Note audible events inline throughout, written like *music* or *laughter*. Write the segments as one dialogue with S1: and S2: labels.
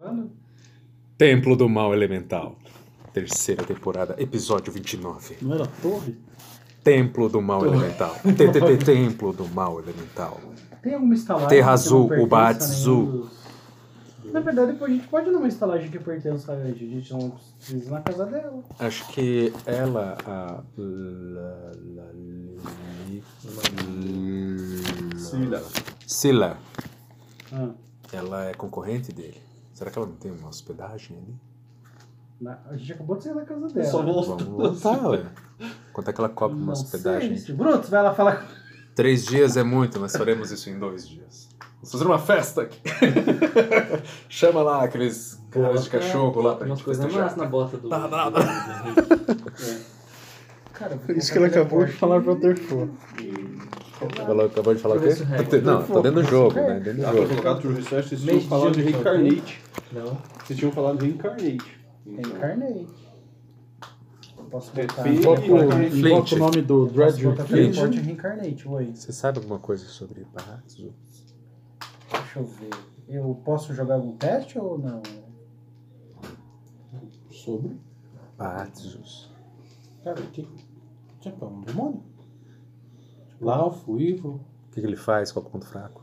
S1: Mano,
S2: Templo do Mal Elemental. Terceira temporada, episódio 29.
S1: não era torre?
S2: Templo do Mal
S1: *laughs*
S2: Elemental. TTT Templo do Mal Elemental.
S1: Tem alguma estalagem
S2: Terra
S1: que não
S2: Azul,
S1: pertence
S2: Uba
S1: a nenhum
S2: Azul.
S1: dos- Na verdade, depois a gente pode ir numa estalagem que pertence a gente. A gente não precisa ir na casa dela.
S2: Acho que ela. A. La- la- li- la-
S3: Sila.
S2: Sila.
S1: Ah,
S2: Ela é concorrente dele. Será que ela não tem uma hospedagem ali?
S1: na- A gente acabou de sair da casa
S4: É,
S1: dela.
S3: Só
S4: né?
S2: Vamos
S3: voltou.
S2: voltar, ué. Quanto é que ela cobra uma
S1: Não
S2: hospedagem?
S1: sei. Bruto, vai lá falar com
S2: Três dias é muito, nós faremos isso em dois dias. Vamos fazer uma festa aqui. *laughs* Chama lá aqueles caras de cachorro lá pra
S4: Umas
S2: gente
S4: coisas
S2: festejar.
S4: mais na bota do.
S2: Tá, tá,
S4: do- do Henrique.
S3: É.
S1: cara. vou
S5: Isso que ela
S1: colocar
S5: acabou de
S1: teleporte.
S5: falar pra Terfô.
S2: Ela acabou de falar o quê?
S4: Professor Harry.
S2: Não, tá dentro do jogo, né? Dentro do
S6: Tá.
S3: Ah, pra
S2: jogo.
S3: colocar True Research, vocês
S4: Meio
S3: tinham falado de
S4: dia, então.
S3: Reincarnate.
S4: Não.
S1: é
S3: Vocês tinham falado de Reincarnate. Então,
S1: Reencarnei. Posso botar.
S3: Refil-
S1: Posso
S5: Invoca o-
S2: Flint.
S5: invoca o nome do Dread
S1: botar
S2: Flint.
S1: teleporte e reencarnate, oi.
S2: Você sabe alguma coisa sobre barracos?
S1: Deixa eu ver. Eu posso jogar algum teste ou não?
S5: Sobre?
S2: Batizos.
S5: Cara, o que. Tipo, é um demônio. Laufo, Ivo,
S2: O que, que ele faz? Qual é o ponto fraco?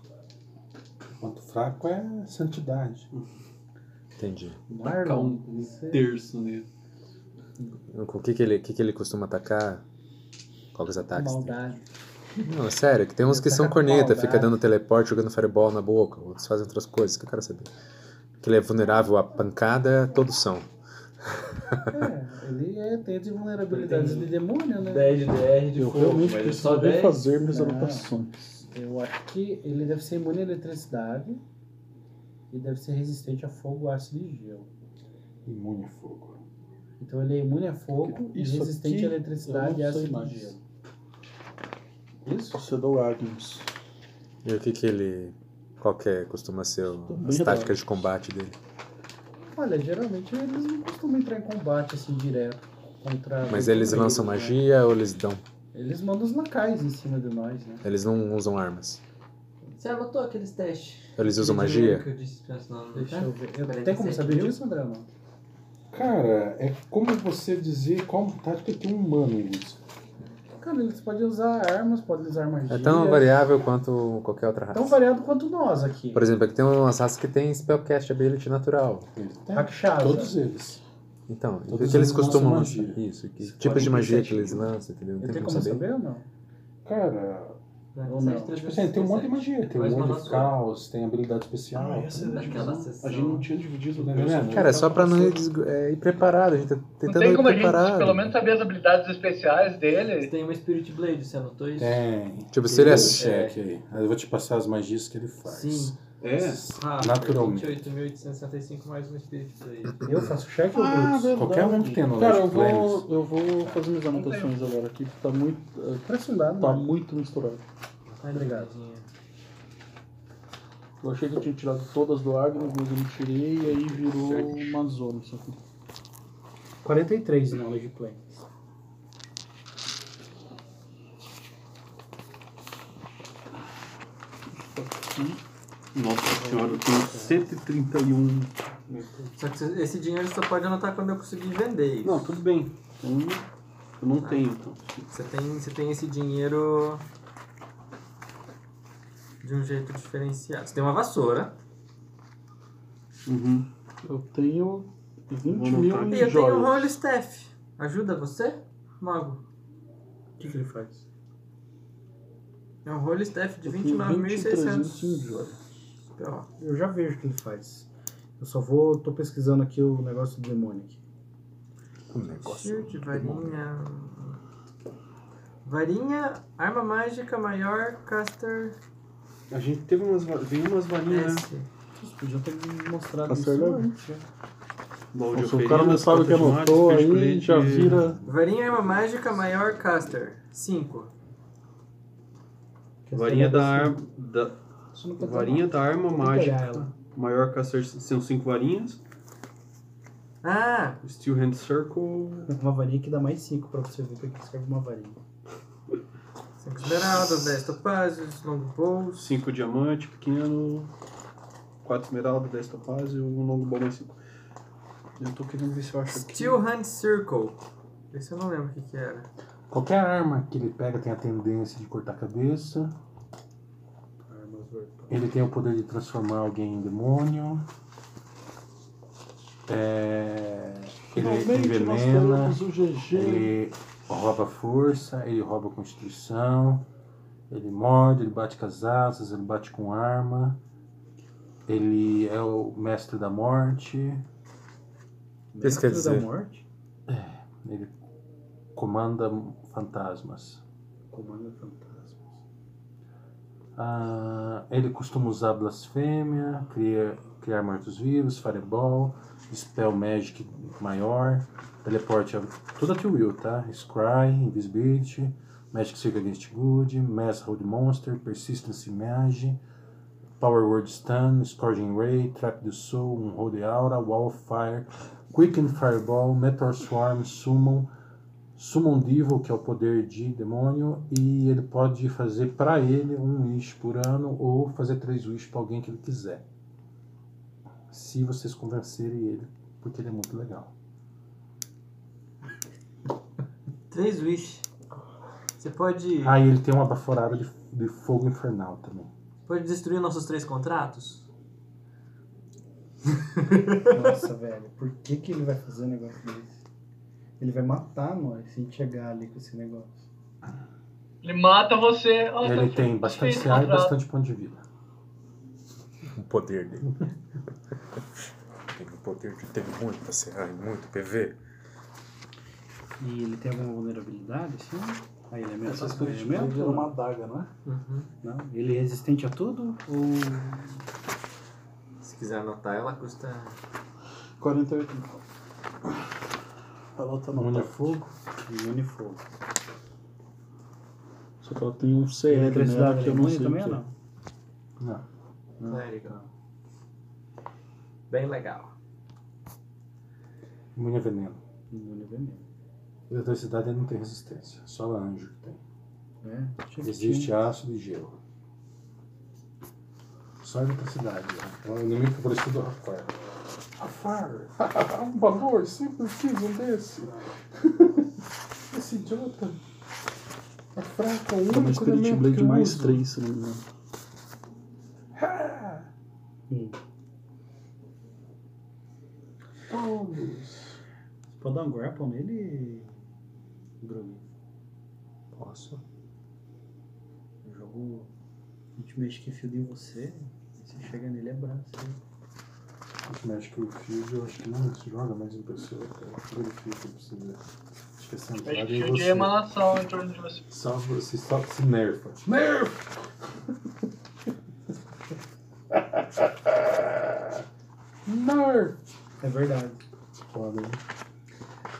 S5: ponto fraco é santidade.
S2: Entendi.
S3: tacar
S1: Marlon?
S3: um
S1: você-
S3: terço nele.
S4: né?
S2: Com o que, que, ele, o que, que ele costuma atacar? Qual que é os ataques?
S5: *laughs*
S1: Maldade.
S2: Não, é sério, que tem uns que
S1: Ele
S2: são
S1: ataca com
S2: corneta,
S1: maldade.
S2: fica dando teleporte, jogando fireball na boca, outros fazem outras coisas, que eu quero saber. Que ele é vulnerável à pancada, todos são.
S1: É, ele é, tem de vulnerabilidades de demônio, né?
S4: 10 de DR de
S5: Eu
S4: fogo,
S5: realmente
S4: mas é
S5: preciso
S4: só 10.
S5: refazer minhas
S6: Ah.
S1: Não.
S5: anotações.
S1: Eu acho que ele deve ser imune à eletricidade e deve ser resistente a fogo, ácido e gelo.
S5: Imune a fogo.
S1: Então ele é imune a fogo e
S5: Isso
S1: resistente
S5: aqui,
S1: à
S6: é
S1: eletricidade e
S5: eu não sei
S1: ácido e
S5: mais.
S1: gelo.
S5: Isso, Cedou Agnes.
S2: E o que que ele... Qual que é, costuma ser o, as
S5: Bem
S2: táticas de combate dele?
S1: Olha, geralmente eles não costumam entrar em combate assim direto contra.
S2: Mas eles
S1: contra
S2: lançam
S1: né?
S2: magia ou eles dão...
S1: Eles mandam os lacais em cima de nós, né?
S2: Eles não usam armas?
S4: Você anotou aqueles testes?
S2: Eles usam
S4: De
S2: magia?
S4: Que eu disse pra você não
S1: Deixa
S5: Tá?
S4: anotar?
S1: eu ver. Eu, tem
S4: 47
S1: como saber
S4: mil?
S1: disso, André? Não.
S5: Cara, é como você dizer qual tática que um humano usa.
S1: Cara, eles podem usar armas, podem usar magia.
S2: É tão variável quanto qualquer outra raça.
S1: tão variado quanto nós aqui.
S2: Por exemplo, aqui tem umas raças que tem spellcast ability natural.
S5: Ele
S6: É.
S5: tem.
S1: Rakshasa.
S5: Todos eles.
S2: Então, e o
S5: Todos
S2: que eles
S5: eles lançam
S2: costumam
S5: magia.
S2: lançar? Isso, que tipos de magia que eles lançam, entendeu? Não
S1: Eu
S2: tem
S1: tenho
S2: como
S1: como
S2: saber.
S1: saber ou não?
S5: Cara,
S1: Ou não?
S5: tipo assim, tem um monte de magia. Tem
S4: Mais
S5: um
S4: uma
S5: monte de
S4: nossa.
S5: caos, tem habilidade especial.
S3: Ah, essa é a
S4: Naquela
S3: divisão.
S4: sessão.
S3: A gente não tinha dividido
S5: Tá
S3: né?
S5: vendo?
S3: Essa-
S2: Cara, é só pra não ir, desgu- é, ir preparado, a gente tá
S7: Não
S2: tentando né?
S7: tem
S2: ir
S7: como a gente,
S2: preparado.
S7: pelo menos, saber as habilidades especiais dele.
S4: Tem uma Spirit Blade, você anotou isso?
S5: Tem.
S2: Tipo, se ele é...
S5: Esse cheque aí. Aí Eu vou te passar as magias que ele faz.
S4: Sim.
S3: É.
S4: Ah,
S5: Naturalmente.
S4: 28.865 mais uma Spirit Blade.
S1: Eu faço
S3: Ah,
S1: cheque ou Brutus?
S5: Qualquer um que tenha knowledge
S6: Cara, eu
S5: claims.
S6: vou, eu vou fazer minhas anotações agora aqui, que tá muito, eh,
S1: Pra estudar,
S6: tá
S1: não.
S6: muito misturado.
S4: Ai,
S1: Obrigado.
S4: tadinha.
S6: Eu achei que eu tinha tirado todas do Agnes, mas eu não tirei, e aí virou uma zona isso aqui.
S1: 43 não, de play.
S3: Nossa senhora, eu tenho 131.
S4: Só que cê- esse dinheiro você só pode anotar quando eu conseguir vender isso.
S3: Não, tudo bem. Eu não- Eu não tenho, então.
S4: Você tem, você tem esse dinheiro de um jeito diferenciado. Você tem uma vassoura.
S3: Uhum.
S6: Eu tenho 20
S3: Vou
S6: mil
S3: anotar
S4: E eu
S6: em
S4: tenho um
S6: joias.
S4: Holy Staff. Ajuda você, Mago?
S1: O que, que ele faz?
S4: É um Holy Staff de
S6: Eu tenho 2300 em
S4: 29.600.
S6: joias.
S4: Ó,
S1: Eu já vejo o que ele faz. Eu só vou. tô pesquisando aqui o negócio do demônio aqui.
S2: Um negócio.
S4: Shield, varinha. Varinha, arma mágica maior, caster
S3: A gente teve umas, va- veio umas varinhas, né?
S4: S.
S1: Vocês podiam ter me mostrado
S6: Tá
S1: isso
S6: certo.
S1: antes. né?
S3: Balde
S6: Nossa, o
S3: oferina,
S6: cara não sabe o que
S3: carta de
S6: anotou
S3: mágica,
S6: aí,
S3: Spirit
S6: já
S3: Blade,
S6: vira...
S4: Varinha, arma mágica maior, caster 5.
S3: Varinha da arma. Da,
S1: Isso não pode
S3: varinha da
S1: Tem
S3: arma
S1: que pegar
S3: mágica.
S1: ela.
S3: Maior caster são cinco varinhas.
S4: Ah,
S3: Steel Hand Circle.
S1: Uma varinha que dá mais 5 pra você ver o que que escreve uma varinha.
S4: Cinco esmeraldas, 10 topázios, longbows,
S3: Cinco diamante pequeno. 4 esmeraldas, 10 topázio, um longo bom mais 5. Eu tô querendo ver se eu acho aqui.
S4: Steel Hand Circle. Esse eu não lembro o que que era.
S1: Qualquer arma que ele pega tem a tendência de cortar a cabeça.
S3: Armas verticais.
S1: Ele tem o poder de transformar alguém em demônio. É... Ele
S6: Finalmente nós
S1: envenena.
S6: teremos o GG.
S1: Ele rouba força, ele rouba constituição, ele morde, ele bate com as asas, ele bate com arma, ele é o mestre da morte,
S2: O que isso quer
S8: Mestre da
S2: dizer?
S8: morte?
S1: ele comanda fantasmas.
S8: Comanda fantasmas.
S1: Ah, ele costuma usar blasfêmia, criar, criar mortos-vivos, fireball, spell magic maior, teleporte, a- tudo a Tio Will, tá? Scry, invisibility, magic circle against good, mass hold monster, persistence image, power word stun, scourging ray, trap do soul, um hold aura, wall of fire, quicken fireball, meteor swarm, summon, Summon Devil, que é o poder de demônio, e ele pode fazer pra ele um wish por ano ou fazer três wish pra alguém que ele quiser. Se vocês convencerem ele, porque ele é muito legal.
S4: Três Wish. Você pode,
S1: Ah, e ele tem uma baforada de, de fogo infernal também.
S4: pode destruir nossos três contratos?
S8: Nossa, *laughs* velho, por que, que ele vai fazer um negócio desse? Ele vai matar nós se a gente chegar ali com esse negócio.
S7: Ele mata você. ó,
S1: Ele
S7: tá
S1: tem bastante
S7: feito o
S1: CA e
S7: contrato.
S1: bastante ponto de vida.
S2: O poder dele. tem o poder de ter muito CA e muito PV.
S8: E ele tem alguma vulnerabilidade, sim? Aí ele é mesmo?
S6: Essas coisas de vender uma adaga, não é?
S4: Uhum.
S8: Não? Ele é resistente a tudo? Ou.
S4: Se quiser anotar, ela custa
S6: 48 mil. Ela tá
S1: Imune
S6: no
S1: a fogo.
S8: Imune fogo.
S6: Só que ela tem um CR,
S8: Eletricidade
S6: né?
S8: é
S6: Que eu não
S8: imune
S6: sei o
S8: também
S6: que
S8: ou
S6: é.
S8: não?
S1: Não.
S4: Hum. clérigo. Bem legal.
S1: Imune a veneno.
S8: Imune a veneno.
S1: Eletricidade ele não tem resistência, só o anjo que tem.
S8: Né?
S1: Existe ácido e gelo. Só eletricidade. Né? É um inimigo favorecido do Rafar. Rafar! *laughs* um valor, sempre quis um desse. *laughs* Esse idiota. A fraca, o
S6: Tá no
S1: único
S6: Spirit
S1: elemento que
S6: Blade
S1: eu
S6: mais
S1: uso.
S6: 3, se não me engano.
S1: Todos.
S8: Você pode dar um grapple nele, Grug?
S1: Posso?
S8: O jogo Ultimate que fio em você, você chega nele e abraça. ele.
S1: Os Magic Field eu acho que não se joga mais em pessoa. cara. É Tudo difícil, precisa. Acho que é centrado
S7: Magic
S1: em
S7: Shield é
S1: você.
S7: emanação em torno de você.
S1: Só você só se nerfa.
S8: É verdade.
S1: Foda, hein?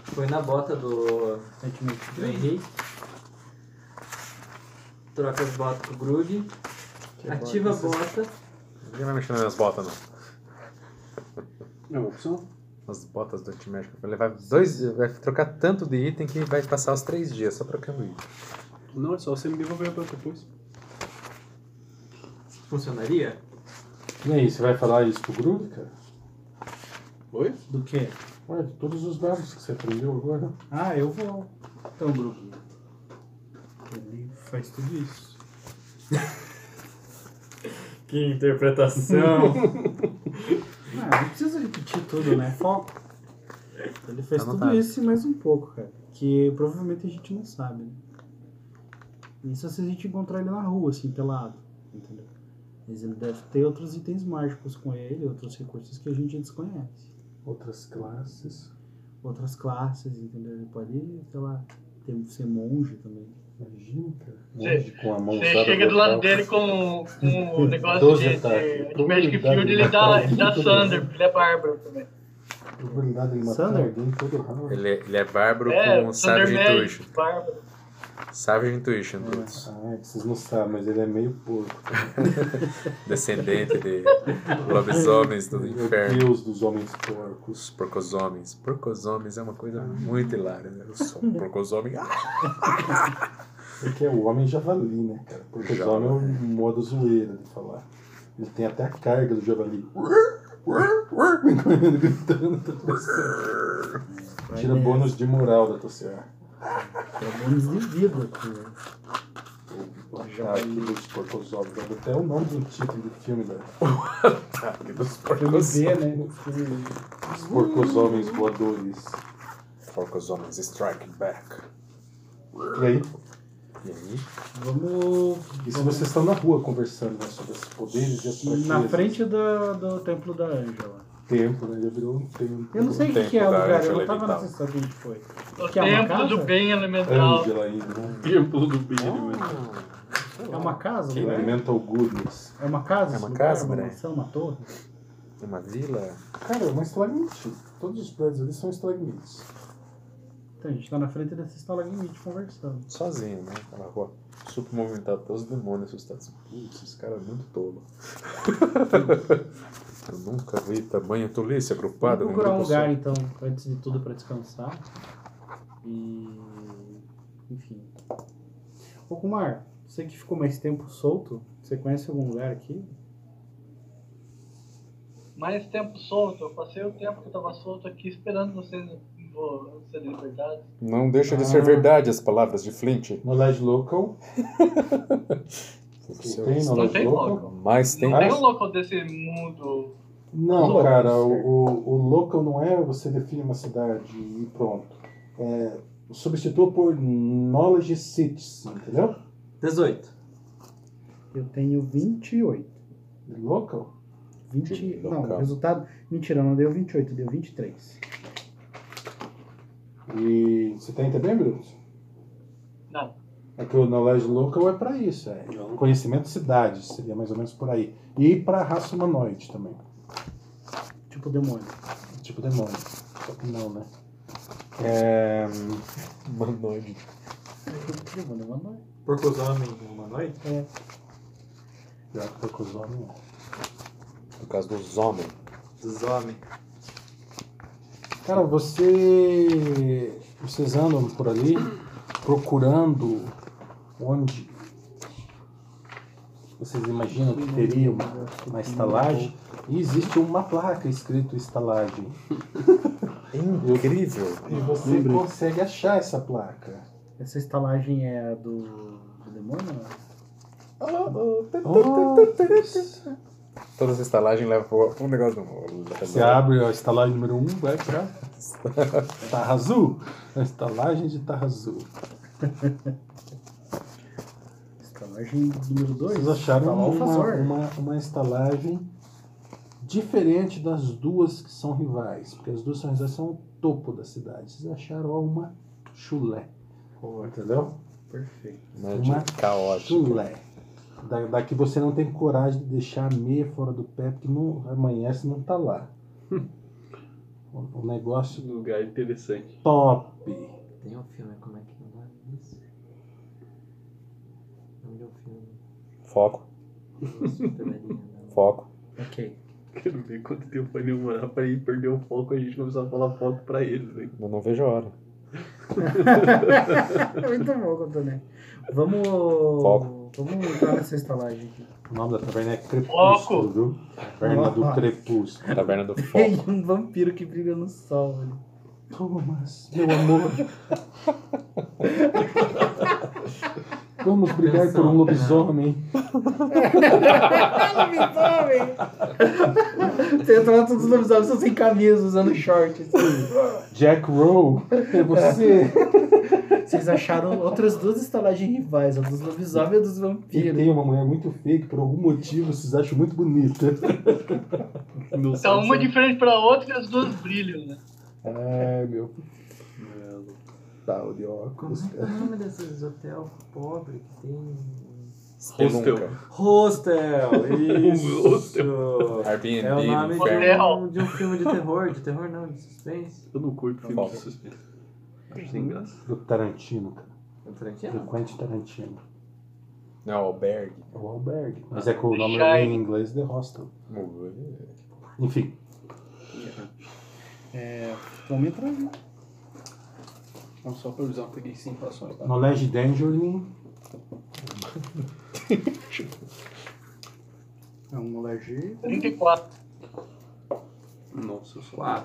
S4: Foi na bota do do
S8: Ultimate Field.
S4: Henrique. Troca as botas pro Grug. Ativa a bota.
S2: Ninguém vai mexer nas minhas botas, não.
S6: É uma opção?
S2: As botas do antimédico. Vai levar dois. Vai trocar tanto de item que vai passar os três dias só trocando item.
S3: Não, é só você me devolver a bota depois.
S4: Funcionaria?
S1: E aí, você vai falar isso pro Groove, cara?
S3: Oi?
S8: Do quê?
S1: Ué, de todos os dados que você aprendeu agora.
S8: Ah, eu vou. Então, Grug. Ele faz tudo isso.
S4: Que *laughs* interpretação!
S8: Ah, não precisa repetir tudo, né? Foco. Ele fez
S2: Tá
S8: tudo
S2: anotado.
S8: isso e mais um pouco, cara. Que provavelmente a gente não sabe, né? Isso é se a gente encontrar ele na rua, assim, pelado. Entendeu? Mas ele deve ter outros itens mágicos com ele, outros recursos que a gente desconhece.
S1: Outras classes.
S8: Outras classes, entendeu? Ele pode, sei lá, ter, ser monge também.
S1: Imagina, cara.
S7: Você-
S1: Monge com a mão
S7: Você
S1: usada
S7: chega do
S1: pra
S7: lado
S1: tocar.
S7: dele com,
S1: *laughs*
S7: com o negócio
S1: Doze
S7: de,
S1: ataques.
S7: de, de
S1: Probabilidade
S7: Magic Field,
S1: de
S7: ele dá,
S1: matar
S7: ele dá
S1: alguém.
S7: Thunder, porque ele é bárbaro também.
S1: A probabilidade de matar
S8: Sander?
S1: alguém todo round.
S2: Ele, é- ele é bárbaro
S7: É,
S2: com Savage
S7: Thunder
S2: Intuition.
S7: Magic, bárbaro.
S2: Savage Intuition, Brutus.
S1: Ah, é que vocês não sabem, mas ele é meio porco.
S2: Descendente de lobisomens
S1: *laughs*
S2: do
S1: Ele é o
S2: inferno.
S1: deus dos homens porcos.
S2: Os porcosomens. Porcosomens é uma
S8: Ah.
S2: coisa muito hilária, né? Eu sou
S8: *laughs*
S2: um porcosomem. Ah!
S1: Porque é o homem javali, né, cara? Porque os
S2: Javali.
S1: homens é um modo zoeira de falar. Ele tem até a carga do
S2: *laughs*
S1: javali. Encorrendo, gritando, tá tocando. Tira
S2: é
S8: nessa.
S1: bônus de moral da tua CA.
S8: Pelo menos de vida, assim, né? pô.
S1: O ataque dos porcosovos. Dá Até o nome do título do filme, né?
S2: *laughs*
S1: velho.
S2: Ataque dos
S8: Filme
S2: porcos.
S8: B, né? Filme-
S1: Os porcosovens voadores.
S2: Porcos homens strike back.
S1: E aí?
S2: E aí?
S8: Vamos.
S1: E se vocês estão na rua conversando né, sobre esses poderes e as fraquezas?
S8: Na frente do, do templo da Ângela.
S1: Tempo, né? Já virou um tempo.
S8: Eu não sei o que,
S2: templo
S8: que é o
S2: da
S8: lugar, eu
S2: Ângela
S8: não tava
S2: Elemental.
S8: nessa cidade onde foi.
S7: O
S8: Que é uma
S7: templo
S8: casa?
S7: do bem elemental.
S1: Ângela ainda, né?
S3: Templo do bem,
S2: Ah,
S3: mano.
S8: É uma casa,
S2: Que
S8: não é?
S1: Elemental Goodness.
S8: É uma casa?
S2: É
S8: esse
S2: uma
S8: lugar?
S2: casa,
S8: uma
S2: Mané?
S8: mansão, uma torre?
S2: É uma vila?
S1: Cara, é uma estalagmite. Todos os prédios ali são estalagmites.
S8: Então, a gente tá na frente dessa estalagmite conversando.
S2: Sozinho, né? Aquela rua super movimentada, todos os demônios assustados. Putz, esse cara é muito
S8: *laughs*
S2: tolo. Eu nunca vi tamanha tolice agrupada
S8: Vamos
S2: num
S8: procurar um
S2: grupo só.
S8: lugar, então, antes de tudo, pra descansar. E. Enfim. Ô, Kumar, você que ficou mais tempo solto, você conhece algum lugar aqui?
S7: Mais tempo solto, eu passei o tempo que eu tava solto aqui esperando vocês vo- serem libertados.
S2: Não deixa
S8: Ah.
S2: de ser verdade as palavras de Flint.
S1: Knowledge local.
S2: Você
S1: tem
S2: é o
S1: knowledge
S7: tem
S1: local?
S7: local.
S2: mais tem.
S7: Não
S8: Ah.
S7: tem um local desse mundo.
S1: Não,
S2: Local,
S1: cara, o,
S2: certo.
S1: o, o local não é você define uma cidade e pronto. É, substitua por knowledge cities, entendeu?
S4: 18.
S8: Eu tenho 28.
S1: Local?
S8: 20.
S2: Que
S8: Não,
S2: local.
S8: o resultado. Mentira, não deu 28, deu 23.
S1: E você tem também, Brutus?
S7: Não.
S1: É que o knowledge local é pra isso, é conhecimento de cidades, seria mais ou menos por aí. E pra raça humanoide também,
S8: Tipo demônio.
S1: tipo demônio. Só que não, né?
S2: Humanoide.
S8: Demônio, demônio.
S4: Porcosomem humanoide?
S1: Já que porcosome é.
S2: No caso dos homens.
S4: Desomem.
S1: Cara, você. Vocês andam por ali procurando onde vocês imaginam que teria uma, uma estalagem. E existe uma placa escrito estalagem.
S2: É incrível.
S8: Ah.
S1: E você consegue achar essa placa.
S8: Essa estalagem é a do. do demônio? né?
S2: Ah,
S8: Ah.
S1: Oh!
S2: Todas as estalagens levam um negócio do
S1: Você abre a estalagem número 1, um, vai *laughs* pra Tarra Azul. A estalagem de Tarra Azul.
S8: Estalagem Tá, número 2.
S1: Vocês
S8: Tá
S1: acharam uma,
S8: *laughs*
S1: uma, uma estalagem diferente das duas que são rivais, porque as duas são rivais são o topo da cidade. Vocês acharam ó, uma chulé. Entendeu?
S8: Perfeito.
S2: É
S1: Uma
S2: caótico.
S1: Chulé. Da, da que você não tem coragem de deixar a meia fora do pé, porque não amanhece não tá lá. o, o negócio
S3: Lugar interessante. *laughs*
S1: top.
S4: Tem um filme, como é que é o nome disso? O nome de um filme.
S2: Foco,
S4: Nossa, peladinha, não.
S2: foco.
S8: Ok.
S3: Quero ver quanto tempo vai demorar pra ele perder o foco e a gente começar a falar foco pra ele, velho.
S2: Eu não vejo a hora.
S8: É Muito bom, Cotonete. Vamos.
S2: Foco.
S8: Vamos entrar nessa estalagem aqui.
S1: O nome da taverna é Crepúsculo,
S7: Foco.
S1: viu? Taverna do Crepúsculo.
S2: Taverna do
S8: Tem
S2: Foco.
S8: um vampiro que brilha no sol, velho.
S1: Thomas, meu amor. Vamos brigar por um lobisomem.
S8: Ah, *laughs* lobisomem! Você entra lá todos os lobisomens estão sem camisa, usando shorts. assim.
S1: Jack Rowe, é *laughs* você.
S8: Vocês acharam outras duas estalagens rivais, a dos lobisomens e a dos
S1: E
S8: vampiros.
S1: tem uma mulher muito feia que por algum motivo vocês acham muito bonita.
S3: Não
S7: Tá uma de frente pra outra e as duas brilham, né?
S1: Ai, É, meu. Tal de
S4: Como
S1: óculos.
S4: é que é o nome desses hotel pobre que tem.
S2: Spelunca.
S4: *laughs* Hostel! Isso!
S2: Airbnb,
S4: É o nome de
S2: inferno.
S4: um, de um filme de terror, de terror não, de suspense.
S3: Eu não curto filme
S2: Foco.
S3: de suspense. Acho Tá sem graça.
S1: Do Tarantino, cara.
S4: É Tarantino?
S1: Do Quentin Tarantino.
S2: Não, albergue.
S1: É o albergue. Mas é com o nome
S7: Shine.
S1: em inglês The Hostel.
S2: Hum.
S1: Enfim,
S9: É,
S8: Vamos entrar. né?
S9: Não, só pra avisar, eu peguei 5 ações, tá?
S1: Knowledge Dangering.
S8: É um alergia.
S1: Uhum.
S7: 34.
S3: Nossa, eu sou.
S4: 4.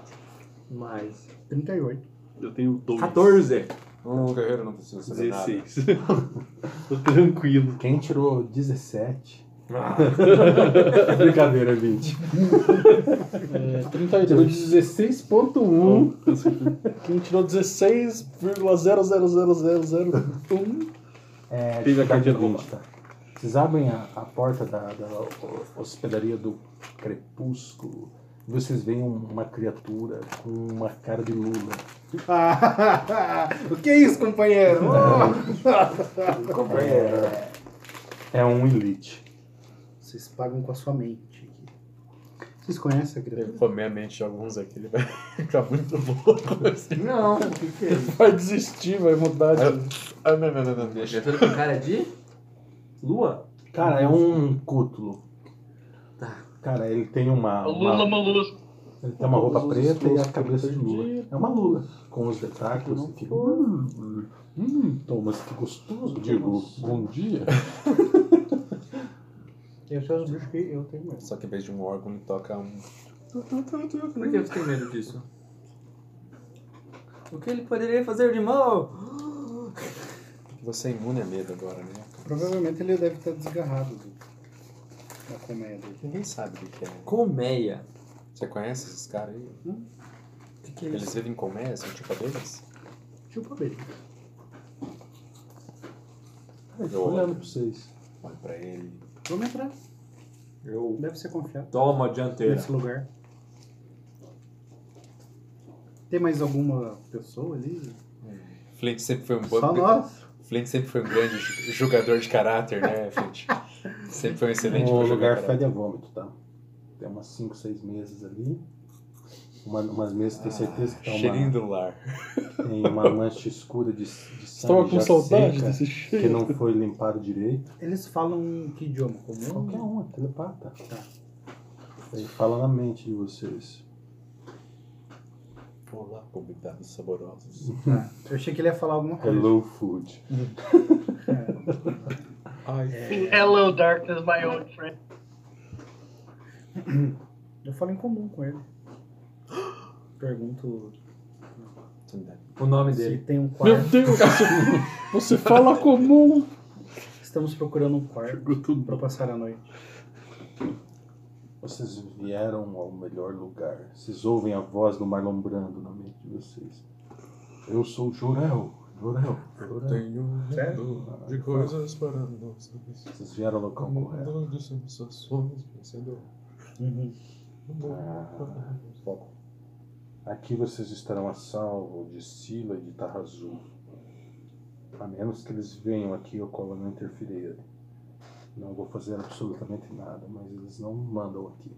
S4: Mais.
S8: 38.
S3: Eu tenho 12.
S4: 14.
S2: Um guerreiro não precisa saber nada.
S3: 16. *laughs* Tô tranquilo.
S1: Quem tirou 17?
S2: Ah,
S1: *laughs* Brincadeira, 20.
S3: É,
S1: Tirou
S3: 32. Hum?
S6: *laughs*
S1: 16.1.
S3: Quem tirou 16,0000001.
S1: É,
S3: Fiz a cartinha do
S1: 20, tá? Vocês abrem a, a porta da, da hospedaria do Crepúsculo. e Vocês veem um- uma criatura com uma cara de lula.
S8: *laughs* o que é isso,
S1: *laughs*
S8: companheiro?
S2: companheiro.
S1: É um elite.
S8: Vocês pagam com a sua mente. aqui. Vocês conhecem a criatura?
S2: Eu formei a mente de alguns aqui, ele vai ficar muito louco. Assim.
S8: Não, o que, que é isso?
S3: Vai desistir, vai mudar de.
S2: Ah, não, não, não, não, deixa.
S4: Criatura com cara de. Lua?
S1: Cara, é um cútulo.
S4: Tá.
S1: Cara, ele tem uma,
S7: O Lula
S1: Ah, uma-
S7: Molusco.
S1: ele tem É uma roupa
S3: Os- os-
S1: preta e
S3: os-
S1: a cabeça de lula. É uma lula com os tentáculos. e Fica, hum, hum, hum, Thomas, que gostoso. Digo, bom dia.
S8: Eu sou os bichos que eu tenho medo.
S2: Só que em vez de um órgão, ele toca um.
S4: Por que você tem medo disso? O que ele poderia fazer de mal?
S2: Você é imune a medo agora, né?
S8: Provavelmente ele deve estar desgarrado do- da colmeia dele.
S2: Ninguém sabe o que que é.
S4: Colmeia.
S2: Você conhece esses caras aí?
S4: O que, que é
S2: Eles
S4: isso?
S2: vivem com colmeias, são tipo abelhas?
S8: Deixa eu ver.
S1: Eu tô olhando pra vocês.
S2: Olha pra ele.
S8: Vamos entrar.
S4: Eu...
S8: Deve ser confiável
S4: Toma a dianteira.
S8: nesse lugar. Tem mais alguma pessoa ali?
S2: Flint sempre foi um
S8: Só
S2: bom-
S8: nós.
S2: Flint sempre foi um grande ju- jogador de caráter, né, Flint? Sempre foi um excelente
S1: O
S2: jogador
S1: lugar
S2: de caráter.
S1: fede a vômito, tá? Tem umas 5, 6 mesas ali. Uma, umas mesas que tem certeza que tá
S2: Ah, Cheirinho
S1: uma,
S2: do lar.
S1: tem uma mancha escura de, de sangue
S3: Estava com
S1: já
S3: saudade
S1: seca,
S3: desse
S1: que
S3: cheiro.
S1: não foi limpado direito.
S8: Eles falam que idioma comum?
S1: Qualquer um, é telepata.
S8: Tá.
S1: Ele fala na mente de vocês.
S2: Olá, convidados saborosos.
S8: Tá. Eu achei que ele ia falar alguma coisa. É,
S1: Hello food.
S2: É.
S7: Hello, darkness, my old friend.
S8: Eu falo em comum com ele. Pergunto
S4: O nome dele.
S8: se tem um
S3: Meu
S8: quarto.
S3: Deus, você, você fala comum.
S8: Estamos procurando um quarto
S3: Jogou tudo
S8: pra passar a noite.
S1: Vocês vieram ao melhor lugar. Vocês ouvem a voz do Marlon Brando na mente de vocês. Eu sou Jorel. Jorel. Jorel.
S2: Tenho
S6: É?
S2: medo um de coisas para nós.
S1: Vocês vieram ao local correto.
S2: de sensações, vencedor.
S1: Ah, Aqui vocês estarão a salvo de Sila e de Tarra Azul. A menos que eles venham aqui, eu colo não interferirei. Não vou fazer absolutamente nada, mas eles não mandam aqui.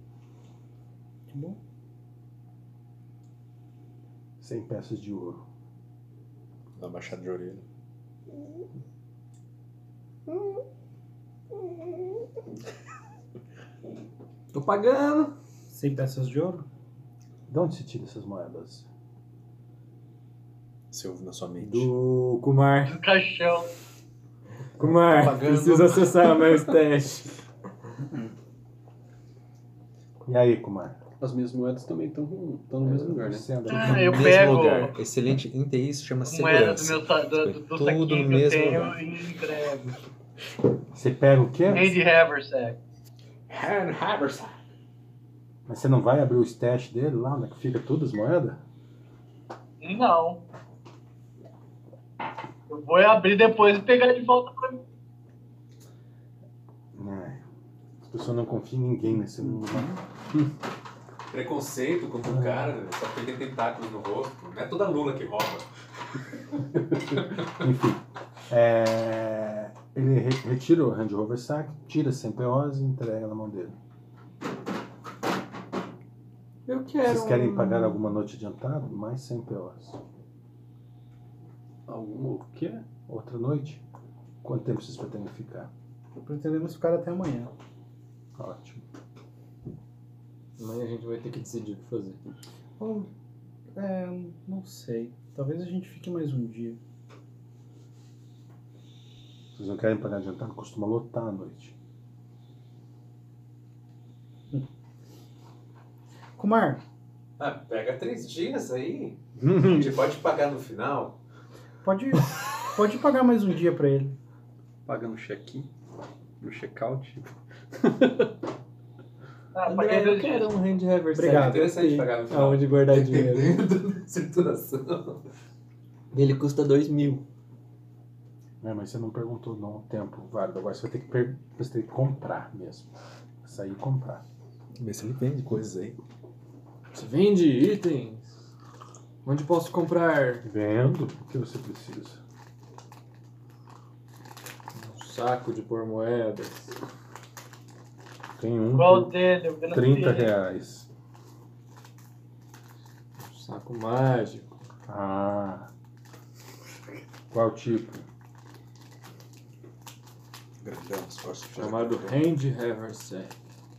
S8: Tá bom?
S1: Sem peças de ouro.
S2: Dá uma baixada de orelha.
S4: Tô pagando.
S8: Sem peças de ouro?
S1: De onde se tira essas moedas?
S2: Você ouve na sua mente.
S4: Do Kumar.
S7: Do caixão.
S4: Kumar,
S2: Pagando.
S4: preciso acessar meus *laughs* testes.
S1: E aí, Kumar? É,
S6: As minhas moedas também estão no mesmo lugar, né?
S1: Você anda no
S7: Ah, eu
S2: mesmo
S7: pego
S2: lugar. Excelente. Em TI isso chama
S7: moeda do
S2: segurança.
S7: meu sa- do, do, do
S2: Tudo
S7: saquinho
S2: no
S7: que eu
S2: mesmo
S7: tenho
S2: lugar.
S7: e entrego.
S1: Você pega o quê?
S7: Andy Haversack.
S1: Mas você não vai abrir o stash dele lá, onde é que fica todas as moedas?
S7: Não. Eu vou abrir depois e pegar de volta pra mim.
S1: É. As pessoas não confiam em ninguém nesse
S4: Uhum.
S1: mundo. né?
S2: *laughs* Preconceito contra o cara, né? só porque ele tem tentáculos no rosto. Não é toda Lula que rouba.
S1: *laughs* Enfim. é, Ele re- retira o Hand Rover Sack, tira sem POs e entrega na mão dele.
S4: Eu quero.
S1: Vocês
S4: um-
S1: querem pagar alguma noite adiantada? Mais 100 POs.
S6: Alguma o quê?
S1: Outra noite? Quanto tempo vocês pretendem ficar?
S8: Pretendemos ficar até amanhã.
S1: Ótimo.
S4: Amanhã a gente vai ter que decidir o que fazer.
S8: Bom, é, não sei. Talvez a gente fique mais um dia.
S1: Vocês não querem pagar adiantado? Costuma lotar à noite.
S8: Kumar,
S10: Ah, pega três dias
S1: *laughs*
S10: aí. Ele pode pagar no final.
S8: pode, pode pagar mais um dia pra ele.
S6: Paga no check-in, no check-out.
S7: Ah, paguei
S10: André, eu
S7: dois dias.
S10: quero um hand reverse.
S8: Obrigado.
S10: É interessante pagar no final.
S6: Aonde guardar dinheiro?
S10: Dependendo da situação. Ele custa dois mil.
S1: É, mas você não perguntou não o tempo válido. Agora você vai ter que, per- você tem que comprar mesmo. Sair e comprar.
S2: Vê se ele vende coisas aí.
S4: Você vende itens. Onde posso comprar
S1: Vendo o que você precisa.
S4: um saco de pôr moedas?
S1: Tem um
S7: Igual o
S1: por
S7: dele, o grande
S1: 30
S7: dele.
S1: reais.
S4: Um saco mágico.
S1: Ah. Qual tipo?
S2: Grandão, os costos.
S4: Chamado Hand Haversack.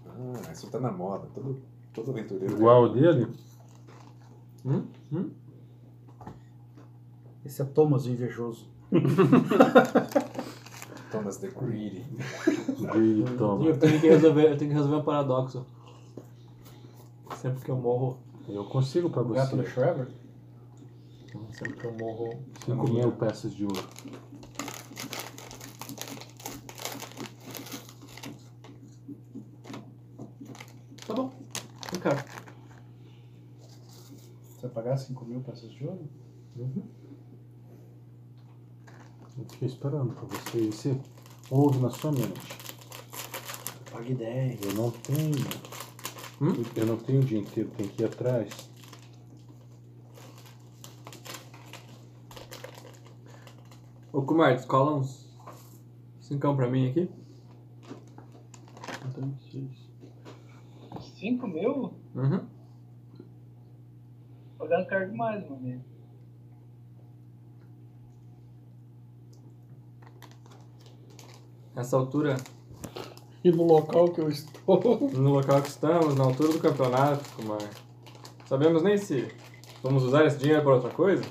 S2: Ah, isso tá na moda. Todo, todo aventureiro.
S1: Igual o dele?
S8: Esse é Thomas, o invejoso.
S2: Thomas the Greedy.
S1: De toma.
S4: Eu tenho que resolver, eu tenho que resolver um paradoxo. Sempre que eu morro,
S1: Eu consigo pra
S6: Gato do
S1: você.
S6: Trevor?
S4: sempre que eu morro,
S1: 5 mil peças de ouro.
S4: tá bom. Eu quero.
S6: Você vai pagar 5 mil peças de ouro?
S4: Uhum.
S1: Eu fiquei esperando pra você. E você ouve na sua mente.
S6: Pague 10.
S1: Eu não tenho.
S4: Hum?
S1: Eu não tenho o dia inteiro, tenho que ir atrás.
S4: Ô Kumar, descola uns cincão pra mim aqui.
S6: Eu tenho 6.
S7: 5 mil?
S4: Uhum.
S7: Pagando caro demais, meu amigo.
S4: Nessa altura,
S6: E no local que eu estou?
S4: no local que estamos, na altura do campeonato, Kumar, Ah, sabemos nem se vamos usar esse dinheiro para outra coisa.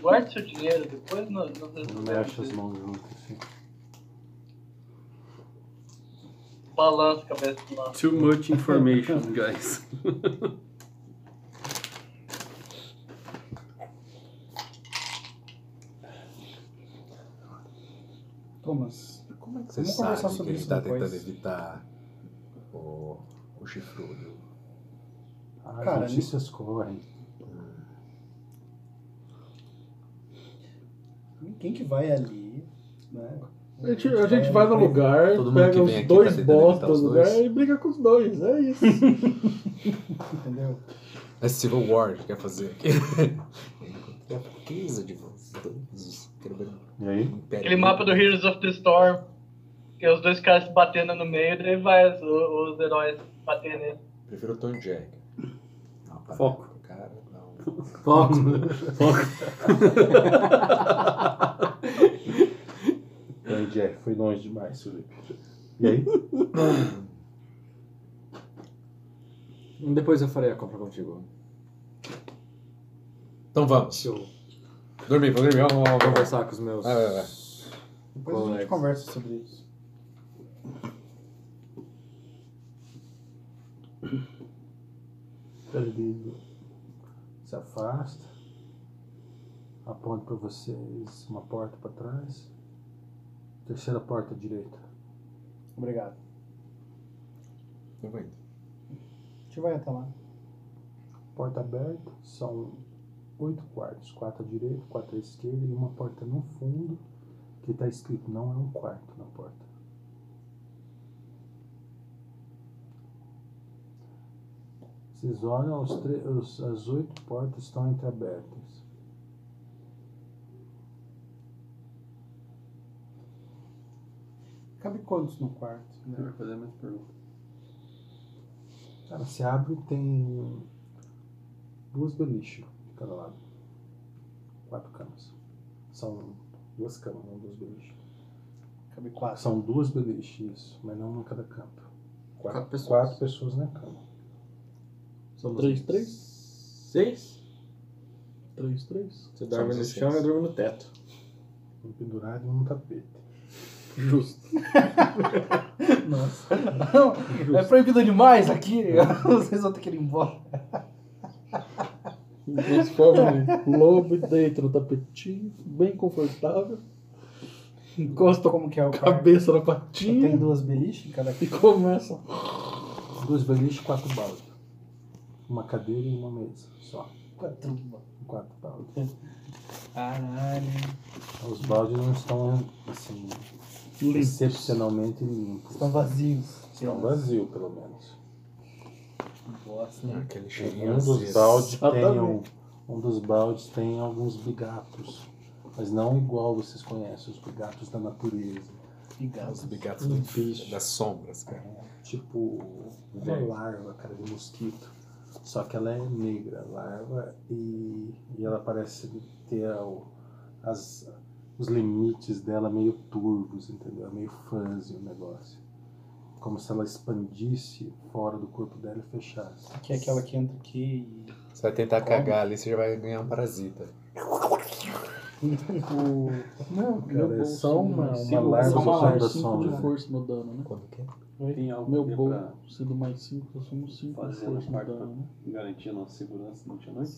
S7: Guarde seu dinheiro, depois nós nós
S1: Não
S7: resolvemos
S1: mexe as
S7: isso.
S1: mãos junto assim.
S7: Balança a cabeça do lado.
S6: Too much information, guys.
S8: Thomas, como é que
S2: Você
S8: vamos
S2: sabe
S8: conversar
S2: que
S8: sobre
S2: ele
S8: isso
S2: tá
S8: depois?
S2: tentando evitar o, o chifrudo.
S1: Ah,
S6: Cara,
S1: as notícias correm.
S8: Quem que vai ali? Né?
S6: A gente, a gente vai no lugar,
S2: Todo mundo que
S6: pega
S2: vem
S6: os
S2: aqui
S6: dois
S2: tá tentando
S6: bosta
S2: imitar os
S6: do lugar
S2: dois.
S6: e briga com os dois. É isso.
S8: Entendeu?
S2: É Civil War que quer fazer. Eu tenho Riqueza de vocês. Quero ver um
S1: E aí?
S2: império.
S7: Aquele mapa do Heroes of the Storm, que é os dois caras se batendo no meio, daí vai os, os heróis batendo nele.
S2: Prefiro o Tom Jack. Não, para.
S6: Foco.
S2: Cara, não.
S4: Foco.
S1: E aí, Jeff, foi longe demais, Felipe. E aí?
S4: *laughs* Depois eu farei a compra contigo.
S2: Então vamos.
S4: Deixa eu
S2: Dormir, vamos dormir. Vamos, vamos, vamos.
S4: conversar com os meus.
S2: Vai, vai, vai.
S8: Depois a gente
S4: Colegas.
S8: conversa sobre isso.
S1: Perdido. Tá Se afasta. Aponta pra vocês uma porta pra trás. Terceira porta à direita.
S8: Obrigado.
S2: Eu vou indo.
S8: A gente vai até lá.
S1: Porta aberta, são oito quartos. Quatro à direita, quatro à esquerda e uma porta no fundo que tá escrito não é um quarto na porta. Vocês olham, os tre- os- as oito portas estão entreabertas.
S8: Cabe quantos no quarto?
S6: Ele vai fazer a mesma pergunta.
S1: Cara, se abre tem duas beliches de cada lado. Quatro camas. São duas camas, não duas beliches.
S8: Cabe quatro.
S1: São duas beliches, isso, mas não uma em cada cama. Quatro,
S4: Quatro pessoas.
S1: quatro pessoas na cama.
S4: Somos
S6: Três, três?
S4: Seis?
S6: 3, 3.
S4: Você dorme
S2: Somos
S4: no
S2: seis.
S4: chão e eu durmo no teto.
S1: Um pendurado e um no tapete.
S6: Justo.
S8: Nossa. é proibido demais aqui. *laughs* Vocês vão ter que ir embora.
S6: Eles formam um lobo e deitam no tapetinho, bem confortável,
S8: Encosto como que é o quarto.
S6: cabeça na
S8: Só Tem
S6: patinha
S8: duas beliches em cada
S6: e começam.
S1: Duas baliches, quatro baldes. Uma cadeira e uma mesa. Só.
S8: quatro.
S1: Quatro baldes.
S8: Caralho.
S1: Os baldes não estão, assim, excepcionalmente limpos.
S8: Estão vazios.
S1: Estão vazios, pelo menos.
S8: Bosta, né?
S11: Aquele cheirinho.
S1: Um dos
S11: de-
S1: baldes
S6: Ah, tá
S1: tem um,
S6: bem.
S1: um dos baldes tem alguns bigatos, mas não igual vocês conhecem os bigatos da natureza,
S11: Os
S8: Obrigado.
S11: bigatos do bicho. Das sombras, cara.
S1: tipo uma larva, cara de mosquito. Só que ela é negra, larva, e, e ela parece ter o- as, os limites dela meio turvos, entendeu? É Meio fuzzy o negócio. Como se ela expandisse fora do corpo dela e fechasse.
S8: Que é aquela que entra aqui e.
S11: Você vai tentar cagar ali, você já vai ganhar um parasita.
S8: O...
S1: Não,
S6: Meu
S1: cara, é
S6: bolso,
S1: só uma,
S6: mais
S1: uma
S6: cinco,
S1: larva
S6: só uma
S1: só
S6: larva,
S1: da
S6: cinco
S1: sombra.
S6: de força no dano, né?
S11: Quando que é?
S1: Tem algo
S6: Meu
S1: que é
S6: bom,
S1: pra
S6: sendo mais 5, eu somos 5 de
S3: Fazendo
S6: força no
S3: parte
S6: dano, né?
S3: Garantir a nossa segurança não tinha noite?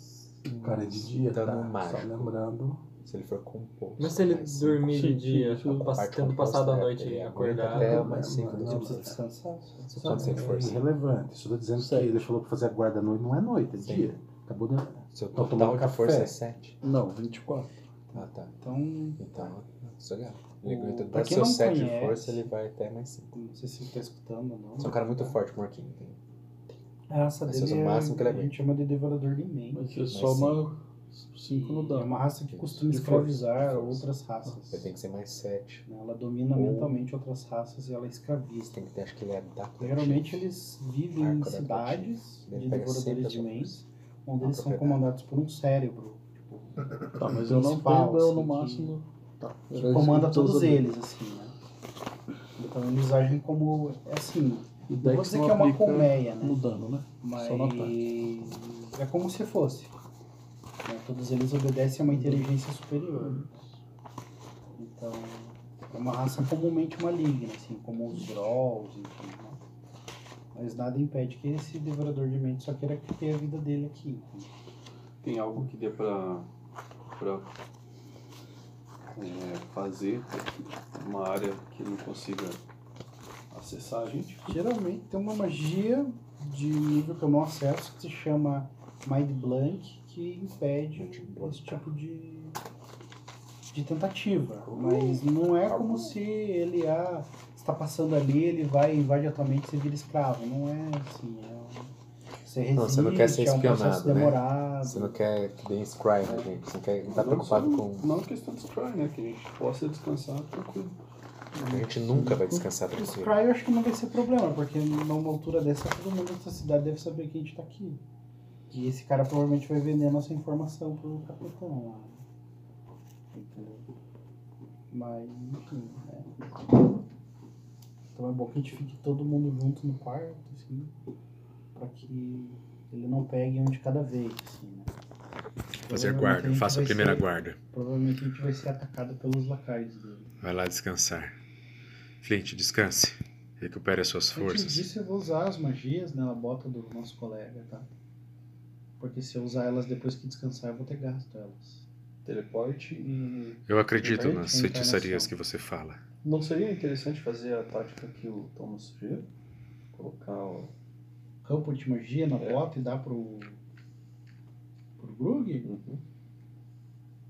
S1: Cara, é de dia,
S11: Dano
S2: um
S1: tá? Só
S11: mágico.
S1: lembrando.
S11: Se ele for composto.
S12: Mas se ele
S11: mais cinco.
S12: dormir de
S6: Sim,
S12: dia,
S6: sim, sim.
S12: pass-
S11: Parte
S12: tendo
S11: composta,
S12: passado a
S11: né?
S12: noite
S11: Ele
S12: e
S11: aguenta
S12: acordado. é
S8: É,
S11: Até mais cinco
S1: Não,
S11: da
S1: não,
S8: Precisa
S11: manhã.
S8: descansar.
S11: Só quando você
S1: É
S11: for.
S1: irrelevante. Só tô dizendo que ele falou pra fazer a guarda à noite. Não é noite, é
S11: Sim.
S1: dia. Acabou de...
S11: Seu
S1: Vou tomar um
S11: total de
S1: café.
S11: força é 7.
S6: Não, 24.
S11: Ah, tá.
S8: Então,
S11: Então, sossegado. Ele
S8: O-
S11: aguenta
S8: pra
S11: até
S8: quem
S11: seu
S8: não
S11: 7 de
S8: conhece-
S11: força, ele vai até mais 5.
S8: não sei se tá escutando ou não.
S11: Você é um cara muito forte, Marquinhos. entendeu?
S8: A raça
S11: Esse é o
S8: dele é,
S11: máximo que ele
S8: a gente chama de devorador de mentes.
S6: Mas você
S11: Mas
S6: soma 5 no
S8: É
S6: dano.
S8: uma raça que costuma
S11: De
S8: escravizar
S11: força.
S8: outras raças.
S11: Ele tem que ser mais 7.
S8: né? Ela domina
S11: Ou-
S8: mentalmente outras raças e ela escraviza.
S11: Tem que ter, acho que ele é adaptado.
S8: Geralmente eles vivem em
S11: Arco da
S8: cidades
S11: Deve
S8: de
S11: pegar sempre
S8: devoradores
S11: as
S8: de mentes,
S11: Uma
S8: onde eles são
S11: propriedade.
S8: comandados por um cérebro. Tipo,
S6: Tá, mas eu não
S8: Principal,
S6: tenho dano
S8: assim,
S6: máximo. Tá.
S8: que comanda todos eles, assim, né? Então eles agem como. É assim.
S6: E
S8: Não
S6: daí
S8: vou
S6: que você
S8: dizer que é uma colmeia, né?
S6: no dano, né?
S8: Mas
S6: Só no ataque.
S8: é como se fosse. né? Todos eles obedecem a uma inteligência superior. Então, é uma raça comumente maligna, assim, como os Grolls, enfim. né? Mas nada impede que esse devorador de mente só queira ter a vida dele aqui. entende?
S3: Tem algo que dê pra, pra é, fazer uma área que não consiga acessar a gente?
S8: Geralmente tem uma magia de nível que eu não acesso que se chama Mind Blank, que impede esse tipo de, de tentativa. Mas
S11: Uh,
S8: não é como se ele ah, está passando ali, ele vai invade a tua mente e você vira escravo. Não é assim. É um, você resiste,
S11: Não, você não quer ser
S8: é um processo
S11: espionado, né?
S8: demorado.
S11: Você não quer que dê scry na gente. Você não quer
S1: Tá
S11: estar
S3: Não, só
S11: preocupado com.
S3: Não questão de scry, né? Que a gente possa descansar tranquilo.
S11: A gente nunca vai descansar
S8: O
S11: tranquilo.
S8: Scry eu acho que não vai ser problema, porque numa altura dessa todo mundo dessa cidade deve saber que a gente tá aqui. E esse cara provavelmente vai vender a nossa informação pro capitão lá. Entendeu? Mas, enfim, né? Então é bom que a gente fique todo mundo junto no quarto, assim, pra que ele não pegue um de cada vez, assim, né?
S2: Fazer
S8: Provavelmente
S2: guarda,
S8: gente
S2: faça a
S8: vai
S2: primeira
S8: ser-
S2: guarda.
S8: Provavelmente a gente vai ser atacado pelos lacaios né? dele.
S2: Vai lá descansar. Flint, descanse. Recupere as suas
S8: Antes
S2: forças.
S8: disso, eu vou usar as magias, né? A bota do nosso colega, tá? Porque se eu usar elas depois que descansar, eu vou ter gasto elas.
S3: Teleporte e.
S2: Eu acredito
S3: Encarnação,
S2: nas feitiçarias que você fala.
S3: Não seria interessante fazer a tática que o Thomas sugeriu? Colocar o.
S8: Campo de magia na
S3: É.
S8: bota e dá pro. pro Grug?
S3: Uhum.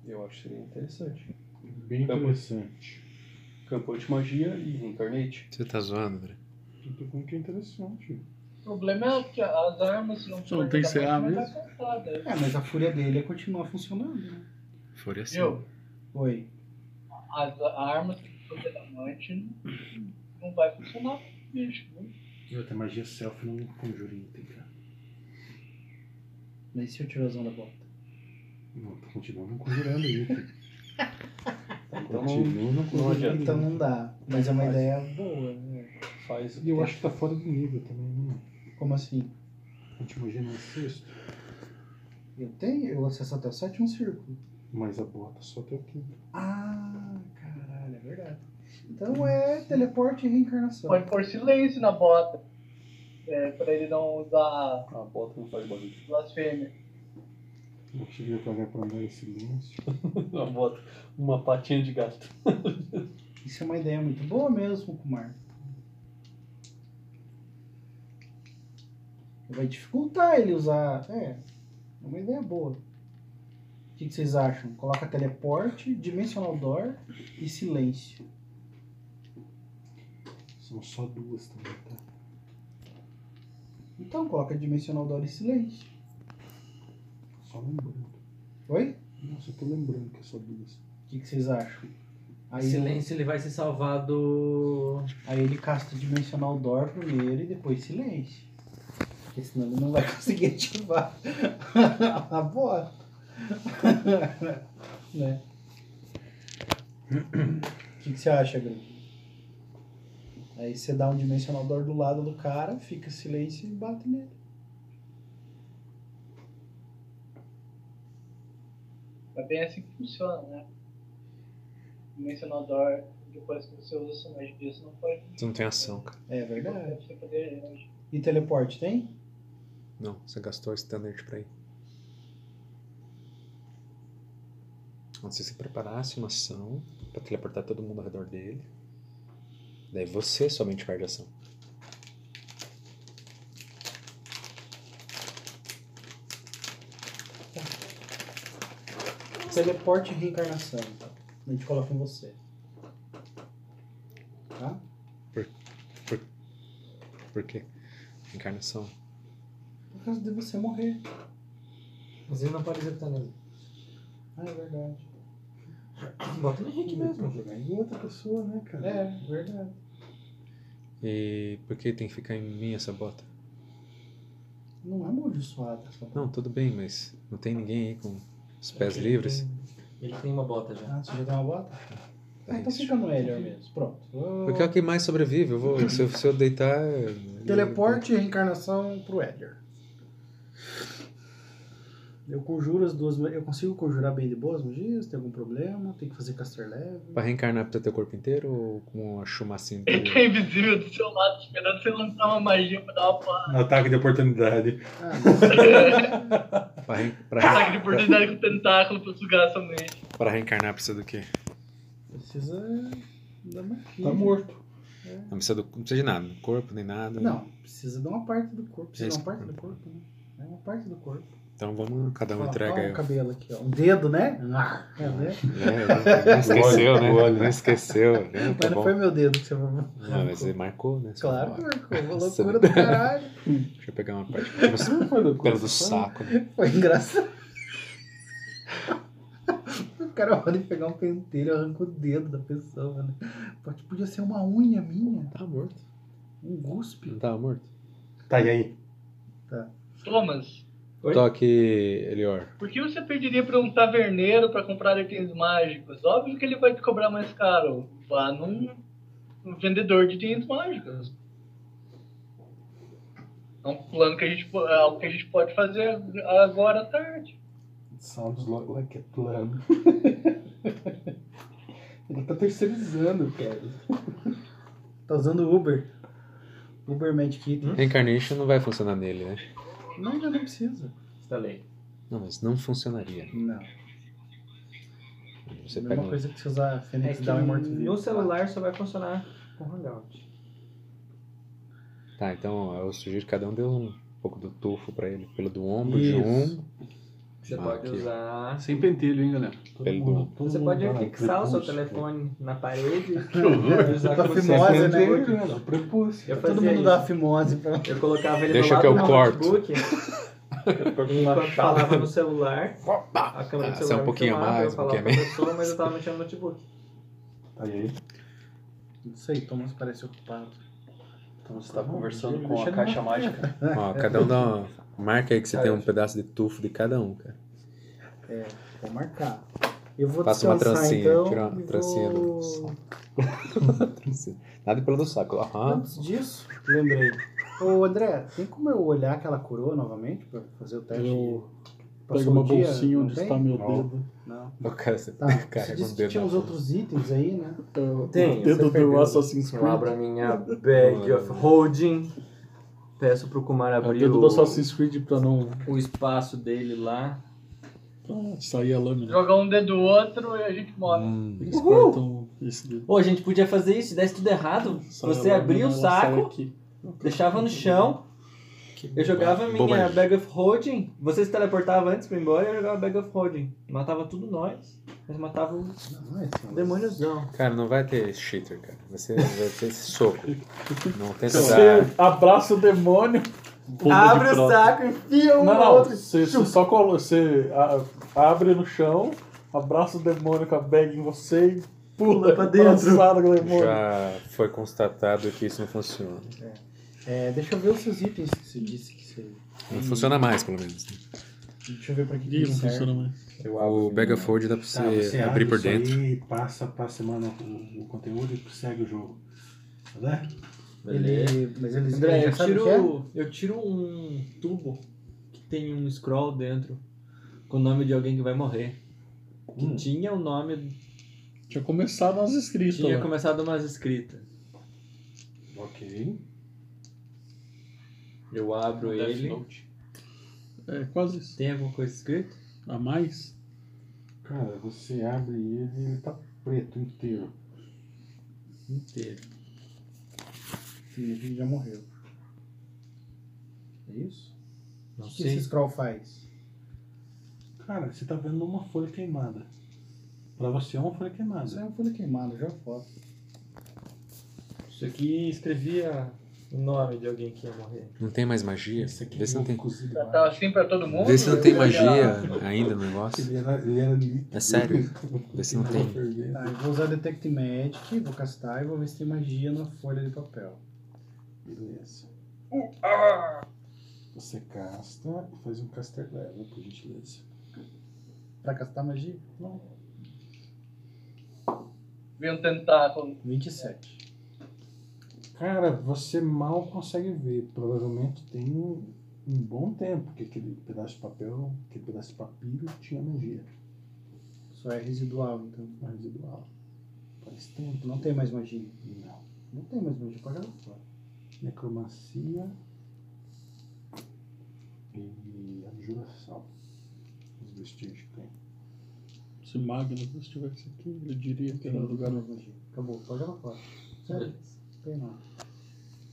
S3: Eu acho que seria interessante.
S1: Bem
S3: tá
S1: interessante.
S3: Campo de magia e reincarnate.
S2: Você tá zoando, André?
S1: Eu tô com que
S3: é
S1: interessante.
S7: O problema é que as armas não
S6: Você não tem CA mesmo?
S7: Cansada.
S8: É, mas a fúria dele continua funcionando, né?
S2: Fúria assim.
S7: Viu?
S8: Oi.
S7: As a arma que você da amante não vai funcionar. Bicho,
S1: Eu tenho magia self não conjuro item, cara.
S8: Mas e se eu tiver usando a bota?
S1: Não, tô continuando conjurando item.
S3: *laughs* Então não
S1: Continuo
S3: não
S1: conjurando
S3: adianta.
S8: Então
S1: item.
S8: não dá. Mas é uma ideia boa, né?
S3: faz o
S1: E eu acho que tá fora do nível também, né?
S8: Como assim?
S1: Antimagia não é sexto,
S8: Eu tenho, eu acesso até o sétimo círculo.
S1: tá mas a bota só até o quinto.
S8: Ah, caralho, é verdade. Então é teleporte e reencarnação.
S7: Pode pôr silêncio na bota. É, pra ele não usar
S3: A bota não faz barulho.
S7: blasfêmia.
S1: Eu cheguei pra olhar pra andar em silêncio.
S3: Uma bota. Uma patinha de gato.
S8: Isso é uma ideia muito boa mesmo, Kumar. Vai dificultar ele usar. É, é uma ideia boa. O que, que vocês acham? Coloca teleporte, dimensional door e silêncio.
S1: São só duas também, tá?
S8: Então coloca dimensional door e silêncio.
S1: Só lembrando.
S8: Oi?
S1: Nossa, eu tô lembrando que é só duas.
S8: O que, que vocês acham? Aí,
S4: Silêncio, ele vai se salvar do.
S8: aí ele casta dimensional door primeiro e depois silêncio. Porque senão ele não vai *laughs* conseguir ativar *laughs* a bota. *laughs* né? O que, que você acha, Bruno? Aí você dá um dimensional door do lado do cara, fica silêncio e bate nele.
S7: É bem assim que funciona, né? Dimensionador, depois que você usa sua magia, você não pode.
S2: Tu não tem ação, cara.
S8: É verdade.
S7: Você poder agir.
S8: E teleporte tem?
S2: Não, você gastou standard pra ir. Quando você se preparasse uma ação pra teleportar todo mundo ao redor dele, daí você somente perde ação.
S8: Teleporte e reencarnação. Tá? A gente coloca em você. Tá?
S2: Por quê? Encarnação.
S8: Por causa de você morrer.
S4: Mas ele não pode executar nele.
S8: Ah, é verdade.
S4: Bota no Henrique
S6: Pra
S4: mesmo.
S6: jogar em outra pessoa, né, cara?
S8: É, verdade.
S2: E por que tem que ficar em mim essa bota?
S8: Não é amaldiçoada essa bota.
S2: Não, tudo bem, mas não tem ninguém aí com os pés livres.
S4: Ele tem uma bota já.
S8: Ah, você já tem uma bota?
S2: É
S8: Ah, então
S2: isso.
S8: fica no Elher mesmo. Pronto. Eu-
S2: Porque é o que mais sobrevive. Eu vou, se, eu, se eu deitar. eu-
S13: Teleporte e reencarnação pro Edgar. Eu conjuro as duas. ma- Eu consigo conjurar bem de boas magias? Tem algum problema? Tem que fazer caster level?
S2: Pra reencarnar precisa ter o corpo inteiro ou com a chuma assim?
S7: Ele tá
S1: Uhum.
S7: invisível do seu lado, esperando você lançar uma magia pra dar uma porrada.
S1: Um
S7: É,
S1: Ataque de oportunidade.
S2: Pra, reen- pra,
S7: um Ataque de oportunidade com tentáculo pra sugar a sua mente.
S2: pra reencarnar precisa do quê?
S8: Precisa da maquia.
S6: Tá morto.
S2: Não precisa, do- não precisa de nada, corpo nem nada.
S8: Não, precisa de uma parte do corpo. Precisa de
S2: Isso.
S8: uma parte do corpo, né? É uma parte do corpo.
S2: Então vamos, cada um
S8: Ó,
S2: entrega.
S8: ó o
S2: eu.
S8: cabelo aqui, ó. Um dedo, né? Ah, é, né?
S2: *laughs* É, não esqueceu, né? Não esqueceu. né? Tá
S8: Mas não
S2: bom.
S8: foi meu dedo que você falou.
S2: Não, mas ele marcou, né? Só
S8: Claro que
S2: fala.
S8: marcou. Uma
S2: Nossa.
S8: loucura
S2: *laughs*
S8: do caralho.
S2: Deixa eu pegar uma
S8: *laughs*
S2: parte. Pelo do saco. né?
S8: Foi engraçado. *laughs* O cara pode pegar um pentelho e arranca o dedo da pessoa, né? Pode, podia ser uma unha minha,
S2: Tá morto.
S8: um guspe.
S2: Não tava morto?
S1: Tá, e aí?
S7: Thomas,
S12: Oi?
S2: Toque, Elior.
S7: por que você pediria pra um taverneiro pra comprar itens mágicos? Óbvio que ele vai te cobrar mais caro. Vá num, num vendedor de itens mágicos. É um plano que a gente, po- é algo que a gente pode fazer agora à tarde.
S6: Sounds lo- like a plan. Ele tá terceirizando, cara.
S8: Tá usando o Uber. Uber Magic Kit.
S2: Hum? Reincarnation não vai funcionar nele, né?
S8: Não, já não precisa.
S12: Instalei.
S2: Não, mas não funcionaria.
S8: Não. é
S2: Você
S8: a
S2: pega
S8: mesma
S2: um...
S8: coisa que um você usar
S12: É
S8: Fênix
S12: que
S8: Down e Morto
S12: no
S8: Vivo.
S12: celular só vai funcionar com Hangout.
S2: Tá, então eu sugiro que cada um dê um pouco do tufo pra ele. Pelo do ombro de
S13: Isso.
S2: um,
S12: Você
S2: Ah,
S12: pode
S2: aqui.
S12: usar.
S3: Sem pentelho, hein, galera?
S2: pelo do ombro.
S12: Você pode
S1: vai lá,
S12: fixar o seu
S1: crepúsculo.
S12: telefone na parede. e usar
S8: Tá
S12: como
S8: fimose,
S12: você-
S8: né?
S6: Não, o prepúcio.
S12: Eu
S8: Todo
S12: fazia
S8: mundo dá fimose pra.
S12: Eu colocava ele
S2: Deixa
S12: do lado
S2: que eu
S12: do meu
S2: corto.
S12: notebook. Enquanto falava no celular, a câmera
S2: Ah,
S12: do
S2: só um
S12: celular me
S2: pouquinho
S12: filmava,
S2: mais,
S12: eu
S2: um
S12: falava
S2: pouquinho
S12: com a pessoa, mas eu tava mexendo no notebook.
S1: Tá, e aí?
S8: Não sei, Thomas parece ocupado.
S3: Então você tá conversando com a caixa mágica.
S8: né?
S2: Ó,
S8: É.
S2: cada um dá uma... Marca aí que você tem um pedaço de tufo de cada um, cara.
S8: Vou marcar. Eu vou
S2: Faça uma
S8: descansar,
S2: trancinha,
S8: então,
S2: tira uma
S8: e
S2: trancinha do- *laughs*
S8: vou-
S2: Nada pelo do saco. Aham.
S8: Antes disso, lembrei. Ô André, tem como eu olhar aquela coroa novamente pra fazer o teste?
S13: Eu
S6: Pega
S8: passou
S6: uma
S8: o dia,
S6: bolsinha
S8: não
S6: onde
S8: tem?
S6: está meu
S8: Não.
S6: dedo.
S8: Não.
S2: O cara, você
S8: Tá. Você
S2: carrega um
S8: disse que
S2: dedo
S8: tinha
S2: na
S8: os outros itens aí, né?
S4: Tem,
S6: O dedo
S4: você
S6: do
S4: perdeu.
S6: Assassin's Creed.
S4: Eu abro a minha bag of holding. Peço pro Kumar
S6: É o
S4: abrir
S6: dedo
S4: o,
S6: do Assassin's Creed pra não
S4: o espaço dele lá.
S6: pra sair a lâmina.
S7: Jogar um dedo do outro e a gente morre.
S8: Hum.
S6: Eles cortam esse dedo.
S4: Ô, a gente podia fazer isso, se desse tudo errado,
S6: Sai a
S4: você
S6: lâmina,
S4: abria o
S6: ela sai
S4: saco,
S6: aqui.
S4: deixava no chão, eu jogava a minha
S2: boba-
S4: bag of holding, você se teleportava antes pra ir embora e eu jogava bag of holding. Matava tudo nós, mas matava o é um demôniozão.
S2: Cara, não vai ter cheater, cara. Vai, ser, vai ter esse soco. Não tenta
S8: Então,
S6: Você
S2: dar.
S6: abraça o demônio.
S4: Abre o saco, enfia um
S6: Não,
S4: na
S6: não.
S4: outra.
S6: Você, você só colo, você a- abre no chão, abraça o demônio com a bag em você e pula pra dentro. com o demônio.
S2: Já foi constatado que isso não funciona.
S8: É, deixa eu ver os seus itens que você disse que você.
S2: Não funciona mais, pelo menos. né?
S8: Deixa eu ver pra que
S6: Ih,
S8: que
S6: não funciona
S8: serve.
S6: mais.
S2: O Bag
S8: né?
S2: of Hold dá pra
S8: Ah,
S1: Tá,
S2: você
S1: abre
S2: abrir por
S1: isso
S2: dentro.
S1: Aí, passa pra semana o, o conteúdo e segue o jogo. Né?
S8: Ele, mas eles
S4: André,
S8: já
S4: eu
S8: sabem o que é?
S4: tiro, eu tiro um tubo que tem um scroll dentro com o nome de alguém que vai morrer. Que tinha o nome,
S6: Tinha começado as escritas.
S4: tinha
S6: lá.
S4: começado umas escritas.
S1: Ok.
S4: Eu abro
S3: Death
S4: ele.
S3: Note.
S6: É quase isso.
S4: Tem alguma coisa escrita?
S6: A mais?
S1: Cara, você abre ele e ele tá preto inteiro.
S4: Inteiro.
S8: Sim, a gente já morreu. É isso?
S4: Não
S8: O que esse scroll faz?
S1: Cara, você tá vendo uma folha queimada. Pra você é uma folha
S8: Isso
S1: queimada.
S8: é uma folha queimada, já foto.
S4: Isso aqui escrevia o nome de alguém que ia morrer.
S2: Não tem mais magia?
S1: Isso aqui é
S2: Vê
S8: é um
S2: se não tem.
S1: cozido.
S7: Já tá assim pra todo mundo?
S2: Hum. Vê se não tem
S7: Eu
S2: magia
S7: já-
S2: ainda no negócio.
S1: Ele era, ele era líquido.
S2: É sério. Vê se não tem.
S8: Tá, eu vou usar Detect Magic, vou castar e vou ver se tem magia na folha de papel.
S1: Beleza.
S7: Ah!
S1: Você casta e faz um caster level, por gentileza.
S8: Pra castar magia? Não.
S7: Vem um tentáculo.
S8: 27.
S1: Cara, você mal consegue ver. Provavelmente tem um, um bom tempo que aquele pedaço de papel, aquele pedaço de papiro tinha magia.
S8: Só é residual, então.
S1: Mas residual. Faz tempo.
S8: Não tem mais magia.
S1: Não.
S8: Não tem mais magia pra jogar fora.
S1: Necromancia e abjuração. Os vestígios que tem.
S6: Se Magnus estivesse aqui, ele diria que era do
S8: Não tem
S6: garoto.
S8: mais magia. Acabou, pode jogar fora. Sério?
S12: É.
S6: É.
S8: Não tem nada.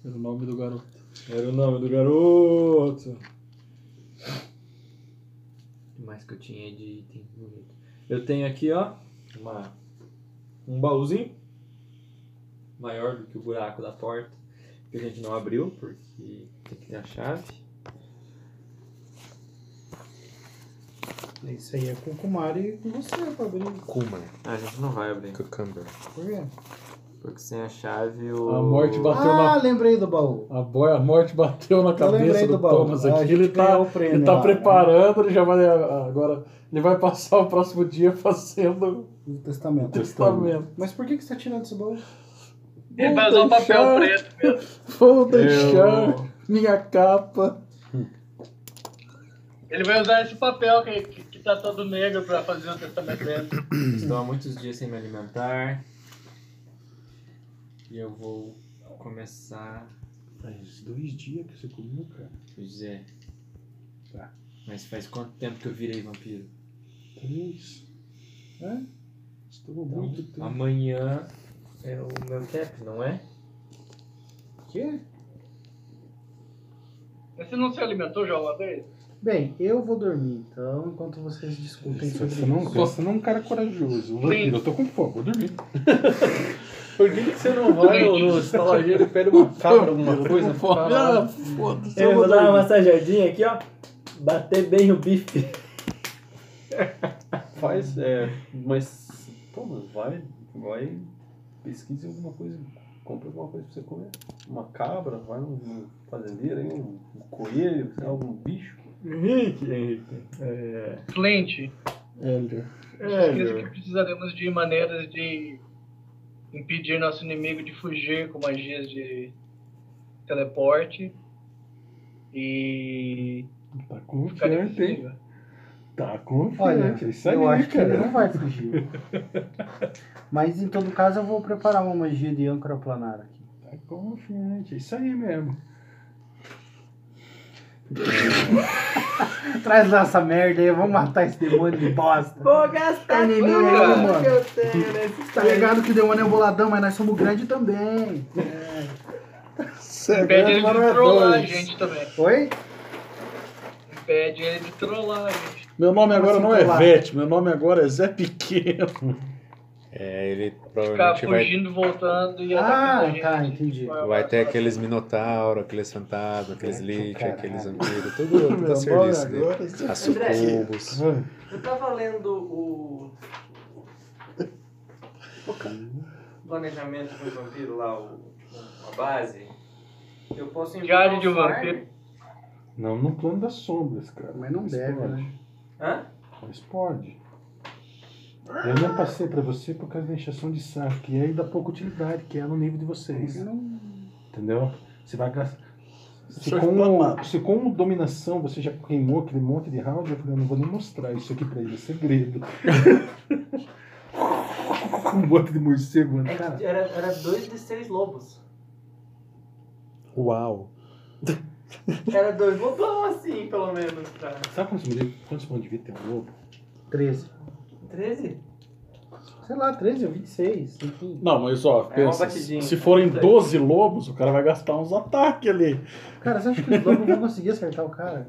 S6: Era o nome do garoto.
S12: Era o nome do garoto.
S4: O que mais que eu tinha de item bonito? Eu tenho aqui, ó, uma, um baúzinho maior do que o buraco da porta, que a gente não abriu, porque tem que ter a chave.
S8: Isso aí é com o Kumari e com tá você, Fabrício.
S2: Kumar,
S4: Ah, a gente não vai abrir,
S2: né? Cucumber.
S8: Por quê?
S4: porque sem a chave o...
S6: A morte bateu na.
S8: Ah, lembrei do baú.
S6: A, boi- a morte bateu na cabeça
S8: lembrei
S6: do,
S8: do baú.
S6: Thomas
S8: Ah, a
S6: aqui.
S8: gente
S6: Ele tá,
S8: ganhou o prêmio
S6: ele tá
S8: lá, né?
S6: preparando, ele já vai. ah, Agora. Ele vai passar o próximo dia fazendo
S8: Do testamento.
S6: testamento.
S8: Mas por que, que você tá tirando esse baú?
S7: Ele vai usar um papel
S6: Vou
S7: preto.
S6: Vou deixar minha capa.
S7: Ele vai usar esse papel que, que, que tá todo negro pra fazer o testamento dele.
S4: Estou Então, há muitos dias sem me alimentar. E eu vou começar,
S1: Faz dois dias que você comeu, cara.
S4: pois é.
S1: Tá.
S4: Mas faz quanto tempo que eu virei vampiro?
S1: Três. É? Estou há
S4: Então,
S1: muito tempo.
S4: amanhã é o meu cap, não é?
S8: Quê?
S7: Mas Você não se alimentou já uma vez?
S8: Bem, eu vou dormir, então, enquanto vocês discutem sobre
S1: Você
S8: isso.
S1: não, você não é um cara corajoso. Eu vou dormir, Eu tô com fome, vou dormir.
S12: Por que, que você não vai no, no estalageiro e pega uma
S6: *laughs*
S12: cabra, alguma coisa?
S6: Ah, foda-se.
S4: Eu vou dar uma massajadinha aqui, ó. Bater bem o bife.
S3: Faz, é, mas, pô, mas vai, vai, pesquisa alguma coisa, compra alguma coisa pra você comer. Uma cabra, vai num num fazendeiro aí, um um coelho, sei lá, algum bicho.
S12: Henrique, Henrique. É.
S7: Clint,
S6: Hélio.
S7: Penso
S12: É,
S7: que precisaremos de maneiras de impedir nosso inimigo de fugir com magias de teleporte e
S1: Tá
S7: ficar
S1: confiante, hein?
S7: invisível.
S1: Tá confiante,
S8: Olha,
S1: isso aí,
S8: eu acho que
S1: cara.
S8: ele não vai fugir. Mas em todo caso eu vou preparar uma magia de âncora planar aqui.
S1: Tá confiante, isso aí mesmo.
S8: Traz lá essa merda aí, vamos matar esse demônio de bosta. Vou gastar neném aí, mano. Tá ligado que o demônio é boladão, mas nós somos grandes também.
S6: é
S7: Impede ele de trollar a gente também.
S8: Oi?
S7: Impede ele de trollar a gente.
S6: Meu nome agora
S7: Como
S6: não
S7: assim,
S6: é
S7: tô lá?
S6: Vete, meu nome agora é Zé Pequeno.
S2: É, ele
S7: Ficar
S2: provavelmente vai,
S7: fugindo, voltando e
S8: Ah,
S7: atacando a gente.
S8: tá, entendi.
S2: vai ter aqueles minotauros, aqueles fantasmas, aqueles lich, aqueles vampiros,
S8: *laughs*
S2: tudo, tudo
S8: É, Meu
S2: a serviço
S8: boy,
S2: dele. Ah,
S8: agora
S14: você-
S2: As sucubos.
S14: Eu tava lendo o. Planejamento do vampiro lá, o... a base. Eu posso invocar.
S7: Diário de um
S14: o Farm?
S7: vampiro.
S1: Não no plano das sombras, cara.
S8: Mas não deve,
S1: pode.
S8: né?
S14: Hã?
S1: Mas pode. Eu não passei pra você por causa da inchação de saco, que aí dá pouca utilidade, que é no nível de vocês. Entendeu? Você vai gastar. Se
S6: Só
S1: com, se com dominação você já queimou aquele monte de round, eu falei, eu não vou nem mostrar isso aqui pra ele, é segredo. *laughs* um monte de morcego, mano. Cara,
S14: É que Era, era dois de seis lobos.
S2: Uau!
S14: Era dois lobão assim, pelo menos, cara.
S1: Sabe quantos pontos de vida- quantos pontos de vida tem um lobo?
S8: 13.
S14: 13?
S8: Sei lá, 13 ou 26, enfim.
S6: Não, mas ó,
S3: É
S1: É
S8: uma
S6: pensa,
S8: batidinha.
S6: se forem 12 lobos, o cara vai gastar uns ataques ali.
S8: Cara, você acha que os lobos vão conseguir acertar o *laughs* cara?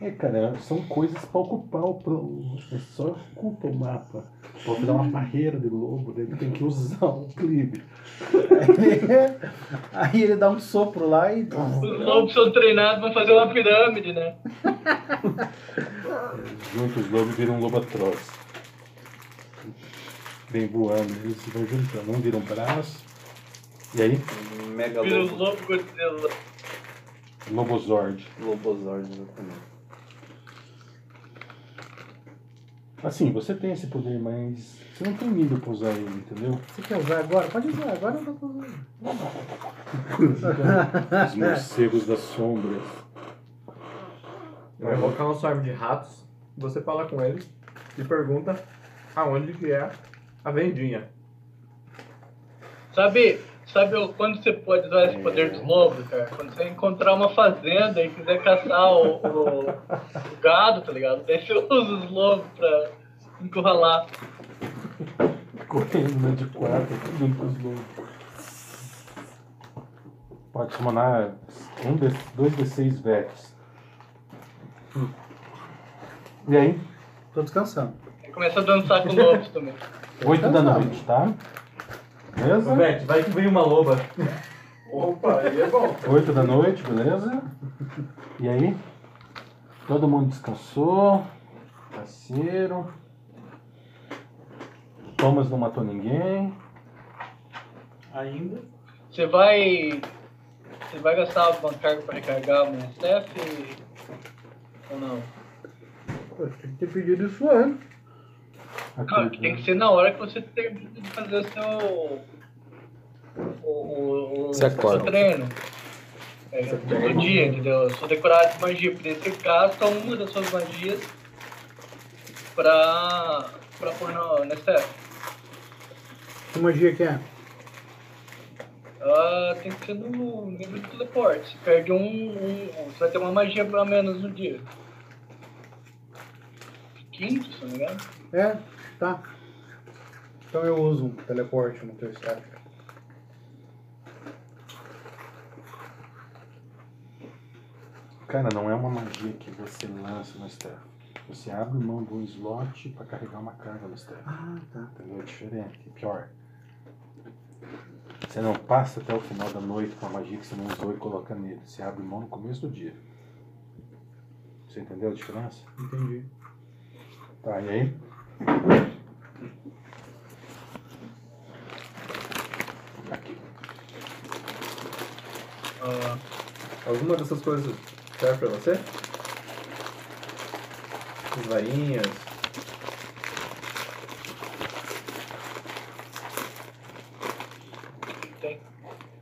S1: É, cara, são coisas pra ocupar o plano. É só ocupa o mapa. Pode dar uma barreira de lobo, daí ele tem que usar o clipe.
S8: Aí ele dá um sopro lá e.
S7: Os lobos são treinados, vão fazer uma pirâmide, né?
S1: Junta os lobos e vira um lobo atroz. Vem voando, eles se vão juntando. Um vira um braço. E aí?
S2: Tá
S3: Mega
S7: Vira os
S3: lobo.
S7: lobos Godzilla.
S1: Lobozord.
S3: Lobozord, exatamente.
S1: Assim, você tem esse poder, mas você não tem nível pra usar ele, entendeu?
S8: Você quer usar agora? Pode usar, agora eu tô usando.
S1: Os morcegos das sombras.
S4: Eu vou colocar um swarm de ratos. Você fala com eles e pergunta aonde que é a vendinha.
S7: Sabe, sabe o- quando você pode usar esse poder dos lobos, cara? Quando você encontrar uma fazenda e quiser caçar o, o- o gado, tá ligado? Daí você usa os lobos pra encurralar.
S1: Correndo né, de quatro junto com os lobos. Pode chamar um de, dois D6 vetos. E aí?
S8: Tô descansando.
S7: Aí Começa a dançar com lobos também.
S1: Oito da noite, tá? Beleza?
S3: Vete, vai que vem uma loba.
S12: Opa, aí é bom.
S1: Oito da noite, beleza? E aí? Todo mundo descansou. Parceiro. Thomas não matou ninguém.
S7: Ainda. Você vai. Você vai gastar uma carga pra recargar o staff ou não?
S8: Pô, tem que ter pedido isso antes.
S7: Não, é que
S1: né?
S7: tem que ser na hora que você termina de fazer o seu. O, o, o
S2: Você acorda.
S7: seu treino. É, todo dia, entendeu? Eu sou decorado de magia, por isso você gasta uma das suas magias pra, pra pôr no, na staff.
S8: Que magia que é?
S7: Ela tem que ser no nível de teleporte. Você perde um, um- um- Você vai ter uma magia a menos no dia. Quinto, se não me engano.
S8: É, tá. Então eu uso um teleporte no teu staff.
S1: Cara, não é uma magia que você lança no staff. Você abre mão de um slot pra carregar uma carga no staff.
S8: Ah, tá.
S1: Entendeu? É diferente, é pior. Você não passa até o final da noite com a magia que você não usou e coloca nele. Você abre mão no começo do dia. Você entendeu a diferença?
S8: Entendi.
S1: Tá, e aí? Aqui.
S7: Ah,
S3: Alguma dessas coisas serve pra você? As varinhas.
S7: tem.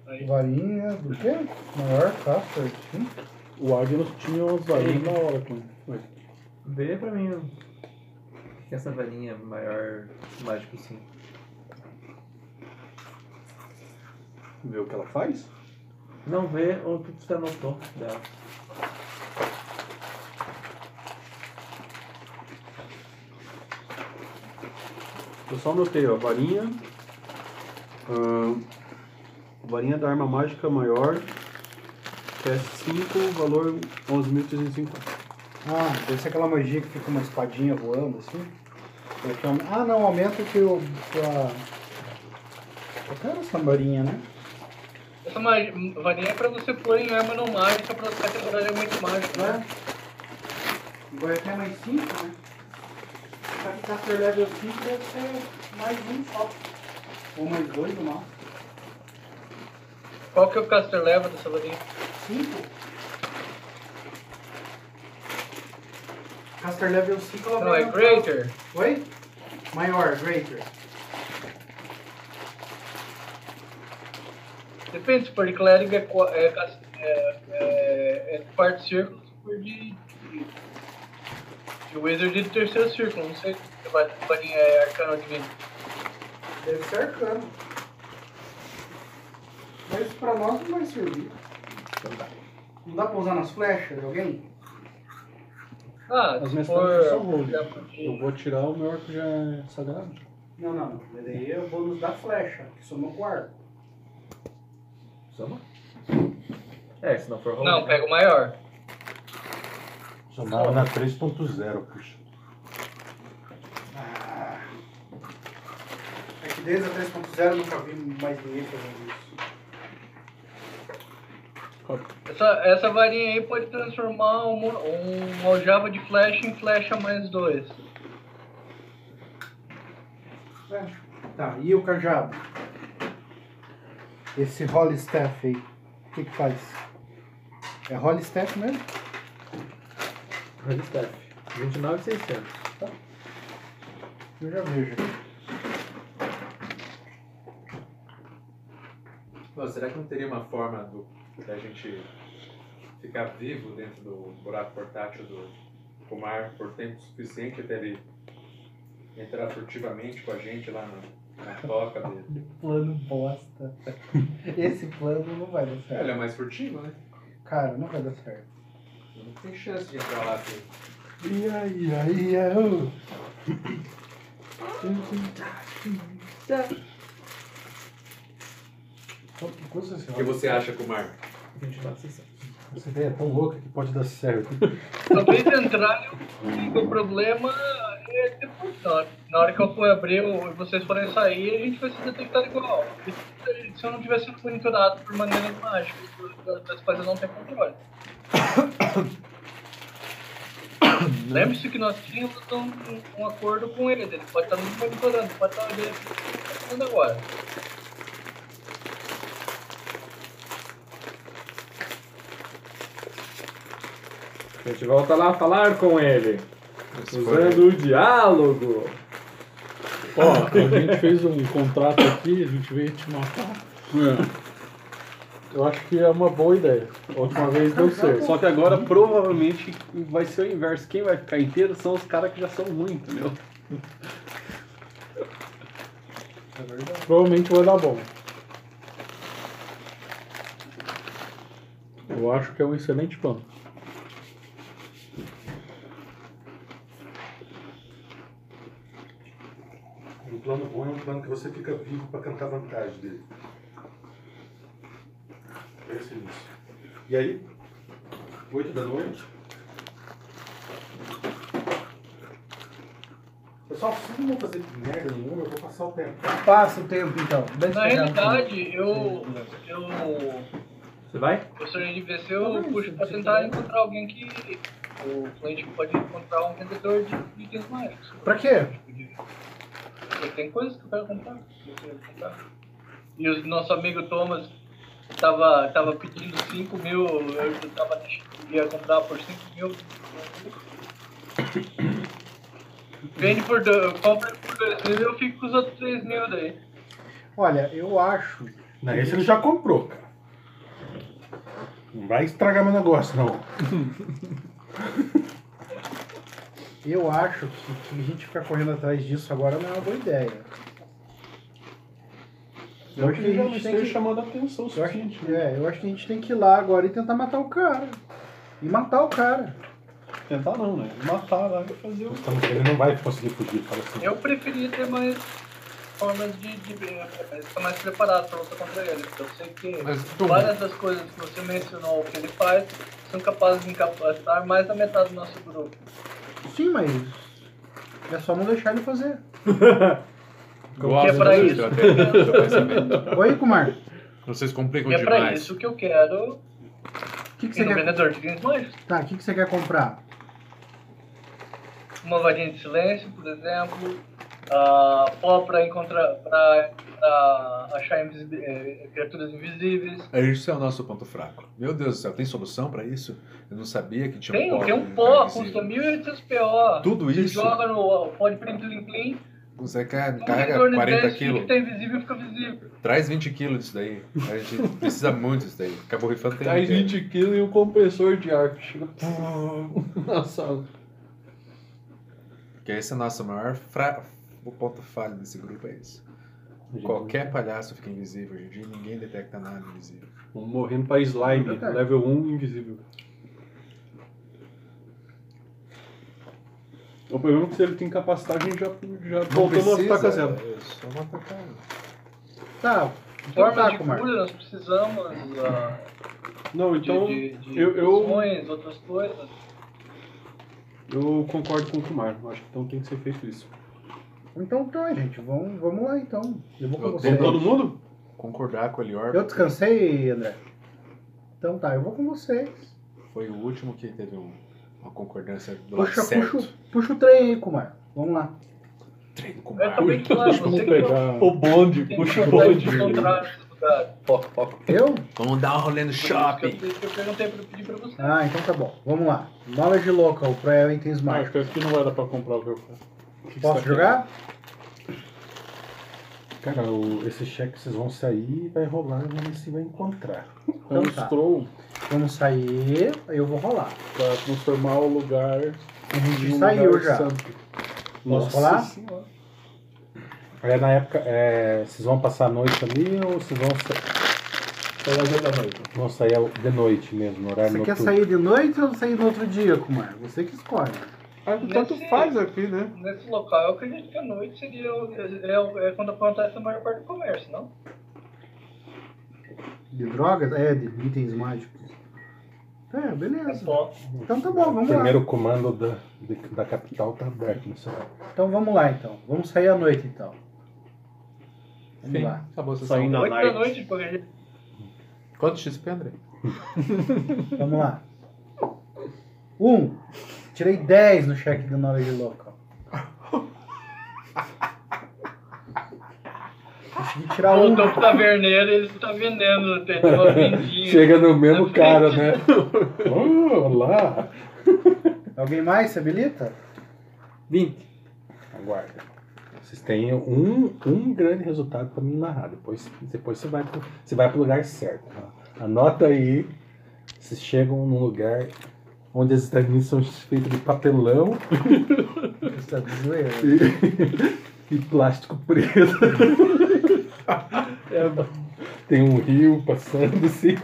S7: Aí.
S8: Varinha do quê? Maior, tá, certinho.
S6: O Agnus tinha umas varinhas
S14: Sim.
S6: na hora com ele. Ué,
S14: Vê pra mim o que é essa velhinha maior mágico assim. sim.
S3: Ver o que ela faz?
S14: Não vê o que você anotou dela.
S3: Eu só anotei, ó, varinha. ahn, varinha da arma mágica maior. Que é 5, valor 11.350.
S13: Ah, deve ser aquela magia que fica uma espadinha voando assim. Como é que chama? Ah, não, aumenta o que eu. que a- Qual era essa marinha, né?
S7: Essa ma- varinha é pra você pôr em arma não mágica pra você categorar é muito mágico, né?
S8: Agora até mais 5, né? Pra ficar por level 5 deve ser mais um só. Ou mais dois no máximo.
S7: Qual que é o caster leva dessa varinha?
S8: 5? Caster level 5 ela
S7: Não, é
S8: aumentar-
S7: greater.
S8: Oi? Maior, greater.
S7: Depende, se for de clérigo é, qua- é, cas- é, é, é quarto círculo, se for de, de, de wizard é de terceiro círculo, não sei se a varinha é arcano ou divino.
S8: Deve ser arcano. Mas pra nós não vai servir. Então tá. Não dá pra usar nas flechas de alguém?
S7: Ah,
S3: As
S7: se
S3: minhas
S7: for...
S3: flechas são rogue.
S7: dá pra-
S3: Eu vou tirar o meu arco já é sagrado.
S8: Não, não, não. Mas Daí é o bônus da flecha, que soma com arco.
S3: Soma?
S14: É, se não for rogue.
S7: Não, pega o maior.
S1: Somava na 3.0, puxa.
S8: Ah. É que desde a 3.0 eu nunca vi mais ninguém fazendo isso.
S7: Essa, essa varinha aí pode transformar uma, um aljava de flecha em flecha mais dois.
S8: Flecha. Tá, e o cajado? Esse Holy Staff aí, o que que faz? É Holy Staff mesmo?
S14: Rogue Staff. 29,600.
S8: Eu já vejo.
S11: Pô, será que não teria uma forma do, da gente ficar vivo dentro do buraco portátil do Kumar por tempo suficiente até ele entrar furtivamente com a gente lá na, na toca dele?
S8: Plano bosta. *laughs* Esse plano não vai dar
S11: É, Ele é
S8: certo.
S11: mais furtivo, né?
S8: Cara, não vai dar certo.
S11: Não tem chance de entrar lá assim.
S8: Ia, ia, ia. ô.
S1: Então, que coisa assim,
S11: O que você acha, Kumar?
S14: 29,600.
S1: Essa ideia é tão louca que pode dar certo.
S6: Então,
S7: Talvez entrar eu consiga, o problema é depois. Na hora, na hora que eu for abrir o- e vocês forem sair, a gente vai ser detectado igual. Se- Se eu não tivesse sido monitorado por maneira mágica, as coisas não têm controle. Lembre-se que nós tínhamos um, um acordo com ele, ele pode estar nos monitorando, pode estar olhando o que está acontecendo agora.
S12: A gente volta lá a falar com ele.
S11: foi-
S12: Usando o diálogo.
S6: Ó, a gente fez um contrato aqui, a gente veio te matar. Eu acho que é uma boa ideia. A última vez deu certo.
S3: É, Só que agora provavelmente vai ser o inverso. Quem vai ficar inteiro são os caras que já são ruins, entendeu? É
S6: Provavelmente vai dar bom. Eu acho que é um excelente plano.
S15: Um plano bom é um plano que você fica vivo pra cantar vantagem dele. Pense nisso. E aí, 8 da noite,
S8: Pessoal, vocês não vão fazer
S15: merda nenhuma, eu vou passar o tempo.
S8: Passa o tempo então. Deixa
S7: Na
S8: eu pegar um
S7: realidade, eu. eu
S14: Você vai?
S7: Gostaria de ver se eu puxo pra tentar encontrar alguém que. O cliente pode encontrar um vendedor de de itens mágicos.
S8: Pra quê?
S7: Porque Tem coisas que eu quero comprar. que eu quero comprar. E o nosso amigo Thomas tava, tava pedindo 5 mil, eu tava, ia comprar por 5 mil. Vende por dois, compra por 2 mil eu fico com os outros 3 mil daí.
S8: Olha, eu acho.
S15: Não, esse ele já comprou, cara.
S1: Não vai estragar meu negócio, não.
S8: Eu acho que, que a gente ficar correndo atrás disso agora não é uma boa ideia.
S3: Eu acho que ele já não esteja chamando a atenção o né?
S8: eu acho, que- é, eu acho que a gente tem que ir lá agora e tentar matar o cara. E matar o cara.
S3: Tentar não, né? Matar lá e fazer o.
S1: Ele não vai conseguir fugir, fala assim.
S7: Eu preferia ter mais formas de, de, de estar mais preparado para lutar contra ele. porque Eu sei que
S2: Mas, Tom-
S7: várias das coisas que você mencionou que ele faz são capazes de incapacitar mais da metade do nosso grupo.
S8: Sim, mas. É só não deixar ele fazer.
S7: Que é pra isso.
S8: Oi, Kumar.
S2: Vocês complicam
S7: Que é pra
S2: demais.
S7: isso que eu quero.
S8: O que, que
S7: você
S8: você
S7: no
S8: quer-
S7: vendedor de vinhos mágicos.
S8: Tá, o que, que você quer comprar?
S7: Uma varinha de silêncio, por exemplo. ah, pó pra encontrar. pra, pra achar invisi- eh, criaturas invisíveis.
S2: Isso é o nosso ponto fraco. Meu Deus do céu, tem solução pra isso? Eu não sabia que tinha
S7: Tem,
S2: um pó.
S7: tem um pó,
S2: invisível.
S7: custa 1.800 PO.
S2: Tudo
S7: Você
S2: isso?
S7: joga no pó de plim plim plim.
S2: Você car-
S7: um
S2: carrega
S7: vendedor de
S2: 40
S7: 10 que
S2: quilos.
S7: tá invisível fica visível.
S2: Traz 20 quilos disso daí. A gente precisa muito disso daí. Acabou rifando tem
S3: Traz
S2: ninguém.
S3: 20 quilos e um compressor de ar *laughs* que chega na sala.
S2: Porque esse é o nosso maior fra... o ponto falho desse grupo é isso. Qualquer palhaço fica invisível hoje em dia, ninguém detecta nada invisível.
S3: Vamos morrendo pra slime,
S2: Tá.
S3: level 1 invisível. O problema é que se ele tem capacidade, a gente já, já voltou no ataque a zero.
S2: É,
S8: Tá,
S7: Forma
S3: Então
S8: tá,
S7: de
S8: Kumar.
S7: cura, nós precisamos. ah,
S3: Não, então
S7: de, de, de
S3: eu, eu,
S7: poções, outras coisas.
S3: eu concordo com o Kumar. Acho que então tem que ser feito isso.
S8: Então tá, gente. Vamos, vamos lá então. Eu vou com
S2: Eu
S8: você.
S2: tenho-
S3: Todo mundo?
S2: Concordar com o Elior.
S8: Eu descansei, André. Então tá, eu vou com vocês.
S2: Foi o último que teve um- uma concordância do lado
S8: Puxa,
S2: Tá certo.
S8: puxa, o- puxa o trem aí, Kumar. Vamos lá.
S2: Treino com
S7: É, tá
S8: Eu também
S2: Marco.
S8: quero, você que vai-
S3: O bonde,
S7: Tipo,
S3: puxa o bonde.
S8: Eu?
S2: Vamos dar um rolê no shopping.
S7: Eu perguntei pra pedir pra você.
S8: Ah, então tá bom. Vamos lá. Knowledge local pra itens
S3: Ah, Acho que
S8: mágicos.
S3: aqui não vai dar pra comprar o que tá eu quero.
S8: Posso jogar?
S1: Cara, o- esse cheque vocês vão sair e vai rolar e vamos ver se vai encontrar.
S8: Então tá. Vamos sair, aí eu vou rolar.
S3: Pra transformar o lugar.
S8: A gente
S3: em um
S8: saiu
S3: lugar
S8: já.
S3: santo.
S8: Posso
S1: Nossa
S8: rolar?
S3: Senhora.
S1: É, na época, é, vocês vão passar a noite ali ou vocês vão sair? Vão sair ao- de noite mesmo, no horário
S8: Você quer
S1: noturno.
S8: sair de noite ou sair no outro dia, Kumar? Você que escolhe.
S7: tanto faz
S3: aqui, né?
S7: Nesse local, eu acredito que a noite seria o- é, o- é quando acontece a maior parte do comércio, não?
S8: De drogas? É, de itens mágicos. É, beleza. Então tá bom,
S1: O
S8: vamos
S1: primeiro
S8: lá.
S1: comando da, de- da capital tá aberto no celular.
S8: Então vamos lá então. Vamos sair à noite então. Vamos
S2: Fim.
S8: lá.
S2: Acabou a sessão.
S8: Saindo à
S2: Oito da
S8: noite.
S7: noite, porque
S2: Quanto XP, André?
S8: Vamos lá. Um. Tirei 10 no cheque do Knowledge Local. Consegui tirar um.
S7: Voltou pro taverneiro ele tá vendendo, tem
S3: *laughs*
S7: uma vendinha.
S1: Chega no mesmo cara, né? Oh, olá!
S8: Alguém mais se habilita?
S6: 20.
S1: Aguarda. Vocês têm um, um grande resultado pra me narrar. Depois, depois você, vai pro, você vai pro lugar certo. tá? Anota aí. Vocês chegam num lugar onde as estaminas são feitas de papelão
S8: Isso é zoeira.
S1: e, e plástico preto. *laughs* Tem um rio passando assim.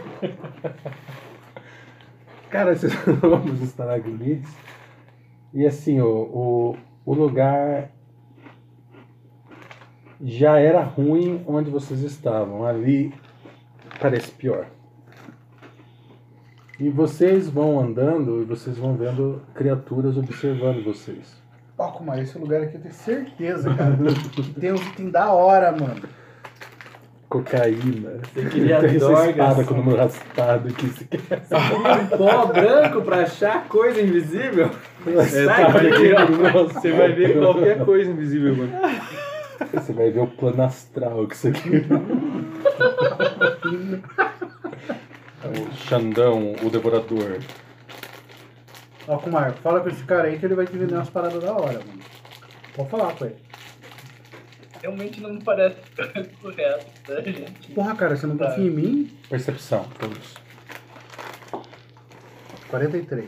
S1: Cara, *laughs* esses nomes estalagmites. E assim, o, o, o lugar já era ruim onde vocês estavam. Ali parece pior. E vocês vão andando e vocês vão vendo criaturas observando vocês.
S8: Ó, Kumar, esse lugar aqui eu tenho certeza, cara. que tem um item da hora, mano.
S1: Cocaína.
S6: Você
S1: *laughs*
S6: queria
S1: Tem essa
S6: drogas.
S1: espada com o número raspado que você quer.
S6: Um pó branco pra achar
S1: *laughs*
S6: coisa invisível? Sai
S1: tá,
S6: daqui, ó.
S1: aqui, nossa.
S6: Você vai ver qualquer coisa invisível, mano.
S1: Você vai ver o plano astral que isso aqui. o Xandão, o devorador.
S8: Ó, Kumar, fala com esse cara aí que ele vai te vender umas paradas da hora, mano. Pode falar com ele.
S7: Realmente não me parece *laughs* correto, né, gente?
S8: Porra, cara, você não
S7: Tá.
S8: confia em mim?
S1: Percepção, todos. 43.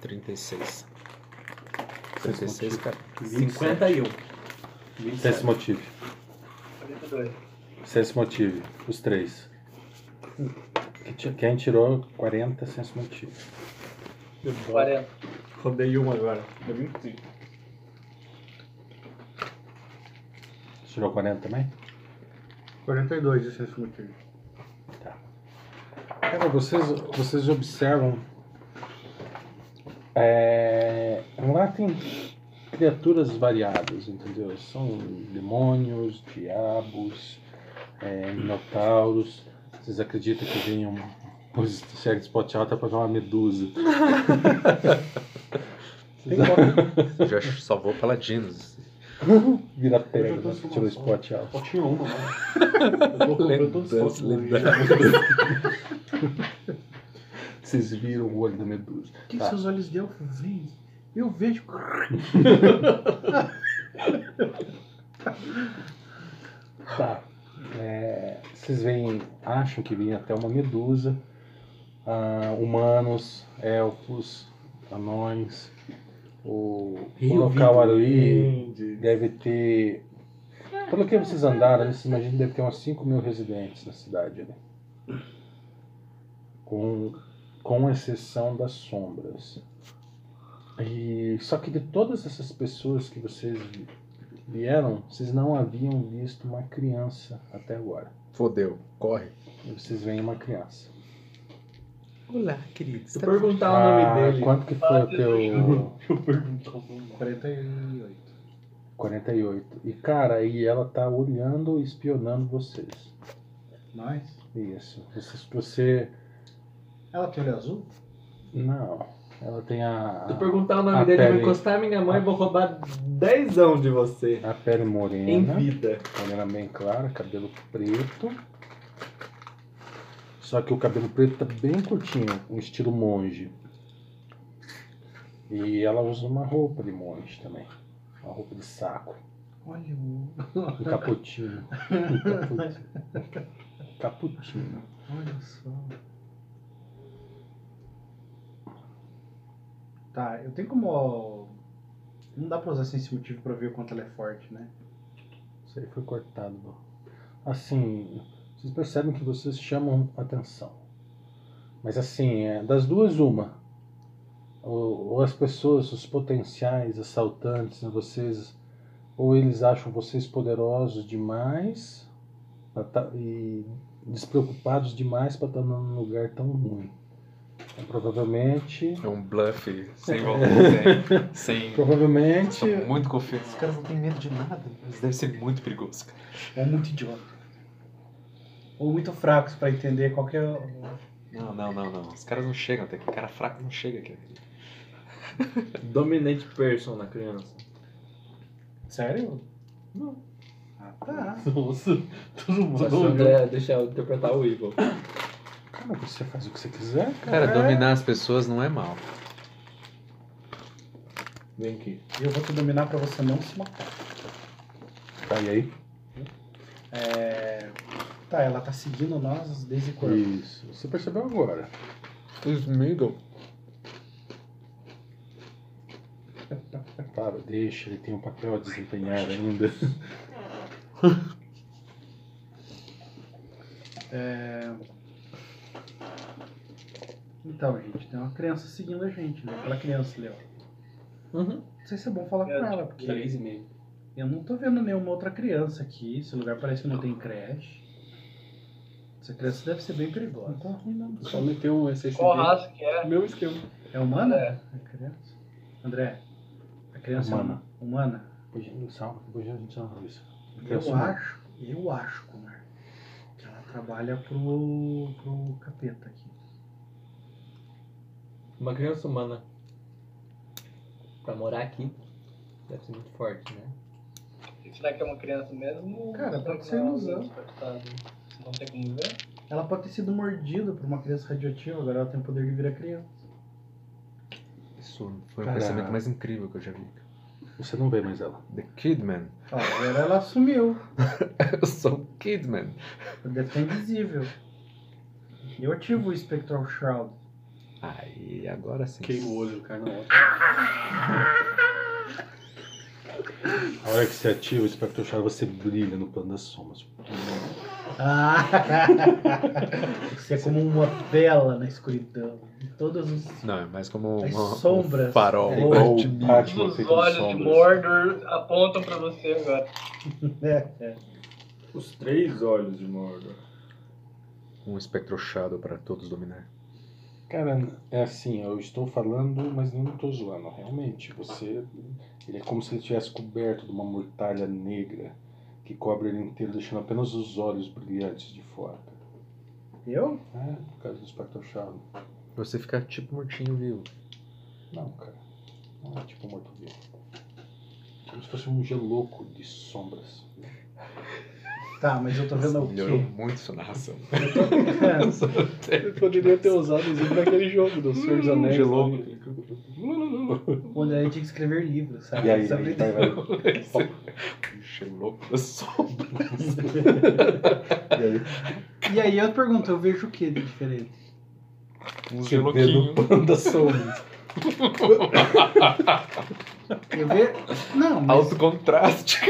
S2: 36.
S1: 36,
S2: 36, cara.
S4: 51.
S1: Sem esse motivo. Sem esse motivo. Os três. Que ti- Quem tirou 40 sem esse motivo.
S4: 40.
S3: Rodei uma agora.
S16: É
S3: Deu 25.
S1: Tirou 40 também?
S8: 42, esse é esse motivo.
S1: Tá. Cara, vocês, vocês observam. É, lá tem criaturas variadas, entendeu? São demônios, diabos, é, minotauros. Vocês acreditam que vem *laughs* um. Pois chega de spot alta pra ver uma medusa.
S2: Eu já salvou paladinos.
S1: Vira pedra, né? tirou o spot alta.
S16: Só tinha uma, né?
S1: Lendas, lendas. Vocês viram o olho da medusa.
S8: O que
S1: Tá.
S8: seus olhos de elfo veem? Eu vejo.
S1: Tá. É, vocês veem, acham que vinha até uma medusa. Ah, humanos, elfos, anões. O, o
S17: Rio
S1: local
S17: Vitor,
S1: ali
S17: grande.
S1: deve ter. Pelo que vocês andaram, vocês imaginam que deve ter umas 5 mil residentes na cidade ali. Com, com exceção das sombras. E, só que de todas essas pessoas que vocês vi- vieram, vocês não haviam visto uma criança até agora.
S2: Fodeu, corre.
S1: E vocês veem uma criança.
S2: Olá, querido.
S4: Eu perguntar Tá o nome
S1: Ah,
S4: dele.
S1: Quanto que foi o teu.
S4: Eu perguntar o nome.
S8: 48.
S1: 48. E cara, e ela tá olhando e espionando vocês.
S8: Nós?
S1: Isso. Você, você
S8: Ela tem olho azul?
S1: Não. Ela tem a.
S4: Se eu
S1: a-
S4: perguntar o nome
S1: a
S4: dele,
S1: pele-
S4: vai encostar minha mãe, vou roubar dezão de você.
S1: A pele morena.
S4: Em vida.
S1: Morena bem clara, cabelo preto. Só que o cabelo preto tá bem curtinho, um estilo monge. E ela usa uma roupa de monge também. Uma roupa de saco.
S8: Olha o.
S1: Um caputinho. Um caputinho.
S4: *laughs*
S1: Um caputinho.
S8: Olha só. Tá, eu tenho como. Não dá pra usar sem esse motivo pra ver o quanto ela é forte, né?
S1: Isso aí foi cortado. bom. Assim, vocês percebem que vocês chamam atenção. Mas assim, é, das duas, uma. Ou, ou as pessoas, os potenciais assaltantes, né, vocês, ou eles acham vocês poderosos demais pra tá- e despreocupados demais para estar num lugar tão ruim. Então, provavelmente.
S18: É um bluff sem volta, sem- sem-
S1: Provavelmente.
S18: Sou muito confiante.
S1: Os caras não têm medo de nada.
S18: Isso deve ser muito perigoso, cara.
S8: Ou É muito idiota. Ou muito fracos pra entender qual que é. o-
S18: Não, não, não, não. Os caras não chegam até aqui. O cara fraco não chega aqui.
S4: Dominate person na criança.
S8: Sério?
S4: Não.
S8: Ah, tá.
S4: Nossa, todo
S8: mundo
S4: Só se o
S8: ouviu.
S4: André deixar eu interpretar o Evil.
S1: Cara, você faz o que você quiser,
S2: Cara,
S8: É.
S2: dominar as pessoas não é mal.
S1: Vem aqui.
S8: E eu vou te dominar pra você não se matar.
S1: Tá, e aí?
S8: É. Tá, ela tá seguindo nós desde quando?
S1: Isso. Você percebeu agora.
S2: Smiggle.
S1: Para, deixa, ele tem um papel a desempenhar ainda.
S8: É... Então, gente, tem uma criança seguindo a gente, né? Aquela criança ali, ó. Não sei se é bom falar com ela, porque.
S4: tipo, Três e meio.
S8: Eu não tô vendo nenhuma outra criança aqui. Esse lugar parece que não tem creche. Essa criança deve ser bem perigosa. Não tá ruim, não.
S19: Só meteu um SSD.
S7: Qual raça que é?
S19: Meu esquema.
S8: É humana? É. A criança? André, a criança
S1: Humana.
S8: é humana?
S1: Depois a gente salva, depois a gente salva isso.
S8: Eu
S1: Criança humana.
S8: acho, eu acho, Kumar, que ela trabalha pro, pro capeta aqui.
S4: Uma criança humana. Pra morar aqui. Deve ser muito forte, né?
S7: Será que é uma criança mesmo?
S8: Cara, pode ser
S7: Não,
S8: ilusão.
S7: não, Não tem como ver?
S8: Ela pode ter sido mordida por uma criança radioativa, agora ela tem o poder de virar criança.
S2: Isso foi o
S1: Cara.
S2: pensamento mais incrível que eu já vi.
S1: Você não vê mais ela.
S2: The Kidman.
S8: Ó, agora ela sumiu.
S2: *laughs* eu sou o Kidman.
S8: Deve estar invisível. Eu ativo o Spectral Shroud.
S2: Aí, agora sim.
S6: Queima o olho, cai na outra.
S1: A hora que você ativa o Spectral Shard, você brilha no plano das sombras.
S8: Ah, você é como uma vela na escuridão. Em todos os *laughs*
S2: Não, é mais como
S8: As
S2: uma,
S8: sombras.
S2: um farol.
S8: É,
S2: ou
S8: de
S2: um
S8: mim.
S2: pátio
S7: Os
S2: feito
S7: olhos de
S2: sombras.
S7: Mordor apontam pra você agora.
S8: É, é.
S6: Os três olhos de Mordor.
S2: Um espectro shadow para todos dominar.
S1: Cara, é assim, eu estou falando, mas não estou zoando. Realmente, você. Ele é como se ele estivesse coberto de uma mortalha negra que cobre ele inteiro, deixando apenas os olhos brilhantes de fora.
S8: Eu?
S1: É, por causa do Spectral Shadow.
S2: Você fica tipo mortinho vivo.
S1: Não, cara. Não é tipo um morto-vivo. Como se fosse um geloco de sombras.
S8: Tá, mas eu tô vendo o
S2: Melhorou
S8: quê?
S2: muito sua narração.
S6: Ele poderia ter usado isso naquele jogo do Senhor
S1: Hum,
S6: dos Anéis. né?
S1: Gelou.
S8: *laughs* Quando a gente tinha que escrever livros, sabe?
S1: E aí,
S8: Sobre-
S1: vai, vai. *laughs*
S2: Gelou das
S1: um
S2: sombras.
S1: E aí?
S8: E aí eu pergunto, eu vejo o que de diferente?
S2: Um
S1: Você vê no plano das sombras.
S8: Eu vejo. Não, mas,
S2: Alto contraste.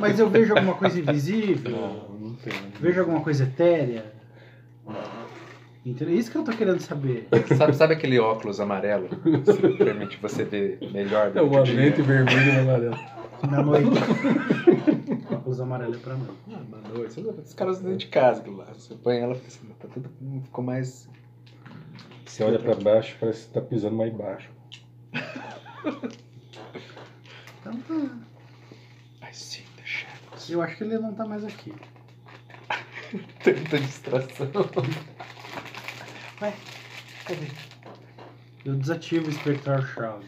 S8: mas eu vejo alguma coisa invisível.
S1: Não tem.
S8: Vejo alguma coisa etérea. Entendeu? Isso que eu tô querendo saber.
S2: Sabe, sabe aquele óculos amarelo que permite você ver melhor do
S6: É o
S2: que o dia?
S6: agente vermelho e amarelo.
S1: *laughs*
S8: Na noite. Óculos amarelo é pra mim.
S2: Ah, boa noite. Os caras dentro de casa do lado. Você põe ela e fala assim, tá tudo ficou mais.
S1: Você olha pra baixo, parece que tá pisando mais baixo.
S8: Então tá.
S2: I see the shadow.
S8: Eu acho que ele não tá mais aqui.
S2: Tanta distração.
S8: Ué, cadê? Eu desativo o Spectral Shroud.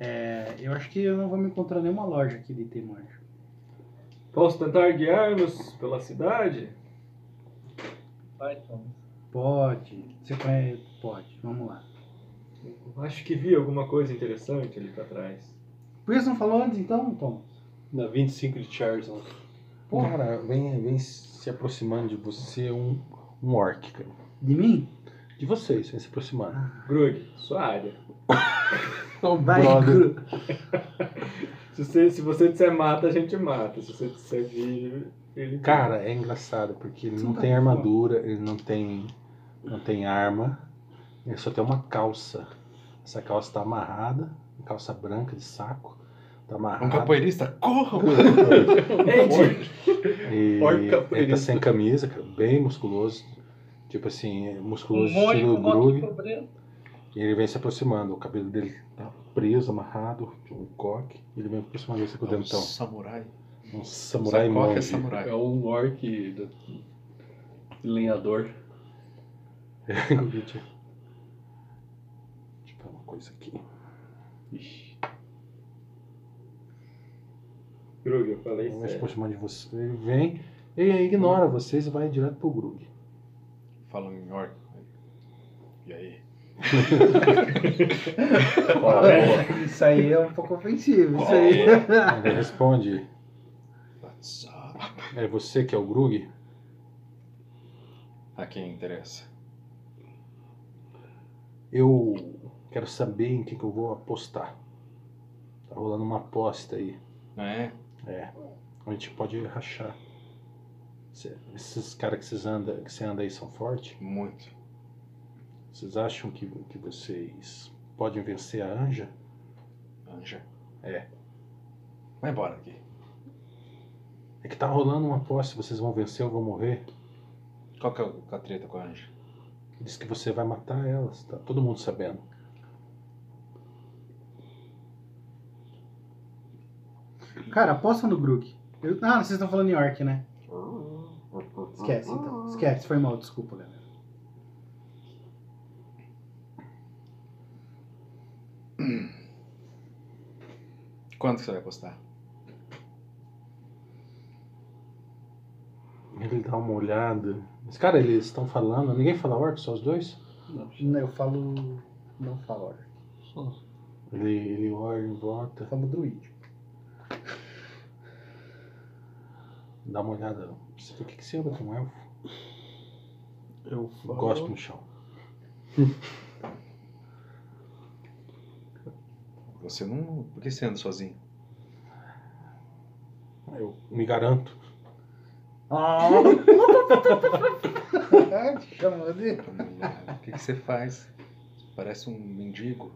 S8: É, eu acho que eu não vou me encontrar nenhuma loja aqui de item mágico.
S6: Posso tentar guiar-nos pela cidade?
S7: Vai, Tom.
S8: Pode. Você conhece? Pode. Vamos lá.
S6: Acho que vi alguma coisa interessante ali pra trás.
S8: Por que você não falou antes então, Tom?
S6: Na 25 de Charleston.
S1: Cara, vem, vem se aproximando de você um, um orc, cara.
S8: De mim?
S1: De vocês, vem se aproximando.
S6: Grug, sua área.
S8: Vai,
S1: brother.
S8: Gru.
S6: *laughs* Se você, se você disser mata, a gente mata. Se você disser vive, ele.
S1: Cara, é engraçado, porque ele
S6: Você
S1: não
S6: não
S1: tem
S6: tá com
S1: armadura, ele não tem. não tem arma, ele só tem uma calça. Essa calça tá amarrada, uma calça branca de saco. Tá amarrada.
S2: Um capoeirista,
S1: *laughs*
S2: corram!
S6: Ed!
S1: E
S2: Orc
S1: ele tá
S2: capoeirista.
S1: sem camisa, cara, bem musculoso. Tipo assim, é musculoso
S7: Um monte
S1: estilo
S7: com
S1: grug.
S7: bota problema.
S1: E ele vem se aproximando, o cabelo dele tá preso, amarrado, um coque. Ele vem aproximando você com o
S2: É um
S1: dentão.
S2: samurai.
S1: Um samurai
S2: Sacoca é
S1: monge.
S2: samurai.
S6: É um orc do- lenhador.
S1: *laughs* Deixa eu pegar uma coisa aqui.
S6: Grug, eu falei
S1: Ele vai se
S6: sério.
S1: aproximando de você. Ele vem, ele ignora vocês e vai direto pro Grug.
S2: Falando em orc. E aí?
S8: *laughs* Isso aí é um pouco ofensivo. Isso
S1: Ele
S8: aí.
S1: responde.
S2: What's up?
S1: É você que é o Grug?
S2: A quem interessa?
S1: Eu quero saber em que, que eu vou apostar. Tá rolando uma aposta aí.
S2: Não é?
S1: É. A gente pode rachar. Cê- Esses caras que vocês andam, que você anda aí são fortes?
S2: Muito.
S1: Vocês acham que, que vocês podem vencer a Anja?
S2: Anja.
S1: É.
S2: Vai embora daqui.
S1: É que tá rolando uma aposta, vocês vão vencer ou vão morrer.
S2: Qual que é o- a treta com a Anja?
S1: Diz que você vai matar elas, tá todo mundo sabendo.
S8: *laughs* Cara, aposta no Grug. Eu- Ah, vocês estão falando em Orc, né? Esquece, então. Esquece, foi mal, desculpa, galera.
S2: Quanto que você vai apostar?
S1: Ele dá uma olhada. Mas, cara, eles estão falando. Ninguém fala orc, só os dois?
S8: Não, eu falo. Não falo Orc.
S1: Ele, ele olha em volta.
S8: Eu falo Druid.
S1: Dá uma olhada. Você- Por que, que você anda com um elfo?
S6: Eu
S1: Gosto no chão.
S2: Você não. Por que você anda sozinho? *laughs*
S1: Eu me garanto.
S2: Ah! Chama dele. O que, que você faz? Parece um mendigo.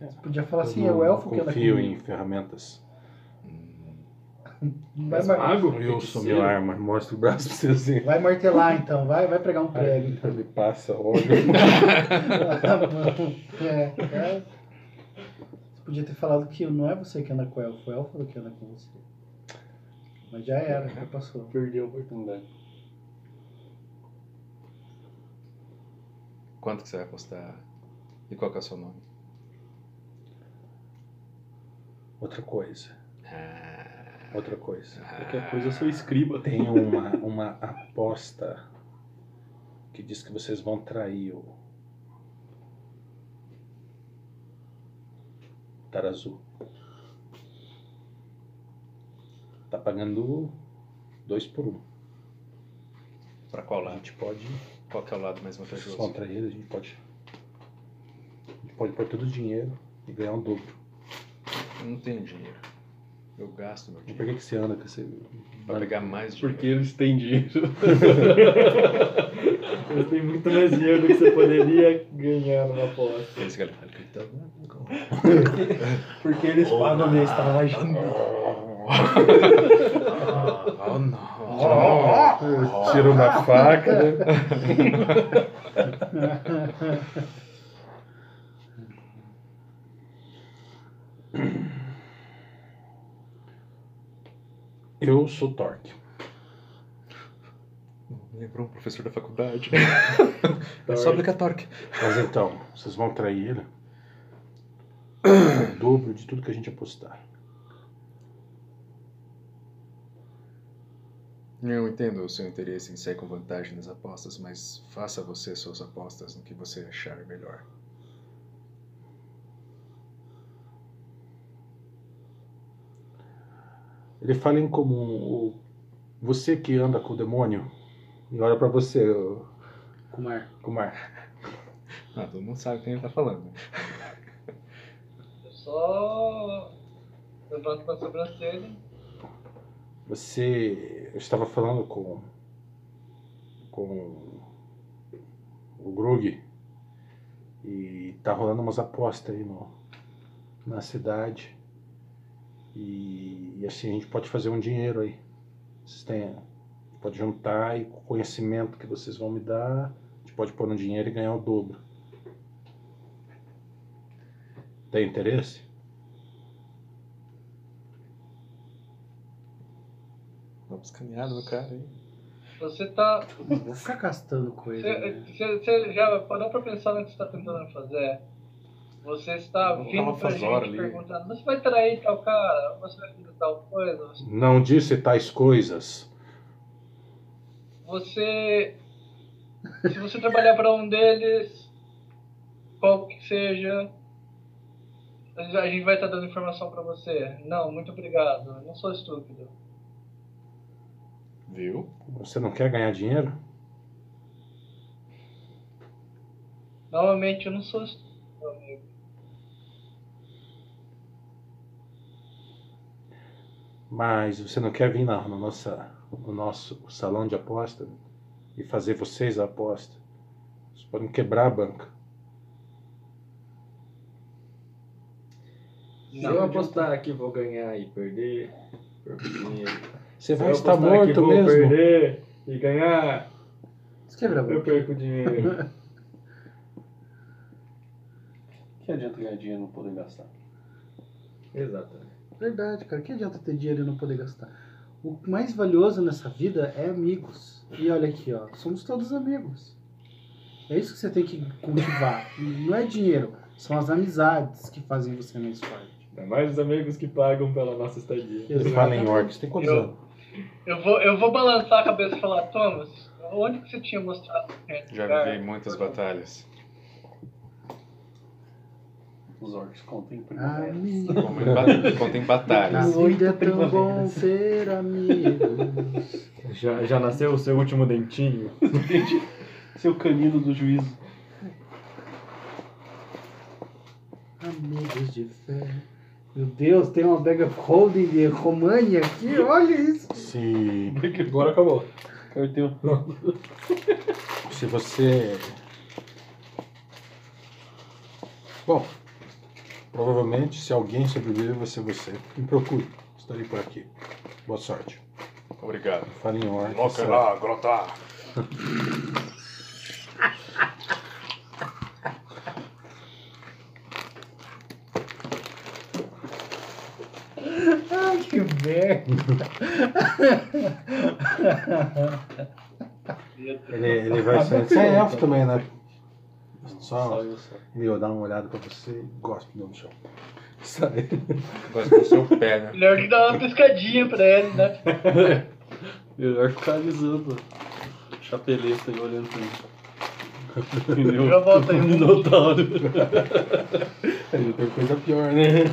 S8: Você podia falar assim, é o elfo que anda aqui.
S1: Confio em ferramentas.
S8: Vai, mar-
S1: Eu sou meu arma. Mostra o braço pra você assim.
S8: vai martelar então, vai, vai pregar um prego.
S1: Ele passa *laughs* óleo.
S8: é, é. Você podia ter falado que não é você que anda com o elfo, o elfo é que anda com você. Mas já era, já passou. Perdeu a oportunidade.
S2: Quanto que você vai apostar? E qual que é o seu nome?
S1: Outra coisa. Outra coisa.
S3: Ah.
S1: Ah.
S3: Qualquer coisa eu sou escriba. *laughs*
S1: Tem uma, uma aposta que diz que vocês vão trair o. Tarazu. Tá pagando dois por um.
S2: Pra qual lado?
S1: A gente pode.
S2: Qual que é o lado mais vantajoso?
S1: Vocês vão trair ele, a gente pode. A gente pode pôr todo o dinheiro e ganhar o dobro.
S2: Eu não tenho dinheiro. Eu gasto meu
S1: E
S2: dinheiro.
S1: por que, que você anda com esse.
S2: Pra pegar mais dinheiro.
S3: Porque eles têm dinheiro.
S4: Eu tenho muito mais dinheiro do que você poderia ganhar numa aposta.
S2: Esse cara fala que ele tá bom.
S4: Porque eles pagam a minha estalagem.
S2: Oh, não.
S1: Tira uma faca, né? Eu sou Torque.
S2: Lembrou um professor da
S1: *laughs*
S2: faculdade. é só aplicar torque.
S1: Mas então, vocês vão trair ele? O dobro de tudo que a gente apostar.
S2: Eu entendo o seu interesse em sair com vantagem nas apostas, mas faça você suas apostas no que você achar melhor.
S1: Ele fala em comum. O... Você que anda com o demônio e olha pra você, o... é?
S8: Kumar.
S1: Kumar.
S2: Ah, todo mundo sabe quem ele tá falando. né?
S7: Eu só levanto uma sobrancelha.
S1: Você. Eu estava falando com. com. o Grug. E tá rolando umas apostas aí no, na cidade. E, e assim a gente pode fazer um dinheiro aí. Vocês têm. Pode juntar e com o conhecimento que vocês vão me dar, a gente pode pôr um dinheiro e ganhar o dobro. Tem interesse?
S2: Vamos caminhar no cara aí.
S7: Você tá.
S8: Não vou ficar gastando coisa.
S7: Você,
S8: Né?
S7: você- você já parou pra pensar no que você tá tentando fazer? Você está
S2: Vou botar
S7: vindo
S2: uma
S7: pra gente
S1: fazora ali.
S7: perguntando, mas você vai trair tal cara? Você vai fazer tal coisa? Você-
S1: Não disse tais coisas.
S7: Você. Se você trabalhar pra um deles, qual que seja, a gente vai estar dando informação pra você. Não, muito obrigado. eu Não sou estúpido.
S2: Viu?
S1: Você não quer ganhar dinheiro?
S7: Novamente, eu não sou estúpido, meu amigo.
S1: Mas você não quer vir na, na nossa, no nosso salão de aposta e fazer vocês a aposta? Vocês podem quebrar a banca.
S4: Se eu apostar que vou ganhar e perder, perco dinheiro.
S1: Você
S4: Se
S1: vai
S4: eu
S1: estar
S4: apostar que
S1: morto
S4: vou
S1: mesmo.
S4: perder e ganhar,
S8: Quebra a
S4: eu
S8: boca.
S4: perco dinheiro.
S3: que adianta ganhar dinheiro e não poder gastar?
S4: Exato.
S8: Verdade, cara. Que adianta ter dinheiro e não poder gastar? O mais valioso nessa vida é amigos. E olha aqui, ó. Somos todos amigos. É isso que você tem que cultivar. Não é dinheiro. São as amizades que fazem você mais forte.
S4: Ainda mais os amigos que pagam pela nossa estadia.
S1: Ele fala em orcs. Tem quantos
S7: Eu-
S1: anos?
S7: Eu vou, eu vou balançar a cabeça e falar, Thomas, onde que você tinha mostrado esse
S2: Já
S7: lugar?
S2: vivi muitas batalhas.
S3: Os orcs contem
S8: Amigos.
S2: Contem
S20: *laughs*
S2: ba- Contem batalhas.
S8: Ainda é tão bom ser amigo.
S4: Já, já nasceu o seu último dentinho?
S3: Seu canino do juízo.
S8: Amigos de fé. Meu Deus, tem uma Bega Holding de România aqui, olha isso.
S1: Se,
S6: Agora acabou. Eu tenho...
S1: *laughs* se você. Bom, provavelmente se alguém sobreviver vai ser você. Me procure, estarei por aqui. Boa sorte.
S2: Obrigado.
S1: Fale em ordem.
S2: grota.
S8: *laughs* Ai, que merda.
S1: Ele, ele vai sair. Você é elfo também, né? Só ele vai dar uma olhada pra você e gosta de dar no chão. Sai.
S2: Gosta do seu pé, né?
S7: Melhor que dar uma piscadinha pra ele, né?
S6: Melhor ficar alisando. Chapeleta aí olhando pra mim.
S7: Já volto aí.
S6: Minotauro.
S1: Ele tem coisa pior, né?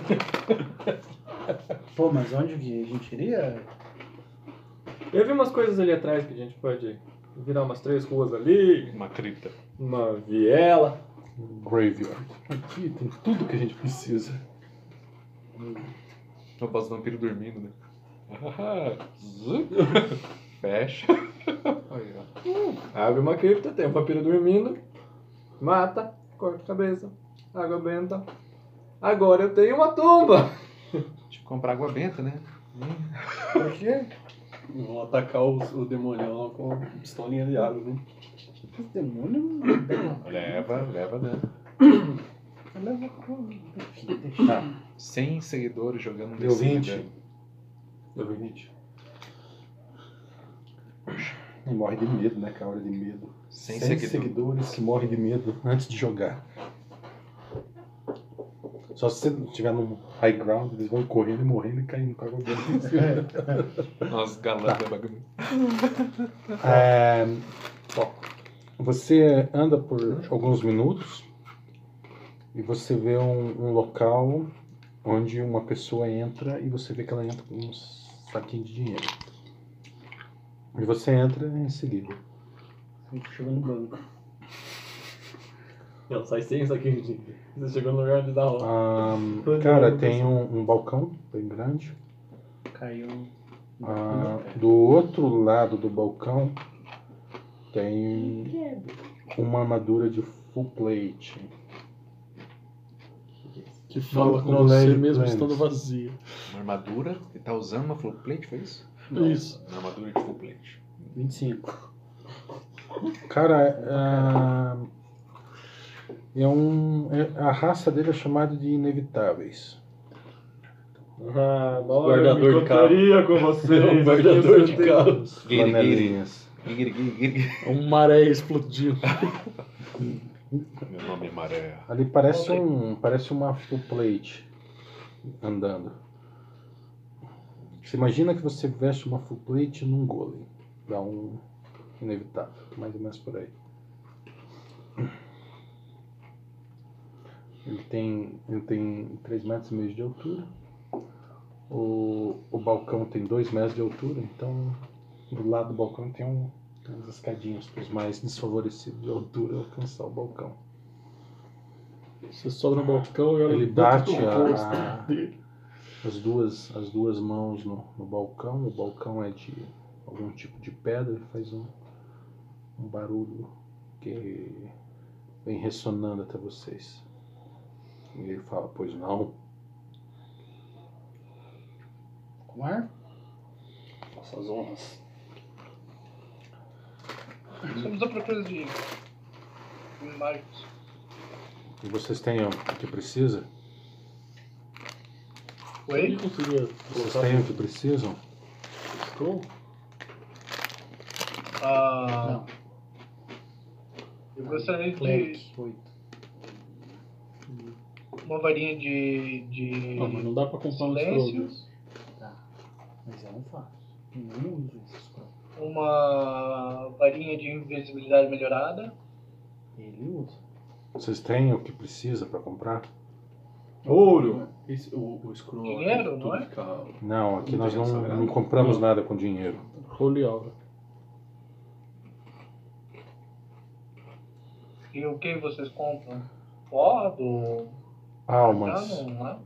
S8: Pô, mas onde que a gente iria?
S20: Eu vi umas coisas ali atrás que a gente pode virar umas três ruas ali.
S2: Uma cripta.
S20: Uma viela.
S1: Graveyard.
S6: Aqui tem tudo que a gente precisa.
S2: Hum. Eu passo o vampiro dormindo, né? *laughs* Zup. Fecha. Aí, ó.
S20: Abre uma cripta, tem um papiro dormindo. Mata, corta a cabeça, água benta. Agora eu tenho uma tumba!
S2: Tinha que comprar água benta, né?
S6: Por quê? Vão atacar os- o demonião lá com uma pistolinha de água, né?
S8: Demônio?
S2: Leva, leva, né?
S8: Leva como?
S2: Tá. 100 seguidores jogando
S1: Deu
S2: Sims,
S1: 20.
S2: né?
S1: Deu 20. E morre de medo, né? Cara, de medo.
S2: Sem
S1: 100
S2: seguidor.
S1: seguidores que morrem de medo antes de jogar. Só se você estiver no high ground, eles vão correndo e morrendo e caindo com a água dentro.
S2: Nós galãs da bagulho.
S1: É, bom, você anda por alguns minutos e você vê um, um local onde uma pessoa entra e você vê que ela entra com um saquinho de dinheiro. E você entra em seguida.
S8: Chegou no banco.
S20: Não, sai sem isso aqui, gente. Você chegou no lugar onde dá rola.
S1: Ahn, Ah, cara, tem um, um balcão bem grande.
S8: Caiu. um
S1: Ah, do outro lado do balcão tem uma armadura de full plate.
S6: Que fala com
S1: Não é
S6: você
S1: leve
S6: mesmo
S1: planos.
S6: estando vazio.
S2: Uma armadura. Ele tá usando uma full plate, foi isso?
S6: Isso.
S2: Uma armadura de full plate.
S8: 25.
S1: Cara, é, é um. é- a raça dele é chamada de Inevitáveis.
S20: Ah,
S6: Guardador de carro. *laughs* com vocês.
S20: É um guardador de
S6: carros.
S2: Guiri, guiri.
S1: Flanelinhas.
S2: Guiri, guiri, guiri.
S6: Um maré explodiu.
S2: Meu nome é Maré.
S1: Ali parece um. Parece uma full plate andando. Você imagina que você veste uma full plate num golem. Dá um inevitável, mais ou menos por aí. Ele tem, ele tem 3 metros e meio de altura. O, o balcão tem 2 metros de altura, então do lado do balcão tem um, umas escadinhas para os mais desfavorecidos de altura alcançar o balcão.
S6: Você sobe no balcão e olha
S1: Ele
S6: dentro
S1: bate
S6: do
S1: a-
S6: rosto dele.
S1: as duas, as duas mãos no, no balcão. O balcão é de algum tipo de pedra e faz um, um barulho que vem ressonando até vocês. E ele fala, pois não.
S8: Com ar?
S6: Nossas honras.
S7: Somos à procura de. Magos.
S1: E vocês têm o que precisa?
S7: Oi?
S6: Eu conseguia
S1: Vocês
S6: colocar
S1: têm o que precisam?
S6: estou?
S7: Ah. Eu gostaria de.
S8: 8.
S7: Uma varinha de. de...
S2: Ah,
S6: Não, Ah, mas não dá pra comprar um
S7: silêncio.
S6: estrogo.
S8: Mas é um fato. Não uso esses próprios.
S7: Uma varinha de invisibilidade melhorada.
S8: Ele usa.
S1: Vocês têm o que precisa para comprar?
S6: Ouro! Esse, o, o scroll.
S7: Dinheiro, não é?
S1: Não, aqui
S6: Não
S1: nós
S6: tem
S1: não,
S6: essa grana.
S1: não compramos nada com dinheiro.
S6: Holy aura.
S7: E o que vocês compram? Pó do. Ah,
S1: Almas.
S7: é?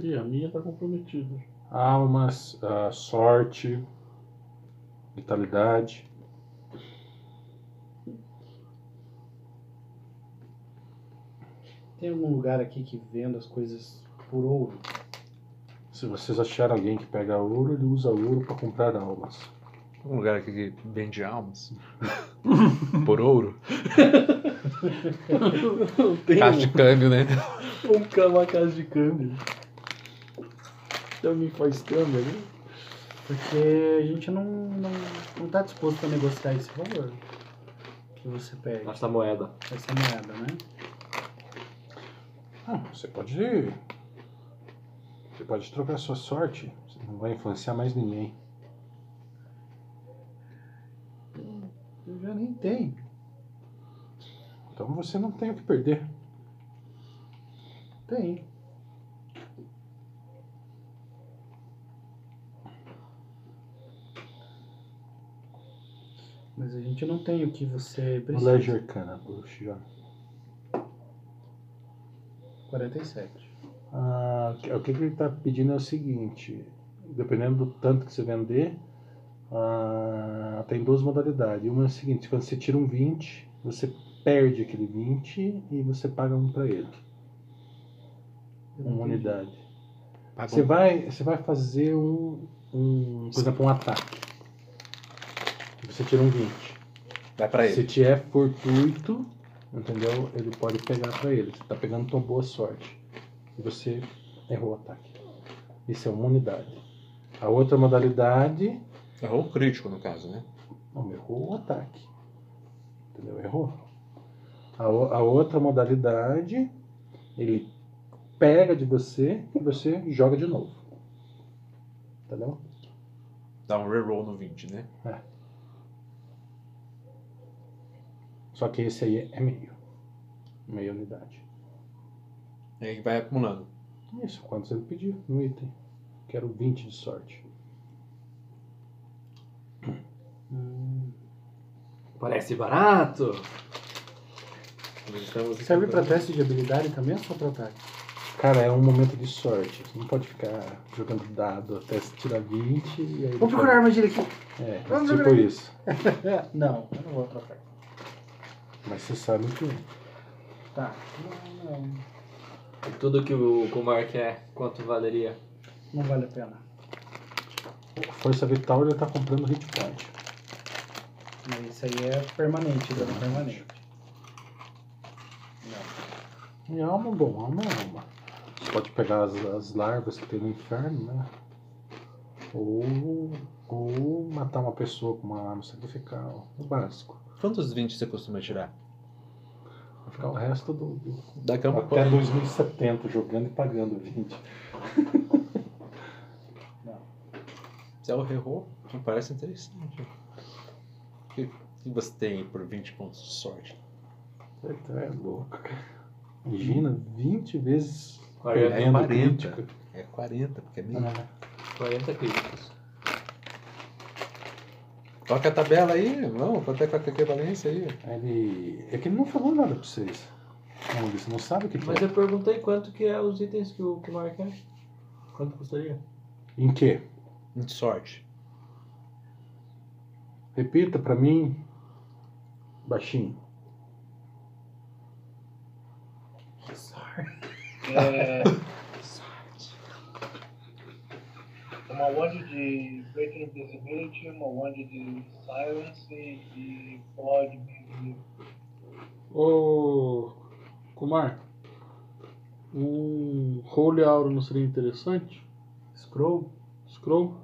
S6: Ih, a minha tá comprometida.
S1: Almas, ah, sorte, vitalidade.
S8: Tem algum lugar aqui que venda as coisas por ouro?
S1: Se vocês acharem alguém que pega ouro, ele usa ouro para comprar almas.
S2: Um lugar aqui que vende almas. Por *laughs* ouro.
S4: Tem
S2: Caixa de
S4: um-
S2: câmbio, né?
S4: Um cama, uma casa de câmbio.
S8: Também faz câmbio, né? Porque a gente não, não, não tá disposto a negociar esse valor que você pega.
S4: Essa moeda.
S8: Essa moeda, né?
S1: Ah, você pode. Você pode trocar sua sorte. Você não vai influenciar mais ninguém.
S8: Eu já nem tenho.
S1: Então você não tem o que perder.
S8: Tem. Mas a gente não tem o que você precisa.
S1: Colégio Arcana, puxa, já.
S8: 47.
S1: Ah, o que que ele está pedindo é o seguinte: dependendo do tanto que você vender, ah, tem duas modalidades. Uma é a seguinte: quando você tira um 20, você perde aquele 20 e você paga um para ele. Uma unidade.
S2: Paga
S1: Você
S2: um.
S1: vai, você vai fazer um, um, por exemplo, um ataque. Você tira um 20.
S2: Vai pra ele.
S1: Se te é fortuito, entendeu? Ele pode pegar pra ele. Você tá pegando tua boa sorte. E você errou o ataque. Isso é uma unidade. A outra modalidade.
S2: Errou o crítico, no caso, né?
S1: Não, errou o ataque. Entendeu? Errou. A, o- a outra modalidade, ele pega de você e você joga de novo. Entendeu?
S2: Dá um reroll no 20, né?
S1: É. Só que esse aí é meio. Meia unidade.
S2: E aí vai acumulando.
S1: Isso, quantos ele pediu no item. Quero 20 de sorte.
S4: Hum. Parece barato.
S8: Serve pra teste de habilidade também ou só pra ataque?
S1: Cara, é um momento de sorte. Você não pode ficar jogando dado até se tirar 20 e aí.
S8: Vou procurar a armadilha aqui.
S1: É,
S8: Vamos
S1: tipo
S8: procurar.
S1: isso.
S8: É, não, eu não vou pra ataque.
S1: Mas você sabe que.
S8: Tá. Não, não,
S4: E tudo que o Kumar quer, quanto valeria?
S8: não vale a pena.
S1: Força Vital já tá comprando hit point.
S8: Mas isso aí é permanente, dano permanente.
S1: E alma, bom, alma é alma. Você pode pegar as, as larvas que tem no inferno, né? Ou, ou matar uma pessoa com uma arma, sacrificar o básico.
S2: Quantos 20 você costuma tirar?
S1: Vai ficar o resto do. do...
S2: Da campo
S1: Então, Até 2070, jogando e pagando 20.
S2: Se é o reroll, me parece interessante. O que que você tem aí por 20 pontos de sorte?
S1: Você é louco. Imagina, 20 vezes.
S2: é
S1: perdendo
S2: 40.
S1: crítico.
S2: É 40, porque é meio.
S1: Ah.
S4: 40 críticos.
S2: Toca a tabela aí, não, quanto é que a equivalência aí?
S1: Ele. É que ele não falou nada pra vocês. Não, você não sabe o que, que
S4: Mas
S1: é.
S4: eu perguntei quanto que é os itens que o Kumar quer. Quanto custaria?
S1: Em quê?
S2: Em sorte.
S1: Repita pra mim, baixinho.
S7: É. Uma wand de Great Invisibility, uma wand de Silence e de Blood Invisibility.
S6: Ô, Kumar,
S8: Hum.
S6: um Holy Auro não seria interessante?
S8: Scroll?
S6: Scroll?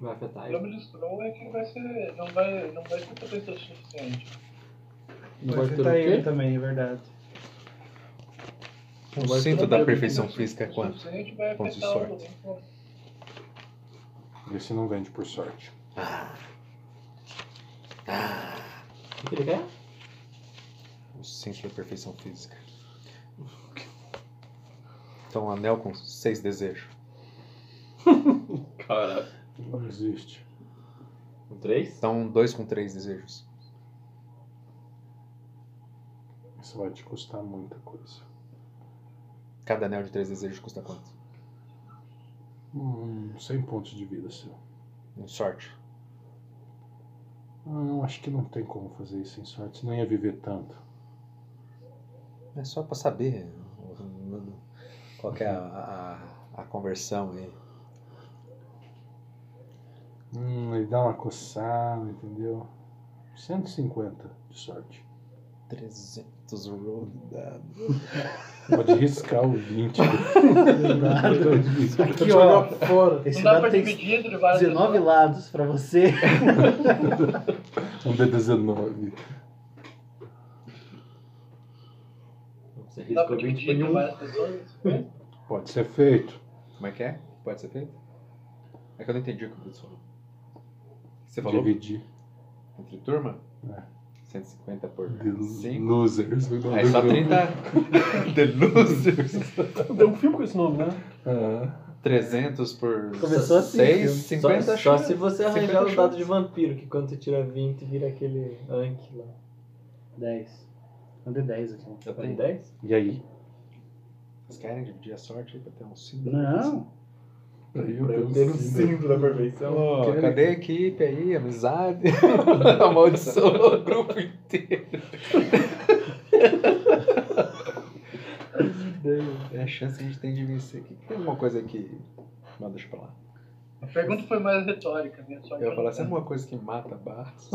S4: Vai afetar
S7: O
S4: ele.
S7: problema de Scroll é que vai ser, não, vai, não vai ser potência o suficiente.
S6: Não
S8: Vai
S6: vai ter o
S8: afetar ele
S6: quê?
S8: também, é verdade.
S2: O
S7: Mas
S2: cinto
S7: tudo
S2: da
S7: bem,
S2: perfeição
S7: né?
S2: física é
S7: O
S2: quanto?
S7: suficiente vai
S2: Pontos de
S7: afetar o.
S2: sorte.
S1: Esse não vende por sorte.
S4: O que ele quer?
S2: O cinto da perfeição física. Então, um anel com seis desejos.
S4: Cara.
S1: Não existe.
S4: Um 3?
S2: Então, dois com três desejos.
S1: Isso vai te custar muita coisa.
S21: Cada anel de três desejos custa quanto?
S1: Hum, 100 pontos de vida seu.
S21: Um sorte.
S1: Não, Hum, acho que não tem como fazer isso sem sorte, senão ia viver tanto.
S21: É só pra saber qual que é a, a, a conversão aí.
S1: Hum, ele dá uma coçada, entendeu? 150 de sorte.
S21: 300 roll de dado.
S1: Pode riscar o 20. *laughs*
S8: Aqui, ó, fora. Esse
S7: Não dá
S8: lado
S7: pra
S8: tem
S7: dividir entre várias
S8: 19
S7: pessoas.
S8: lados pra você. *laughs*
S1: Um D19.
S4: Você
S7: Dá pra
S4: riscou 20
S7: dividir
S4: pra
S7: entre
S8: um.
S4: nenhum.
S7: várias pessoas? né?
S1: Pode ser feito.
S2: Como é que é? Pode ser feito? É que eu não entendi o que você falou. Você falou?
S1: Dividir.
S2: Entre turma?
S1: É.
S2: 150 por
S1: The
S2: 5.
S1: losers.
S2: Aí É só 30. The losers.
S6: Deu um filme com esse nome, né?
S2: 300 por
S4: Começou assim.
S2: 6,
S4: filho.
S2: 50
S4: só, assim, só
S2: chance.
S4: se você
S2: 50
S4: arranjar os
S2: chance.
S4: dados de vampiro, que quando você tira 20 vira aquele Anki lá.
S8: 10. Andei 10 aqui.
S2: Eu
S4: Tem
S2: tenho
S4: 10?
S1: E aí?
S2: Vocês querem dividir a sorte aí pra ter um símbolo?
S8: Não.
S1: Aí
S4: Pra eu ter um símbolo da perfeição.
S2: Ô,
S4: Quero-
S2: cadê a equipe aí? Amizade? *laughs* Amaldiçoou o grupo inteiro. *laughs* É a chance que a gente tem de vencer aqui. Tem alguma coisa que. Não, deixa pra lá.
S7: A pergunta foi mais retórica, né? Só
S2: Eu ia
S7: pra-
S2: falar, se é alguma coisa que mata Barros. *laughs*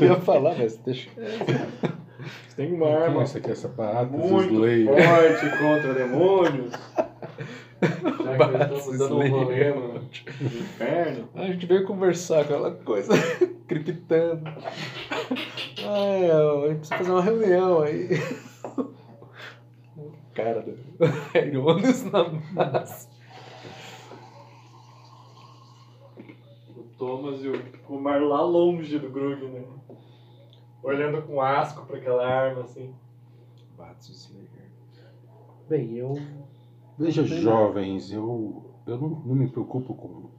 S2: eu ia falar, mas deixa.
S4: Você tem
S1: uma arma. Essa aqui é sapatos,
S2: Muito
S1: Slayer.
S3: Forte contra demônios. Já que nós
S2: Bartos
S3: estamos dando um rolê
S2: Slayer.
S3: no inferno.
S2: A gente veio conversar com aquela coisa, *laughs* criptando. Ah, é, a gente precisa fazer uma reunião aí. O Cara do Heriones na massa.
S3: *laughs* O Thomas e o Kumar lá longe do Grug, né? Olhando com asco pra aquela arma, assim.
S2: Bartos Slayer.
S8: Bem, eu.
S1: Veja, jovens, eu, eu não, não me preocupo com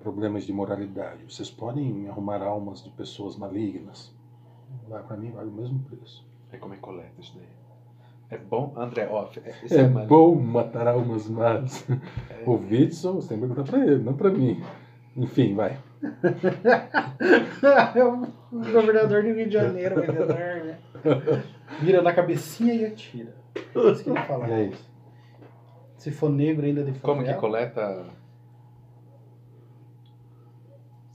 S1: problemas de moralidade. Vocês podem arrumar almas de pessoas malignas. Vai para mim, vale o mesmo preço.
S2: É como é coleta isso daí. É bom, André, off. É, isso
S1: É,
S2: é, mal-
S1: bom matar almas más. O Witson, você tem que perguntar pra ele, não pra mim. Enfim, vai.
S8: *laughs* é o governador do Rio de Janeiro, vendedor, *laughs* né? Mira na cabecinha e atira. É isso que ele fala.
S1: É isso.
S8: Se for negro ainda de
S2: Como que
S8: favela.
S2: coleta.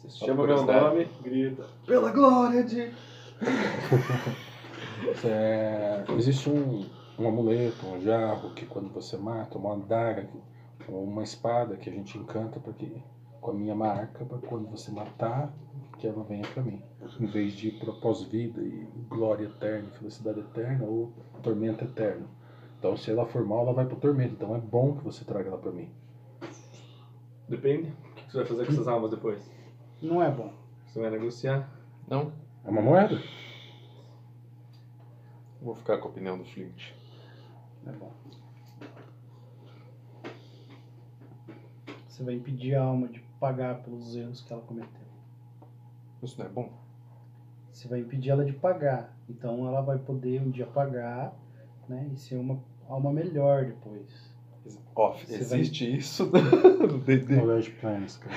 S2: Só
S3: Chama
S2: por
S3: meu
S2: curiosidade.
S3: nome, grita.
S2: Pela glória de.
S1: É, existe um, um amuleto, um jarro, que quando você mata, uma adaga, ou uma espada que a gente encanta pra que, com a minha marca, para quando você matar, que ela venha pra mim. Em vez de propós-vida e glória eterna, e felicidade eterna ou tormento eterno. Então, se ela for mal, ela vai pro tormento. Então, é bom que você traga ela pra mim.
S3: Depende.
S4: O que você vai fazer com essas almas depois?
S8: Não é bom.
S4: Você vai negociar?
S2: Não,
S1: É uma moeda?
S2: vou ficar com a opinião do Flint.
S8: Não é bom. Você vai impedir a alma de pagar pelos erros que ela cometeu.
S2: Isso não é bom?
S8: Você vai impedir ela de pagar. Então ela vai poder um dia pagar, né? E ser uma alma melhor depois.
S2: Off,
S8: Você vai- *laughs*
S2: existe isso no DD?
S1: Knowledge planes, cara.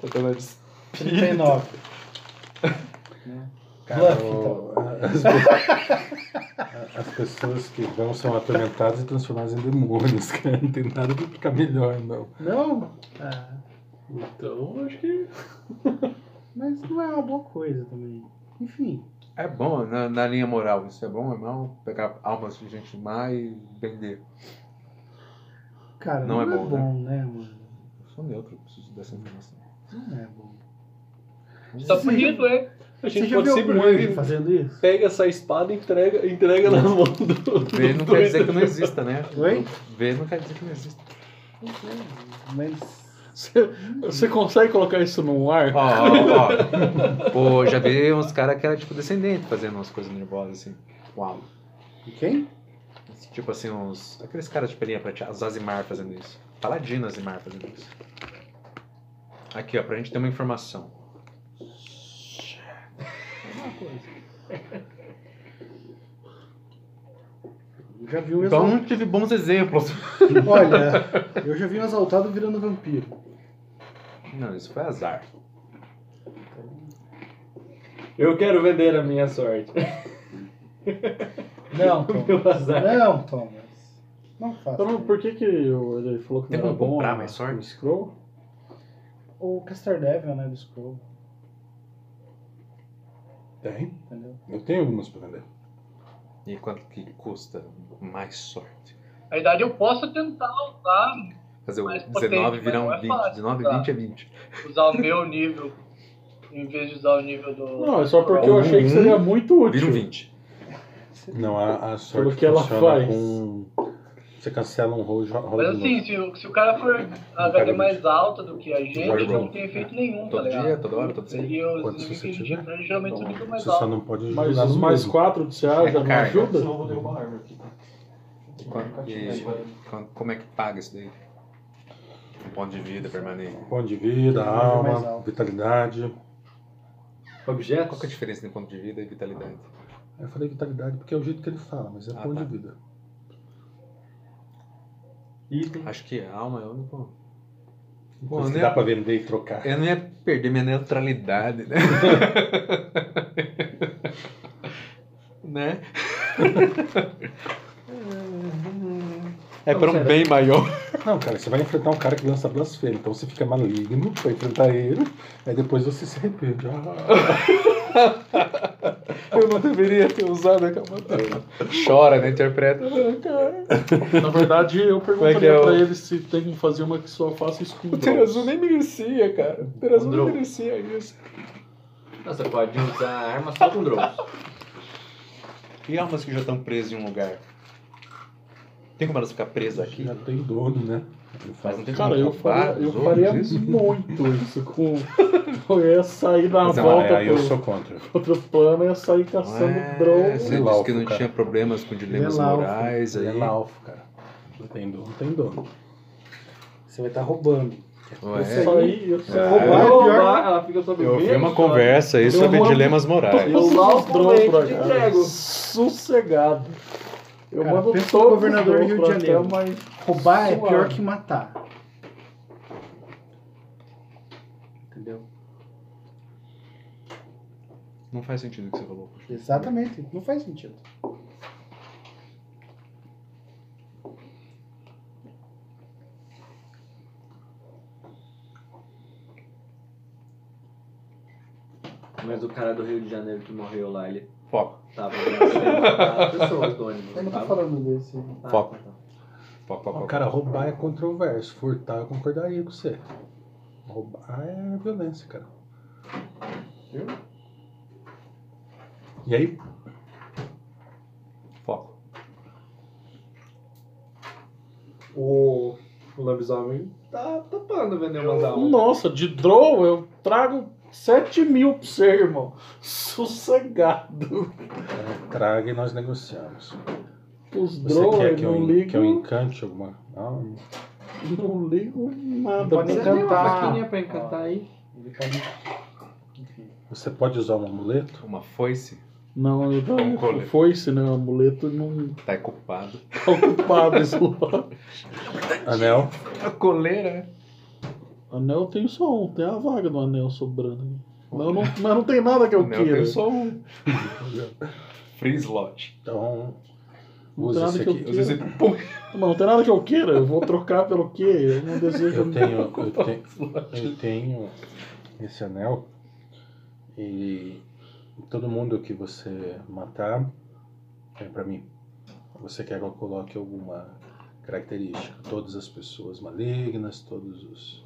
S2: Tô falando de *laughs*
S8: 39.
S1: Cara,
S8: Né? Bluff,
S1: o-
S8: então.
S1: *laughs* as, pe- as pessoas que vão são atormentadas e transformadas em demônios, *laughs* cara. Não tem nada pra ficar melhor, não.
S8: Não? Ah,
S6: Então, acho que.
S8: mas não é uma boa coisa também. Enfim.
S2: É bom, na, na linha moral, isso é bom, é mal pegar almas de gente má e vender.
S8: Cara,
S2: Não
S8: não,
S2: é
S8: é,
S2: bom,
S8: bom,
S2: né?
S8: né? mano?
S2: Eu sou neutro, preciso dessa informação.
S8: Não é bom.
S7: Tá bonito, hein?
S6: A
S8: Você
S6: gente
S8: já
S6: pode
S8: viu algum anjo
S6: simplesmente
S8: fazendo isso?
S6: pega essa espada e entrega, entrega na mão do.
S2: Ver não quer dizer que não exista, né?
S8: Oi?
S2: Ver não quer dizer que não exista.
S8: Não sei, Mas.
S6: Você, você consegue colocar isso no ar?
S2: Ó, ó, ó. Pô, já vi uns caras que era tipo descendente fazendo umas coisas nervosas assim. Uau.
S8: Quem?
S2: Tipo assim, uns. Aqueles caras de pelinha prateada, os Azimar fazendo isso. Paladino Azimar fazendo isso. Aqui, ó, pra gente ter uma informação.
S6: coisa.
S8: Já vi um
S6: Então
S8: exal-
S6: não tive bons exemplos.
S8: Olha, eu já vi um exaltado virando vampiro.
S22: Não, isso foi azar.
S3: Eu quero vender a minha sorte.
S8: *laughs* Não,
S3: O
S8: Thomas.
S3: meu azar.
S8: Não, Thomas. Não faça.
S6: Então, por que que o- ele falou que
S8: Tem
S6: não era
S8: como
S6: bom
S8: comprar
S6: a-
S8: mais
S6: o Scroll?
S8: O Castor Devil, né, do Scroll.
S1: Tem.
S8: Entendeu?
S1: Eu tenho algumas pra vender.
S2: E quanto que custa mais sorte?
S7: Na verdade, eu posso tentar usar,
S2: Fazer o
S7: Mais
S2: 19
S7: potente,
S2: virar um
S7: mas não é
S2: 20.
S7: fácil,
S2: 19,
S7: tá?
S2: 20 é 20.
S7: usar o meu nível em vez de usar o nível do.
S6: Não, é só porque eu achei que seria muito útil.
S2: Vira um 20.
S1: Não, a, a sorte
S6: que ela
S1: funciona
S6: faz.
S1: com. Você cancela um rolo e jo- rola
S7: Mas
S1: de novo.
S7: assim, se, o- se o cara for HD mais alta do que a gente, não tem efeito nenhum, tá
S1: Todo
S7: ligado?
S1: dia, toda hora, todo
S7: dia. E os
S1: Quantos
S7: inimigos
S1: você
S7: que a gente
S1: tiver.
S7: enfrenta geralmente são nível mais
S1: Você só
S7: alto.
S1: não pode
S6: Mas
S1: jogar
S6: os
S1: no
S6: mais
S1: mesmo.
S6: quatro do CA já não
S2: Carga.
S6: ajuda?
S2: Senão eu vou
S23: derrubar a árvore aqui.
S2: Quanto que- quan- como é que paga isso daí? Um ponto de vida permanente.
S1: Ponto de vida,
S2: mais
S1: alma,
S2: alto.
S1: vitalidade.
S2: Objetos? Qual que é a diferença entre ponto de vida e vitalidade?
S1: Eu falei vitalidade porque é o jeito que ele fala, mas é
S2: Ah,
S1: ponto
S2: tá.
S1: de vida.
S2: Acho que a alma é o único.
S1: Coisa
S2: eu
S1: que
S2: não
S1: Então, dá pra vender e trocar.
S2: Eu não ia perder minha neutralidade, né? *laughs* *laughs* né?
S1: É
S2: pra um Como será? bem maior.
S1: Não, cara, você vai enfrentar um cara que lança blasfêmia, então você fica maligno pra enfrentar ele, aí depois você se arrepende. Ah,
S2: Eu não deveria ter usado *laughs* aquela matéria. Chora, né? Interpreta.
S6: Na verdade, eu perguntaria
S2: que é o-
S6: pra ele se tem como fazer uma que só faça escudo.
S2: O Terazu nem merecia, cara. O Terazu
S3: Androu.
S2: nem merecia isso.
S3: Um Nossa, pode usar a arma só com drones.
S2: *laughs* E almas que já estão presas em um lugar? Tem como elas ficar presas aqui?
S1: Já tem dono, né?
S2: Mas não tem
S6: Cara,
S2: como
S6: eu
S2: culpar
S6: faria, eu
S2: os
S6: faria
S2: outros isso?
S6: muito isso com.
S2: *laughs*
S6: Eu ia sair na
S2: Mas não,
S6: volta
S1: Ah,
S2: é, aí eu
S6: pro-
S2: sou contra.
S6: pro outro plano, ia sair caçando
S2: É,
S6: drone.
S2: Você disse que não tinha problemas com dilemas
S1: Ele é laufe.
S2: morais aí.
S1: Ele é laufe, cara. Não tem dono, não tem dono. Você vai estar roubando.
S2: Ué.
S1: Isso aí, eu sei.
S2: Ah,
S1: Roubar é
S2: eu-
S1: pior.
S3: ela fica sob
S2: é? Eu vi
S3: medo,
S2: uma
S3: só.
S2: conversa aí sobre dilemas morais.
S6: Eu lá os drones pra
S3: de
S6: cá.
S3: prego.
S6: Sossegado. Eu
S24: Cara,
S6: mando
S24: pensa
S6: todo
S24: no governador do Rio de Janeiro. Roubar é pior que matar. Entendeu?
S2: Não faz sentido o que você falou.
S24: Exatamente, não faz sentido.
S3: Mas o cara do Rio de Janeiro que morreu lá, ele.
S2: Foco.
S3: Tava *laughs* com pessoas do ônibus.
S24: Eu não tô
S3: tava?
S24: falando desse.
S3: Ah,
S2: Foco.
S3: tá.
S2: Foco, foco,
S1: Ó,
S2: foco.
S1: cara, roubar é controverso. Furtar, eu concordaria com você. Roubar é violência, cara.
S3: Viu?
S1: E aí?
S2: Foco.
S3: O lobisomem tá topando vender umas almas.
S6: Nossa, de drone eu trago 7 mil pra você, irmão. Sossegado.
S1: É, traga e nós negociamos.
S6: Os
S1: Você
S6: drones
S1: quer que eu,
S6: não
S1: en-
S6: ligam.
S1: que eu encante alguma alma?
S6: Não ligo nada.
S24: Pode
S6: pra
S24: encantar.
S6: encantar.
S3: Faquinha pra encantar aí.
S1: Você pode usar um amuleto?
S2: Uma foice?
S6: Não, eu
S2: Um
S6: não
S2: colete.
S6: foi isso, né? O amuleto não
S2: Tá culpado.
S1: *laughs*
S6: tá ocupado isso lá.
S1: Anel?
S2: A coleira.
S6: Anel eu tenho só um, tem a vaga do anel sobrando. aí. Mas, eu
S1: *laughs*
S6: não, mas não tem nada que eu
S2: Não, eu
S6: queira.
S2: tenho só um. Free slot.
S1: Então.
S6: Não
S1: Usa
S6: tem nada
S1: esse
S6: que eu
S1: aqui.
S6: queira.
S1: Usa esse-
S6: Mas não tem nada que eu queira. Eu vou trocar pelo quê? Eu não desejo.
S1: Eu tenho, eu, tenho, eu tenho esse anel e todo mundo que você matar é pra mim. Você quer que eu coloque alguma característica? Todas as pessoas malignas, todos os.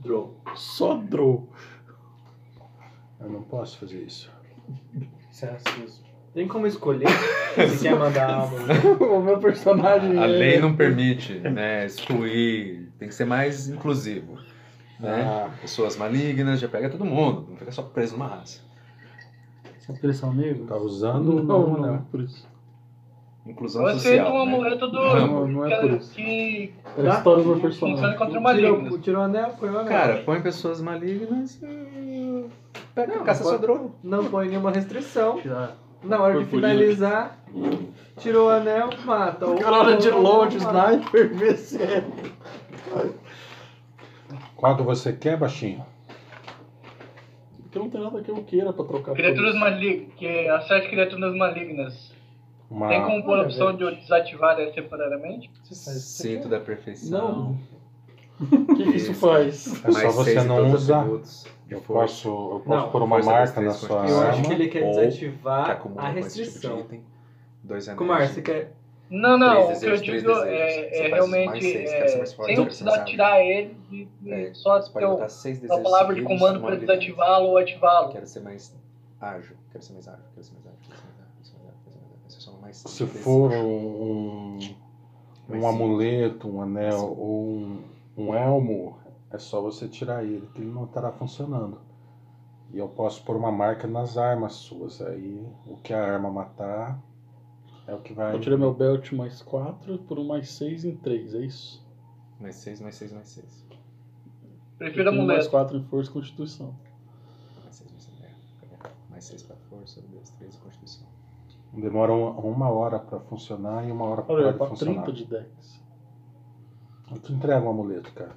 S3: Drow.
S6: Só Drow.
S1: Eu não posso fazer isso.
S24: Isso é racismo.
S3: Tem como escolher se quer mandar alma.
S6: *laughs* o meu personagem.
S2: A
S6: é-
S2: lei não permite, né? Excluir. Tem que ser mais inclusivo. Né? Pessoas malignas, já pega todo mundo. Não fica só preso numa raça.
S24: Só porque eles são negros?
S1: Tá usando
S6: Não,
S1: um
S6: não,
S1: anel.
S6: por isso.
S2: Inclusão
S7: Eu
S1: é
S7: aceito
S2: social.
S7: um
S2: né?
S7: amuleto do.
S2: Rambo.
S6: Não, não é
S7: que-
S6: por isso.
S7: Que.
S6: É a história do meu
S7: Funciona
S6: personagem.
S7: contra
S3: Tirou-
S7: malignos.
S3: Tirou o anel, foi o anel.
S2: Cara, põe pessoas malignas. eh,
S4: não.
S2: Pega, caça
S4: põe-
S2: sua drone.
S4: Não põe nenhuma restrição.
S2: Tirar.
S4: Na hora de
S2: Purpurina.
S4: finalizar, tirou o anel, mata.
S2: O cara de longe,
S6: *laughs*
S4: sniper,
S6: é.
S4: mercenário.
S1: Qual que você quer, baixinho?
S6: Porque não tem nada que eu queira pra trocar. por
S7: Criaturas
S6: isso.
S7: malignas. Que as sete criaturas malignas.
S1: Uma-
S7: Tem como pôr a opção de eu desativar ela temporariamente?
S2: Cinto da perfeição.
S7: Não.
S2: O
S6: que, isso faz?
S1: É só você não usar. Eu
S2: força.
S1: posso, eu posso
S2: Não,
S1: pôr uma
S2: força
S1: marca na
S2: das três
S1: sua
S2: constituições.
S4: Eu acho que ele quer
S1: Ah, ou-
S4: desativar
S1: que acumula
S4: Tá, a
S1: com esse tipo de
S4: restrição.
S1: item. Dois anéis.
S4: Kumar, você quer.
S7: Não, não,
S2: Três
S7: o que eu
S2: desejos, três
S7: digo
S2: desejos. Você
S7: é, é
S2: faz
S7: realmente
S2: mais seis,
S7: é,
S2: quer ser mais forte,
S7: sem
S2: quer
S7: eu
S2: ser
S7: precisar
S2: mais
S7: tirar ele e e só ter
S2: É, pode
S7: o-
S2: botar seis
S7: uma
S2: desejos
S7: Então, palavra de
S2: seguidos,
S7: comando
S2: uma
S7: pra
S2: habilidade.
S7: desativá-lo ou ativá-lo.
S2: Quero ser mais ágil. Quero ser mais ágil. Quero ser mais ágil. Quero ser mais ágil. Quero ser mais ágil. Quero ser mais ágil. Quero ser só mais
S1: Se
S2: desse-
S1: for um, um amuleto, um anel ou um, um elmo, é só você tirar ele, que ele não estará funcionando. E eu posso pôr uma marca nas armas suas. Aí o que a arma matar é o que vai.
S6: Eu tirei meu belt mais 4 por um mais 6 em 3, é isso?
S2: Mais seis, mais seis, mais seis.
S7: Prefiro
S6: Eu tenho mais
S7: amuleto.
S6: 4 em força e constituição.
S2: Mais seis, mais seis. É, Mais seis pra força, um, dois, três, constituição.
S1: Demora um- uma hora pra funcionar e uma hora pra
S6: Olha, é
S1: parar de
S6: pra
S1: funcionar.
S6: 30 de Dex.
S1: Eu te entrego um amuleto, cara.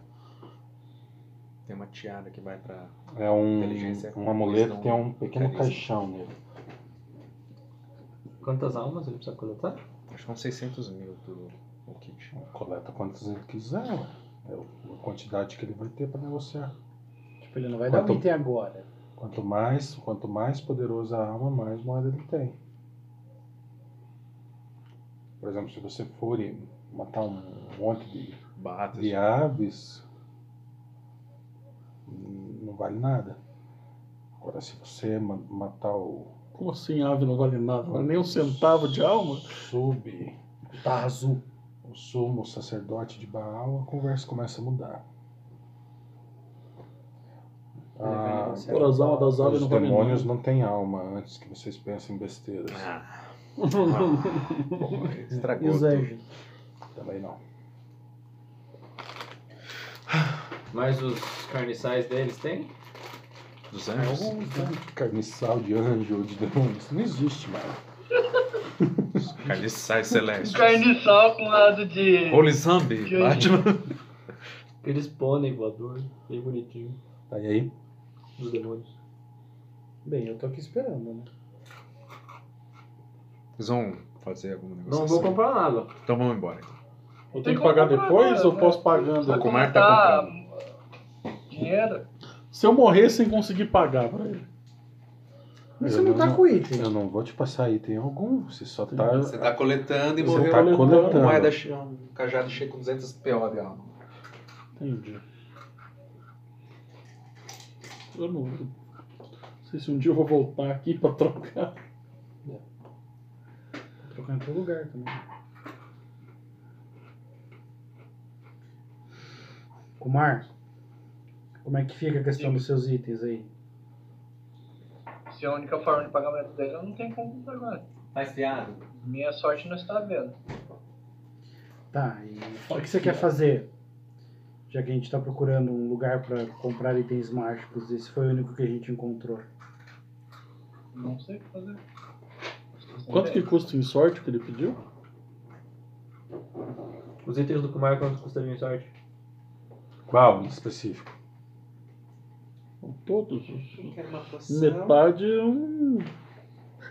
S2: Tem uma tiara que vai pra.
S1: É um,
S2: inteligência,
S1: um amuleto,
S2: wisdom,
S1: tem um pequeno
S2: carisma.
S1: caixão nele.
S4: Quantas almas ele precisa coletar?
S2: Acho que são 600 mil do, do kit.
S1: Coleta quantos ele quiser, ué. É o- a quantidade que ele vai ter pra negociar.
S8: Tipo, ele não vai dar um
S1: Quanto-
S8: item agora.
S1: Quanto mais, quanto mais poderosa a alma, mais moeda ele tem. Por exemplo, se você for e matar um monte de, de aves, hum, não vale nada. Agora, se você ma- matar o
S6: Como assim ave não vale nada? Não vale nem um centavo de alma?
S1: sub, tá azul, o sumo sacerdote de Baal, a conversa começa a mudar. Ah,
S6: Por as almas das aves
S1: os
S6: não valem
S1: demônios não têm alma antes que vocês pensem besteiras.
S2: Ah.
S4: *laughs*
S2: Estragou.
S8: E os
S2: tudo.
S8: anjos?
S1: Também não.
S4: Mas os carniçais deles tem?
S2: Dos
S4: anjos?
S1: Algum Carniçal de anjo, de demônio, isso não existe mais.
S2: Carniçais
S7: Um
S2: celestes.
S7: carniçal com lado de.
S2: Holy Zombie,
S7: de-
S2: Batman.
S4: Aqueles pônei voador, bem bonitinho,
S1: Tá e aí?
S4: dos demônios.
S8: Bem, eu tô aqui esperando, né?
S2: Vocês vão fazer alguma negócio?
S4: Não vou comprar nada.
S2: Então vamos embora. Então.
S6: Eu tenho que pagar depois
S7: né?
S6: ou posso pagando?
S2: O Kumar tá comprando.
S7: hum, Dinheiro?
S6: Se eu morrer sem conseguir pagar pra ele.
S1: Mas
S6: você não tá com
S1: item. Eu não vou te passar item algum, você só tá.
S4: Uhum,
S2: Você tá coletando e
S1: Você
S2: morreu
S1: tá
S2: com
S1: coletando.
S2: uma moeda, che- um cajado cheio com 200 PO de alma.
S6: Entendi. Eu não, não sei se um dia eu vou voltar aqui pra trocar.
S8: Vou trocar em outro lugar também. Kumar, como é que fica a questão dos seus itens aí?
S7: Se é a única forma de pagamento dele, eu não tenho como pagar.
S2: Mas fiado.
S7: Minha sorte não está vendo.
S8: Tá, e o que você quer fazer? Já que a gente tá procurando um lugar pra comprar itens mágicos, esse foi o único que a gente encontrou.
S7: Não sei o que fazer.
S6: Quanto que custa em sorte que ele pediu?
S4: Os itens do Kumar quanto custa a minha sorte?
S1: Qual em específico?
S6: Todos.
S25: Quero uma poção.
S6: Metade é um.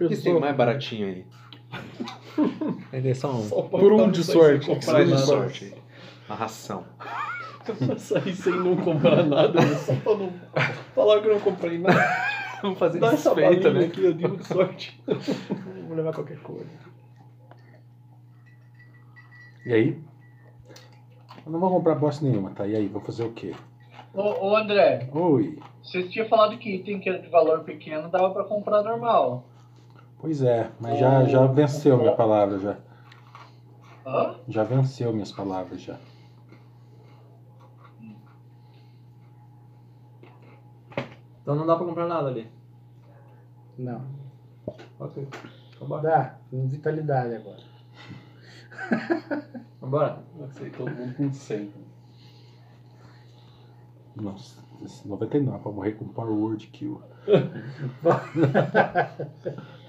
S2: O que tem
S4: né?
S2: mais baratinho aí? *laughs* Ele é só um.
S6: Por
S4: tá
S6: um de sorte.
S2: Por um de sorte. Uma ração.
S3: Pra sair sem não comprar nada, né? só pra não falar que eu não comprei nada.
S2: Vamos fazer
S3: Dá essa
S2: desfeita,
S3: balinha
S2: né?
S3: aqui, eu digo de sorte. Vou levar qualquer coisa.
S1: E aí? Eu não vou comprar bosta nenhuma, tá? E aí, vou fazer o quê?
S7: Ô, ô André,
S1: Oi.
S7: você tinha falado que item que era de valor pequeno dava pra comprar normal.
S1: Pois é, mas já,
S7: Ô,
S1: já venceu minha palavra já.
S7: Hã?
S1: Já venceu minhas palavras já.
S4: Então não dá pra comprar nada ali.
S8: Não.
S4: Ok.
S8: tá Dá, com vitalidade agora.
S4: Vambora.
S6: Aceitou todo mundo com 100.
S1: Nossa. 99 pra morrer com Power Word Kill.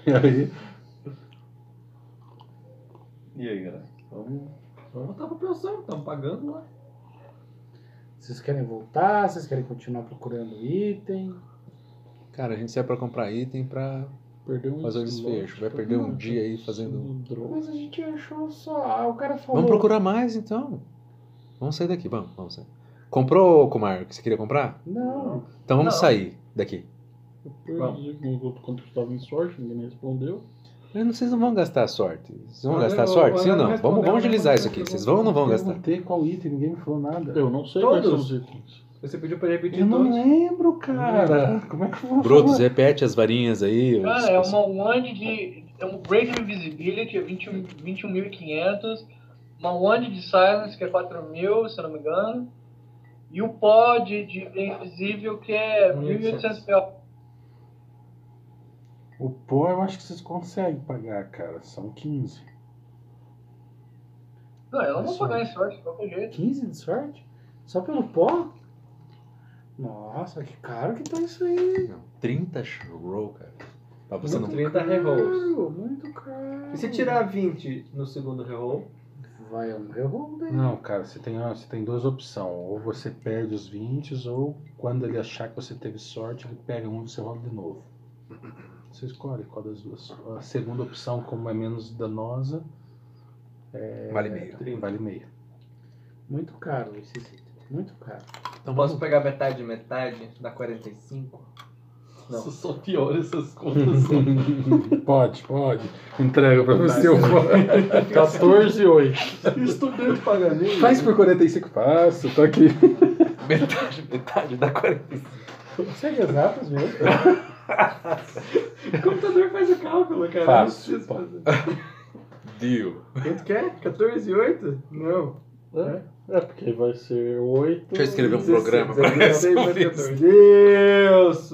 S1: e aí,
S4: E aí, galera? Vamos, vamos voltar pra pensão, estamos pagando lá.
S8: Vocês querem voltar? Vocês querem continuar procurando item?
S2: Cara, a gente sai pra comprar item pra
S6: Perdeu um
S2: fazer o desfecho. Vai perder um dia aí fazendo.
S8: Mas a gente achou só. ah, O cara falou.
S2: Vamos procurar mais então. Vamos sair daqui, vamos, vamos sair. Comprou, Kumar, o que você queria comprar?
S8: Não.
S2: Então vamos
S6: Não.
S2: sair daqui.
S6: Eu perdi quanto- quanto estava em sorte, ninguém me respondeu.
S2: Eu não- Vocês não vão gastar a sorte. Vocês vão
S6: Mas
S2: gastar a
S6: eu-
S2: sorte?
S6: eu-
S2: Sim ou não?
S6: eu-
S2: Vamos, vamos
S6: eu-
S2: agilizar
S6: eu-
S2: isso aqui. Vocês vão ou não vão gastar?
S26: Perguntei qual item, ninguém me falou nada.
S6: Eu não sei
S4: Todos?
S6: quais são os itens.
S4: Você pediu pra ele repetir
S26: Eu não
S4: todos.
S26: lembro, cara. Como é que eu vou
S2: Brutus,
S26: falar?
S2: repete as varinhas aí. os-
S7: Cara, é uma wand de. É um Break Invisibility, é 21 21.500. Uma wand de Silence, que é 4.000, se eu não me engano. E o pod de Invisível, que é 1.800 PO.
S1: o pó eu acho que vocês conseguem pagar, cara. São 15.
S7: Não, eu não vou
S1: Isso aí.
S7: pagar em sorte, de qualquer jeito.
S8: 15 de sorte? Só pelo pó? Nossa, que caro que tá isso aí.
S2: 30 roll, cara. Pra você
S4: Não,
S2: não.
S4: 30 rerolls.
S8: Caro, muito caro.
S4: E se tirar 20 no segundo reroll?
S8: Vai um reroll daí.
S1: Não, cara, você tem, você tem duas opções. Ou você perde os 20, ou quando ele achar que você teve sorte, ele pega um e você rola de novo. Você escolhe qual das duas. A segunda opção, como é menos danosa, é...
S2: Vale meia.
S1: Vale meia.
S8: Muito caro esse item. Muito caro.
S2: Então
S4: vamos-
S14: posso pegar metade de metade? Dá 45?
S4: Isso só piora essas contas.
S1: pode, pode. Entrega pra você o
S6: 14 e 8.
S4: Estudante né? pagamento.
S1: Faz por 45, faço, tô tá aqui.
S2: Metade, metade da 45.
S1: é
S8: Segue exatas mesmo.
S4: O computador faz o cálculo, cara.
S1: Fácil,
S4: Não precisa fazer.
S2: Deal.
S4: Quanto que é? 14 e 8? Não.
S6: É, porque vai ser 8.
S2: Deixa eu escrever um programa pra resolver isso.
S4: Deus!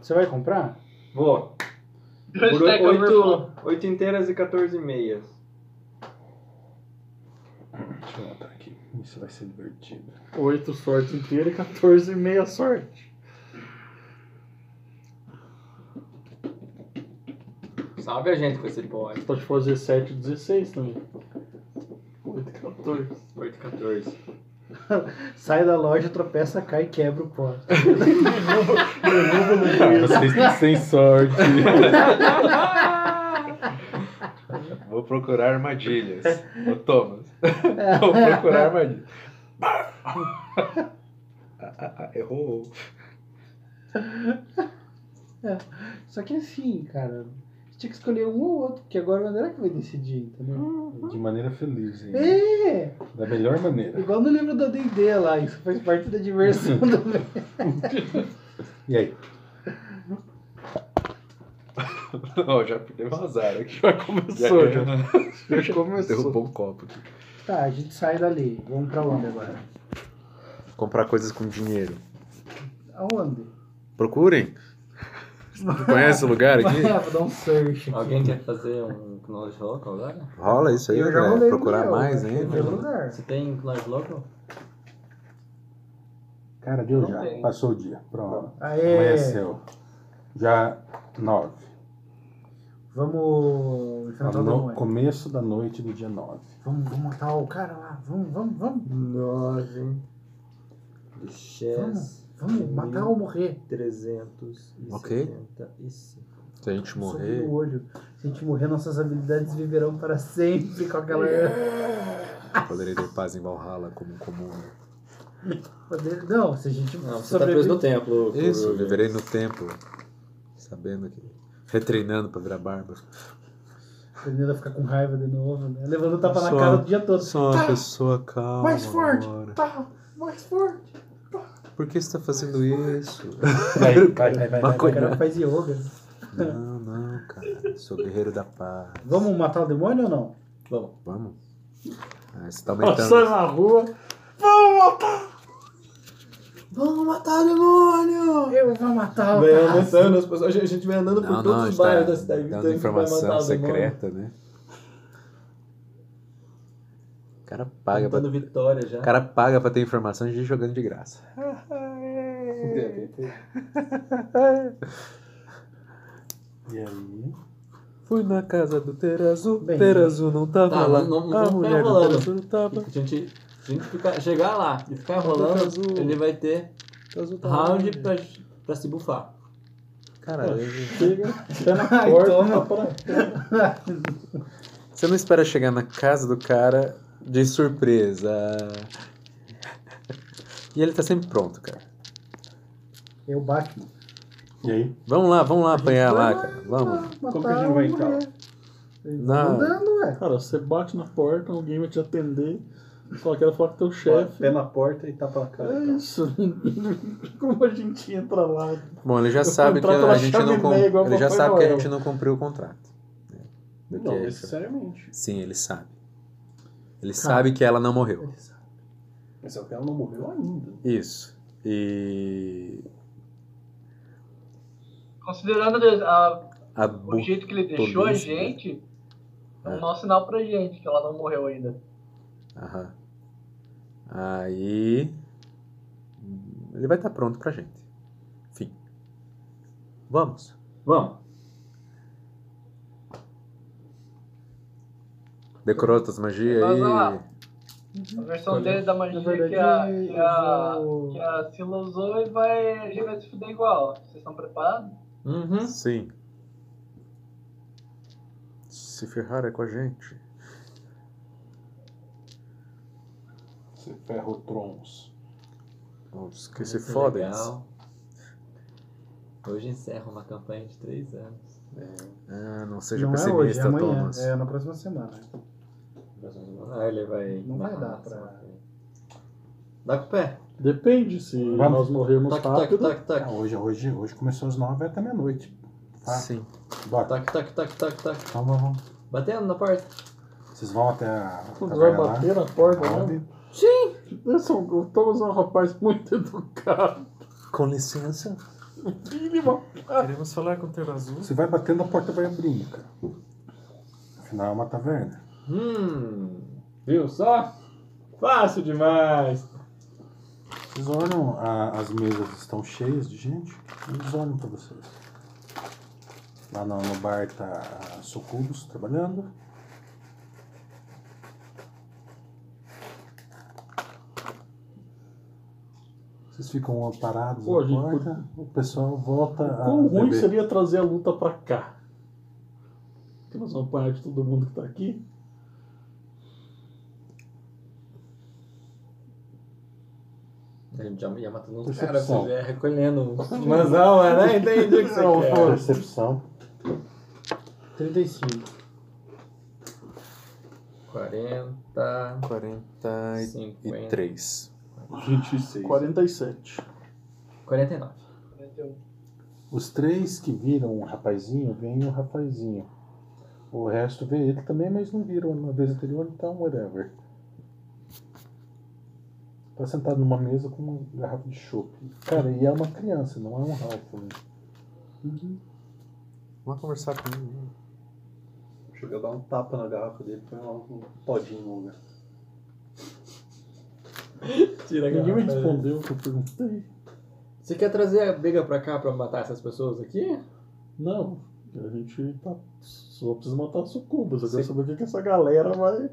S8: Você vai comprar?
S4: Vou. Por
S7: Stack
S4: 8, inteiras e 14 meias.
S1: Deixa eu anotar aqui. Isso vai ser divertido.
S6: 8 sortes inteira e 14 e meia sorte.
S4: Salve a gente com esse bode.
S6: Pode fazer 7 e 16 também. 8 e 14.
S4: 8 e 14.
S8: Sai da loja, tropeça, cai e quebra o pó.
S2: Ah,
S1: Vocês estão sem sorte.
S2: Vou procurar armadilhas. Ô, Thomas. Vou procurar armadilhas. Ah, ah, ah, errou.
S8: É. Só que assim, cara, você tinha que escolher um ou outro, porque agora o André que vai decidir, entendeu?
S1: De maneira feliz, hein?
S8: É!
S1: Da melhor maneira.
S8: Igual no livro da D&D lá, isso faz parte da
S4: *laughs*
S8: diversão *laughs* também.
S2: *laughs*
S1: E aí?
S2: Ó, já perdeu um azar aqui.
S6: Já começou, já.
S2: já. é.
S6: Já começou.
S2: Derrubou um copo aqui.
S8: Tá, a gente sai dali. Vamos pra onde agora?
S2: Comprar coisas com dinheiro.
S8: Aonde?
S2: Procurem. Conhece o lugar aqui?
S8: *laughs* Vou dar um search.
S4: Alguém quer fazer um Knowledge Local agora?
S2: Rola isso aí,
S8: Eu já
S2: galera.
S8: rolei no
S2: Procurar
S8: meu, né?
S2: mais
S8: mas
S2: ainda.
S8: tem outro lugar.
S4: Você tem Knowledge Local?
S1: Cara, deu
S8: Não
S1: já.
S8: tem. É.
S1: Passou o dia. Pronto.
S8: Aê.
S1: é Amanheceu. Já nove.
S8: Vamos enfrentar o
S1: No
S8: demônio.
S1: começo da noite do dia 9.
S8: Vamos, vamos matar o cara lá. Vamos, vamos, vamos.
S4: Nove.
S8: Vamos, vamos matar ou morrer.
S4: 375.
S2: Ok. Se a gente
S8: Sobre o
S2: morrer.
S8: olho. Se a gente morrer, nossas habilidades viverão para sempre com aquela...
S2: Poderia ter paz em Valhalla como um comum.
S8: Poder- Não, se a gente
S4: Não, você tá
S8: sobrevive-
S4: preso no templo.
S2: Isso,
S4: Kuruga.
S2: viverei no tempo. Sabendo que. Retreinando pra virar bárbaro.
S8: Aprendendo a ficar com raiva de novo, né? Levando tapa na
S2: Sou-
S8: cara o dia todo.
S2: Sou uma
S8: Tá,
S2: pessoa calma.
S8: mais forte.
S2: agora.
S8: Tá, mais forte.
S2: Por que você tá fazendo isso?
S1: Vai, vai, vai, vai,
S8: O cara faz yoga.
S2: Não, não, cara. Sou guerreiro da paz.
S8: Vamos matar o demônio ou não?
S4: Vamos.
S2: Vamos? Ah, você tá
S6: Passou
S2: aumentando.
S6: na rua. Vamos matar!
S8: Vamos matar o demônio! Eu vou matar o
S4: Vai
S8: Tarso. *laughs*
S4: aumentando as pessoas. A gente vai andando por
S2: Não,
S4: todos
S2: não, a
S4: os
S2: gente
S4: bairros da
S2: tá
S4: cidade.
S2: dando
S4: que vai matar
S2: informação
S4: o demônio.
S2: secreta, né? O cara paga pra
S4: Dando vitória já. *laughs*
S2: O cara paga pra ter informação de jogando de graça.
S1: E aí?
S26: Fui na casa do Terazu,
S4: Bem,
S26: Terazu não tava
S4: tá,
S26: lá.
S4: não- não
S26: a
S4: tava
S26: mulher do
S4: rolando.
S26: Terazu não tava.
S4: A gente, a gente ficar- chegar lá e ficar rolando,
S26: Azul.
S4: ele vai ter
S26: Azul tá
S4: round
S26: rolando.
S4: pra, pra se bufar.
S26: Caralho, gente.
S4: chega,
S26: pé na Ai, porta, toma.
S2: Você não espera chegar na casa do cara de surpresa. E ele tá sempre pronto, cara.
S13: É o Batman.
S2: E aí? Vamos lá, vamos lá apanhar lá, cara. Vamos.
S6: Como que a gente vai entrar?
S2: Não.
S6: Cara, você bate na porta, alguém vai te atender. Só quero falar com teu chefe.
S27: Pé na porta e tapa na cara.
S6: É isso. Como a gente entra lá?
S2: Bom, ele já
S6: Eu
S2: sabe que
S6: contrato
S2: a
S6: uma
S2: gente não com-
S6: chaminé igual
S2: ele já
S6: Papai
S2: sabe que a
S6: Noel.
S2: gente não cumpriu o contrato. né? Do que
S6: Não,
S2: ele-
S6: necessariamente.
S2: Sim, ele sabe. Ele
S6: Tá.
S2: sabe que ela não morreu.
S6: Mas é que ela não morreu ainda.
S2: Isso. E
S7: Considerando a-
S2: a
S7: o jeito que ele deixou a
S2: burrice-
S7: gente, é um mau sinal pra gente que ela não morreu ainda.
S2: Aham. Aí. hum, Ele vai estar pronto pra gente. Fim. Vamos.
S4: Vamos.
S2: Decorou outras magias
S7: Mas,
S2: aí.
S7: ó, A versão
S2: Olha.
S7: dele da magia
S27: Na verdade,
S7: que, a, que, a,
S27: eu vou-
S7: que a Sila usou e vai, a gente vai se fuder igual. Vocês estão preparados?
S4: Uhum.
S2: Sim. Se ferrar é com a gente.
S26: Você ferra o Trons.
S2: Os que se
S4: Isso é
S2: fodem.
S4: legal. Hoje encerra uma campanha de três anos.
S2: Ah, não seja
S13: não é hoje, é
S2: pessimista,
S13: amanhã.
S2: Thomas.
S13: É na próxima semana.
S4: Ah, ele vai.
S13: Não vai dar
S4: Ah,
S13: pra.
S4: Dá com o pé.
S6: Depende se nós morrermos
S4: Tac, tac,
S6: rápido.
S4: tac,
S2: Tá.
S4: tac.
S1: Ah, hoje, hoje, hoje começou às nove até meia-noite. Tá?
S2: Sim.
S1: Bora.
S2: Tá.
S4: Tac, tac, tac, tac, tac.
S1: Então vamos.
S4: Batendo na porta.
S1: Vocês vão até a.
S6: Quando
S1: taverna
S6: vai
S1: lá?
S6: bater na porta, né?
S4: Sim!
S6: Eu sou um- o Thomas é um rapaz muito *laughs* educado.
S2: Com licença.
S6: Mínimo.
S2: Queremos falar com o Telo Azul.
S1: Você vai batendo, a porta vai abrindo, cara. Afinal é uma taverna.
S4: Hum. Viu só? Fácil demais.
S1: Vocês olham, a- as mesas estão cheias de gente. Eles olham pra vocês. Lá no, no bar tá a Sucubus trabalhando. Vocês ficam parados
S6: Pô,
S1: na
S6: gente,
S1: porta. O pessoal volta a.
S6: Quão ruim
S1: beber.
S6: seria trazer a luta pra cá? Porque nós vamos apanhar de todo mundo que tá aqui.
S4: A gente já ia matando uns caras,
S1: Percepção.
S4: você ia recolhendo
S6: é
S4: umas almas, né?
S1: *laughs*
S4: Entendi o que você
S1: Não,
S4: quer.
S1: foi É Percepção.
S13: 35.
S4: 40.
S2: 43.
S6: 26. 47.
S4: 49.
S7: um
S1: Os três que viram o rapazinho, veem o rapazinho. O resto vê ele também, mas não viram na vez anterior, então whatever. Tá sentado numa mesa com uma garrafa de chopp. Cara, e é uma criança, não é um Ralph. né?
S2: Vamos conversar com ele.
S3: Chega a dar um tapa na garrafa dele, põe lá um todinho no lugar.
S4: Tira a
S6: Ninguém me
S4: garrafa.
S6: respondeu o que eu perguntei.
S4: Você quer trazer a briga pra cá pra matar essas pessoas aqui?
S6: Não, a gente tá. Só precisa matar sucubas. Eu quero saber o que, que essa galera vai.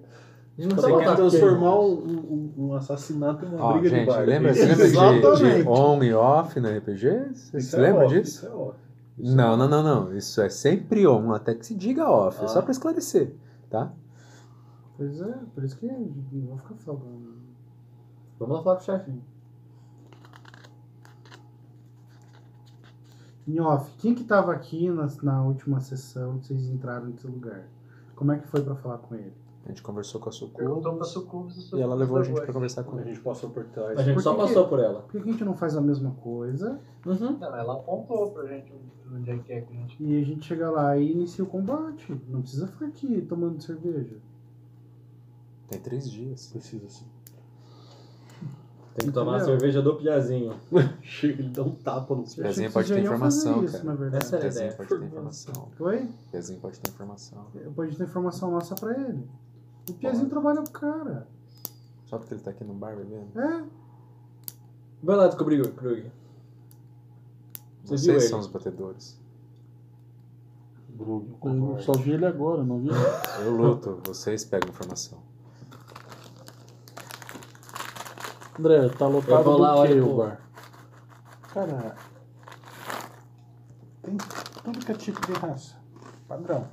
S4: Não
S6: Vai
S3: Você quer
S6: matar
S3: transformar
S6: quem?
S3: um, um- um assassinato em uma
S2: Ó,
S3: briga
S2: gente,
S3: de bar.
S2: lembra, você lembra de, de on e off no RPG? Você
S3: Isso
S2: se
S3: é
S2: lembra
S3: off,
S2: disso?
S3: isso é off.
S2: Não, não, não, não. Isso é sempre on, até que se diga off.
S3: Ah.
S2: É só pra esclarecer, tá?
S13: Pois é, por isso que eu vou ficar falando.
S4: Vamos lá falar com o chefe.
S13: Em off, quem que tava aqui na, na última sessão que vocês entraram nesse lugar? Como é que foi pra falar com ele?
S2: A gente conversou com a Sucubus
S7: Perguntou pra Sucubus
S2: e ela levou a gente pra conversar com ele.
S3: A gente passou por trás.
S4: A gente
S13: Por
S4: só
S13: que
S4: passou
S13: que-
S4: por ela.
S13: Por que que a gente não faz a mesma coisa
S4: Uhum.
S7: Ela, ela apontou pra gente onde é que é que a gente.
S13: e a gente chega lá e inicia o combate? Não precisa ficar aqui tomando cerveja.
S2: Tem três dias.
S1: Precisa sim.
S4: Tem que tomar a
S13: Entendeu?
S4: cerveja do Piazinho.
S3: Chega, ele dá um tapa no
S2: O Pezinho pode ter informação, cara.
S4: Essa
S2: O
S4: era a
S2: Pezinho
S4: ideia.
S2: pode ter informação.
S7: é
S13: Oi?
S2: O Pezinho pode ter informação.
S13: Pode ter informação nossa pra ele. O Piazinho trabalha pro cara.
S2: Só porque ele tá aqui no bar bebendo.
S13: É?
S4: Vai lá descobrir, Krug.
S2: Vocês
S1: viu ele?
S2: são os batedores.
S6: Grug. Eu só vi ele agora, não vi?
S2: Eu luto, vocês pegam informação.
S6: André, tá lotado
S2: Eu vou lá,
S6: do quê
S2: olha,
S6: o
S2: pô.
S6: bar?
S27: Cara, tem tudo que é tipo de raça. Padrão.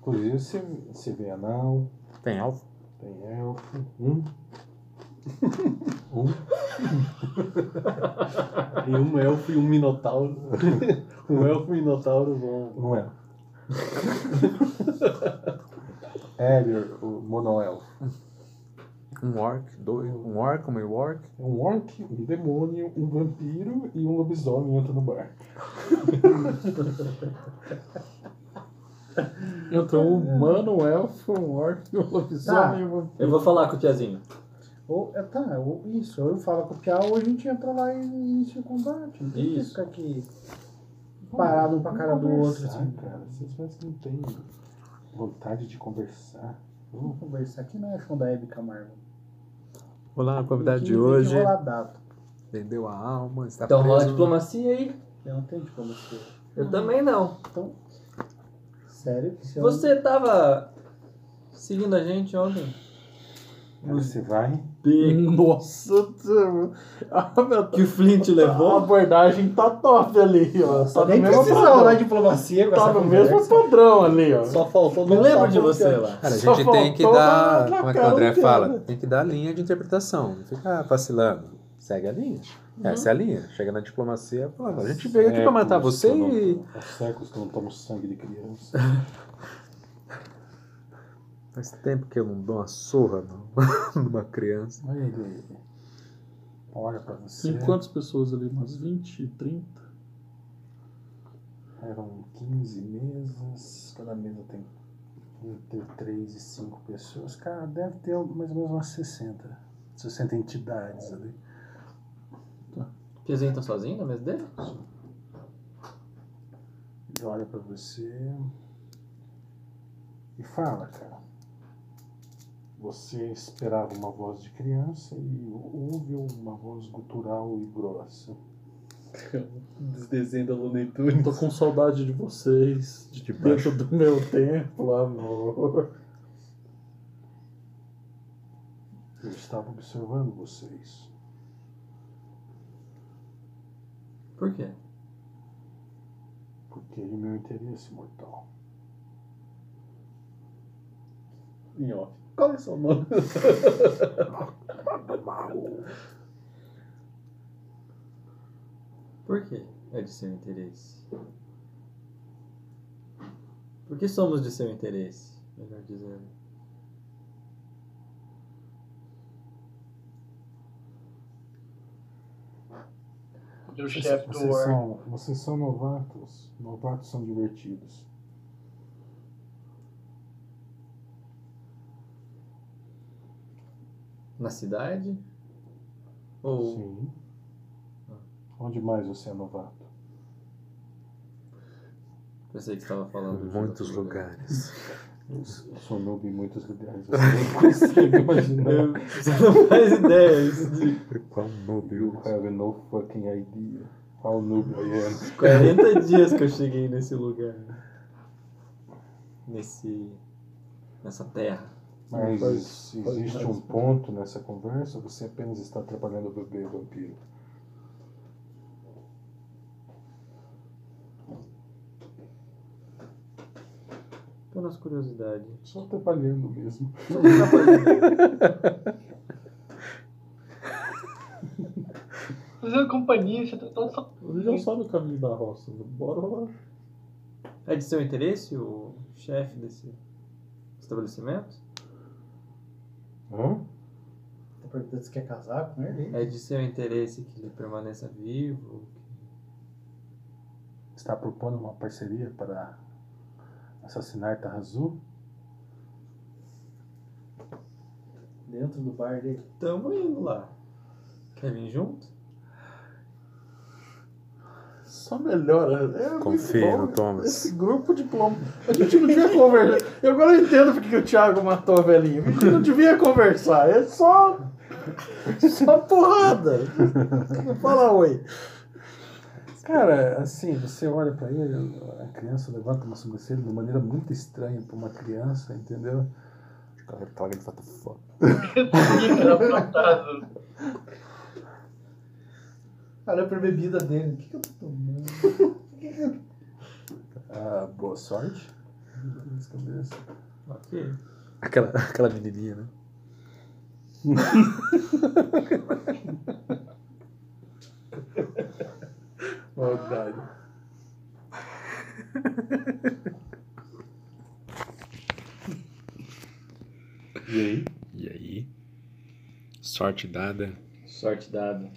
S1: Inclusive, você, você vê anão.
S2: Tem elfo?
S1: Tem elfo. Um.
S6: Tem um elfo e um minotauro. *laughs* um elfo e um minotauro vão.
S1: Um *laughs* elfo. Éder, É, o monoelfo.
S2: Um orc, dois, um orc, um orc.
S1: Um orc, um demônio, um vampiro e um lobisomem entra no bar.
S6: Entrou um humano, um elfo, um orc, um
S7: Tá,
S6: lobisomem e um vampiro.
S4: Eu vou falar com o Tiazinho.
S8: Ou, é, tá, ou isso, ou eu falo com o Piau, ou a gente entra lá e inicia o combate. Não tem que
S4: Isso.
S8: ficar aqui parado um pra cara do outro.
S1: Conversar,
S8: Assim.
S1: cara. Vocês parecem que não tem vontade de conversar.
S8: Vamos conversar. Aqui não é Shondeb Camargo.
S2: Olá, o convidado
S8: Aqui
S2: de
S8: tem que
S2: hoje.
S8: rolar dado.
S2: Vendeu a alma, está
S4: Então rola
S2: preso.
S4: diplomacia aí.
S8: Eu não tenho diplomacia.
S4: Eu também não.
S8: Então, sério que se eu
S4: Você tava seguindo a gente ontem?
S1: Você vai?
S6: Nossa, *laughs* ah,
S4: que o Flint levou?
S6: A abordagem tá top ali, ó. Tá
S8: Nem
S6: no mesmo
S8: precisa
S6: padrão.
S8: rolar diplomacia com
S6: Tá
S8: essa
S6: no
S8: conversa.
S6: mesmo padrão ali, ó. Só
S2: Ah,
S4: faltou Me
S2: tá
S4: lembro de você lá.
S2: Cara, a
S4: Só
S2: gente tem que
S4: faltou
S2: dar.
S4: na- na
S2: Como é que o
S4: cara
S2: André
S4: dele.
S2: fala? Tem que dar a linha de interpretação. Não fica vacilando. Segue a linha. Essa é a linha. Chega na diplomacia e fala: a gente veio aqui pra matar
S1: Séculos
S2: você
S1: que É eu não-
S2: e.
S1: Há séculos que eu não tomo sangue de criança.
S8: *laughs*
S2: Faz tempo que eu não dou uma surra no- *laughs* numa criança.
S1: Olha ele. Olha pra você.
S6: Tem quantas pessoas ali? Umas 20, 30?
S1: Eram 15 mesas, cada mesa tem entre 3 e 5 pessoas. Cara, deve ter mais ou menos umas 60. 60 entidades ali.
S4: O Tiazinho tá sozinho na mesa dele?
S1: Ele olha pra você e fala, cara. Você esperava uma voz de criança e ouve uma voz gutural e grossa.
S6: Desdesenho da Looney Tunes. Tô com saudade de vocês. De dentro do meu templo, amor.
S1: Eu estava observando vocês.
S4: Por quê?
S1: Porque é meu interesse mortal.
S6: Em off. Qual é o seu nome?
S4: Por quê? É de seu interesse. Por que somos de seu interesse? Melhor dizendo.
S7: Do
S1: Vocês-
S7: chefe do
S1: vocês
S7: War.
S1: são, vocês são novatos. Novatos são divertidos.
S4: Na cidade? Ou
S1: Sim. Onde mais você é novato?
S4: pensei que estava falando. de
S2: Muitos
S4: outra coisa.
S2: lugares.
S1: Eu sou noob em muitos *laughs* lugares. Você não consigo
S4: *laughs*
S1: imaginar.
S4: Você não faz ideia isso de
S2: Qual noob?
S1: You have no fucking idea. How noob I am.
S4: 40 dias que eu cheguei nesse lugar. Nesse. nessa terra.
S1: Mas
S4: Faz-
S1: se
S4: faz-
S1: existe
S4: faz-
S1: um ponto nessa conversa, você apenas está atrapalhando o bebê vampiro.
S4: Pela Então, nossa curiosidade.
S1: Só atrapalhando mesmo.
S7: Fazendo companhia, você tá todo só. *laughs*
S6: Ele já sabe o caminho da roça. Bora lá.
S4: É de seu interesse o chefe desse estabelecimento?
S1: Hã?
S8: Tá perguntando se quer casar com ele?
S4: É de seu interesse que ele permaneça vivo?
S1: Está propondo uma parceria para assassinar Tarrazu?
S8: Dentro do bar dele.
S4: Tamo indo lá. Quer vir junto?
S6: Só melhora. É muito
S2: Confia
S6: bom
S2: no Thomas.
S6: Esse grupo de plomo. A gente não devia conversar. Eu agora entendo porque que o Thiago matou a velhinha. A gente não devia conversar. É só. Só porrada. Não fala oi.
S1: Cara, assim, você olha pra ele, a criança levanta uma sobrancelha de uma maneira muito estranha pra uma criança, entendeu? Acho que ela retorna de fato foda.
S8: Olha pra bebida dele. O que, que eu tô tomando?
S1: Ah, boa sorte. Nas cabeças.
S4: Ok.
S2: Aquela, *laughs* aquela menininha, né?
S1: Maldade.
S2: E aí? E aí? Sorte dada.
S4: Sorte dada.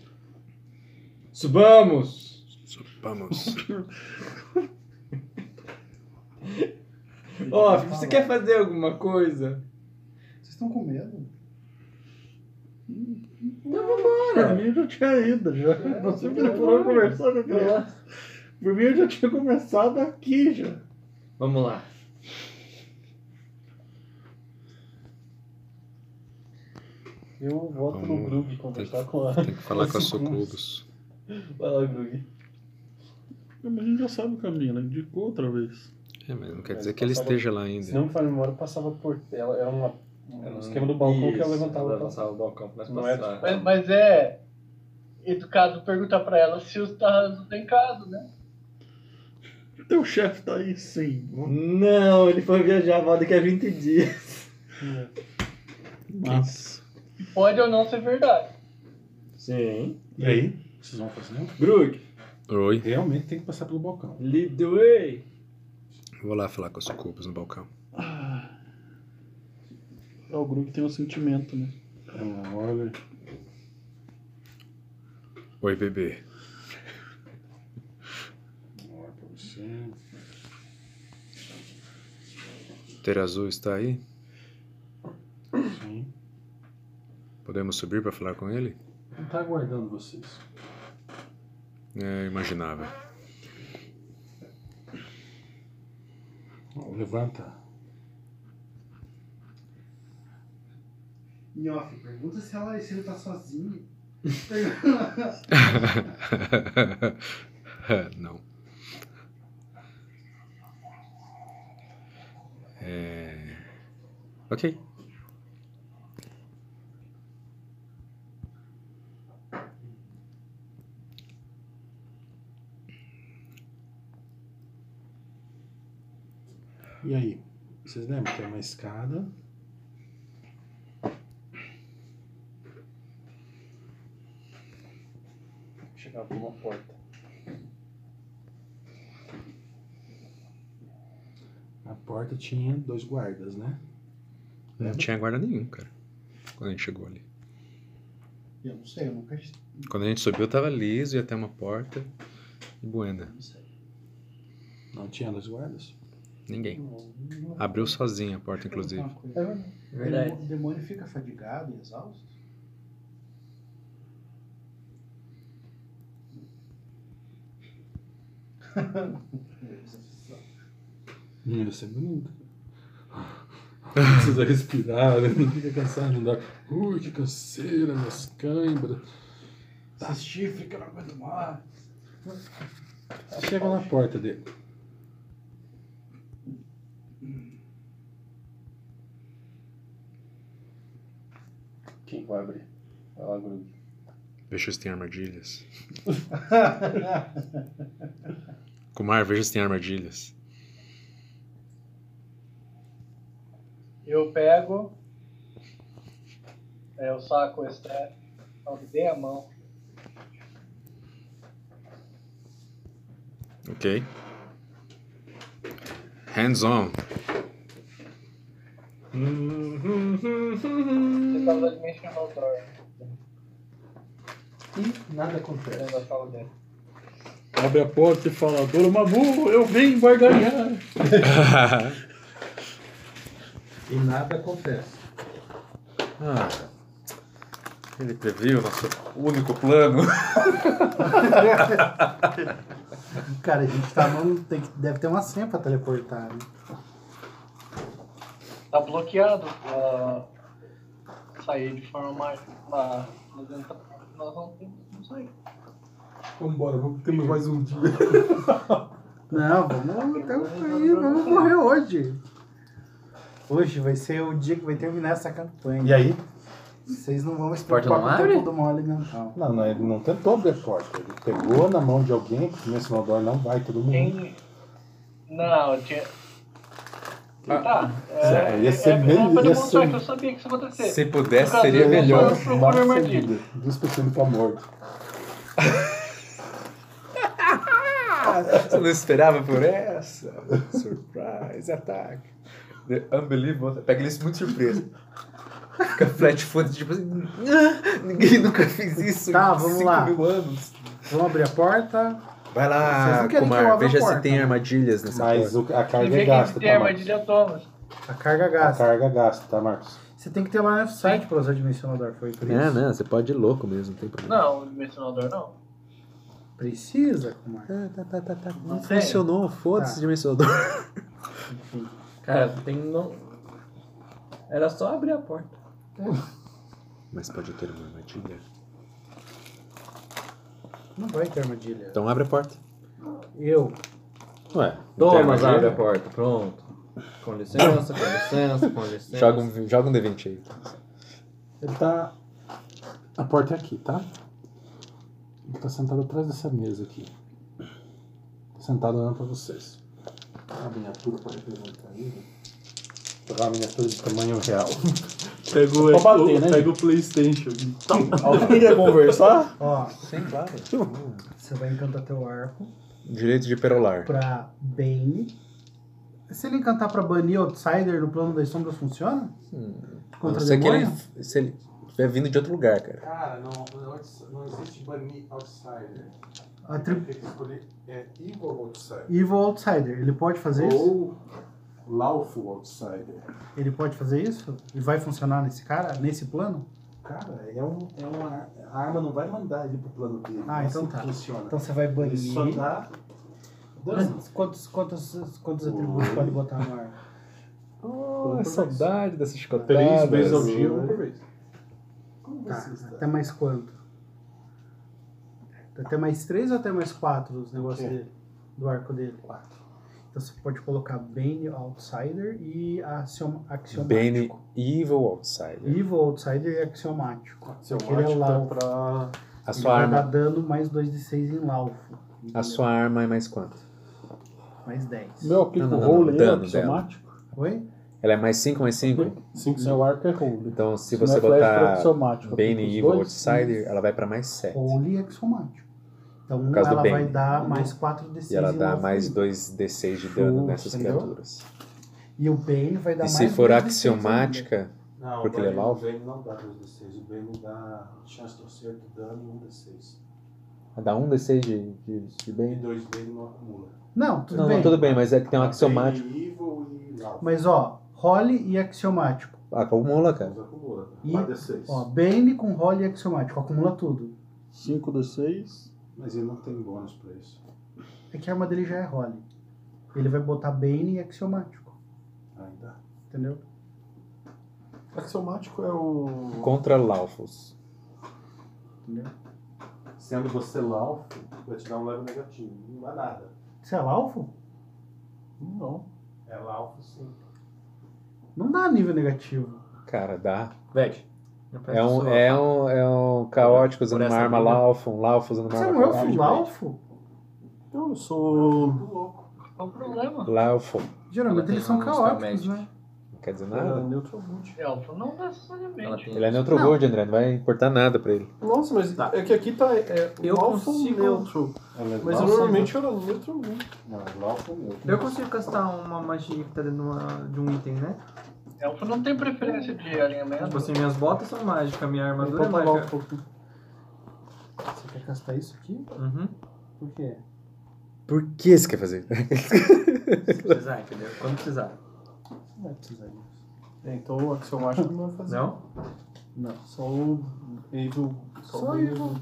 S4: Subamos!
S2: Vamos.
S4: Ó, você quer fazer alguma coisa?
S8: Vocês estão com medo?
S6: Não, vambora. Por mim eu já tinha ido, já. Você me procurou conversar com a criança. Por mim eu já tinha começado aqui, já.
S4: Vamos lá.
S6: Eu voto no Grug conversar com a...
S2: Tem que falar com a
S6: Sucubus.
S2: Sucubus.
S4: Vai lá, Grug.
S6: É. Mas a gente já sabe o caminho, ela indicou outra vez.
S2: É, mas não quer dizer que ele esteja lá ainda.
S6: Se não me falha a memória, passava por... Ela era uma... Era um esquema do balcão que ela levantava.
S4: Ela levantava o balcão pra
S6: Não é
S4: passar.
S7: Mas, mas é educado perguntar pra ela se os Tarranos têm caso, né?
S6: Teu chefe tá aí sim.
S4: Não, ele foi viajar volta daqui a 20 dias.
S6: Mas...
S7: Pode ou não ser verdade.
S4: Sim.
S1: E aí? O que Vocês vão fazer?
S4: Grug,
S2: Oi.
S1: Realmente tem que passar pelo balcão.
S4: lead the way.
S2: Vou lá falar com a Sucubus no balcão.
S6: É o Grug tem um sentimento, né?
S1: Ela olha.
S2: Oi, bebê.
S1: Olha Um pra você.
S2: Ter Azul está aí?
S1: Sim.
S2: Podemos subir para falar com ele?
S1: Não tá aguardando vocês.
S2: É, imaginável. *laughs*
S1: Levanta.
S8: Nhoff, pergunta se, ela, se ele tá sozinho.
S2: Não. É... Ok.
S1: E aí? Vocês lembram que é uma escada?
S6: Chegava por uma porta.
S1: A porta tinha dois guardas, né?
S2: Não tinha guarda nenhum, cara. Quando a gente chegou ali.
S8: Eu não sei, eu nunca.
S2: Quando a gente subiu, tava liso, ia até uma porta e buena.
S1: Não tinha dois guardas?
S2: Ninguém. Abriu sozinha a porta, inclusive.
S8: É
S4: Verdade.
S8: O demônio fica fadigado e exausto?
S1: Hum, Isso é bonito. Não precisa respirar, né? não fica cansado, não dá. Ui, que canseira, minhas câimbras. Tá
S8: Esses chifres que eu não aguento mais.
S1: Chega na porta dele.
S6: Quem vai abrir? Vai lá, Grug.
S2: Veja se tem armadilhas. Kumar, veja se tem armadilhas.
S7: Eu pego, é, eu saco esse treco, bem a mão.
S2: Ok. Hands on. *laughs*
S7: Você tava ali mexendo no outdoor,
S8: E nada acontece.
S7: dentro da sala dele.
S6: Abre a porta e fala, Dona Mamu, eu vim barganhar.
S2: Ah.
S27: E nada acontece.
S2: Ah, ele previu nosso único plano.
S8: *laughs* Cara, a gente tá num. tem que- deve ter uma senha pra teleportar. Né?
S7: Tá bloqueado pra sair de forma mágica. Mas nós não temos como sair.
S1: Vambora, vamos temos mais um dia.
S8: Não, vamos até o fim, vamos morrer hoje. Hoje vai ser o dia que vai terminar essa campanha.
S1: E aí?
S8: Vocês não vão mais
S1: Porta
S8: preocupar
S1: não
S8: com o
S1: abre?
S8: tempo do mole mental.
S1: Não, não, ele não tentou abrir a porta. Ele pegou na mão de alguém, porque nesse Maldor não vai todo mundo.
S7: Não, tinha.
S2: Ah.
S7: Tá. é-
S1: Zé, ia ser bem-
S7: era pra
S1: ia
S7: demonstrar
S1: ser-
S7: que eu sabia que isso ia acontecer.
S2: Se pudesse,
S7: No caso,
S2: seria
S7: eu
S2: melhor.
S7: só procuro
S1: Mata essa
S7: armadilha.
S1: vida. Duas pessoas estão mortas.
S8: Ah.
S2: Você não esperava por essa? Surprise, ataque. The unbelievable. Pega eles muito surpresa. Fica flat foot, tipo assim. "Ah, Ninguém nunca fez isso.
S8: Tá,
S2: em
S8: vamos
S2: cinco
S8: lá.
S2: Mil anos.
S8: Vamos abrir a porta.
S2: Vai
S8: Vocês
S2: lá,
S8: não querem que eu
S2: Kumar,
S8: abra a
S2: veja se
S8: porta,
S2: tem armadilhas nessa
S1: Mas
S2: porta.
S1: o- a
S7: E
S1: carga é
S7: vê
S1: gasta,
S7: quem tem
S1: tá, Marcos?
S7: armadilha Thomas.
S8: A carga
S1: A
S8: gasta.
S1: carga gasta, tá, Marcos?
S8: Você tem que ter lá no site pra usar o dimensionador, foi por isso.
S1: É,
S2: Não,
S1: né?
S2: não, É, né? você pode ir louco mesmo, não tem problema.
S7: Não, o dimensionador não.
S8: Precisa, Kumar.
S2: Tá, Não
S7: tem.
S2: funcionou, foda-se
S7: Tá.
S2: dimensionador.
S4: Cara, tem não. Era só abrir a porta.
S2: *laughs* Mas pode ter uma armadilha.
S8: Não vai ter armadilha.
S2: Então abre a porta.
S8: Eu.
S2: Ué,
S4: Thomas abre a porta, pronto. Com licença, com licença, com licença.
S2: Joga um, joga um D20 aí.
S1: Ele tá. A porta é aqui, tá? Ele tá sentado atrás dessa mesa aqui. Tá sentado olhando pra vocês. A miniatura pode representar ele. Vou pegar uma miniatura de tamanho real.
S6: Pega o,
S1: Pra bater,
S6: o-
S1: né,
S6: pega
S1: gente?
S6: o Playstation.
S1: Alguém quer conversar?
S8: Ó,
S2: Sim, claro.
S8: você vai encantar teu arco
S2: Direito de perolar.
S8: pra Bane. Se ele encantar pra banir Outsider no plano das sombras, funciona?
S2: A não
S8: Contra
S2: Hum. ser que
S8: demônio?
S2: ele, se ele tiver vindo de outro lugar, cara.
S1: Cara, não, é não existe banir outsider.
S8: A tri-
S1: Tem que escolher é evil outsider.
S8: Evil Outsider, ele pode fazer isso?
S1: Ou lawful outsider.
S8: Ele pode fazer isso? E vai funcionar nesse cara, nesse plano?
S1: Cara, é, um, é uma. A arma não vai mandar ele pro plano dele.
S8: Ah,
S1: não é
S8: então
S1: assim que
S8: tá.
S1: Funciona.
S8: Então você vai banir.
S1: Ele só dá.
S8: Quantos, quantos, quantos, quantos atributos pode botar no ar?
S2: Oh, saudade dessa chicotada.
S6: Três vezes ao dia, uma por vez.
S8: Tá, até mais quanto? Até mais três ou até mais quatro os negócios
S1: quê?
S8: dele? Do arco dele? Quatro. Então você pode colocar Bane Outsider e axiom, Axiomático.
S2: Bane Evil Outsider.
S8: Evil Outsider e Axiomático. Porque ele é
S1: Axiomático tá
S6: então,
S8: Laufo.
S2: A
S8: Ele
S2: sua
S8: vai
S2: arma.
S8: dar dano mais 2 de 6 em Laufo.
S2: A sua arma é mais quanto?
S8: Mais 10.
S1: Meu, aplico
S2: Não, não, não,
S1: roll aí,
S2: dano
S1: axiomático.
S8: Oi?
S2: Ela é mais 5 mais 5?
S1: 5 seu arco é roll.
S2: Então se
S1: Se não
S2: você
S1: é flash, é
S2: botar
S1: axiomático.
S2: Bane
S1: Aplica os
S2: Evil
S1: dois,
S2: Outsider, ela vai pra mais 7.
S8: Holy Axiomático. Então
S2: causa do
S8: ela vai
S2: Bane.
S8: dar mais 4 de 6
S2: E ela
S8: em
S2: dá
S8: Laufo.
S2: mais 2d6 de dano
S8: Show,
S2: nessas
S8: entendeu?
S2: criaturas.
S8: E o Bane vai dar
S2: E
S8: mais
S2: se for
S8: 2 de 6 ainda.
S2: axiomática,
S1: Não,
S2: porque
S1: o
S2: ele é
S1: Bane-
S2: mal,
S1: O Bane não dá 2d6. O Bane dá chance de acerto, dano e 1d6.
S2: dá 1d6 de, de, de
S1: E
S2: bem.
S1: 2 ele não acumula.
S8: Não, tudo
S2: não,
S8: bem.
S2: não, tudo bem, mas é que tem um axiomático.
S1: Bane, evil e Laufo.
S8: Mas ó, Holly e Axiomático.
S2: Ah, Acumula, cara.
S1: Acumula.
S8: E,
S1: 4d6.
S8: Ó, Bane com Holly e Axiomático. Acumula tudo.
S6: 5d6.
S1: Mas ele não tem bônus pra isso.
S8: É que a arma dele já é Holly. Ele vai botar Bane e Axiomático.
S1: Ainda.
S8: Entendeu?
S6: Axiomático é o.
S2: Uhum. Contra Laufos.
S8: Entendeu?
S1: Sendo você Laufo, vai te dar um level negativo. Não dá nada.
S8: Você é Laufo?
S6: Não.
S1: É Laufo sim.
S8: Não dá nível negativo.
S2: Cara, dá.
S4: Veg.
S2: É um, é um, é um caótico usando
S4: Por
S2: uma
S4: essa
S2: arma
S4: vida.
S2: Laufo, um Laufo usando uma
S8: Você é
S2: arma
S8: um elfo
S2: caótica.
S8: Laufo?
S6: Então eu sou.
S7: Qual o problema?
S2: Laufo.
S8: Geralmente eles são caóticos,
S4: magic.
S8: né?
S2: Não quer dizer
S6: Era
S2: nada.
S6: neutral good.
S7: Elfo não necessariamente.
S2: Ele é neutro gold, André. Não vai importar nada pra ele.
S6: Nossa, mas é que aqui tá. É,
S4: Eu
S6: Lawful
S4: consigo-
S6: neutral. Mas eu
S1: Laufo-
S6: normalmente era neutral good.
S1: é Não, é Laufo neutro.
S28: Eu consigo castar uma magia que tá dentro de, uma- de um item, né?
S7: Elfo não tem preferência de
S8: É,
S7: alinhamento.
S28: Tipo assim, minhas botas são mágicas, minha armadura é
S6: Bota
S28: mágica.
S6: Lawful.
S8: um Você quer castar isso aqui?
S28: Uhum.
S8: Por quê?
S2: Por que você quer fazer? *laughs*
S4: Se precisar, entendeu? Quando precisar.
S8: Você não vai precisar disso.
S6: É, então o axiomático não vai fazer.
S4: Não?
S8: Não.
S6: Só o evil. Só,
S8: Só
S6: o
S8: aí,
S6: evil.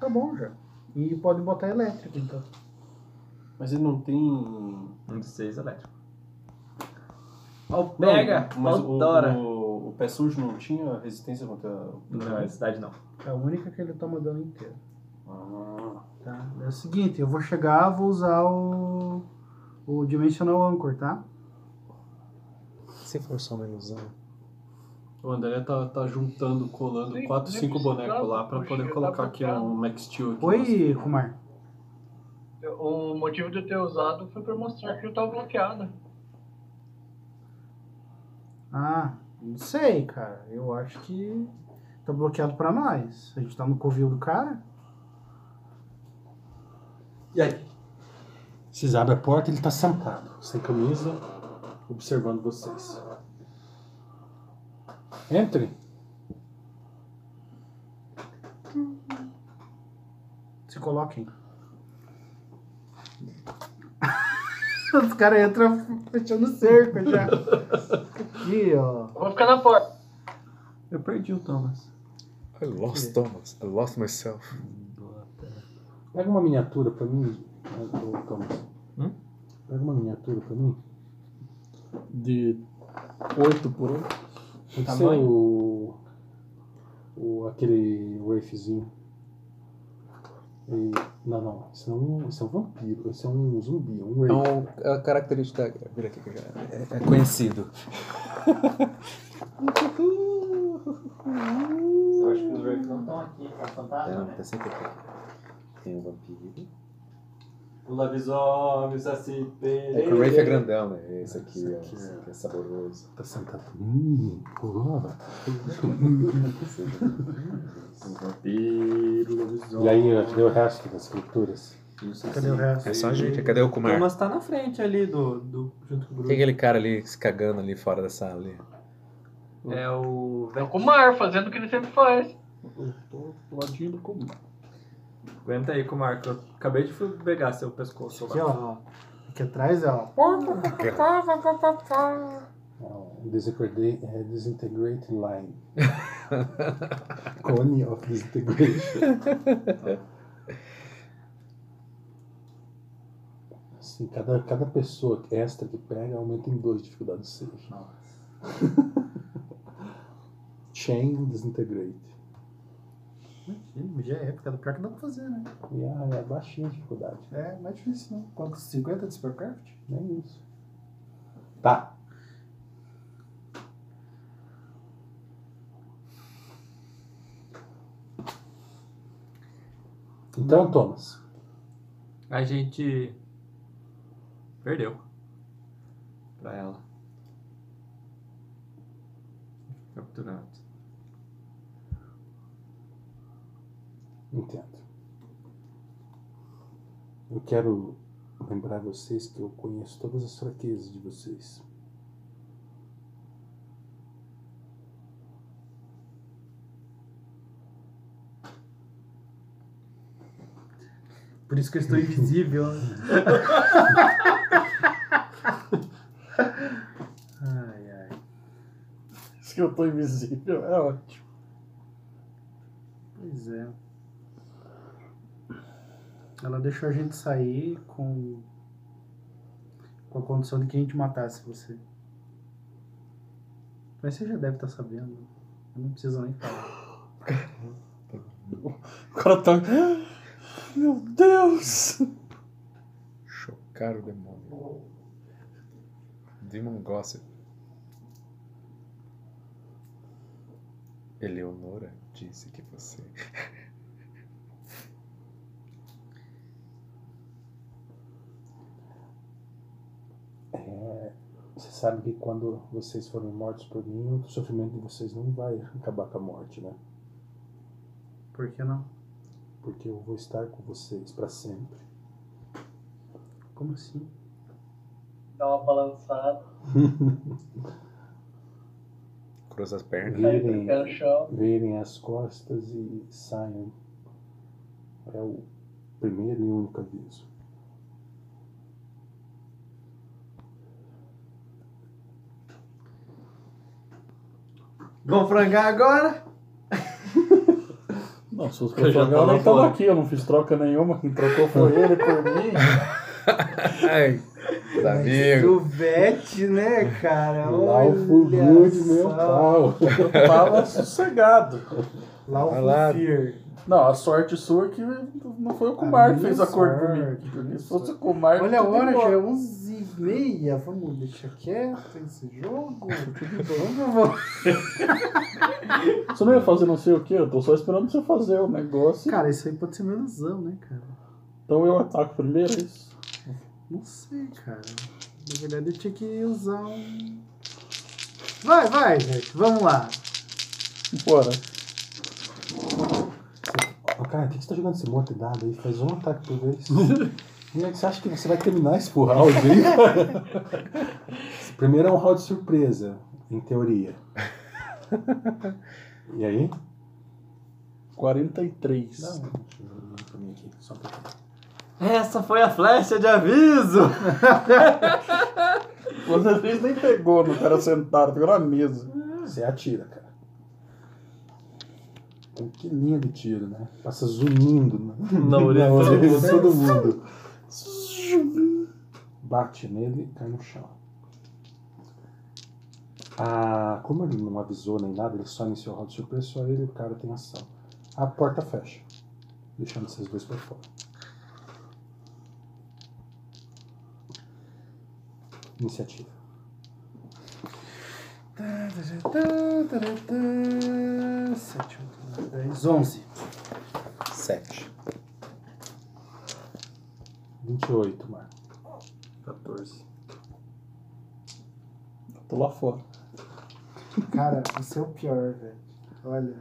S8: Tá bom já. E pode botar elétrico, então.
S6: Mas ele não tem.
S4: Um de seis elétrico.
S6: Não,
S4: Pega!
S6: mas o,
S4: Dora!
S6: o, o pé sujo não tinha resistência contra.
S4: Não, é cidade não.
S8: É a única que ele toma dano inteiro.
S6: Ah.
S8: Tá? É o seguinte, eu vou chegar, vou usar o, o Dimensional Anchor, tá?
S29: Se for só uma ilusão.
S3: O André tá, tá juntando, colando 4, 5 bonecos lá pra poder colocar aqui um Max Steel. aqui.
S8: Oi, Kumar.
S7: O motivo de eu ter usado foi pra mostrar que eu tava bloqueado.
S8: Ah, não sei, cara. Eu acho que tá bloqueado pra nós. A gente tá no covil do cara.
S1: E aí? Vocês abrem a porta, ele tá sentado, sem camisa, observando vocês. Entre.
S8: Se coloquem. *laughs* Os caras entram fechando o cerco já. Aqui, ó.
S7: Vou ficar na porta.
S8: Eu perdi o Thomas.
S2: I lost Thomas. I lost myself.
S1: Pega uma miniatura pra mim, ô, Thomas. Pega uma miniatura pra mim.
S3: De 8 por 8.
S1: Pode ser
S3: Tamanho?
S1: o, o. aquele Wraithzinho. E- não, não. Isso é um, isso é um vampiro. Isso é um zumbi. Um Wraith.
S2: Então, é a característica da. Vira aqui que eu já. É, é conhecido.
S4: Eu acho que os Wraiths não estão aqui, tá fantasma,
S2: Não,
S4: né?
S2: tá sempre aqui. Tem o vampiro.
S4: O lobisomem, o saci,
S2: É que o Rafe é grandão, né? Esse aqui, ó, esse aqui é saboroso.
S1: Tá sentado. Hum, boa.
S2: Vampiro, lobisomem.
S1: E aí, cadê o resto das escrituras?
S2: Cadê o resto? É só a gente, cadê o Kumar?
S4: Thomas tá na frente ali, do, do, junto com
S2: Tem
S4: o Groot.
S2: aquele cara ali se cagando ali fora da sala ali.
S4: É o...
S7: É o Kumar, fazendo o que ele sempre faz.
S4: Eu tô do ladinho do Kumar. Aguenta aí, Kumar, que eu acabei de pegar seu pescoço.
S8: Aqui, ó. Aqui atrás, ó.
S1: Desintegrate, é, disintegrate line. *laughs* Cone of disintegration. Assim, cada, cada pessoa extra que pega aumenta em dois de dificuldade de save. Chain disintegrate.
S8: Imagina, já é, porque é do pior que dá pra fazer, né?
S1: E ah, é baixinha a dificuldade.
S8: É, não é difícil, não. Quanto? 50 de Supercraft?
S1: Nem isso. Tá. Então, Thomas.
S4: A gente perdeu pra ela. Capturado.
S1: Entendo. Eu quero lembrar vocês que eu conheço todas as fraquezas de vocês.
S30: Por isso que eu estou invisível. né?
S6: *laughs*
S30: ai, ai.
S6: Por isso que eu tô invisível. É ótimo.
S8: Pois é. Ela deixou a gente sair com. com a condição de que a gente matasse você. Mas você já deve estar sabendo. Eu não preciso nem falar.
S6: O cara tá. Meu Deus!
S2: Chocar o demônio. Demon Gossip. Eleonora disse que você.
S1: É, você sabe que quando vocês forem mortos por mim, o sofrimento de vocês não vai acabar com a morte, né?
S8: Por que não?
S1: Porque eu vou estar com vocês para sempre.
S8: Como assim?
S7: Dá uma balançada.
S2: Cruza as
S4: *laughs*
S2: pernas.
S1: virem,
S7: pé no chão.
S1: virem as costas e saiam. É o primeiro e único aviso.
S30: Vão frangar agora?
S6: Não, se
S30: Eu
S6: fosse pra
S30: já
S6: jogar, eu nem
S30: tava fora.
S6: tava aqui, eu não fiz troca nenhuma, quem trocou foi ele por mim.
S2: Ai, os amigos.
S30: Vete, né, cara?
S6: Lá o
S30: Olha
S6: Fulgud,
S30: só.
S6: Ah, meu pau. Eu tava sossegado.
S30: Lá o
S2: Vai lá.
S30: Fufir.
S6: Não, a sorte sua é que não foi o Kumar que
S8: minha
S6: fez acordo
S8: sorte,
S6: comigo. Porque se fosse o Kumar.
S8: Olha a
S6: tudo
S8: hora,
S6: bom.
S8: já é 11h30. Vamos deixar quieto esse
S6: *laughs*
S8: jogo. Vamos, vamos.
S6: Você não ia fazer não sei o que, eu tô só esperando você fazer o negócio.
S8: Cara, isso aí pode ser uma ilusão, né, cara?
S6: Então eu ataco primeiro, é isso?
S8: Não sei, cara. Na verdade, eu tinha que usar um. Vai, vai, gente. Vamos lá.
S6: Bora.
S1: Ô, cara, o que que você tá jogando esse monte de dado aí? Faz um ataque por *laughs* vez. E aí, você acha que você vai terminar esse full round *laughs* aí? Esse Primeiro é um round surpresa, em *laughs* teoria. E aí?
S6: 43.
S1: Pra mim aqui, só um pouquinho.
S4: Essa foi a flecha de aviso!
S6: Você fez nem pegou no cara sentado, pegou na mesa.
S1: Você atira, cara. Pô, Que linha de tiro, né? Passa zunindo *laughs* na,
S4: Na orelha de todo
S1: orelha de
S4: mundo.
S1: todo mundo. Bate nele e cai no chão. Ah, como ele não avisou nem nada, ele só iniciou o round de surpresa, só ele e o cara tem ação. A porta fecha, deixando vocês dois pra fora. Iniciativa.
S8: Tá, Sete, oito, nove, dez, onze.
S2: 7.
S1: 28, Marco.
S2: 14.
S6: Tô lá fora.
S8: Cara, você é o pior, velho. Olha.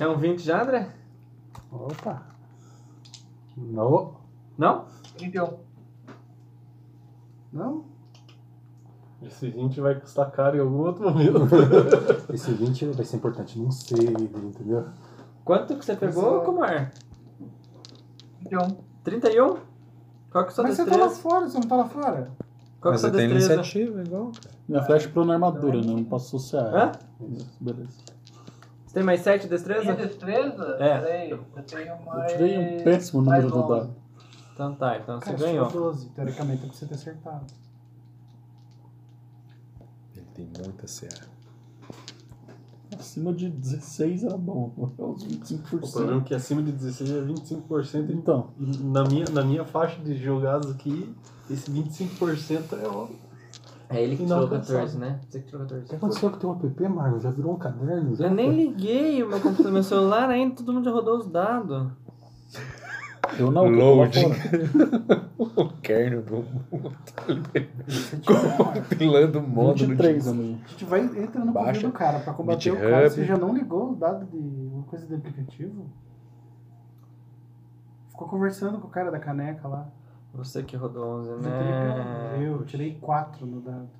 S4: É um 20 já, André?
S1: Opa! Não.
S4: Não?
S7: 31.
S8: Não?
S6: Esse 20 vai custar caro em algum outro momento.
S1: Esse 20 vai ser importante num save, entendeu?
S4: Quanto que você pegou, Kumar?
S7: 31.
S4: 31? Qual que é a sua
S8: Mas você tá
S4: destreza?
S8: lá fora, você não tá lá fora?
S4: Qual que é a sua destreza?
S2: igual,
S6: Minha flecha pulou na armadura, né? Não passou CA.
S4: Hã?
S6: Beleza.
S4: Você tem mais 7 de destreza?
S7: Minha destreza?
S4: É.
S7: Peraí, eu tenho mais.
S6: Eu tirei um péssimo
S7: mais
S6: número do
S7: onze.
S6: dado.
S4: Então tá, então você
S8: Cara, isso
S4: ganhou.
S8: foi 12. Teoricamente é pra você ter acertado.
S2: Ele tem muita CA.
S6: Acima de 16 era bom. É uns 25%.
S15: O problema é que acima de 16 é 25%.
S6: Então.
S15: Na minha, na minha faixa de jogados aqui, esse 25% é ó.
S4: É ele que tirou
S15: Inalcançável.
S4: 14, né? Você que tirou 14.
S1: O que aconteceu com o teu app, Marco? Já virou um caderno? Já
S4: Eu nem liguei o meu computador, meu celular ainda, todo mundo já rodou os dados.
S6: Eu não.
S2: Loading. *laughs* o kernel do mundo. Compilando o módulo
S6: 23
S2: de...
S6: também.
S8: A gente vai entra no
S2: Baixa.
S8: perfil do cara pra combater o
S2: GitHub.
S8: cara. Você já não ligou o dado de uma coisa de aplicativo? Ficou conversando com o cara da caneca lá.
S4: Você que rodou 11,
S8: Eu tirei quatro.
S4: né?
S8: Eu tirei 4 no dado.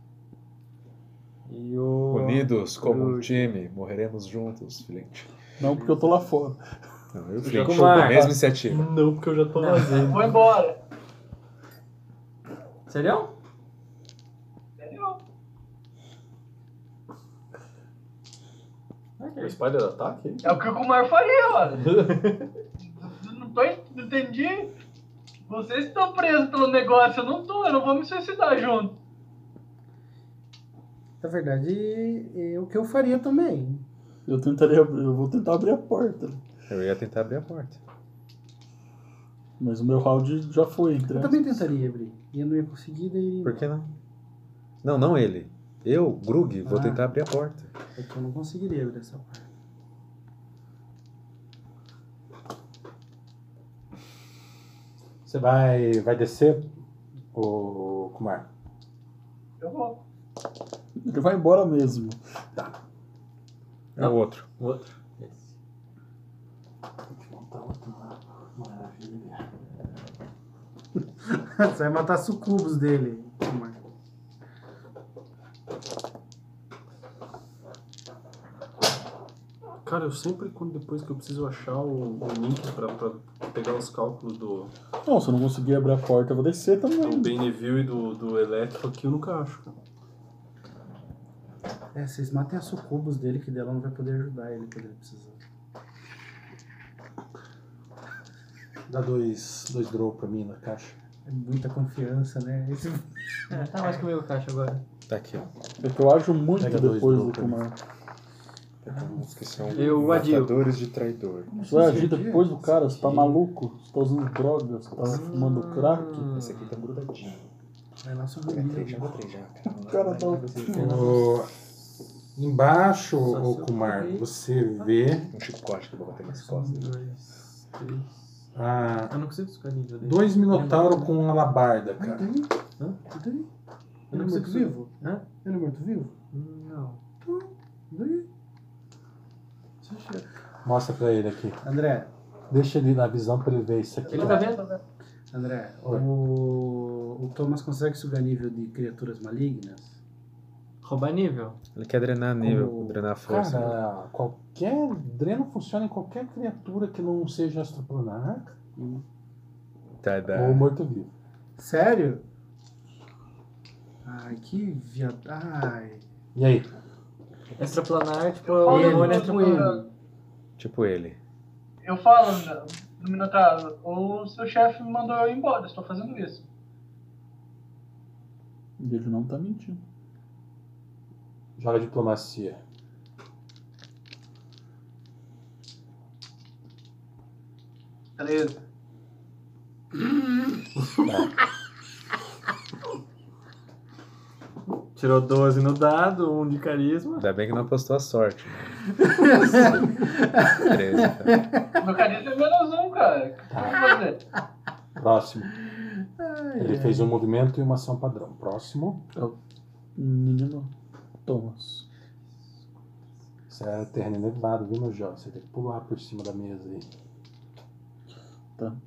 S4: E o...
S2: Unidos como um time, morreremos juntos, Flint.
S6: Não, porque eu tô lá fora.
S2: Não, eu,
S4: Já
S2: Flint,
S4: tô
S2: com a
S4: lá.
S2: mesma iniciativa.
S6: Não, porque eu já tô
S4: Não.
S6: vazando.
S7: Vou embora.
S4: Serião?
S7: Entendeu?
S15: O Spider ataque aí?
S7: É o que o Kumar faria, mano. Eu não tô en- não entendi. Vocês estão presos pelo negócio, eu não tô, eu não vou me suicidar junto.
S8: Na verdade, é o que eu faria também.
S6: Eu tentaria abrir, eu vou tentar abrir a porta.
S2: Eu ia tentar abrir a porta.
S6: Mas o meu round já foi,
S8: Eu
S6: entendeu?
S8: também tentaria abrir. E eu não ia conseguir, daí.
S2: Por que não? Não, não ele. Eu, Grug, vou
S8: Ah.
S2: tentar abrir a porta.
S8: É que eu não conseguiria abrir essa parte.
S1: Você vai, vai descer, ô Kumar?
S7: Eu vou.
S6: Ele vai embora mesmo.
S2: É o outro.
S4: O outro.
S1: Maravilha.
S8: *laughs* Você vai matar sucubos dele. Kumar.
S15: Cara, eu sempre, quando depois que eu preciso achar o, o link pra, pra pegar os cálculos do,
S6: Não, se eu não conseguir abrir a porta, eu vou descer
S15: do
S6: também.
S15: Beneville e do, do Elétrico aqui, eu nunca acho. cara.
S8: É, vocês matem a sucubos dele, que dela não vai poder ajudar ele quando ele precisar.
S1: Dá dois, dois draw pra mim na caixa.
S8: É muita confiança, né? Esse... *laughs*
S4: Não tá mais comigo o caixa agora.
S2: Tá aqui, ó.
S6: É que eu ajo muito
S1: Pega dois
S6: depois
S1: do
S6: do Kumar.
S2: Temos que são
S4: Eu adio.
S2: matadores de traidor.
S6: Você vai agir
S8: é.
S6: depois do cara, você tá maluco, você tá usando drogas, você tá fumando crack.
S2: Esse aqui tá grudadinho.
S13: Vai lá sobre
S2: É três já,
S8: né?
S2: vou três já.
S6: O cara tá.
S1: O- Embaixo, ô Kumar, você vê
S2: Um chicote que eu vou bater nas costas.
S1: ah,
S4: Eu não consigo buscar nível
S8: né?
S4: dele.
S1: dois minotauros com alabarda, cara.
S4: Hã?
S8: Ele é
S4: não
S8: morto
S4: consigo-
S8: vivo?
S4: Hã?
S8: Ele é morto vivo? Então,
S4: Não.
S8: é?
S1: Mostra pra ele aqui.
S8: André.
S1: Deixa ele na visão pra ele ver isso aqui.
S8: Ele
S1: ó.
S8: tá vendo? André,
S1: Oi.
S8: o, o Thomas consegue sugar nível de criaturas malignas?
S4: Roubar nível.
S2: Ele quer drenar
S1: nível,
S2: drenar a
S1: Cara, qualquer dreno funciona em qualquer criatura que não seja astroplanar
S2: Tá, dá.
S15: É.
S1: ou morto-vivo.
S8: Sério? Ai, que viado. Ai.
S1: E aí?
S4: Extraplanar, tipo,
S7: Qual
S4: o
S7: é o
S4: demônio
S7: outro
S4: extraplanar.
S7: plano?
S2: Tipo ele.
S7: Eu falo né, do Minotauro, o seu chefe me mandou eu ir embora, estou fazendo isso.
S6: Ele não tá mentindo.
S1: Joga diplomacia.
S7: Beleza.
S4: Tirou 12 no dado, um de carisma.
S2: Ainda bem que não apostou a sorte. né? tá.
S7: Meu carisma é menos um, cara. O que eu vou fazer?
S1: Próximo. Ele fez um movimento e uma ação padrão. Próximo.
S6: Menino Thomas.
S1: Isso é terreno elevado, viu, meu jovem? Você tem que pular por cima da mesa aí.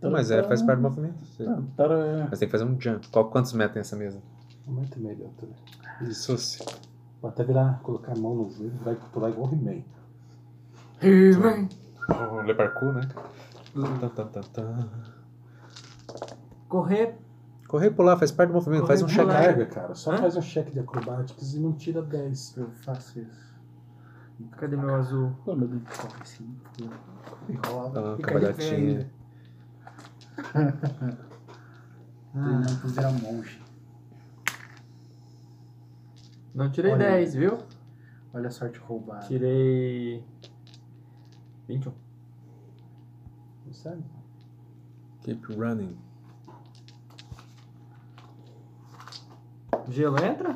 S2: Mas é, faz parte do movimento. Você-
S6: Tá, tará.
S2: Mas tem que fazer um jump. Qual, quantos metros tem essa mesa?
S1: Um metro e meio de altura.
S2: Isso. sim.
S1: Vou até virar, colocar a mão no joelho, vai pular igual o He-Man.
S2: O Leparcu, né? Tan, tan, tan, tan.
S4: Correr.
S2: Correr e pular faz parte do movimento. faz um
S1: Correr
S2: check
S1: de larga,
S2: larga.
S1: cara. Só faz um cheque de acrobáticas e não tira 10.
S8: Eu faço isso.
S4: Cadê meu azul?
S6: Pô, meu Deus.
S8: Corre sim.
S2: Ah,
S8: Enrola. né?
S2: cavalhotinha.
S4: né?
S8: Treinando pra virar um monge.
S4: Não tirei
S8: Olha.
S4: 10, viu?
S8: Olha a sorte roubada.
S4: Tirei. 21.
S1: Sabe?
S2: Keep running.
S4: Gelo entra?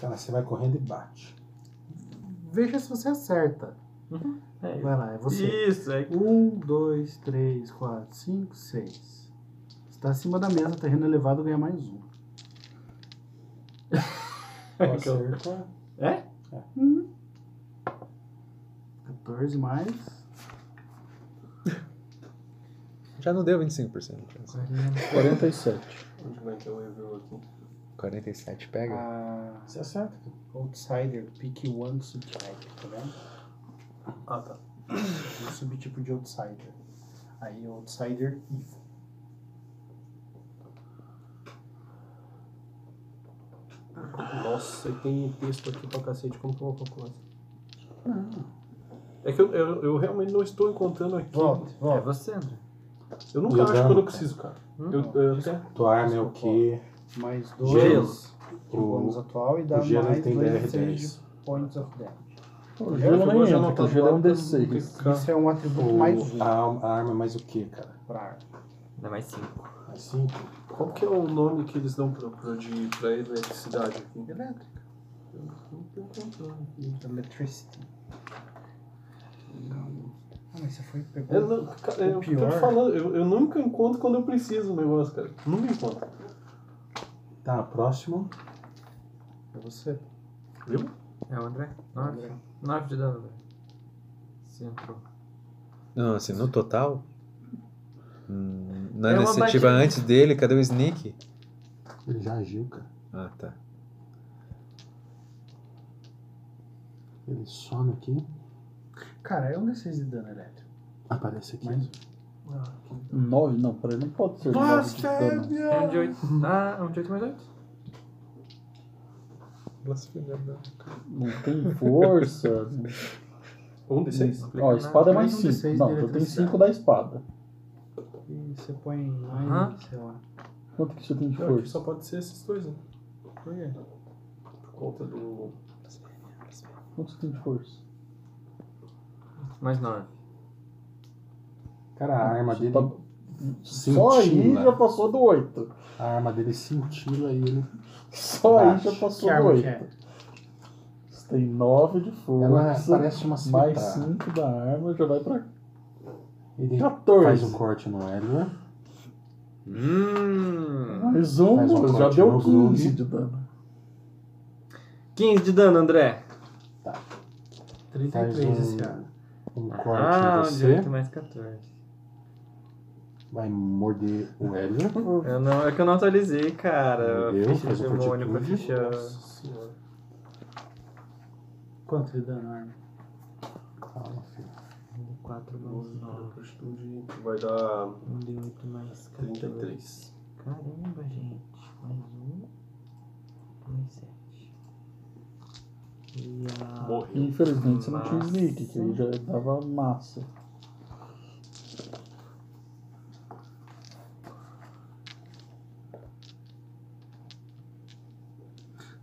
S1: Cara, você vai correndo e bate.
S8: Veja se você acerta.
S4: É,
S8: Vai lá, é você.
S4: Isso, é.
S8: Um, dois, três, quatro, cinco, seis. Está acima da mesa, terreno elevado, ganha mais um.
S1: Acerta.
S4: É?
S8: 14 mais.
S2: Já não deu 25%.
S6: 47.
S4: Onde vai ter o review aqui?
S2: 47 pega?
S8: Ah,
S1: Você acerta.
S8: outsider, pick one subtype, tá vendo?
S4: Ah, tá.
S8: Um subtipo de outsider. Aí outsider evil.
S4: Nossa, e tem texto aqui pra cacete, como que eu vou calcular isso? É que eu, eu, eu realmente não estou encontrando aqui.
S8: Volte, volte.
S4: É você, André.
S15: Eu
S1: E
S15: nunca
S1: o
S15: acho
S1: dano,
S15: quando eu
S1: cara?
S15: preciso, cara.
S4: Hum?
S15: Eu, eu até.
S1: Tua arma é o quê?
S8: Mais dois
S1: Gelo.
S8: de bônus
S1: O-
S8: atual e dá
S1: o gelo
S8: mais
S1: tem
S8: dois
S1: DR10.
S8: D6 de points of damage.
S6: O gelo nem
S15: já
S6: entra, o
S15: anotar
S6: gelo é um
S15: pra não
S6: D6.
S3: Tá.
S15: ficar-
S8: Isso é um atributo
S1: O-
S8: mais um
S1: a, alma- a arma é mais o quê, cara?
S8: pra arma.
S4: Dá é mais 5.
S1: Mais 5?
S15: Qual que é o nome que eles dão pra, pra, de, pra eletricidade aqui?
S8: Elétrica. Electricity. Ah, mas você foi pegou.
S15: É, não, cara, é,
S8: o
S15: o que
S8: pior.
S15: Eu, tô falando, eu, eu nunca encontro quando eu preciso o negócio, cara. Nunca encontro.
S1: Tá, próximo.
S8: É você.
S15: Viu?
S4: É o André? 9. 9 de dano, André. Centro.
S2: Não, assim, no total. Hum, na
S4: É uma
S2: iniciativa
S4: batida.
S2: antes dele, cadê o Sneak?
S1: Ele já agiu, cara.
S2: Ah, tá.
S1: Ele some aqui.
S8: Cara, é um D6 de dano elétrico.
S1: Aparece aqui.
S8: Mais um.
S6: 9? Não, peraí, não pode ser. nove de dano.
S4: É um de 8. Ah, é um de 8 mais 8.
S6: Não tem força.
S15: Um de seis?
S6: Ó, a espada é mais
S8: Mais um
S6: 5.
S8: D6
S6: Não,
S8: de
S6: eu tenho
S8: eletricidade.
S6: 5 da espada.
S8: E você põe mais,
S4: Aham.
S8: sei lá.
S6: Quanto que você tem de
S15: Não, aqui
S6: força?
S1: Tá
S15: só pode ser esses dois, né?
S8: Por quê?
S15: Por conta do.
S3: Quanto você tem de força?
S4: Mais nove.
S1: Cara, a arma
S6: Só
S1: dele.
S6: tá- Só aí já passou do 8.
S1: A arma dele cintila e ele.
S6: Só aí
S1: bate.
S6: já passou
S1: Que
S6: do
S1: arma que
S6: 8.
S1: é?
S6: Você tem 9 de força.
S1: Ela parece uma cimitarra.
S6: Mais 5 da arma já vai pra
S1: Ele
S6: 14.
S1: faz um corte no Edward.
S4: Hum.
S6: mais 1.
S1: Faz um corte
S6: já deu
S1: no
S6: 15
S1: Groove.
S6: de dano.
S4: 15 de dano, André.
S1: Faz
S27: 33 esse
S1: um,
S27: ano.
S1: um corte
S4: Ah,
S1: em
S4: de
S1: você.
S4: 8 mais 14.
S1: Vai morder o Edward.
S4: Eu não, é que eu não atualizei, cara.
S1: Meu Deus,
S4: ficha
S1: faz
S4: de
S1: um
S4: demônio pra
S1: fortitude.
S4: ficha.
S15: Ah,
S27: Quanto de dano, arma?
S1: Calma, filho.
S4: 4 mais 9.
S3: Vai dar
S4: Um de 8 mais 14.
S3: 33.
S4: Caramba, gente. Mais um. Mais 7. E a.
S6: Infelizmente você não tinha
S4: massa-
S6: sneak, que aí já dava massa.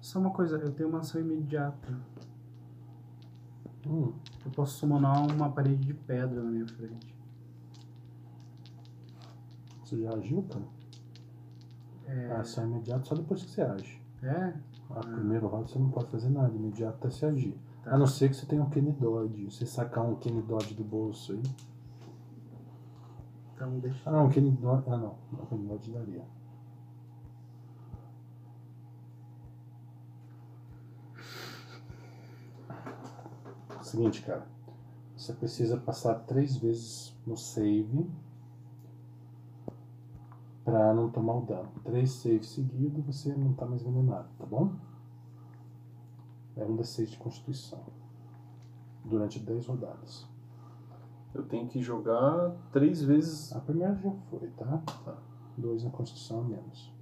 S13: Só uma coisa, eu tenho uma ação imediata.
S1: Hum.
S13: Eu posso summonar uma parede de pedra na minha frente.
S1: Você já agiu, cara?
S13: É.
S1: A ação é imediata só depois que você age.
S13: É?
S1: A primeiro round você não pode fazer nada, imediato até se agir.
S13: Tá.
S1: A não ser que você tenha um Kenny Dodge. Você sacar um Kenny Dodge do bolso aí.
S13: Então deixa.
S1: Ah não, Kenny Dodge. Ah não, não Kenny Dodge daria. Seguinte, cara. Você precisa passar três vezes no save pra não tomar o dano. Três saves seguidos, você não tá mais envenenado, tá bom? É um D6 de constituição. Durante 10 rodadas.
S3: Eu tenho que jogar três vezes.
S1: A primeira já foi, tá? Tá. Dois na constituição a menos.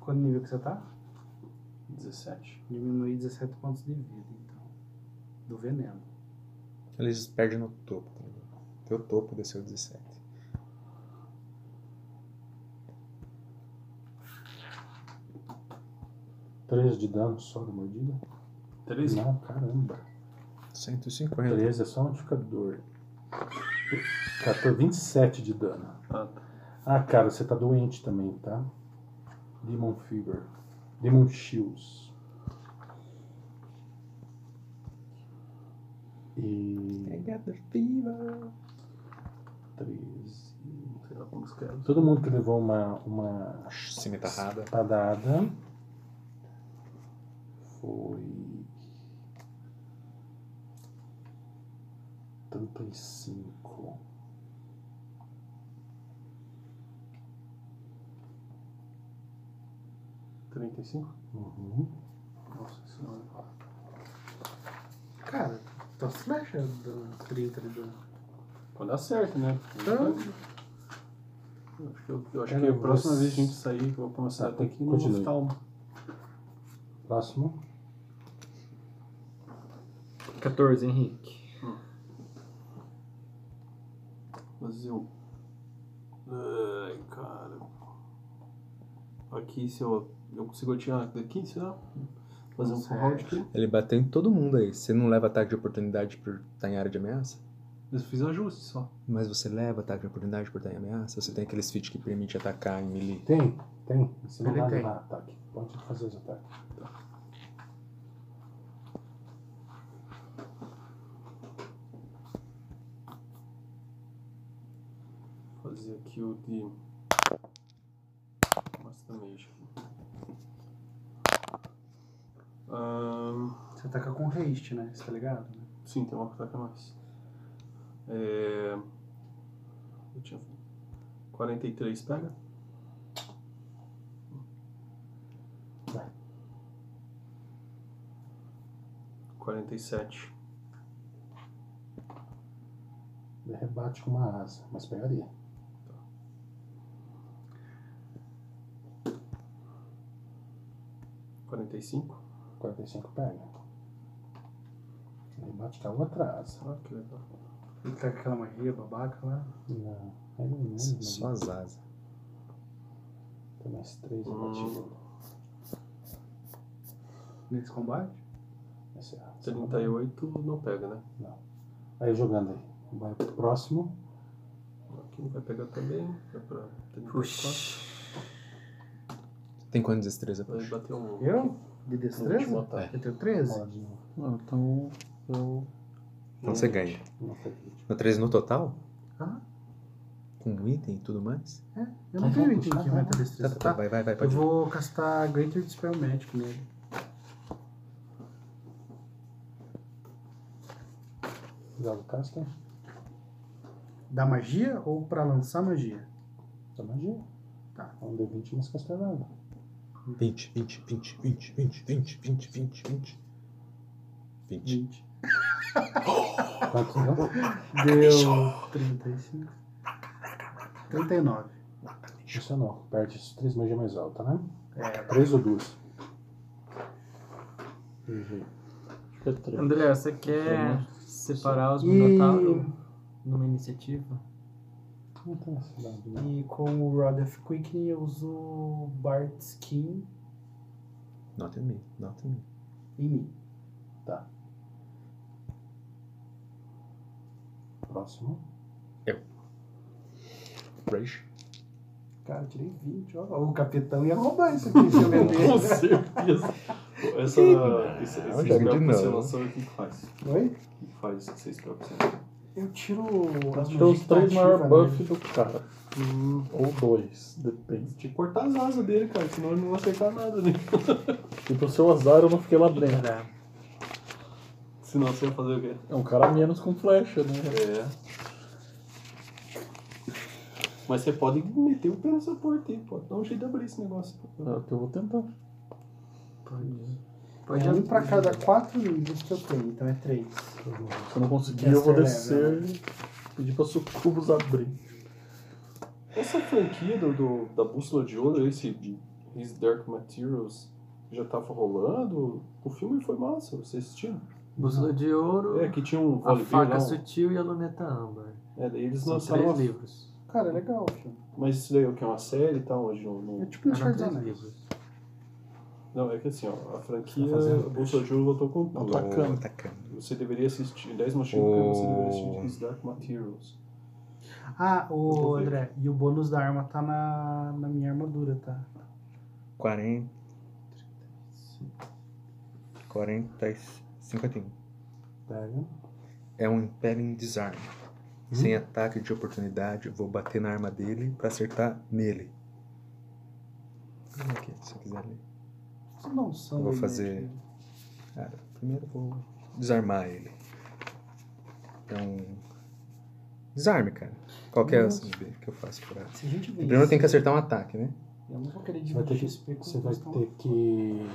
S13: Qual nível que você tá?
S3: 17.
S13: Diminui 17 pontos de vida, então. Do veneno.
S2: Eles perdem no topo. tá ligado? Porque o topo desceu 17.
S1: Três de dano só da mordida?
S3: Três?
S1: Não, caramba.
S2: 150.
S1: 13 é só um modificador. 14, 27 de dano.
S3: Ah,
S1: Ah, cara, você tá doente também, tá? Demon Fever. Demon Shields. E.
S2: Viva!
S1: 13.
S3: Sei lá como escreve.
S1: Todo mundo que levou uma, uma
S2: Cimitarrada.
S1: espadada foi 35.
S3: Trinta e cinco?
S1: Uhum.
S3: Nossa senhora.
S27: Cara, tua flecha dando 30 de dano.
S3: Quando acerta, né?
S27: Então-
S3: Eu acho que, eu, eu acho
S1: Cara,
S3: que a próxima
S1: você-
S3: vez que a gente sair, que eu vou começar
S1: Tá,
S3: até aqui, não vou
S1: continue.
S3: ficar um.
S1: Próximo.
S4: 14, Henrique.
S3: Fazer o. Ai, cara. Aqui, se eu. Eu consigo atirar daqui, será? Fazer um round aqui.
S2: Ele bateu em todo mundo aí. Você não leva ataque de oportunidade por estar em área de ameaça?
S3: Eu fiz ajuste só.
S2: Mas você leva ataque de oportunidade por estar em ameaça? Você tem aqueles feats que permite atacar em melee?
S1: Tem, tem. Você não
S2: Ele
S1: vai
S2: tem.
S1: levar ataque. Pode fazer os ataques.
S3: Fazer aqui o de. Master Mage. Ahn,
S13: Você ataca com haste, né? Você tá ligado? né?
S3: Sim, tem uma que ataca mais. É. Eu tinha. 43 pega?
S1: Vai.
S3: 47.
S1: Ele rebate com uma asa, mas pegaria.
S3: quarenta e cinco
S1: 45 pega. Ele bate com a outra asa.
S3: Ah, que legal.
S13: Ele tá com aquela magia babaca lá.
S1: Não, é ele
S27: Hum,
S1: não lembra.
S2: Só as asas.
S1: né? Tem
S2: Hum.
S1: mais três rebatidas.
S13: Nesse combate?
S1: Esse é-
S3: 38 não pega, né?
S1: Não. Aí jogando aí. Vai pro próximo.
S3: Aqui não vai pegar também. Vai pra 34.
S2: Tem quanto de destreza?
S3: Vai bater um.
S27: Eu? De
S3: No
S27: destreza? *laughs*
S3: último ataque.
S27: Eu tenho 13?
S1: Não, então eu.
S2: Então você ganha. No 13 no total? Com um item e tudo mais?
S27: É, eu não tenho item que
S6: Então,
S27: aumenta a
S2: Tá,
S27: destreza.
S2: tá, tá, vai, vai, vai,
S27: Eu
S2: pode ir.
S27: vou castar Greater Dispel Magic nele.
S1: Joga o Castor.
S27: Da magia ou pra lançar magia?
S1: Da magia.
S27: Tá.
S1: É um D20 mais castelhano.
S2: 20, 20, 20, 20, 20, 20, 20, 20, 20. 20.
S1: Quanto deu?
S27: Deu 35. 39.
S1: Isso não. Perde as três magias mais alta, né?
S27: É.
S1: Três ou duas?
S4: André, você quer separar os
S27: E-
S4: Minotauro numa iniciativa?
S1: né?
S27: E com o Rod of Quickening eu uso o Bart Skin
S2: Not in me, not in me.
S27: em mim.
S1: Tá. Próximo.
S2: Rage.
S27: Cara, eu tirei 20. Ó. O capitão ia roubar isso aqui se eu
S1: *laughs*
S27: vender.
S3: Com certeza. Essa. Esse,
S27: Ah,
S3: esse
S27: eu já vi de
S3: spell
S27: novo.
S3: cancelação, o que que faz?
S27: Oi?
S3: O que faz esse spell cancelação?
S27: Eu tiro as né?
S6: Então os três maior buff
S27: do
S6: do cara.
S27: Hum.
S6: Ou dois, depende. Tinha que cortar as asas dele, cara, senão ele não vai acertar nada, né? Tipo, se eu azar, eu não fiquei lá dentro.
S27: É.
S3: Senão você ia fazer o quê?
S6: É um cara menos com flecha, né?
S3: É. Mas você pode meter o pé nessa porta aí, pode dar um jeito de abrir esse negócio.
S6: É o que eu vou tentar.
S3: Pode.
S27: É um pra cada quatro níveis que eu tenho, então é três.
S6: Se eu não conseguir, eu vou
S27: né?
S6: descer e pedir pra sucubos abrir.
S3: Essa franquia do, do- da bússola de ouro, esse de His Dark Materials, já tava rolando? O filme foi massa, você assistiu?
S4: Bússola de Ouro,
S3: É, que tinha um
S4: A
S3: voleibol
S4: Faca
S3: lá, um-
S4: Sutil e a Luneta Âmbar.
S3: É, daí eles
S4: São
S3: lançaram
S4: três
S3: uma-
S4: livros.
S27: Cara, é legal, filho.
S3: Mas isso daí é o que? É uma série e tal? Onde não, não... É
S27: tipo um Eram Senhor dos três
S3: Não, é que assim, ó, a franquia
S2: Tá fazendo
S3: o Bússola de Ouro voltou com tudo.
S2: Atacando. Atacando.
S3: Você deveria assistir, 10 motivos porque você
S2: O-
S3: deveria assistir His Dark Materials.
S27: Ah, o André, e o bônus da arma tá na, na minha armadura, tá?
S2: 40. 40. 51. É um Impelling Disarm.
S27: Hum?
S2: Sem ataque de oportunidade, vou bater na arma dele pra acertar nele. Olha Aqui, se você quiser ler.
S27: Isso não são.
S2: Eu vou fazer. Cara, primeiro eu vou desarmar ele. Então. Desarme, cara. Qual que é
S27: Nossa.
S2: essa que eu faço pra.
S27: Se a gente vence-
S2: Primeiro eu tenho que acertar um ataque, né?
S27: Eu não vou querer
S1: Você vai ter
S27: dividir
S1: que.
S27: XP com
S1: Você vai
S8: É
S27: questão.
S1: ter que.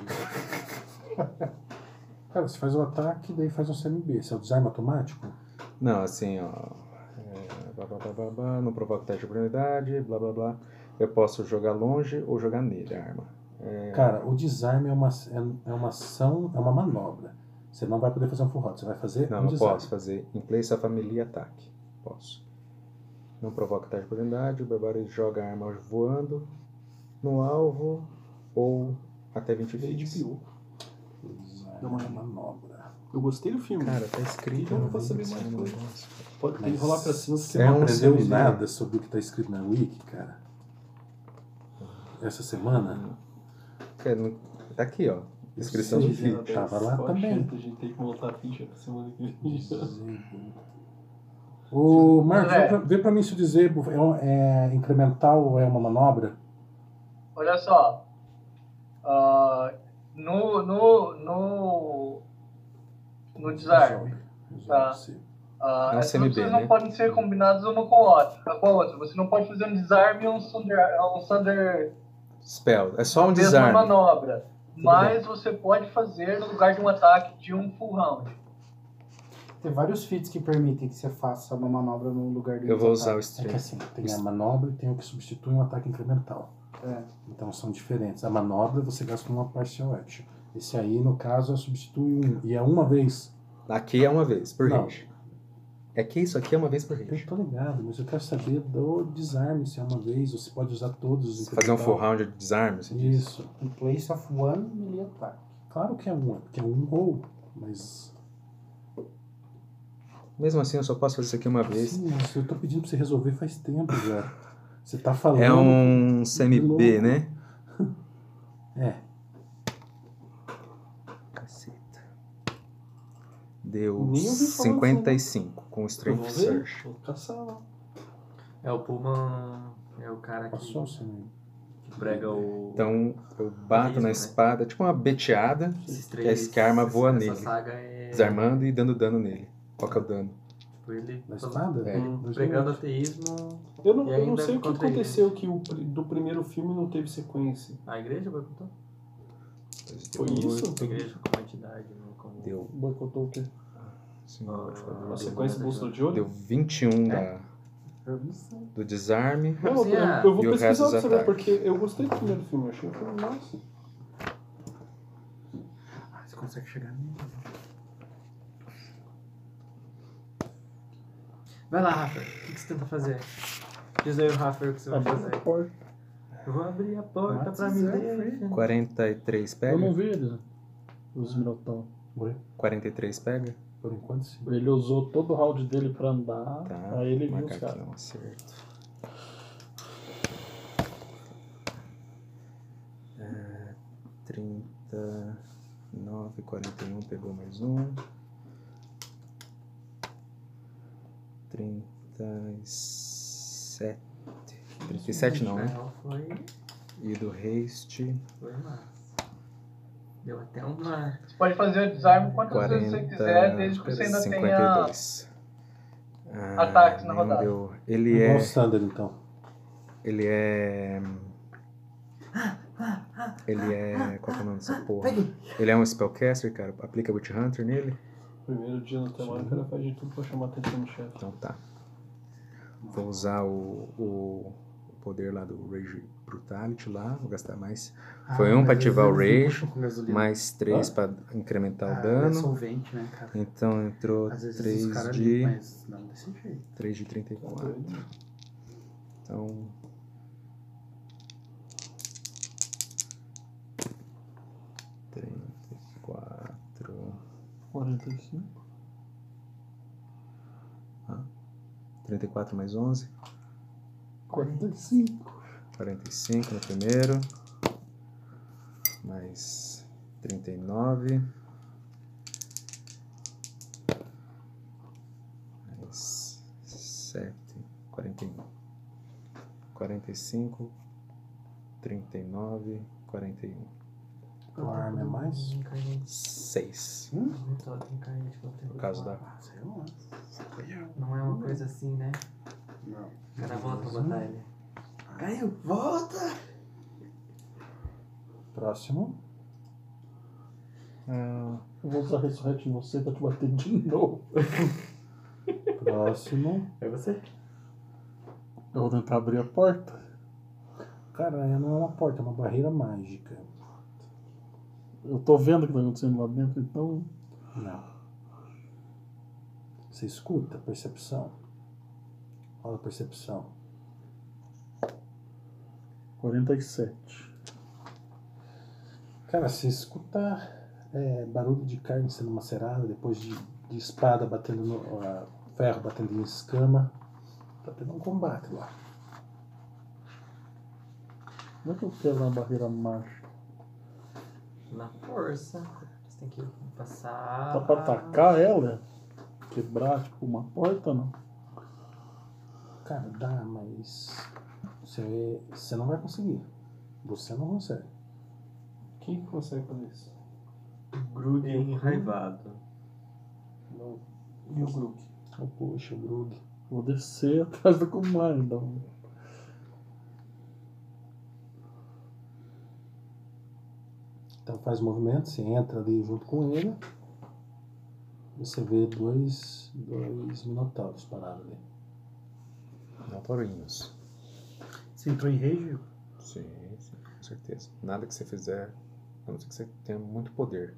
S1: Cara, você faz o ataque, daí faz um CMB. Você é o desarme automático?
S2: Não, assim, ó. é, blá, blá, blá, blá, blá, não provoca teste de oportunidade, blá blá blá. Eu posso jogar longe ou jogar nele a arma. É,
S1: Cara, o desarme é uma, é, é uma ação, é uma manobra. Você não vai poder fazer um full round, você vai fazer
S2: Não,
S1: um
S2: eu
S1: desarme.
S2: posso fazer em place a família ataque. Posso. Não provoca ataque de oportunidade, o barbário joga a arma voando no alvo ou até 20
S3: é
S2: vezes.
S1: É uma manobra.
S3: Eu gostei do filme.
S2: Cara, tá escrito.
S3: Eu não posso saber mais coisa. Pode tem que rolar pra cima se
S2: é
S1: Você
S3: você
S2: um
S1: não
S3: não
S1: aprendeu
S3: aprender.
S1: nada sobre o que está escrito na wiki, cara. Essa semana?
S2: É, não- Tá aqui, ó. Descrição do vídeo.
S1: Tava lá também.
S3: A gente tem né? que montar a ficha pra semana que vem.
S1: Ô, Marcos,
S7: É.
S1: vê pra, vê pra mim se o dizebo é, um- é incremental ou é uma manobra.
S7: Olha só. ah, no, no, no, no desarme, tá? Ah,
S2: É um
S7: essas
S2: CMB,
S7: opções
S2: né?
S7: não podem ser combinadas uma com a outra, com a outra. Você não pode fazer um desarme e um Thunder, um thunder
S2: Spell. É só um
S7: mesma
S2: desarme.
S7: manobra.
S2: Tudo
S7: mas você pode fazer no lugar de um ataque de um full round.
S27: Tem vários feats que permitem que você faça uma manobra no lugar do
S2: Eu vou usar
S27: ataque.
S2: o
S1: É
S2: strength.
S1: que assim, tem a manobra e tem o que substitui um ataque incremental.
S27: É.
S1: Então são diferentes. A manobra você gasta uma partial action. Esse aí, no caso, é substitui um. E é uma vez.
S2: Aqui é uma vez, por
S1: Não.
S2: range. É que isso aqui é uma vez por range.
S1: Eu tô ligado, mas eu quero saber do desarme, se é uma vez, ou se pode usar todos os
S2: Fazer um
S1: incremental.
S2: full round de desarme, assim. você diz?
S1: Isso.
S27: In place of one melee attack.
S1: Claro que é um, porque é um ou. mas.
S2: Mesmo assim, eu só posso fazer isso aqui uma vez.
S1: Sim, mas eu tô pedindo pra você resolver faz tempo já. Você tá falando.
S2: É um CMB,
S1: louco.
S2: né?
S1: É.
S2: Caceta. Deu
S4: Nem ouvi falar disso,
S2: 55 com o Strength Search.
S4: Vou caçar lá. É o Pullman. É o cara que. que prega o.
S2: Então eu bato na espada, tipo uma beteada,
S4: Esses
S2: que a, é
S4: três-
S2: que a arma voa
S4: essa
S2: nele.
S4: saga é-
S2: Desarmando e dando dano nele. Qual que é o dano?
S4: Tipo, ele.
S1: Na espada?
S2: É.
S4: Hum, Pregando ateísmo.
S3: Eu não,
S4: e
S3: eu não
S4: ainda
S3: sei o que
S4: contra ele.
S3: aconteceu que o pri- do primeiro filme não teve sequência.
S4: A igreja boicotou?
S3: Foi isso?
S4: A igreja como entidade, não como.
S2: Deu.
S3: Boicotou o quê?
S4: Ah,
S3: A sequência do Bolsa de Olho?
S2: Deu 21 da,
S3: Eu não sei.
S2: do desarme.
S3: Não, eu,
S4: é.
S3: eu, vou
S2: e o
S3: pesquisar
S2: resto dos
S3: pra saber,
S2: ataques.
S3: porque eu gostei do primeiro filme, eu achei um filme massa.
S1: Ah, você consegue chegar nele.
S4: Vai lá, Rafa. O que que você tenta fazer? Diz aí o Rafa o que você vai
S1: Abre a
S4: fazer. Eu vou abrir a porta pra me deixar.
S2: 43 pega?
S31: Eu não vi ele, né? os Minotão.
S2: 43 pega?
S1: Por enquanto sim.
S31: Ele usou todo o round dele pra andar,
S2: Tá,
S31: aí ele viu os
S2: marcar aqui
S31: caras.
S2: um acerto. É, 39, 41, pegou mais um. 37. 37 não, né?
S4: Foi,
S2: E do haste,
S4: foi massa. Deu até um uma.
S7: Você pode fazer o desarme quantas vezes você quiser,
S2: 40,
S7: desde que você ainda tenha
S2: 52. Ah,
S7: ataques na
S2: nenhum
S7: rodada.
S2: deu. Ele
S1: Igual
S2: é.
S1: o Sander, então.
S2: Ele é. Ele é. Qual que é o nome dessa porra? Ele é um spellcaster, cara. Aplica Witch Hunter nele.
S3: Primeiro dia no trabalho, o cara faz de tudo pra chamar a atenção do chefe.
S2: Então tá. Vou usar o, o, o poder lá do Rage Brutality lá. Vou gastar mais.
S27: Ah,
S2: Foi um pra
S27: mas
S2: ativar o
S27: eles não
S2: Rage,
S27: puxam com gasolina.
S2: mais três
S27: Hã?
S2: pra incrementar
S27: Ah,
S2: o
S27: é
S2: dano.
S27: solvente, né, cara?
S2: Então entrou
S27: Às vezes os
S2: 3
S27: caras
S2: de.
S27: limpam, mas não desse jeito.
S2: 3 de 34. Então. Trinta e quatro.
S31: 45.
S2: 34 mais 11,
S31: 45.
S2: 45 no primeiro, mais 39, mais 7, 41, 45, 39, 41,
S1: A arma é mais?
S4: Hum,
S2: 6.
S4: Por
S2: Por causa da.
S4: Não é uma coisa assim, né?
S13: Não.
S4: O cara volta pra batalha. Caiu, volta!
S1: Próximo.
S31: Eu vou usar ressurrect em você pra te bater de novo.
S1: Próximo.
S4: É você?
S1: Eu vou tentar abrir a porta. Cara, é- não é uma porta, é uma barreira mágica.
S31: Eu tô vendo o que tá acontecendo lá dentro, então.
S1: Não. Você escuta? Percepção. Rola percepção.
S31: 47.
S1: Cara, se escutar é, barulho de carne sendo macerada, depois de, de espada batendo no. ó, ferro batendo em escama, tá tendo um combate lá.
S31: Como é que eu quebro uma barreira mágica?
S4: Na força. Você tem que passar.
S31: Dá pra atacar ela? Quebrar, tipo, uma porta, não?
S1: Cara, dá, mas. Você, você não vai conseguir. Você não consegue.
S3: Quem que consegue fazer isso?
S4: Grug enraivado.
S3: Não.
S1: E o Grug? poxa, o Grug.
S31: Vou descer atrás do Kumar, então.
S1: Então faz o movimento, você entra ali junto com ele. Você vê dois. dois minotauros parados ali.
S2: Minotaurinhos.
S13: Você entrou em rage?
S2: Sim, sim, com certeza. Nada que você fizer, a não ser que você tenha muito poder.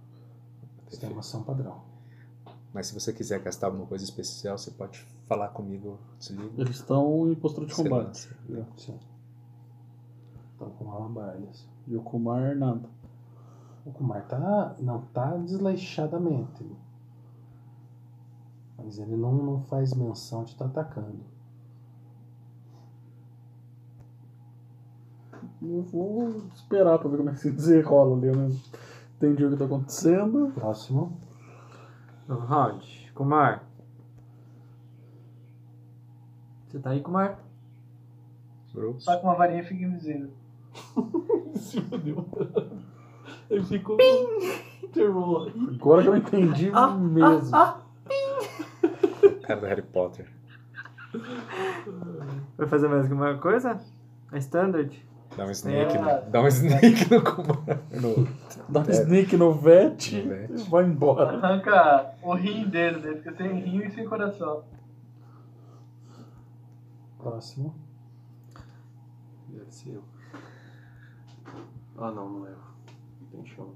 S1: Você tem uma ação padrão.
S2: Mas se você quiser gastar alguma coisa especial, você pode falar comigo, se liga.
S31: Eles estão em postura de
S2: Sei lá,
S31: combate.
S2: sei
S1: Sim. Estão com alabardas.
S31: E o Kumar nada.
S1: O Kumar tá, não tá desleixadamente. Mas ele não, não faz menção de estar tá atacando.
S31: Eu vou esperar pra ver como é que *laughs* se desenrola ali, né? Entendi o que tá acontecendo.
S1: Próximo.
S4: Novo round. Kumar. Você tá aí, Kumar?
S7: Só com uma varinha fica invisível.
S6: Se fodeu.
S4: Ele ficou.
S6: Terror.
S31: Agora que eu entendi mesmo.
S2: Cara do Harry Potter.
S4: Vai fazer mais alguma coisa? É standard?
S2: Dá um snake, no, dá um snake no Kumar. No,
S31: Dá um sneak Ah, no vet
S2: No vet.
S31: e vai embora.
S7: Arranca o rim dele, né? Fica sem rim e sem coração.
S1: Próximo.
S4: Deve ser eu. Ah, não, não é. Tem chão.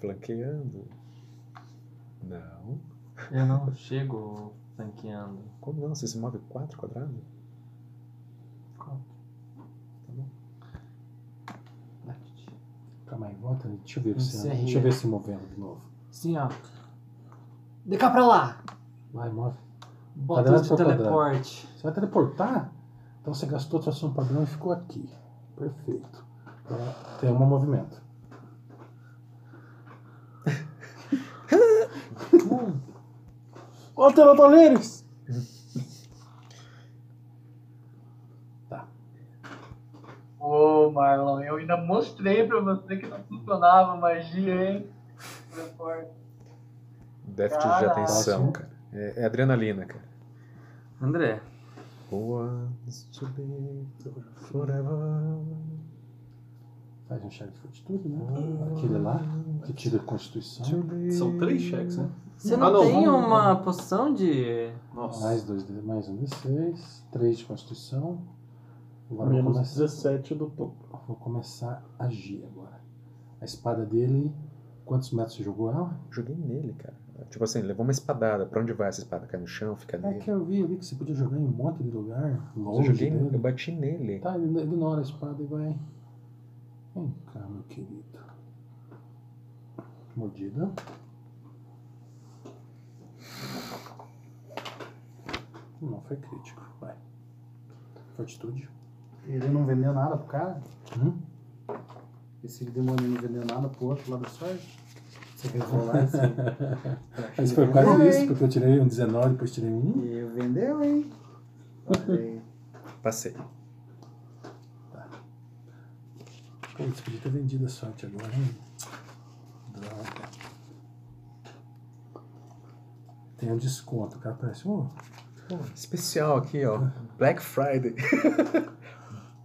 S2: Flanqueando. Não.
S4: Eu não chego flanqueando.
S2: Como não? Você se move 4 quadrados?
S1: Calma aí, volta ali. Deixa eu ver
S4: Esse
S1: se
S4: aí
S1: Deixa eu
S4: é-
S1: ver se movendo de novo.
S4: Sim, ó. De cá pra lá!
S1: Vai, move.
S8: Tá
S4: Botão
S1: Quadrado
S4: de
S1: por quadrado.
S4: teleporte.
S1: Você vai teleportar? Então você gastou sua ação padrão e ficou aqui. Perfeito. Agora Tem um movimento.
S31: Ô, Terotoleres!
S7: Ô, Marlon, eu ainda mostrei pra você que não funcionava magia, hein? Teleporte.
S2: Déficit de
S7: Caraca.
S2: atenção, cara. É, é adrenalina, cara.
S4: André.
S2: Once to be forever.
S1: Faz um cheque de fortitude, né? Aquele lá, que tira a constituição.
S4: São três cheques, né? Você
S1: Ah,
S8: Hum.
S4: não,
S1: não,
S4: tem
S1: vamos-
S4: uma poção de.
S1: Mais dois, de- mais um de seis, três de constituição. Agora eu vou
S31: Menos
S1: começar,
S31: 17 do topo.
S1: vou começar a agir agora. A espada dele, quantos metros você jogou ela?
S2: Joguei nele, cara. Tipo assim, levou uma espadada. Pra onde vai essa espada? Cai no chão, fica
S1: É
S2: nele.
S1: que eu vi, eu vi que você podia jogar em um monte de lugar,
S2: Eu
S1: longe
S2: joguei,
S1: dele.
S2: eu bati nele.
S1: Tá, ele ignora a espada e vai. Vem cá, meu querido. Mordida. Não foi crítico, vai. Fortitude.
S8: Ele não vendeu nada pro cara?
S1: Hum?
S8: Esse demônio não vendeu nada pro outro lá da sorte? Você quer rolar esse?
S1: Mas foi quase isso, porque eu tirei um 19, depois tirei um.
S8: E *laughs* vendeu, hein? Olha aí.
S2: Passei.
S1: Putz, podia ter vendido a sorte agora, hein? Droga. Tem um desconto, o cara parece. um "Ô,
S2: Pô, especial aqui, ó. Black Friday. *laughs*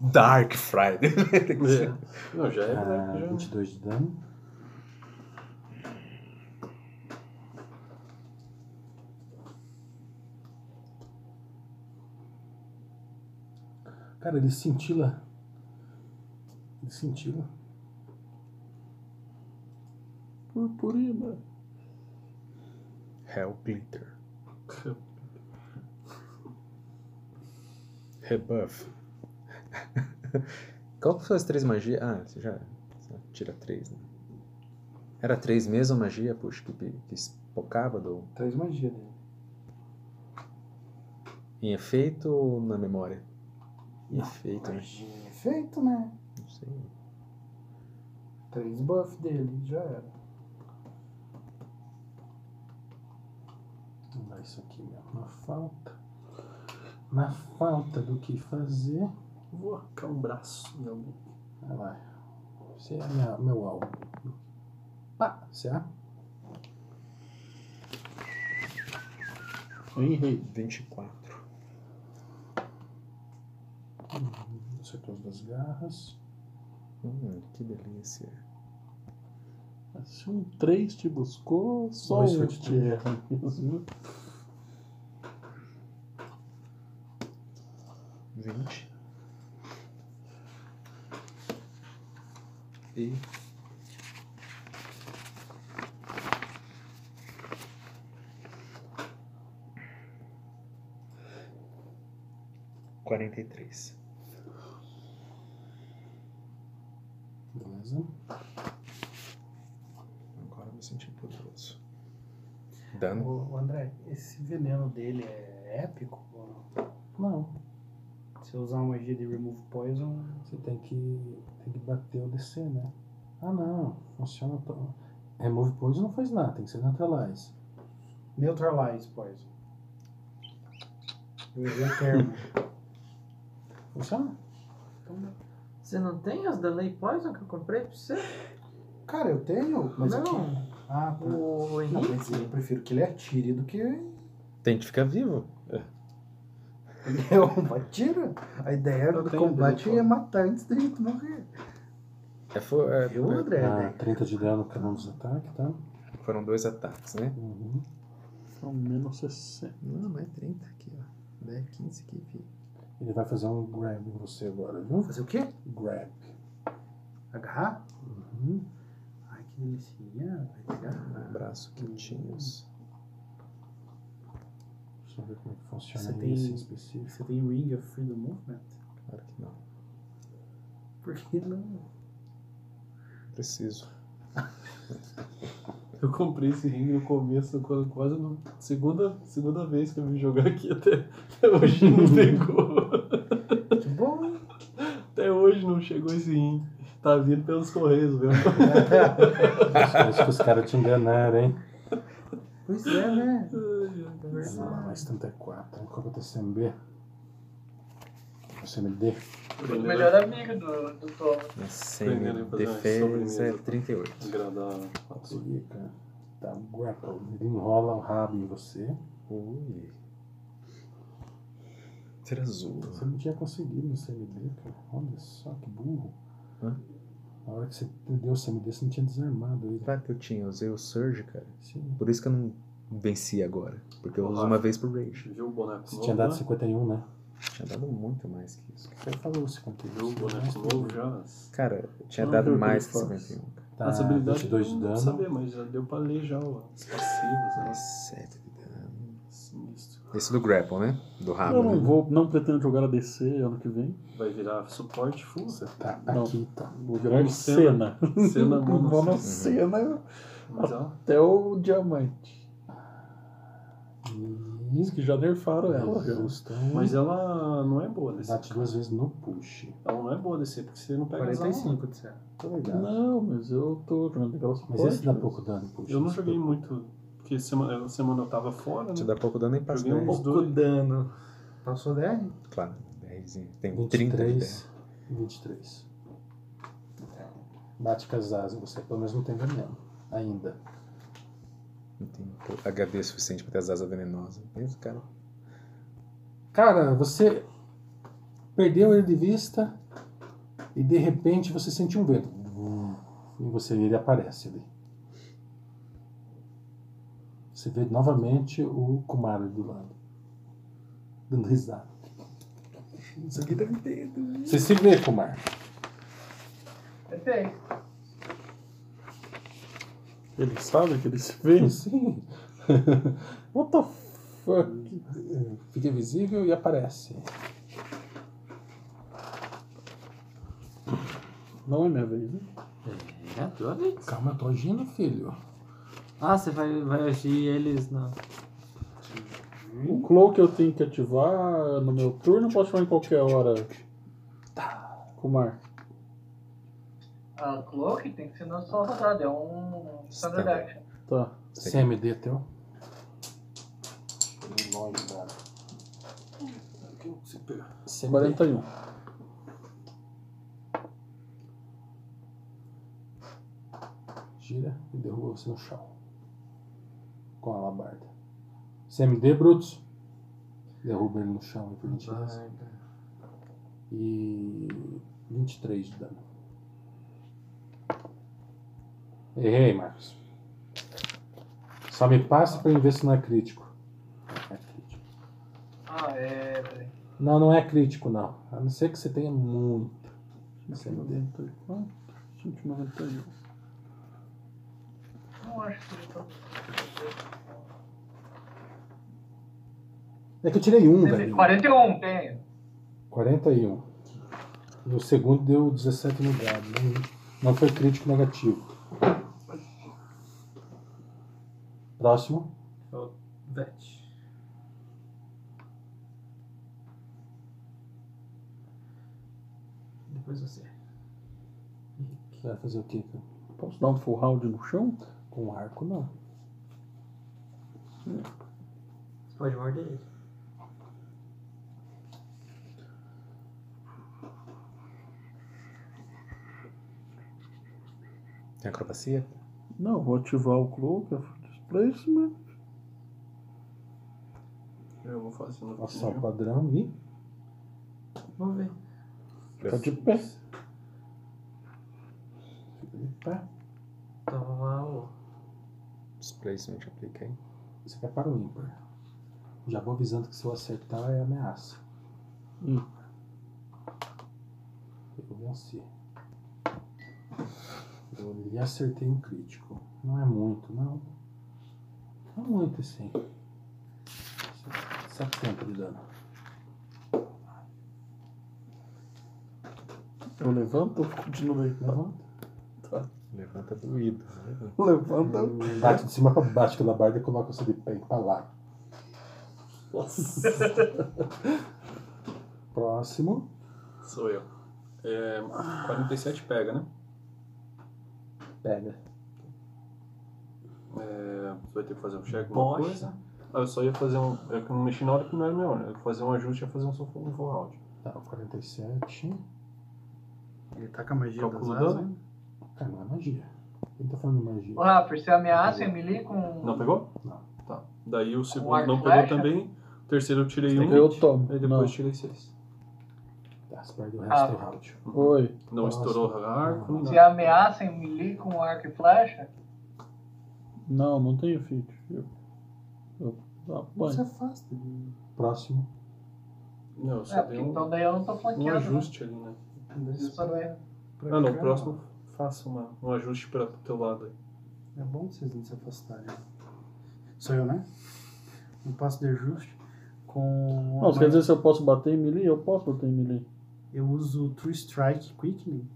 S2: Dark Friday. *laughs*
S1: Não, já é. 22 de dano. Cara, ele cintila. Ele cintila.
S31: Purpurina.
S2: Hell Glitter. Rebuff. *laughs* Qual que são as três magias? Ah, você já você tira três, né? Era três mesmo a magia, puxa, que, pe- que espocava do...
S8: Três magia
S1: né?
S8: dele.
S2: em efeito ou na memória? Em efeito, né?
S8: Feito, né?
S2: Não sei.
S8: Três buff dele, já era.
S1: Vamos dar isso aqui mesmo. Na falta. Na falta do que fazer.
S27: Vou arcar um braço em alguém.
S1: Vai lá. Você é minha- meu alvo. Pá, você é?
S2: Errei. 24.
S1: Uhum, Acertou as duas garras.
S2: Hum, que delícia.
S31: Se um 3 te buscou, só
S1: Dois
S31: um
S1: foi de
S31: te
S1: tiro.
S31: erra mesmo.
S2: 20. E. 43.
S1: Beleza.
S2: Agora eu me senti poderoso.
S8: Ô,
S2: Dano.
S8: ô, André, esse veneno dele é épico ou não?
S1: Não.
S8: Se eu usar uma magia de Remove Poison.
S1: Você tem que, tem que bater ou descer, né? Ah, não. Funciona. To... Remove Poison não faz nada, tem que ser Neutralize.
S8: Neutralize Poison. Eu errei o *laughs* termo.
S1: Funciona?
S4: Você não tem as da Lei Poison que eu comprei pra você?
S8: Cara, eu tenho, mas
S4: não.
S8: aqui. Ah, tá.
S4: O
S8: Não,
S4: Henrique?
S8: mas eu prefiro que ele atire do que
S2: Tem que ficar vivo.
S8: ele é um atira. A ideia do combate é matar antes da gente morrer.
S2: É, fo- é-
S8: Viu, André?
S1: Ah, 30 de dano cada um dos ataques, tá?
S2: Foram dois ataques, né?
S6: São menos 60.
S2: Não, mas é 30 aqui, ó. 10, 15 aqui, filho.
S1: Ele vai fazer um grab em você agora, viu?
S8: Fazer o quê?
S1: Grab.
S8: Agarrar?
S1: Uhum.
S8: Ai, que delicinha. Vai pegar.
S2: um Braço quentinhos.
S1: Deixa eu ver como é que funciona
S8: Você tem,
S1: isso em específico.
S8: você tem Ring of Freedom Movement?
S2: Claro que não.
S8: Por que não?
S2: Preciso.
S3: Eu comprei esse ringue no começo, quando- quase na segunda, segunda vez que eu vim jogar aqui até, até
S2: *laughs*
S3: hoje não pegou. Que
S8: bom!
S3: Até hoje não chegou esse ringue. Tá vindo pelos correios mesmo.
S1: *laughs* Acho que os caras te enganaram, hein?
S8: Pois é, né? É
S1: Não,
S8: verdade.
S1: mais 34. Qual que é o TCMB? O CMD?
S7: Fui o melhor é amigo do, do Thomas.
S2: Sem
S1: Aprendendo a fazer uma
S2: defesa é
S1: sobremesa.
S2: 38.
S1: Agradável. Consegui, cara. Tá, grapple. Ele enrola o rabo em você.
S2: Ui. Ser azul.
S1: Você não tinha conseguido no CMD, cara. Olha só que burro.
S2: Hã?
S1: Na hora que você deu o CMD, você não tinha desarmado ele.
S2: Claro que eu tinha, eu usei o Surge, cara.
S1: Sim.
S2: Por isso que eu não venci agora. Porque eu uso uma vez por Rage.
S1: Viu o boneco Você tinha dado 51, né?
S2: Tinha dado muito mais que isso.
S1: Você falou 51.
S2: Viu o
S3: né?
S2: boneco
S1: mas tudo
S2: novo
S1: bem.
S2: já? Cara, eu tinha dado mais que 51. cara.
S1: Tá,
S3: Essa habilidade
S1: 22 de
S3: eu não
S1: dano.
S3: sabia, mas já deu pra ler já ó, as passivas. Né?
S2: 7 de dano.
S3: Sinistro.
S2: Esse do Grapple, né? Do rabo.
S6: Ah, Eu
S2: né?
S6: não vou, um não pretendo jogar a DC ano que vem.
S3: Vai virar suporte full? Você
S1: tá
S6: Não,
S1: aqui, tá.
S6: vou virar então. cena.
S3: Cena
S6: Vou na
S3: mono.
S6: cena
S3: Mas, ó.
S6: até o diamante. Diz que já nerfaram ela. já.
S3: Mas ela não é boa desse.
S1: Bate duas vezes no push.
S3: Ela não é boa desse, porque você não pega as
S8: 45
S3: armas.
S8: de certo.
S1: Tá ligado.
S6: Não, mas eu tô jogando aquelas
S1: Mas esse dá pouco dano, push.
S3: Eu não joguei muito, porque semana, semana eu tava fora, né?
S2: Te dá pouco dano nem
S1: um
S2: passa
S3: Joguei
S2: 10.
S3: uns dois.
S2: dano.
S8: Passou 10?
S2: Claro, 10. Tem 30 de
S1: 23.
S2: dano.
S1: 23. Bate com as asas, você pelo menos não tem veneno. Ainda.
S2: Não tem pô, HD suficiente pra ter as asas venenosas. Mesmo, cara.
S1: Cara, você perdeu ele de vista e de repente você sente um vento. E você ele aparece ali. Você vê novamente o Kumara do lado. Dando risada.
S2: Isso aqui tá me tendo.
S1: Você se vê, Kumar.
S7: Perfeito.
S6: Ele sabe que ele se vê?
S1: Sim. *laughs* What the fuck? Fica invisível e aparece.
S6: Não é minha vez, né?
S4: É, tua vez.
S1: Calma, eu tô agindo, filho.
S4: Ah, você vai, vai agir eles na.
S6: O Cloak eu tenho que ativar no meu turno, posso ativar em qualquer hora. Kumar.
S7: A Cloak tem que ser na sua rodada, é um standard action.
S6: Tá.
S1: CMD é teu. Tô longe da- CMD.
S6: 41.
S1: Gira e derruba você no chão. Com a alabarda. CMD, Brutus. Derruba ele no chão aí, por gentileza. E 23 de dano. Errei, Marcos. Só me passa pra eu ver se não é crítico. É crítico.
S7: Ah, é. peraí.
S1: Não, não é crítico, não. A não ser que você tenha muito. CMD.
S6: 94, 191.
S7: Não acho que ele tá.
S1: É que eu tirei um,
S7: Tem
S1: É velho.
S7: 41, tem.
S1: 41. No segundo deu 17 no dado. Não, não foi crítico negativo. Próximo.
S4: É Vet. Depois você.
S1: Você vai fazer o quê? cara? Posso dar um full round no chão? Com um arco, não.
S4: Você pode morder ele.
S2: Tem acrobacia?
S6: Não, vou ativar o Cloak of Displacement.
S32: Eu vou fazer no
S1: Passar o padrão e.
S4: Vou ver.
S1: Tá de pé.
S4: Tá. Então vamos lá, o
S2: Displacement aplica aí.
S1: Você vai para o ímpar. Já vou avisando que se eu acertar é ameaça. Ímpar. Eu venci. Eu lhe acertei um crítico. Não é muito, não. Não é muito assim. 70 de dano.
S6: Eu levanto ou continuo meio? Levanta.
S2: Levanta doído. né?
S6: Levanta.
S1: Bate de cima pra baixo pela barda e coloca você de pé pra lá. Nossa. Próximo.
S3: Sou eu. É, 47 pega, né?
S1: Pega.
S3: É, você vai ter que fazer um check alguma coisa? Ah, eu só ia fazer um. É que eu não mexi na hora que não era meu, né? Eu ia fazer um ajuste e ia fazer um full, um full round.
S1: Tá, o 47.
S8: Ele tá com a magia das
S3: Calcula o
S8: asas, né?
S3: dano?
S8: hein?
S1: Cara, não é magia. Quem tá falando de magia?
S7: Ô, Rafa, você ameaça e melee com.
S3: Não pegou?
S1: Não.
S3: Tá. Daí o
S7: Com arco
S3: segundo não
S7: e
S3: pegou
S7: flecha?
S3: também. O terceiro eu tirei
S6: tem
S3: um.
S6: eu tomo.
S3: E depois
S6: Não.
S3: tirei seis.
S1: Tá, você perdeu o
S7: Ah.
S1: resto do round.
S6: Oi.
S3: Não
S1: Nossa.
S3: estourou o arco, nem
S7: Você
S3: nada.
S7: ameaça e melee com arco e flecha?
S6: Não, não tenho feat. Eu, eu, Ah, eu
S1: Você
S6: apanho.
S1: afasta. de- Próximo.
S3: Não, eu
S7: É,
S3: só
S7: porque
S3: dei um,
S7: então daí eu não tô
S3: um
S7: flanqueando. né?
S3: ajuste ali, né?
S7: Eu só dei-
S3: Ah, não, o próximo faça uma, um ajuste para o teu lado aí.
S8: É bom vocês não se afastarem. Sou eu, né? Um passo de ajuste com.
S6: Não,
S8: a
S6: você quer
S8: magia-
S6: dizer se eu posso bater em melee? Eu posso bater em melee.
S8: Eu uso True Strike Quickening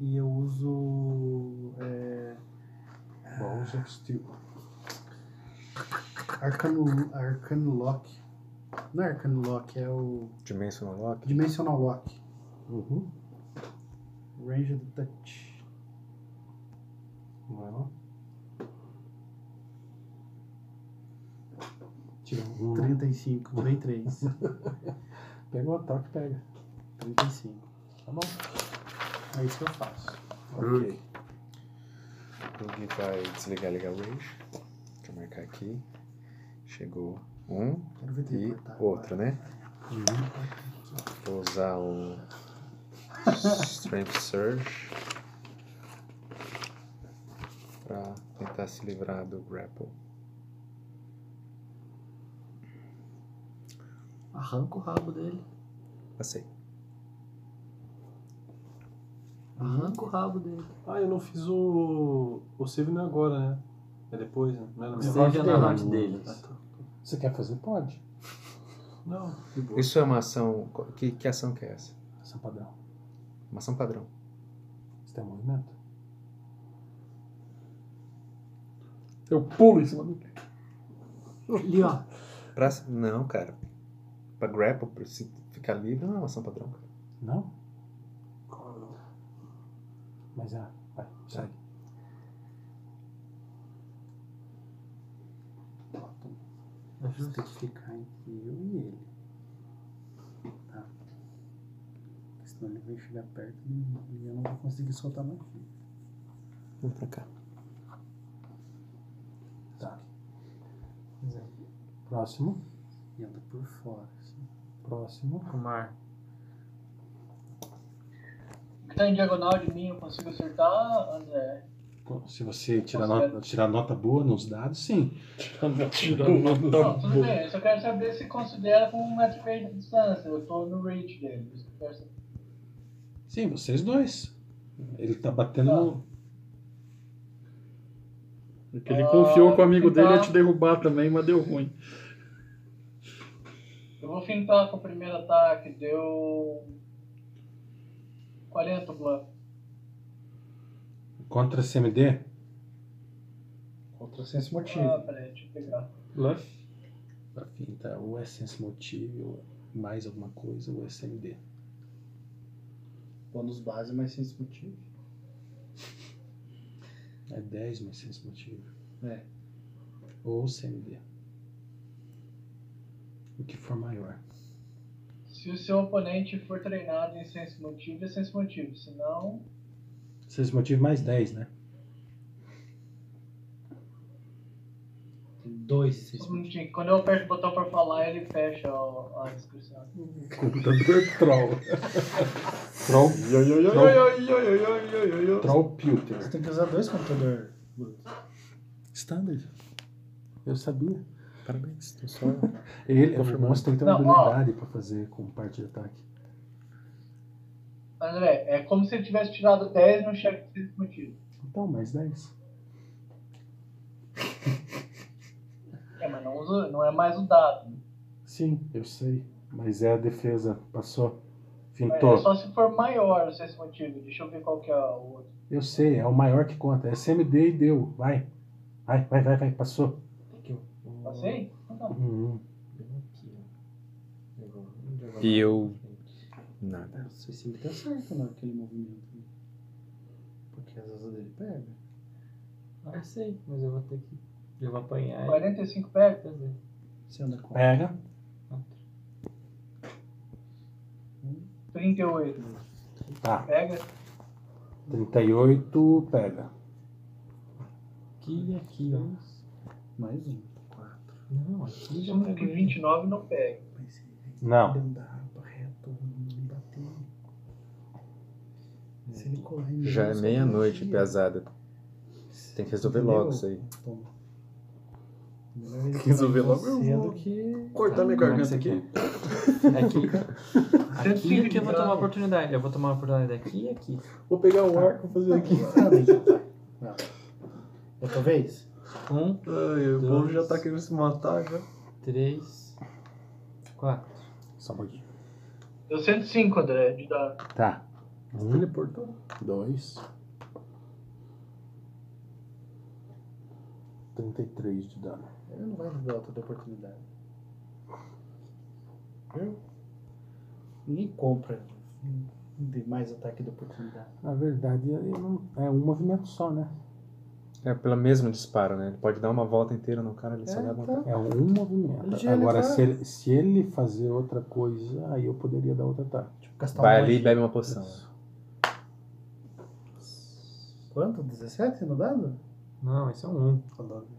S8: e eu uso é,
S1: Balls of Steel.
S8: Arcano, Arcano Lock. Não é Arcano Lock, é o
S2: Dimensional Lock.
S8: Dimensional Lock.
S1: Uhum.
S8: Ranged Touch.
S1: Vai lá. Tira um.
S8: 35, tirei 3.
S1: *laughs* Pega o ataque, pega.
S8: 35.
S1: Tá bom.
S8: É isso que eu faço.
S1: Ok.
S2: Bug vai desligar ligar o Rage. Deixa eu marcar aqui. Chegou um
S8: Quero ver
S2: e outro, né? Vou usar o Strength Surge pra tentar se livrar do grapple.
S4: Arranca o rabo dele.
S2: Passei.
S4: Arranca o rabo dele.
S3: Ah, eu não fiz o. O save não é agora, né? É depois, né? Não é na
S4: O
S3: minha
S4: save
S3: parte
S4: é na
S3: dele.
S4: parte deles.
S3: Ah, tá.
S1: um Você quer fazer? Pode.
S3: Não, de boa.
S2: Isso é uma ação. co- Que, que ação que é essa?
S1: Ação padrão.
S2: Uma ação padrão.
S1: Você tem um movimento?
S6: Eu pulo em cima dele.
S8: Ali, ó.
S2: Pra, não, cara. Pra grapple, pra se ficar livre, não é uma ação padrão. cara.
S1: Não? Mas ah, vai, sai.
S8: Você tem que ficar entre eu e ele. Tá? Porque senão ele vai chegar perto e eu não vou conseguir soltar mais.
S2: Vem pra cá.
S1: Tá. Próximo.
S8: E anda por fora. Assim.
S1: Próximo.
S4: Mar.
S7: O que tá em diagonal de mim eu consigo acertar, André?
S1: Se você tirar nota, tirar nota boa nos dados, sim. Tirar
S3: Tá
S1: nota
S7: Não, tudo bem, eu só quero saber se considera com um metro e meio de distância. Eu tô no reach dele. isso que eu quero saber.
S1: Sim, vocês dois. Ele tá batendo no.
S6: É que ele
S7: Ah,
S6: confiou que o amigo
S7: tá.
S6: dele ia te derrubar também, mas deu ruim.
S7: Eu vou fintar com o primeiro ataque, deu. 40 bluff.
S1: Contra CMD?
S13: Contra senso motivo.
S7: Ah, peraí, deixa eu pegar.
S1: Bluff? Bluff, tá. Ou é senso motivo, mais alguma coisa, ou é CMD.
S13: Bônus base, mas senso motivo.
S1: *laughs* É 10 mais senso motivo.
S13: É.
S1: Ou CMD. O que for maior.
S7: Se o seu oponente for treinado em senso motivo, é senso motivo. Se não,
S1: Senso motivo mais 10, né?
S13: Tem dois.
S7: Gente, Quando eu aperto o botão pra falar, ele fecha o- a descrição.
S1: Computador troll. troll. Troll Pilter.
S13: Você tem que usar dois computadores.
S1: Standard. Eu sabia.
S2: Parabéns. Tô só
S1: Ele, o
S2: confirmando.
S1: monstro tem que ter uma
S7: Não, ó.
S1: habilidade pra fazer com parte de ataque.
S7: André, é como se ele tivesse tirado 10 no cheque de senso motivo.
S1: Então, mais 10.
S7: É, mas não, usa, não é mais o dado.
S1: Sim, eu sei. Mas é a defesa. Passou.
S7: É
S1: Fintou.
S7: só se for maior o senso motivo. Deixa eu ver qual que é o outro.
S1: Eu sei, é o maior que conta. É CMD e deu. Vai. Vai, vai, vai, vai. Passou.
S7: Passei? Então tá.
S1: Uhum.
S2: E eu. Nada.
S13: Não sei se ele tá certo naquele movimento. Porque as asas dele pegam.
S4: Ah, eu sei, mas eu vou ter que. Eu vou apanhar.
S7: 45 pega?
S13: Você anda com
S1: Pega.
S7: 38.
S1: Tá.
S7: Pega?
S1: 38, pega.
S4: Aqui e aqui, ó.
S13: Mais um.
S4: Não, aqui já
S7: Presumo que
S4: pegou.
S7: 29 não pega.
S1: Não.
S13: Se ele colar em mim,
S2: Já é
S13: eu só
S2: meia-noite,
S13: confio.
S2: pesada. Tem que resolver
S13: Entendeu?
S2: logo isso aí.
S13: Toma. Melhor ele
S2: Resolver
S13: colar em
S2: logo eu
S13: você
S4: um.
S2: vou
S13: do que-
S2: cortar minha
S4: Como é que você
S2: garganta
S4: quer? Aqui. *laughs* aqui é que eu vou tomar a oportunidade. Eu vou tomar a oportunidade aqui e aqui.
S6: Vou pegar um arco e fazer aqui.
S13: tá. Outra vez?
S4: Um.
S3: Ai, o povo já tá querendo se matar já.
S4: Três. Quatro.
S1: Só um pouquinho.
S7: Deu 105, André, de dado.
S1: Tá. Um,
S3: teleportou.
S1: Dois. 33 de dano.
S13: Ele não vai dar outra oportunidade. Viu? Ninguém compra de assim. mais ataque de oportunidade.
S1: Na verdade, ele não- é um movimento só, né?
S2: É pelo mesmo disparo, né? Ele pode dar uma volta inteira no cara, ele só
S1: É,
S2: leva
S1: então.
S2: um
S1: É um movimento.
S2: Ele- ele vai-
S1: Agora, se ele, se ele fazer outra coisa, aí eu poderia dar outra ataque.
S4: Tipo
S13: gastar
S2: Vai
S13: uma
S2: ali e
S13: magia.
S2: bebe uma poção.
S13: Quanto? 17 no dado?
S4: Não, esse é um.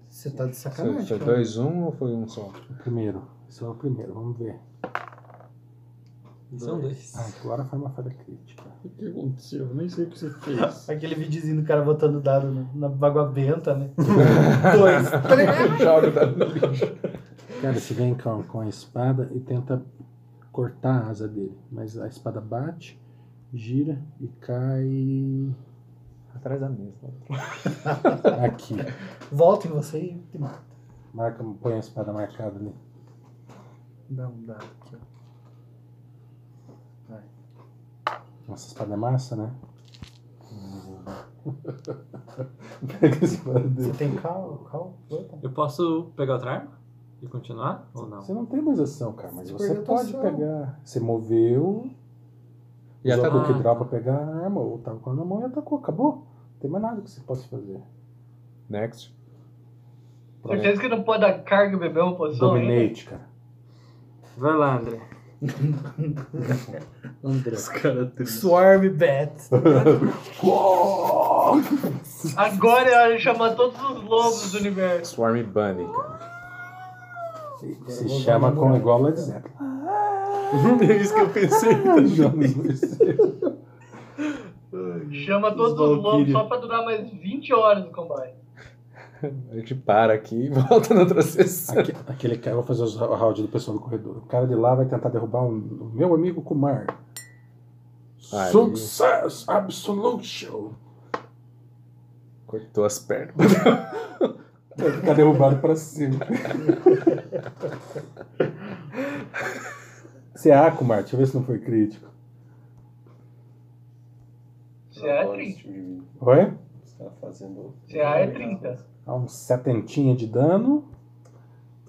S13: Você tá de
S2: Foi,
S13: sacanagem.
S2: foi
S13: cara.
S2: dois, um ou foi um só?
S1: O primeiro. Esse é o primeiro, vamos ver.
S4: São dois.
S1: Ah, agora foi uma falha crítica.
S6: O que aconteceu? Eu nem sei o que você fez.
S13: Aquele videozinho do cara botando dado na- na água benta, né? *laughs* Dois, três.
S2: *laughs* Joga o dado no lixo.
S1: Cara, você vem com, com a espada e tenta cortar a asa dele. Mas a espada bate, gira e cai.
S2: Atrás da mesa.
S1: Aqui.
S13: Volta em você e te mata.
S1: Marca, põe a espada marcada ali.
S13: Dá um dado aqui, ó.
S1: Nossa, a espada é massa, né?
S4: *laughs*
S1: Pega a espada dele.
S13: Você tem cal? Cal?
S4: Eu posso pegar outra arma e continuar? Ou não?
S1: Você não tem mais ação, cara, mas
S4: Você
S1: você
S4: perdeu a
S1: pode
S4: ação.
S1: pegar. Você moveu.
S2: E tá
S1: E atacou
S2: atacou.
S1: que draw pra pegar a arma, ou tava com a na mão e atacou, acabou. Não tem mais nada que você possa fazer.
S2: Next.
S7: Certeza que não pode dar carga e beber uma poção ainda?
S1: Dominate, cara.
S4: Vai lá, André.
S13: André.
S3: Os caras tristes.
S13: Swarm Bat.
S7: Agora é hora de chamar todos os lobos do universo.
S2: Swarm Bunny, cara.
S1: Se chama com igual
S4: né?
S1: Led Zeppelin.
S3: *laughs* é isso que eu pensei.
S7: Chama todos os lobos só pra durar mais 20 horas no combate.
S2: A gente para aqui e *laughs* volta na outra sessão.
S1: Aque- Aquele cara, eu vou fazer os ra- round do pessoal do corredor. O cara de lá vai tentar derrubar um, o meu amigo Kumar.
S2: Aí.
S1: Success absolute show.
S2: Cortou as pernas.
S1: tá Vai ficar derrubado pra cima. Você é Akumar, deixa eu ver se não foi crítico.
S7: CA é 30.
S1: Oi?
S3: Você tá fazendo.
S7: CA é 30.
S1: Dá um setentinha de dano.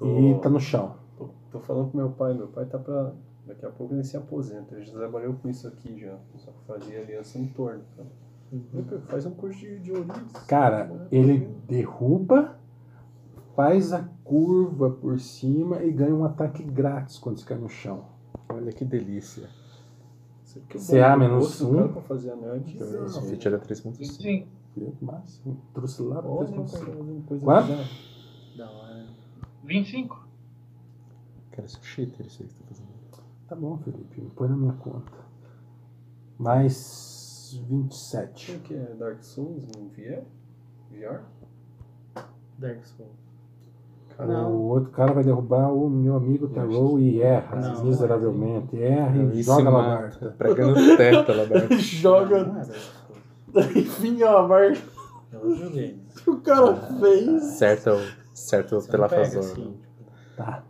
S1: E tá no chão.
S3: Tô, tô falando com meu pai, meu pai tá pra. Daqui a pouco ele se aposenta. Ele já trabalhou com isso aqui já. Só que fazia aliança no torno, cara. Ele Faz um curso de, de Ourives.
S1: Cara,
S3: é
S1: ele derruba, faz a curva por cima e ganha um ataque grátis quando você cai no chão. Olha que delícia.
S3: Isso aqui é o bom
S1: CA
S3: do
S1: menos
S3: gosto do cara
S1: 1.
S3: Pra fazer anel é bizarro.
S2: Esse feat era 3.5.
S7: Sim.
S1: Máximo. Trouxe lá pra
S3: Olha,
S1: 3.5.
S3: cara, uma coisa
S1: Quanto?
S3: bizarra.
S7: 25.
S2: Cara, isso é cheater isso aí que você tá fazendo.
S1: Tá bom, Felipe. Põe na minha conta. Mais 27.
S3: O que é Dark Souls é? no VR? VR?
S27: Dark Souls.
S1: O outro cara vai derrubar o meu amigo Tarot e erra,
S27: Não. é
S1: miseravelmente. Erra
S2: Não,
S1: e
S2: e
S1: joga
S2: se
S1: a
S2: mata.
S1: labarta.
S2: Pregando o teto a
S31: *laughs*
S2: labarta.
S31: Joga. *laughs* Enfim, ó, Mark.
S27: Eu joguei.
S31: O cara fez.
S2: Certo, certo
S31: Você não pega,
S2: Pelafazor.
S31: assim,
S2: né?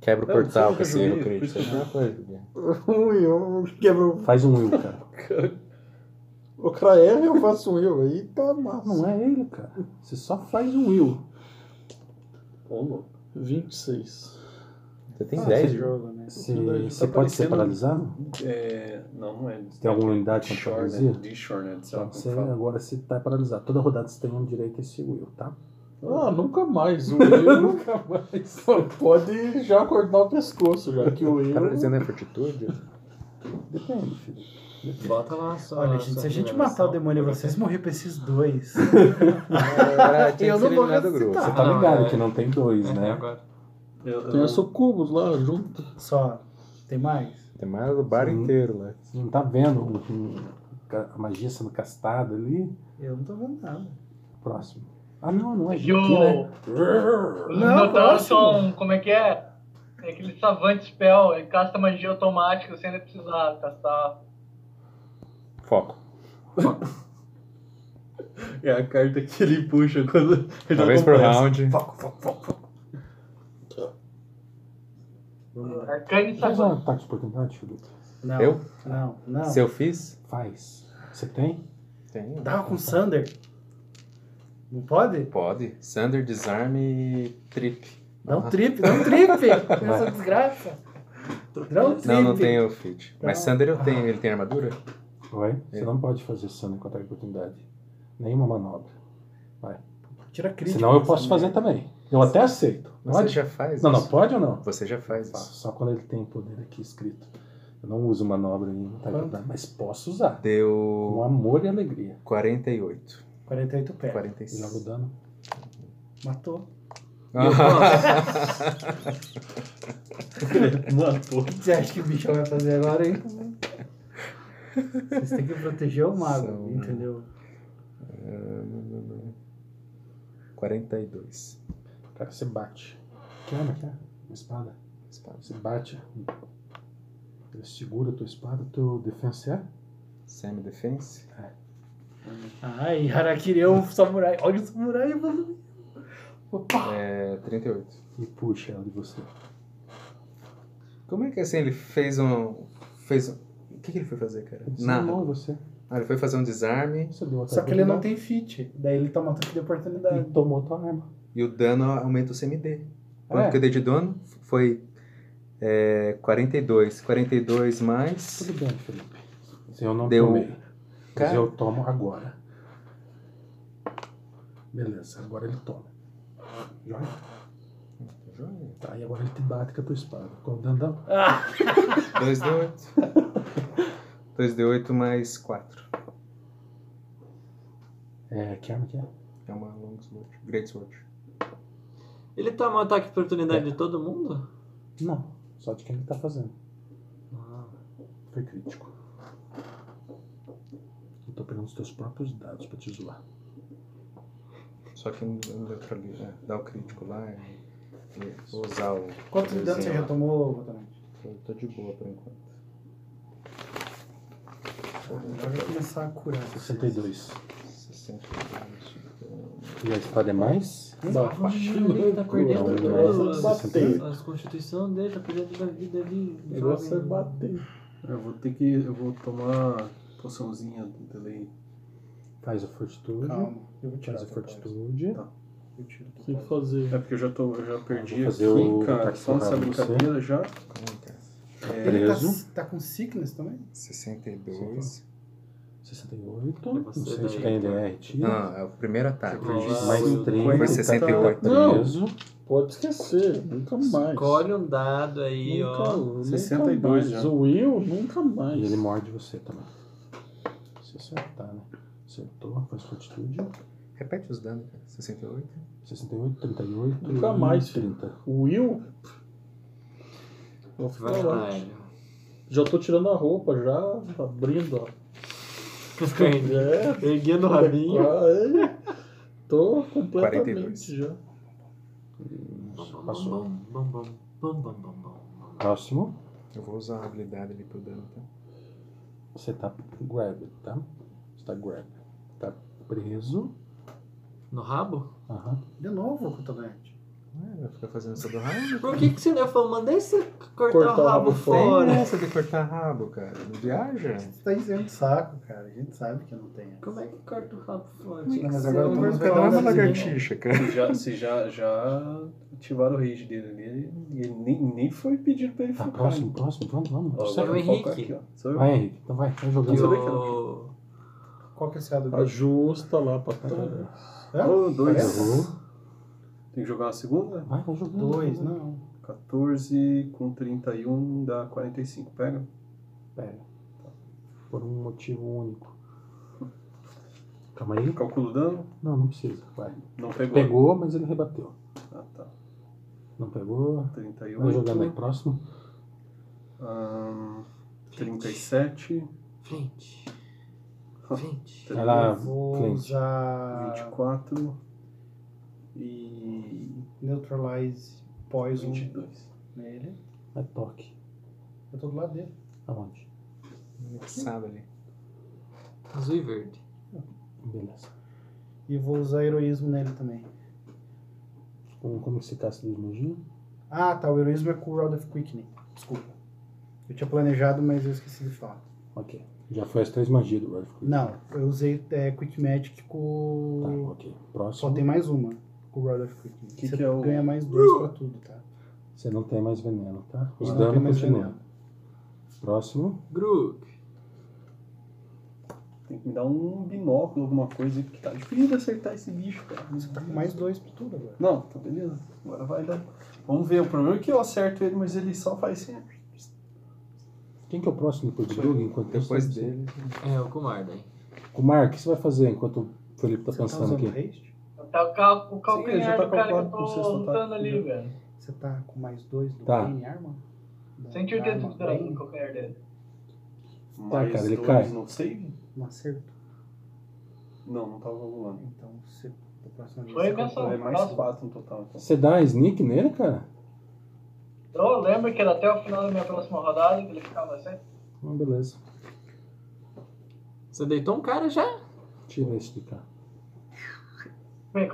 S2: Quebra o
S31: Não,
S2: portal
S31: você
S2: com esse
S31: nunca
S2: erro
S31: joguei,
S2: crítico.
S31: por isso que eu
S2: Ah, foi.
S31: Um e um. Quebrou.
S1: Faz um will,
S27: *laughs*
S1: cara.
S31: O Kraev eu faço um eu aí, tá massa.
S1: Não é ele, cara. Você só faz um will.
S31: Ô, louco. 26.
S2: Você
S31: tem Ah, 10, você né? joga, né?
S1: Você,
S31: Verdade,
S1: você
S31: tá
S1: pode ser
S31: parecendo-
S1: paralisado?
S3: É, não, não é.
S1: Você tem alguma unidade com
S3: Shore,
S1: paralisia?
S3: né? De Shore, né? Sabe
S1: Então,
S3: como
S1: você,
S3: fala?
S1: agora você tá paralisado. Toda rodada você tem um direito a esse will, tá?
S31: Ah, nunca mais. O eu nunca mais. Pô, *laughs* Pode já cortar o pescoço, já que o eu.
S2: Paralisia não é fortitude?
S1: Depende, filho.
S4: Bota lá só.
S27: Olha, gente, se a gente matar o demônio e vocês morrer pra esses dois.
S2: tinha
S27: eu
S2: que ser
S27: não vou
S2: eliminado o grupo.
S27: ressuscitar.
S1: Você tá
S2: não,
S1: ligado
S2: é-
S1: que não tem dois, né?
S31: Tem a Sucubus lá junto.
S27: Só. Tem mais?
S2: Tem mais o bar inteiro né? lá.
S1: Você não tá vendo o- o- ca- a magia sendo castada ali?
S27: Eu não tô vendo nada.
S1: Próximo. Ah, não, não é aqui,
S7: E o.
S1: né?
S7: Os
S1: Não,
S7: notários
S1: próximo.
S7: são. Como é que é? É aquele savante spell, ele casta magia automática sem nem precisar castar.
S2: Foco.
S3: É a carta que ele puxa quando ele tá
S2: Uma vez por
S3: completo.
S2: round.
S3: Foco, foco, foco, foco.
S7: Arcane
S1: Faz um
S7: É savante.
S1: ataque de oportunidade, Felipe.
S27: Não.
S2: Eu?
S27: Não, não.
S2: Se eu fiz?
S1: Faz. Você tem?
S2: Tenho.
S27: Tava com o Sander. Não pode?
S2: Pode. Sander, desarme e trip.
S27: Dá um trip, dá um trip! Essa desgraça. Dá um trip.
S2: Não, não tenho o fit. Mas
S27: Não.
S2: Sander eu tenho. Ele tem armadura?
S1: Vai.
S27: É.
S1: Você não pode fazer sana com ataque de oportunidade. Nenhuma manobra. Vai.
S27: Tira crítico.
S1: Senão eu posso fazer também. Eu até aceito.
S2: Você
S1: Pode?
S2: já faz
S1: Não, não,
S2: isso.
S1: pode ou não?
S2: Você já faz isso.
S1: Só quando ele tem poder aqui escrito. Eu não uso manobra em ataque de oportunidade, mas posso usar.
S2: Deu.
S1: Com amor e alegria.
S2: 48.
S27: 48
S1: É,
S27: pés.
S2: 46.
S1: Joga o dano.
S27: Matou.
S2: *laughs* Matou.
S27: O que você acha que o bichão vai fazer agora, hein? Vocês têm que proteger o mago,
S2: São- né?
S27: entendeu?
S2: Ah, não, não, não. 42.
S1: Cara, você bate. Que arma que é? Uma espada.
S2: Espada.
S1: Você bate. Ele segura a tua espada, teu defense é?
S2: Semi-defense?
S27: Ai, Harakiri é um samurai. Olha o samurai, mano.
S2: É 38.
S1: E puxa ela de você.
S2: Como é que assim ele fez um. Fez um. O que, que ele foi fazer, cara?
S1: Ele
S2: Nada.
S1: desarmou você.
S2: Ah, ele foi fazer um desarme.
S1: Você deu
S27: Só que ele não tem fit. Daí ele toma ataque de oportunidade.
S1: E tomou tua arma.
S2: E o dano aumenta o CMD.
S27: Ah,
S2: Quanto
S1: É.
S2: que eu dei de dano? Foi é, 42. 42 mais.
S1: Tudo bem, Felipe. Se eu não
S2: Deu-
S1: tomei. Mas
S2: Cara.
S1: eu tomo agora. Beleza, agora ele toma. Joia?
S2: Joia.
S1: Tá, e agora ele te bate com a tua espada. Qual o dano dá?
S27: *laughs*
S2: 2d8. 2d8 mais 4.
S1: É, que arma que é?
S2: É uma longsword. Greatsword.
S4: Ele tá um ataque de oportunidade de todo mundo?
S1: Não, só de quem ele tá fazendo. Foi crítico. Eu tô pegando os teus próprios dados pra te zoar.
S2: Só que não não deu pra li- é, dar o crítico lá. e- e Vou usar o.
S27: Quanto de dano você já
S2: desenho lá.
S27: tomou, Botanete?
S2: Eu tô de boa por enquanto.
S27: Agora vai começar a curar.
S1: 62.
S2: 62.
S1: Já está demais?
S4: Não, ele tá perdendo
S1: Não,
S4: as-
S1: não,
S4: as-
S1: bater.
S4: As constituição dele, tá perdendo da vida ali.
S6: O negócio é bater.
S3: Eu vou ter que. Eu vou tomar poçãozinha do delay.
S1: Faz a fortitude.
S3: Calma,
S1: eu vou tirar Faz a fortitude. Tá.
S3: Eu tiro
S31: O que fazer?
S3: É porque eu já, tô, eu já perdi
S1: fazer o
S3: aqui, cara.
S1: ataque
S3: Só nessa
S1: porrada em você.
S3: brincadeira já.
S1: É,
S8: Ele tá,
S1: preso.
S8: tá com sickness também?
S2: 62.
S1: 68. Não sei se tem DR. tira.
S2: Não, é o primeiro ataque.
S1: Mais 30.
S2: Foi 68.
S31: Não,
S1: Tá Preso.
S31: pode esquecer, nunca mais.
S4: Escolhe um dado aí,
S31: Nunca,
S4: ó.
S31: nunca
S1: 62
S31: mais.
S1: já.
S31: O Will, nunca mais.
S1: E ele morde você também. Se acertar, né? Acertou, faz fortitude.
S2: Repete os danos, cara. 68.
S1: 68, 38.
S31: Nunca mais.
S1: 30.
S31: O Will? Vou ficar
S4: Vai,
S31: lá. Já tô tirando a roupa, já tá abrindo, ó.
S1: *laughs*
S31: É.
S4: *laughs* Erguendo
S1: Tá
S4: o rabinho.
S31: É. Tô completamente
S4: 42.
S31: já.
S1: Passou.
S4: Bom, bom, bom, bom, bom, bom.
S1: Próximo.
S2: Eu vou usar a habilidade ali pro dano, tá?
S1: Você tá grabbed, tá? Você tá grabbed. Tá preso.
S4: No rabo?
S1: Aham.
S8: De novo, Cotonete.
S2: Vai ficar fazendo isso do rabo?
S4: Por que, que você não falou? Mandei você cortar,
S2: Cortar
S4: o rabo fora.
S2: Tem essa de cortar rabo, cara. Não viaja.
S8: Você tá dizendo de saco, cara. A gente sabe que não tem.
S4: Como é que corta o rabo fora?
S8: Não, mas
S4: Você
S8: agora eu tô
S4: vai
S8: nos
S4: falar assim,
S8: pedaços da
S4: né?
S8: lagartixa,
S3: Se tá, já, se já, já ativaram o rage dele ali, e ele nem, nem foi pedido pra ele
S1: Tá
S3: focar.
S1: próximo, próximo. Vamos, vamos.
S3: Ó,
S1: Você
S3: agora
S1: vai,
S3: eu vou focar aqui, ó. Sou eu.
S1: Vai, Henrique. Então vai, vai jogando.
S3: Você vê que
S4: O-
S8: Qual que é esse lado dele?
S31: Ajusta lá pra trás.
S8: É?
S3: Um, dois.
S8: Parece?
S3: Tem que jogar uma segunda?
S1: Vai, vai jogando.
S8: Dois, não.
S3: 14 com 31 dá 45. Pega?
S1: Pega. Por um motivo único. Calma aí.
S3: Calcula o dano?
S1: Não, não precisa. Vai.
S3: Não pegou.
S1: Pegou, mas ele rebateu.
S3: Ah, tá.
S1: Não pegou.
S3: 38.
S1: Vai jogando aí próximo.
S3: Ahn, 37.
S4: 20.
S3: um,
S4: 20.
S1: Vai lá,
S8: Vou
S1: Clint.
S8: usar
S3: 24 e um.
S8: Neutralize Poison
S3: 22.
S8: nele.
S1: É toque.
S8: Eu tô do lado dele.
S1: Aonde?
S2: Mixado ali.
S4: Azul e verde.
S1: Beleza.
S8: E vou usar heroísmo nele também.
S1: Como, como que se casta dos magia?
S8: Ah, tá. O heroísmo é com o Rod of Quickening. Desculpa. Eu tinha planejado, mas eu esqueci de falar.
S1: Ok. Já foi as três magias do Ralph.
S8: Não, eu usei é, Quick Magic com.
S1: Tá, ok. Próximo.
S8: Só tem mais uma com o Rod of Quick.
S3: Que
S8: Você
S3: que é o-
S8: ganha mais dois pra tudo, tá?
S1: Você não tem mais veneno, tá? Os
S8: Não
S1: danos
S8: tem mais
S1: continuam. Próximo.
S4: Grug.
S3: Tem que me dar um binóculo, alguma coisa, porque tá difícil de acertar esse bicho, cara.
S8: Você tá com mais dois pra tudo agora.
S3: Não, tá beleza. Agora vai dar. Vamos ver. O problema é que eu acerto ele, mas ele só faz assim.
S1: Quem que é o próximo depois de Doug? Enquanto
S2: Depois
S1: isso,
S2: dele.
S4: É, o Kumar daí.
S1: Kumar, o que você vai fazer enquanto o Felipe tá pensando
S8: usando
S1: aqui?
S7: Tá o, cal o
S8: Sim,
S7: calcanhar
S8: já tá
S7: do cara que eu
S8: calculado
S7: tô
S8: com o sexto
S7: lutando
S8: ataque,
S7: ali,
S8: né?
S7: velho.
S8: Você tá com mais dois do
S1: Tá.
S8: Bane Arma? Da-
S7: Sente o
S8: da
S7: dedo
S8: arma
S7: do dragão
S8: Bane?
S7: no calcanhar dele.
S3: Mais
S1: Tá, cara, ele
S3: dois,
S1: cai.
S3: Não sei.
S8: Um acerto.
S3: Não, não tava rolando.
S8: Então, você, da próxima vez.
S7: Foi
S8: você
S7: invenção.
S8: calcula.
S3: É mais
S7: Próximo.
S3: quatro no total. Então.
S1: Você dá sneak nele, cara?
S7: Então lembra que era até o final da minha próxima rodada que ele ficava assim.
S1: Ah, beleza.
S4: Você deitou um cara já?
S1: Tira esse de cá.
S7: Bem,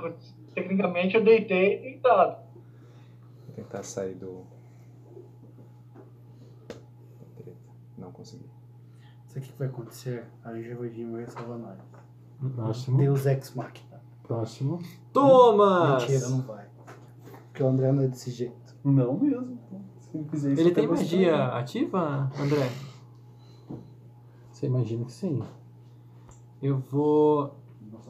S7: tecnicamente eu deitei tá. deitado.
S2: Vou tentar sair do. da treta. Não consegui.
S8: Isso aqui que vai acontecer, a Jeovina vai salvar nós.
S1: Próximo.
S8: Deus Ex Machina.
S1: Próximo.
S4: Toma!
S8: Mentira, não vai. Porque o André não é desse jeito.
S3: Não mesmo. pô. Se ele fizer isso,
S4: Ele
S3: eu
S4: tem
S3: quero gostar.
S4: magia ativa, André?
S1: Você imagina que sim.
S4: Eu vou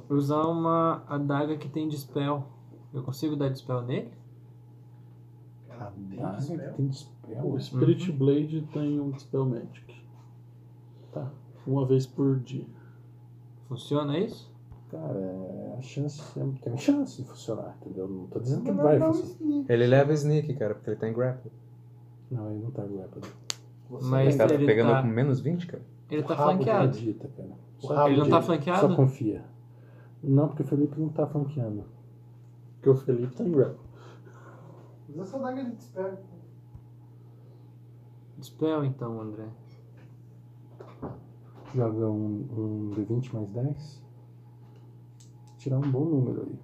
S4: usar uma adaga que tem dispel. Eu consigo dar dispel nele?
S1: Ah, tem dispel.
S31: O Spirit
S4: Uhum.
S31: Blade tem um Dispel Magic. Tá. Uma vez por dia.
S4: Funciona isso?
S1: Cara, é, a chance é- tem chance de funcionar, entendeu? Não tô dizendo que vai funcionar.
S2: Ele leva sneak, cara, porque ele tá em grapple.
S1: Não, ele não tá grappled.
S4: Mas
S2: ele tá
S4: ele
S2: pegando
S4: tá-
S2: com menos 20, cara?
S4: Ele
S1: O
S4: tá
S1: rabo
S4: flanqueado.
S1: acredita, cara.
S4: O rabo Ele não tá
S1: acredita.
S4: flanqueado?
S1: Só confia. Não, porque o Felipe não tá flanqueando.
S31: Porque o Felipe tá em grapple.
S8: Usa essa daga de desespero.
S4: Dispel então, André.
S1: Joga um, um D20 mais 10. Tirar um bom número aí.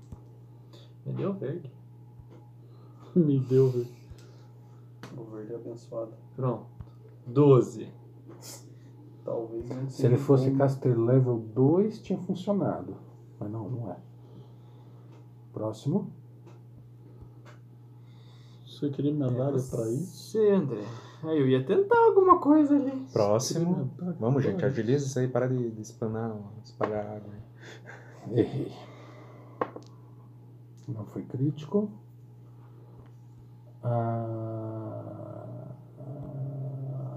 S4: Me deu verde.
S31: Me deu, velho.
S3: O verde é abençoado.
S4: Pronto. 12.
S3: Talvez um não
S1: Se ele fosse
S3: *laughs*
S1: caster level 2, tinha funcionado. Mas não, não é. Próximo.
S31: Você queria medalha pra isso?
S4: Sei, André. Aí eu ia tentar alguma coisa ali.
S2: Próximo. Vamos, gente, agiliza isso aí, para de, de espanar, espalhar água. né? aí.
S1: Errei. Não foi crítico. Ah, ah.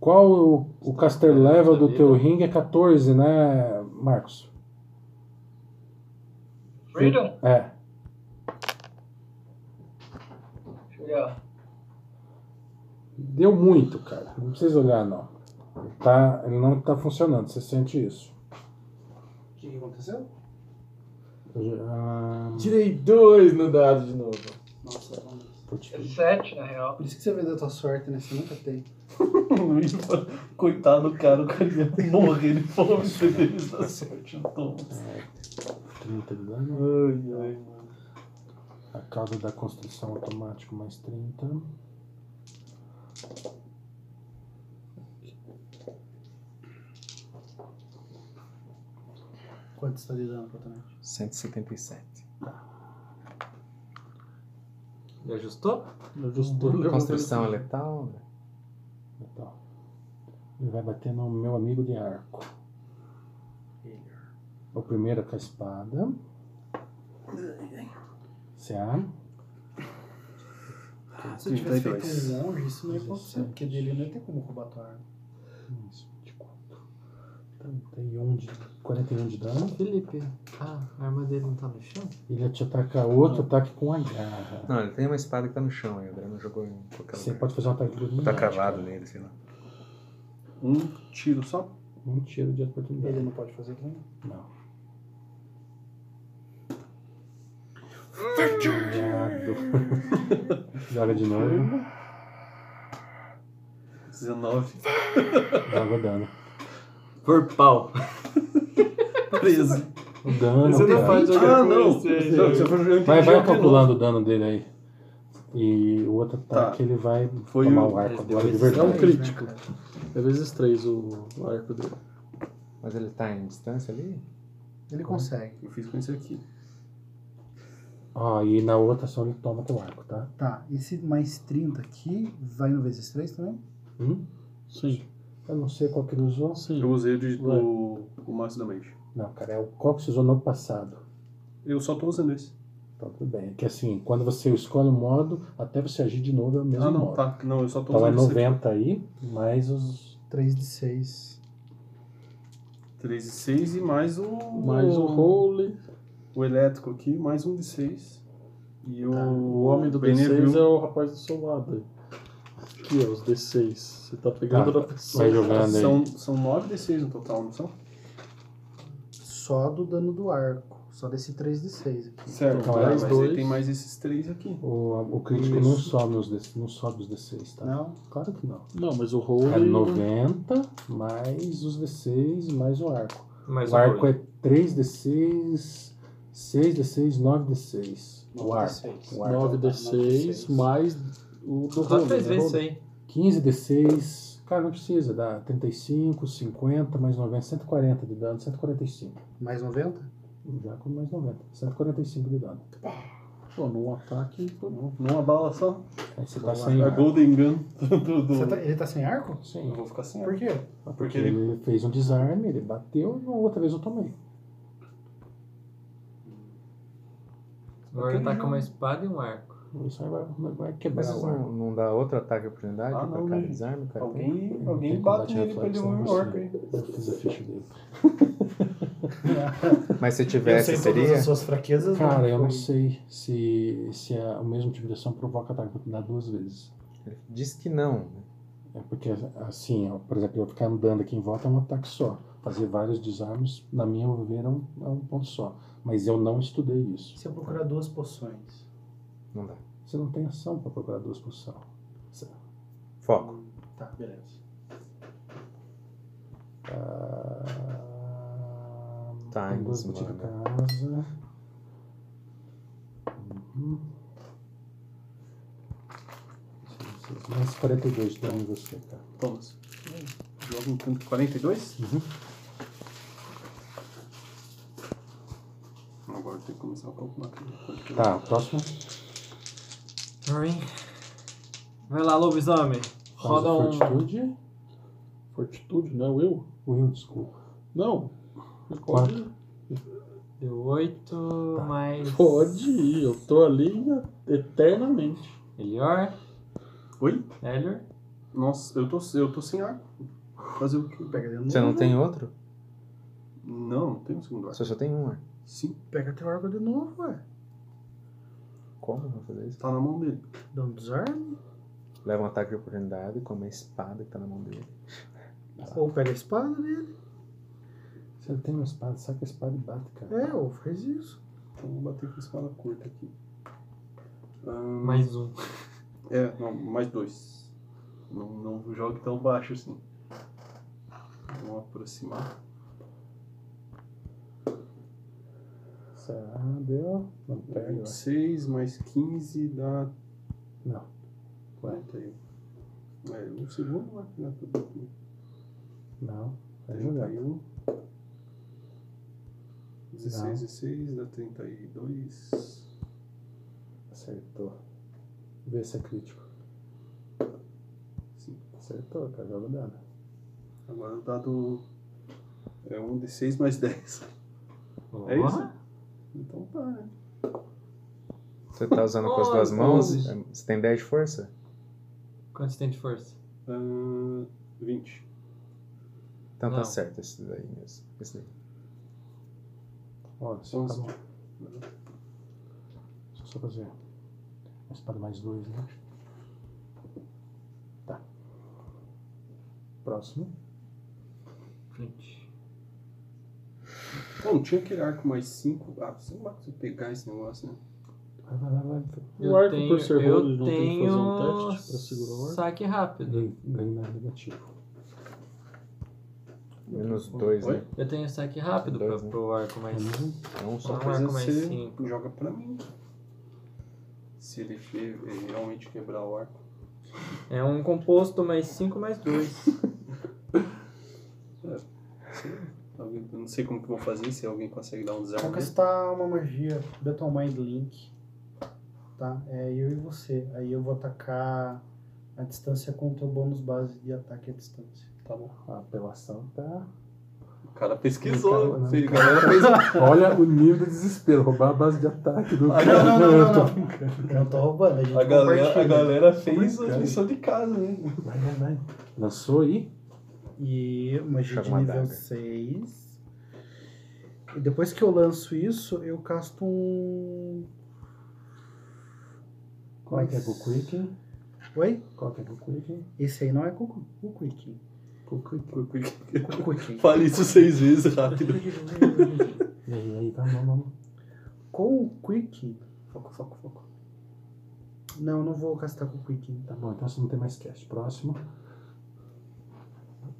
S1: Qual o, o caster level do teu ring é 14, né, Marcos?
S7: Freedom?
S1: É.
S7: Deixa eu olhar.
S1: Deu muito, cara. Não precisa olhar, não. Ele, tá, ele não tá funcionando, você sente isso.
S8: O que, que aconteceu?
S1: Ah,
S6: Tirei dois no dado de novo.
S8: Nossa, mano.
S1: tipo,
S7: É 7, na real.
S8: Por isso que você vê da tua sorte, né? Você nunca tem.
S3: Luiz, um coitado do cara, o cara ia morrer de fome se ele dá sorte no tom.
S1: 30 de dano.
S3: Ai, ai, mano.
S1: A causa da construção automática mais 30.
S8: Quanto está de dano totalmente?
S2: 177.
S4: Ele ajustou?
S1: Ajustou.
S2: Construção é letal, né?
S1: Letal. Então, Ele vai bater no meu amigo de arco. O primeiro é com a espada. CA.
S8: Se eu tivesse feito um longe, isso não ia acontecer, porque dele não ia ter como roubar tua arma.
S1: Isso, 31 de, 41 de dano.
S4: Felipe. Ah, a arma dele não tá no chão?
S1: Ele te ataca outro, ataque com a garra.
S2: Não, ele tem uma espada que tá no chão aí, o André não jogou em qualquer
S1: Você
S2: lugar.
S1: pode fazer um ataque de
S2: Tá
S1: oportunidade.
S2: cravado nele, sei lá.
S1: Um tiro só? Um tiro de oportunidade.
S8: Ele não pode fazer também?
S1: Não. Viado. Joga de novo.
S3: 19.
S1: Joga o dano.
S4: Por pau.
S3: 13.
S1: O dano.
S3: Você não
S1: cara.
S3: faz jogar
S1: Ah,
S3: com
S1: não.
S3: esse- Não, você foi- eu entendi
S1: Vai,
S3: o
S1: vai
S3: que
S1: calculando o dano dele aí. E o outro ataque ele vai tomar o, arco agora de verdade.
S31: É um crítico. É vezes 3 o, o arco dele.
S2: Mas ele tá em distância ali?
S8: Ele consegue.
S31: Eu fiz com esse aqui.
S1: Ó, e na outra só ele toma com o arco, tá?
S8: Tá, esse mais 30 aqui vai no vezes 3 também?
S1: Hum?
S31: Sim.
S1: Eu não sei qual que ele usou.
S31: Eu usei o, de- o, o Max Damage.
S1: Não, cara, é o qual que você usou no passado.
S31: Eu só tô usando esse.
S1: Então tudo bem. É que assim, quando você escolhe o modo, até você agir de novo é o mesmo
S31: Ah, não,
S1: modo.
S31: tá. Não, eu só tô
S1: Então é
S31: usando esse aqui.
S1: 90 aí, mais os.
S8: 3 de 6.
S31: 3 de 6 e mais o.
S1: Mais o
S31: Holy. O elétrico aqui, mais um de 6. E o. O homem do D6 é o rapaz do seu lado. aí. Aqui, ó, os D6. Você tá pegando
S1: Tá,
S31: da pessoa.
S1: vai jogando aí.
S31: são, são 9 D6 no total, não são?
S8: Só do dano do arco. Só desse 3 de 6 aqui.
S31: Certo,
S1: Então,
S31: mas
S1: mais
S31: aí
S1: dois.
S31: tem mais esses 3 aqui.
S1: O, o crítico
S31: Isso.
S1: não sobe, os D, não sobe os D6, tá?
S8: Não?
S1: Claro que não.
S31: Não, mas o Holy.
S1: É 90 mais os D6 mais o arco.
S4: Mais um
S1: o
S4: o
S1: arco
S4: Holy.
S1: é 3 D6, 6 D6, 9 D6. O
S8: Nove
S1: arco.
S8: D6.
S1: O arco. tá
S31: 9 D6 mais o
S3: é
S31: do
S4: Só
S31: Holy.
S4: três
S31: né,
S4: vezes isso
S31: Holy?
S4: aí.
S1: 15 D6. Cara, não precisa, dá 35, 50, mais 90, 140 de dano, 145.
S8: Mais 90?
S1: Já com mais 90, 145 de dano.
S31: Pô, num ataque, pô, não. numa bala só.
S1: Aí você
S31: Vai
S1: tá
S31: lá.
S1: sem
S4: É
S31: A
S1: arco.
S31: Golden Gun do. do...
S8: Você tá- ele tá sem arco?
S1: Sim.
S31: Eu vou ficar sem
S8: Por quê?
S31: Porque,
S1: Porque
S31: ele.
S1: ele fez um desarme, ele bateu e outra vez eu tomei.
S4: Agora ele tá com uma espada e um arco.
S1: Isso aí vai, vai
S2: Mas
S1: quebrar
S4: assim,
S2: vocês
S1: o arco.
S2: não, não dá outro ataque de oportunidade
S31: Ah,
S2: pra
S31: não,
S2: cara
S31: né?
S2: desarme, cara?
S31: Alguém,
S2: Tem-
S31: alguém
S2: tem
S31: bate
S2: combate
S31: nele pra ele
S1: reflexo, né,
S31: morrer um
S1: não
S31: orco aí.
S1: Eu fiz a ficha dele.
S2: Mas se
S8: *laughs* eu
S2: tivesse,
S8: sei todas
S2: seria.
S8: as suas fraquezas. né?
S1: Cara, eu não
S8: sei.
S1: sei se, se é o mesmo tipo de ação provoca ataque de oportunidade duas vezes.
S2: Diz que não. né?
S1: É porque, assim, ó, por exemplo, eu ficar andando aqui em volta é um ataque só. Fazer vários desarmes, na minha ver, é um, é um ponto só. Mas eu não estudei isso.
S8: Se eu procurar duas poções.
S2: Não dá.
S1: Você não tem ação pra procurar duas poções.
S2: Foco.
S8: Tá, beleza.
S1: Ah,
S2: times,
S1: duas
S2: mano.
S1: boticas casa. Uhum. Mais 42 de dano em você, cara.
S3: Thomas. Joga um tanto 42?
S1: Uhum.
S3: Agora tem que começar a calcular. aqui.
S1: Tá, próximo.
S4: Alright. Vai lá, lobisomem. Roda
S3: a
S4: um.
S3: Fortitude. Fortitude,
S31: né?
S3: não é o eu?
S1: O eu, um desculpa.
S3: Não.
S1: Quatro.
S4: Deu 8 mais.
S3: Tá. Pode ir, eu tô ali eternamente.
S4: Melhor.
S3: Oi?
S4: Melhor.
S3: Nossa, eu tô, eu tô sem arco. Fazer o que? Pega
S2: Você não tem outro?
S3: Não, não tem um segundo arco.
S2: Você só tem um arco.
S3: Sim.
S33: Pega teu arco de novo, ué.
S2: Como eu vou fazer isso?
S3: Tá na mão dele.
S33: Dá um desarme.
S2: Leva um ataque de oportunidade com uma espada que tá na mão dele.
S33: Ou pega a espada dele.
S1: Você tem uma espada, saca a espada e bate, cara.
S33: É, ou faz isso.
S3: Então vou bater com a espada curta aqui. Ahn,
S4: Mais um.
S3: É, não, mais dois. Não, não jogue tão baixo assim. Vamos aproximar.
S8: É?
S1: Será? Deu. Não pega.
S3: 26 mais 15 dá.
S1: Não.
S3: 41. É, um segundo lá que dá pra bater.
S1: Não. Vai jogar.
S3: 31. 16, 16 dá 32.
S1: Acertou. Vê se é crítico.
S3: Sim.
S1: Acertou, tá cara. Joga o dano.
S3: Agora o dado é um de 6 mais 10.
S4: Ó.
S3: É isso? *laughs* Então tá, né?
S2: Você tá usando com as duas
S4: Oh,
S2: mãos?
S4: Deus.
S2: Você tem 10 de força?
S4: Quanto tem de força?
S3: Ahn, 20.
S2: Então
S4: Não.
S2: tá certo esse daí mesmo. Esse daí.
S1: Ó, só tá bom. Deixa eu só fazer. A espada mais dois, né? Tá. Próximo.
S4: Frente.
S3: Bom, tinha aquele arco mais 5. Ah, você não vai conseguir pegar esse negócio, né?
S1: Vai, vai, vai, vai.
S3: O arco
S4: tenho,
S3: por ser
S4: eu
S3: rolo, não tem
S4: tenho
S3: que fazer um teste pra segurar o arco?
S4: Saque rápido.
S1: Ganho- Ganho na negativo.
S2: Menos 2, né?
S4: Eu tenho saque rápido
S2: Dois,
S4: pra,
S2: né?
S4: pro arco mais.
S3: Uhum.
S2: Então só
S4: pro arco mais
S3: você
S4: 5.
S3: joga pra mim. Se ele, fe- ele realmente quebrar o arco.
S4: É um composto mais 5 mais 2.
S3: É, sei lá. Alguém- Tá eu não sei como que vão fazer, se alguém consegue dar um
S8: Vou
S3: desarme.
S8: castar tá uma magia, Battle Mind Link. Tá? É eu e você. Aí eu vou atacar a distância com o teu bônus base de ataque à distância.
S3: Tá bom.
S1: A apelação tá.
S3: O cara pesquisou.
S1: Não,
S3: Sim,
S1: não.
S3: a galera fez.
S1: Olha o nível de desespero. Roubar a base de ataque do
S3: Ah,
S1: cara.
S3: não, não, não,
S1: Eu tô
S3: não.
S1: brincando.
S8: *laughs* Eu tô roubando, a gente
S3: A galera, a
S8: compartilha.
S3: galera fez a
S1: Complicado.
S3: lição de casa, né?
S1: Vai, vai, vai. Lançou aí?
S8: E magia de
S1: Chama a
S8: nível
S1: adaga.
S8: 6. E depois que eu lanço isso, eu casto um.
S1: Qual que é o Quick?
S8: Oi?
S1: Qual que é o Quick?
S8: Esse aí não é Cucu. Cucuiquim. Cucuiquim.
S3: Fale isso seis vezes rápido.
S1: E aí, aí, vamos, vamos, vamos.
S8: Com o Quick. Foco, foco, foco. Não, eu não vou castar com o Quick.
S1: Tá bom, então você não tem mais cast. Próximo.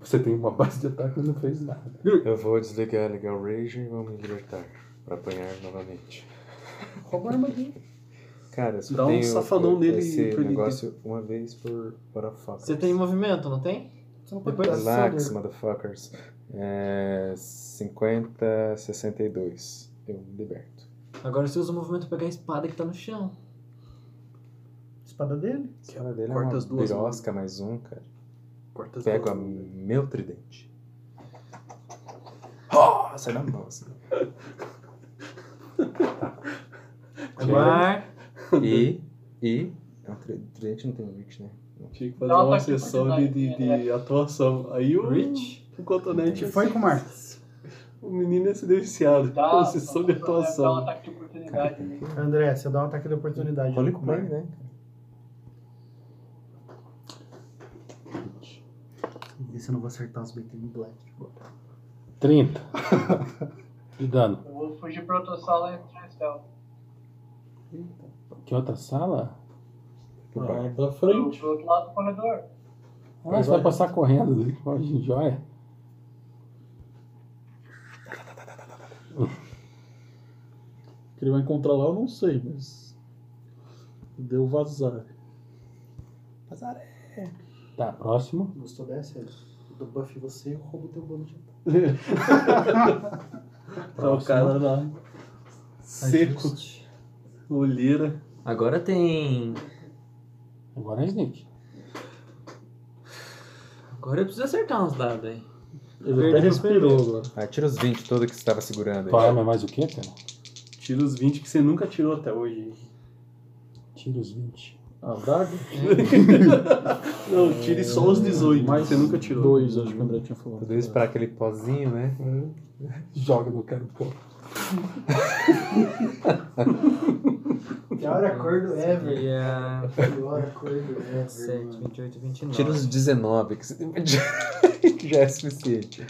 S1: Você tem uma base de ataque e não fez nada.
S2: Eu vou desligar a Legal Rage e vou me libertar. Pra apanhar novamente.
S8: Rouba a armadilha.
S2: Cara, eu só
S4: Dá um
S2: tenho
S4: safadão nele
S2: esse
S4: pra ele-
S2: negócio uma vez por, por a foca.
S4: Você tem movimento, não tem?
S8: Você não
S2: Relax, motherfuckers. É, 50, 62. Eu me liberto.
S4: Agora você usa o movimento pra pegar a espada que tá no chão.
S8: Espada dele?
S2: A cara dele
S4: Corta
S2: é
S4: as
S2: uma
S4: duas
S2: birosca mais um, cara.
S3: Corta
S2: as Pego a meu tridente. Oh, sai da mão, assim.
S4: Agora.
S2: E, e... Não, tri- tridente não tem reach, né? Não.
S3: Tinha que fazer
S4: Dá um
S3: uma
S4: ataque de
S3: sessão de, de,
S4: né?
S3: de
S4: É.
S3: atuação. Aí o.
S4: Rich?
S3: O cotonete.
S8: Foi com o Marcos.
S3: *laughs* O menino é silenciado.
S8: Dá-
S3: Uma sessão de
S7: um
S3: atuação.
S8: Tá,
S2: Tá,
S8: né? André, você dá um ataque de oportunidade.
S2: Holy Command, né?
S8: Esse eu não vou acertar os Baking Black.
S1: 30. *laughs* de dano.
S7: Eu vou fugir pra outra sala e entrar em stealth.
S1: Que outra sala?
S3: Ah, pra
S7: Pro
S3: frente.
S7: pro outro lado do corredor.
S1: Ah, você vai passar correndo. Pode, joia.
S31: O que ele vai encontrar lá eu não sei, mas. Deu vazar.
S8: Azar é.
S1: Tá, próximo.
S8: Gostou dessa? Eu dou buff em você e eu roubo teu bolo de
S4: Tá o cara lá.
S31: Seco. Olheira.
S4: Agora tem.
S1: Agora é Sneak.
S4: Agora eu preciso acertar uns dados aí.
S31: Ele até respirou agora.
S2: Ah, tira os 20 todos que você tava segurando aí.
S1: Tua arma é mais o quê, cara?
S31: Tira os 20 que você nunca tirou até hoje.
S1: Tira os 20.
S31: Ah, Braga? Não,
S2: É,
S31: tire só os 18, mas você nunca tirou.
S6: Dois, acho que o André tinha falado.
S2: Tudo isso pra aquele pozinho, né?
S1: Joga no cara do pó.
S8: Pior acordo ever.
S4: E a.
S8: Pior acordo ever.
S4: 7, 28, 29.
S2: Tira os 19 que você tem que *laughs* já é suficiente.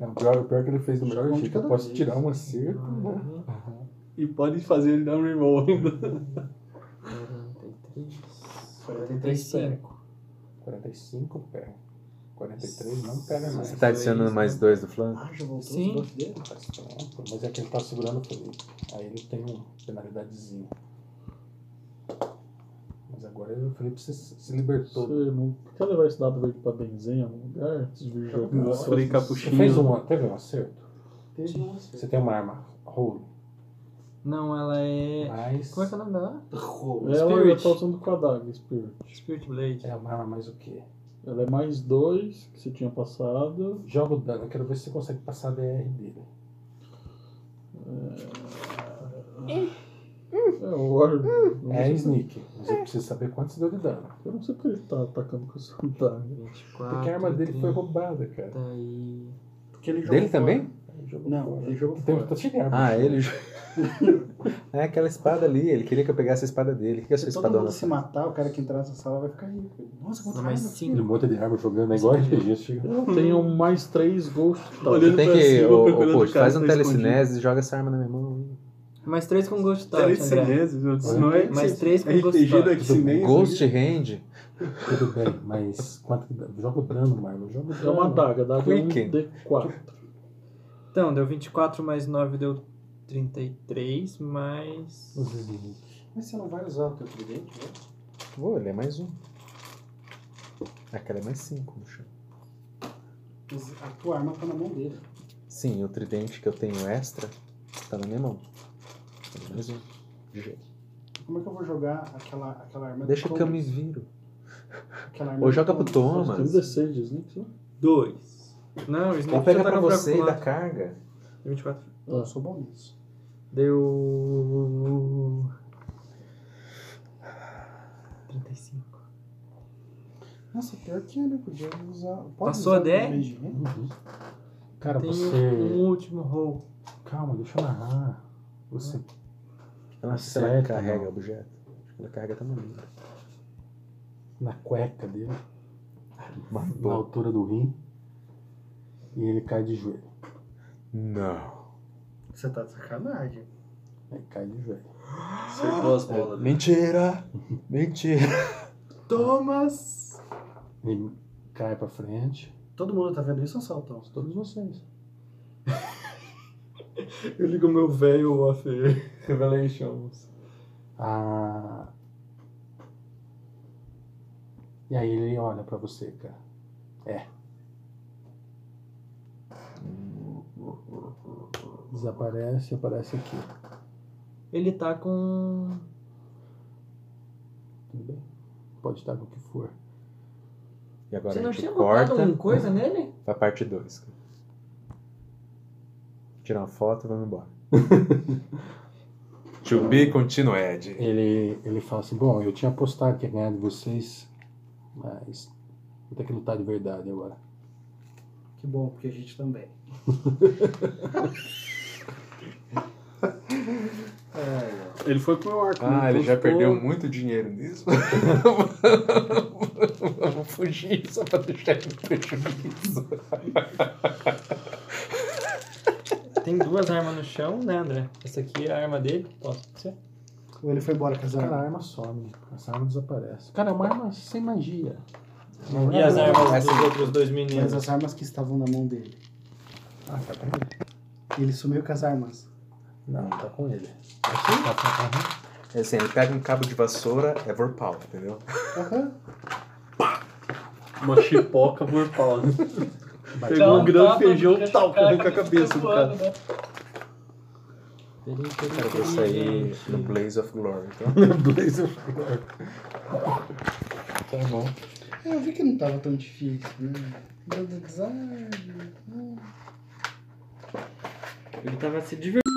S1: É, o pior, o pior que ele fez do melhor jeito. Eu posso tirar um acerto, né?
S31: E pode fazer ele dar um reroll ainda.
S8: 43 pega.
S1: 45 pega. 43 não pega mais.
S2: Você tá adicionando mais dois do flanco?
S8: Ah, já voltou
S4: Sim.
S8: os buff dele?
S1: Pronto, Mas é que ele tá segurando o poder. Aí ele tem um uma penalidadezinha. Mas agora o Felipe se, se libertou.
S31: Você não quer levar esse dado verde pra benzinha em algum lugar? Antes de vir jogar.
S1: Você
S31: Falei
S1: Você
S31: capuchinho.
S1: fez um, teve um acerto?
S8: Teve um acerto.
S1: Você tem uma arma rolo.
S4: Não, ela é.
S1: Mas-
S4: Como é que é o nome dela?
S31: Ela já tá
S4: Spirit.
S31: usando com a daga, Spirit.
S4: Spirit Blade.
S1: É uma arma mais o quê?
S31: Ela é mais dois que você tinha passado.
S1: Joga o dano. Eu quero ver se você consegue passar a DR dele.
S31: É o Ward.
S1: É sneak. Você precisa saber quanto você deu de dano.
S31: Eu não sei porque ele tá atacando com essa daga.
S4: Ah,
S1: Porque a arma dele foi roubada, cara.
S4: Daí.
S8: Porque ele jogou
S2: Dele
S8: fora.
S2: também?
S8: Não, ele jogou
S1: Tem
S8: fora.
S1: tá cheio de arma.
S2: Ah, ele. *laughs* é aquela espada ali, ele queria que eu pegasse a espada dele. O que é a sua
S8: Se todo
S2: espadona?
S8: mundo se matar, o cara que entrar nessa sala vai ficar rico. Nossa, quanto mais
S1: Ele monta de arma jogando, é igual RPG. Chega.
S31: Eu tenho um mais três Ghost
S2: Tá, Você
S31: Talent.
S2: tem que. Ô, ô, Coach, faz um
S31: tá escondido.
S2: telecinese Tá, e joga essa arma na minha mão.
S4: Mais 3 com Ghost Touch, André.
S31: Telecinese, eu disse, não é
S4: Mais três com
S31: RPG
S4: Ghost
S31: da
S4: Touch.
S31: Xinese,
S2: Ghost Hand?
S1: Tudo bem, mas quanto joga o dano, Marlon. Joga o
S31: É
S1: dano.
S31: uma daga, daga é um
S2: Quicken.
S31: D4.
S4: Então, deu 24 mais 9 deu 33, mais.
S8: Mas você não vai usar o teu tridente, né?
S2: Vou, ele é mais um. Aquela é mais cinco no chão.
S8: Mas A tua arma tá na mão dele.
S2: Sim, o tridente que eu tenho extra tá na minha mão. Ele é mais um. De jeito.
S8: Como é que eu vou jogar aquela, aquela arma
S2: Deixa
S8: do
S2: que eu me
S8: Thomas?
S2: viro.
S8: Aquela arma
S2: Ou
S8: do
S2: joga pro
S31: Mas
S2: Thomas.
S31: tem 16 de sneak, né?
S4: 2. Não, o
S2: Ou
S4: Snake
S2: Então pega
S4: já tá
S2: pra
S4: com o fraco
S2: você e
S4: pro
S2: dá
S4: lado.
S2: carga.
S4: Deu 24.
S8: Eu sou bom nisso.
S4: Deu. 35.
S8: Nossa, pior que é, né? Podia usar. Pode
S4: Passou
S8: usar
S4: a DR?
S8: também, né?
S1: Cara,
S4: Tem
S1: você.
S4: um último roll.
S1: Calma, deixa eu narrar. Você.
S2: Ela se ela
S1: Acerta,
S2: carrega
S1: não.
S2: o objeto. Acho que Ela carrega tá no livro.
S1: Na cueca dele. Na
S2: Matou.
S1: altura do rim. E ele cai de joelho.
S2: Não.
S8: Você tá de sacanagem.
S1: Ele cai de joelho.
S3: Ah,
S4: Acertou
S2: é.
S4: as bolas.
S2: *laughs* Mentira! Mentira!
S8: Thomas!
S1: Ele cai pra frente.
S8: Todo mundo tá vendo isso ou só o Thomas?
S1: Todos vocês.
S4: Eu ligo meu velho off *laughs* Revelations.
S1: Ah. E aí ele olha pra você, cara. É. Desaparece, aparece aqui.
S4: Ele tá com.
S1: Tudo bem? Pode estar com o que for.
S2: E agora
S4: Você
S2: a
S4: não
S2: gente
S4: tinha
S2: corta
S4: botado um. uma coisa nele?
S2: pra parte 2. Tirar uma foto e vamos *laughs* embora. To be continued.
S1: Ele, ele fala assim, bom, eu tinha apostado que ia ganhar de vocês, mas vou ter que lutar de verdade agora.
S8: Que bom, porque a gente também.
S31: Ele foi pro meu arco.
S2: Ah,
S31: né?
S2: ele
S31: Então
S2: já
S31: ficou-
S2: perdeu muito dinheiro nisso. *laughs* Vamos fugir só pra deixar ele no prejuízo.
S4: Tem duas armas no chão, né, André? Essa aqui é a arma dele. Posso ser?
S8: Ou ele foi embora com as
S1: Cara, a
S8: armas?
S1: arma some, essa arma desaparece. Cara, um é uma arma sem magia.
S4: E as armas
S2: Essa- é
S4: dos outros dois
S8: Mas
S4: meninos?
S8: as armas que estavam na mão dele.
S1: Ah, tá bem.
S8: Ele sumiu com as armas.
S1: Não, tá com ele.
S2: É assim, ele pega um cabo de vassoura, é vorpal, entendeu?
S3: Uma chipoca vorpal. Né? Pegou um grande feijão, tal, arranca a cabeça do cara.
S2: Cara, eu vou sair no Blaze of Glory, então.
S1: Blaze of Glory.
S8: Tá bom. Eu vi que não tava tão difícil, né? Dando design. né?
S4: Ele tava se divertindo.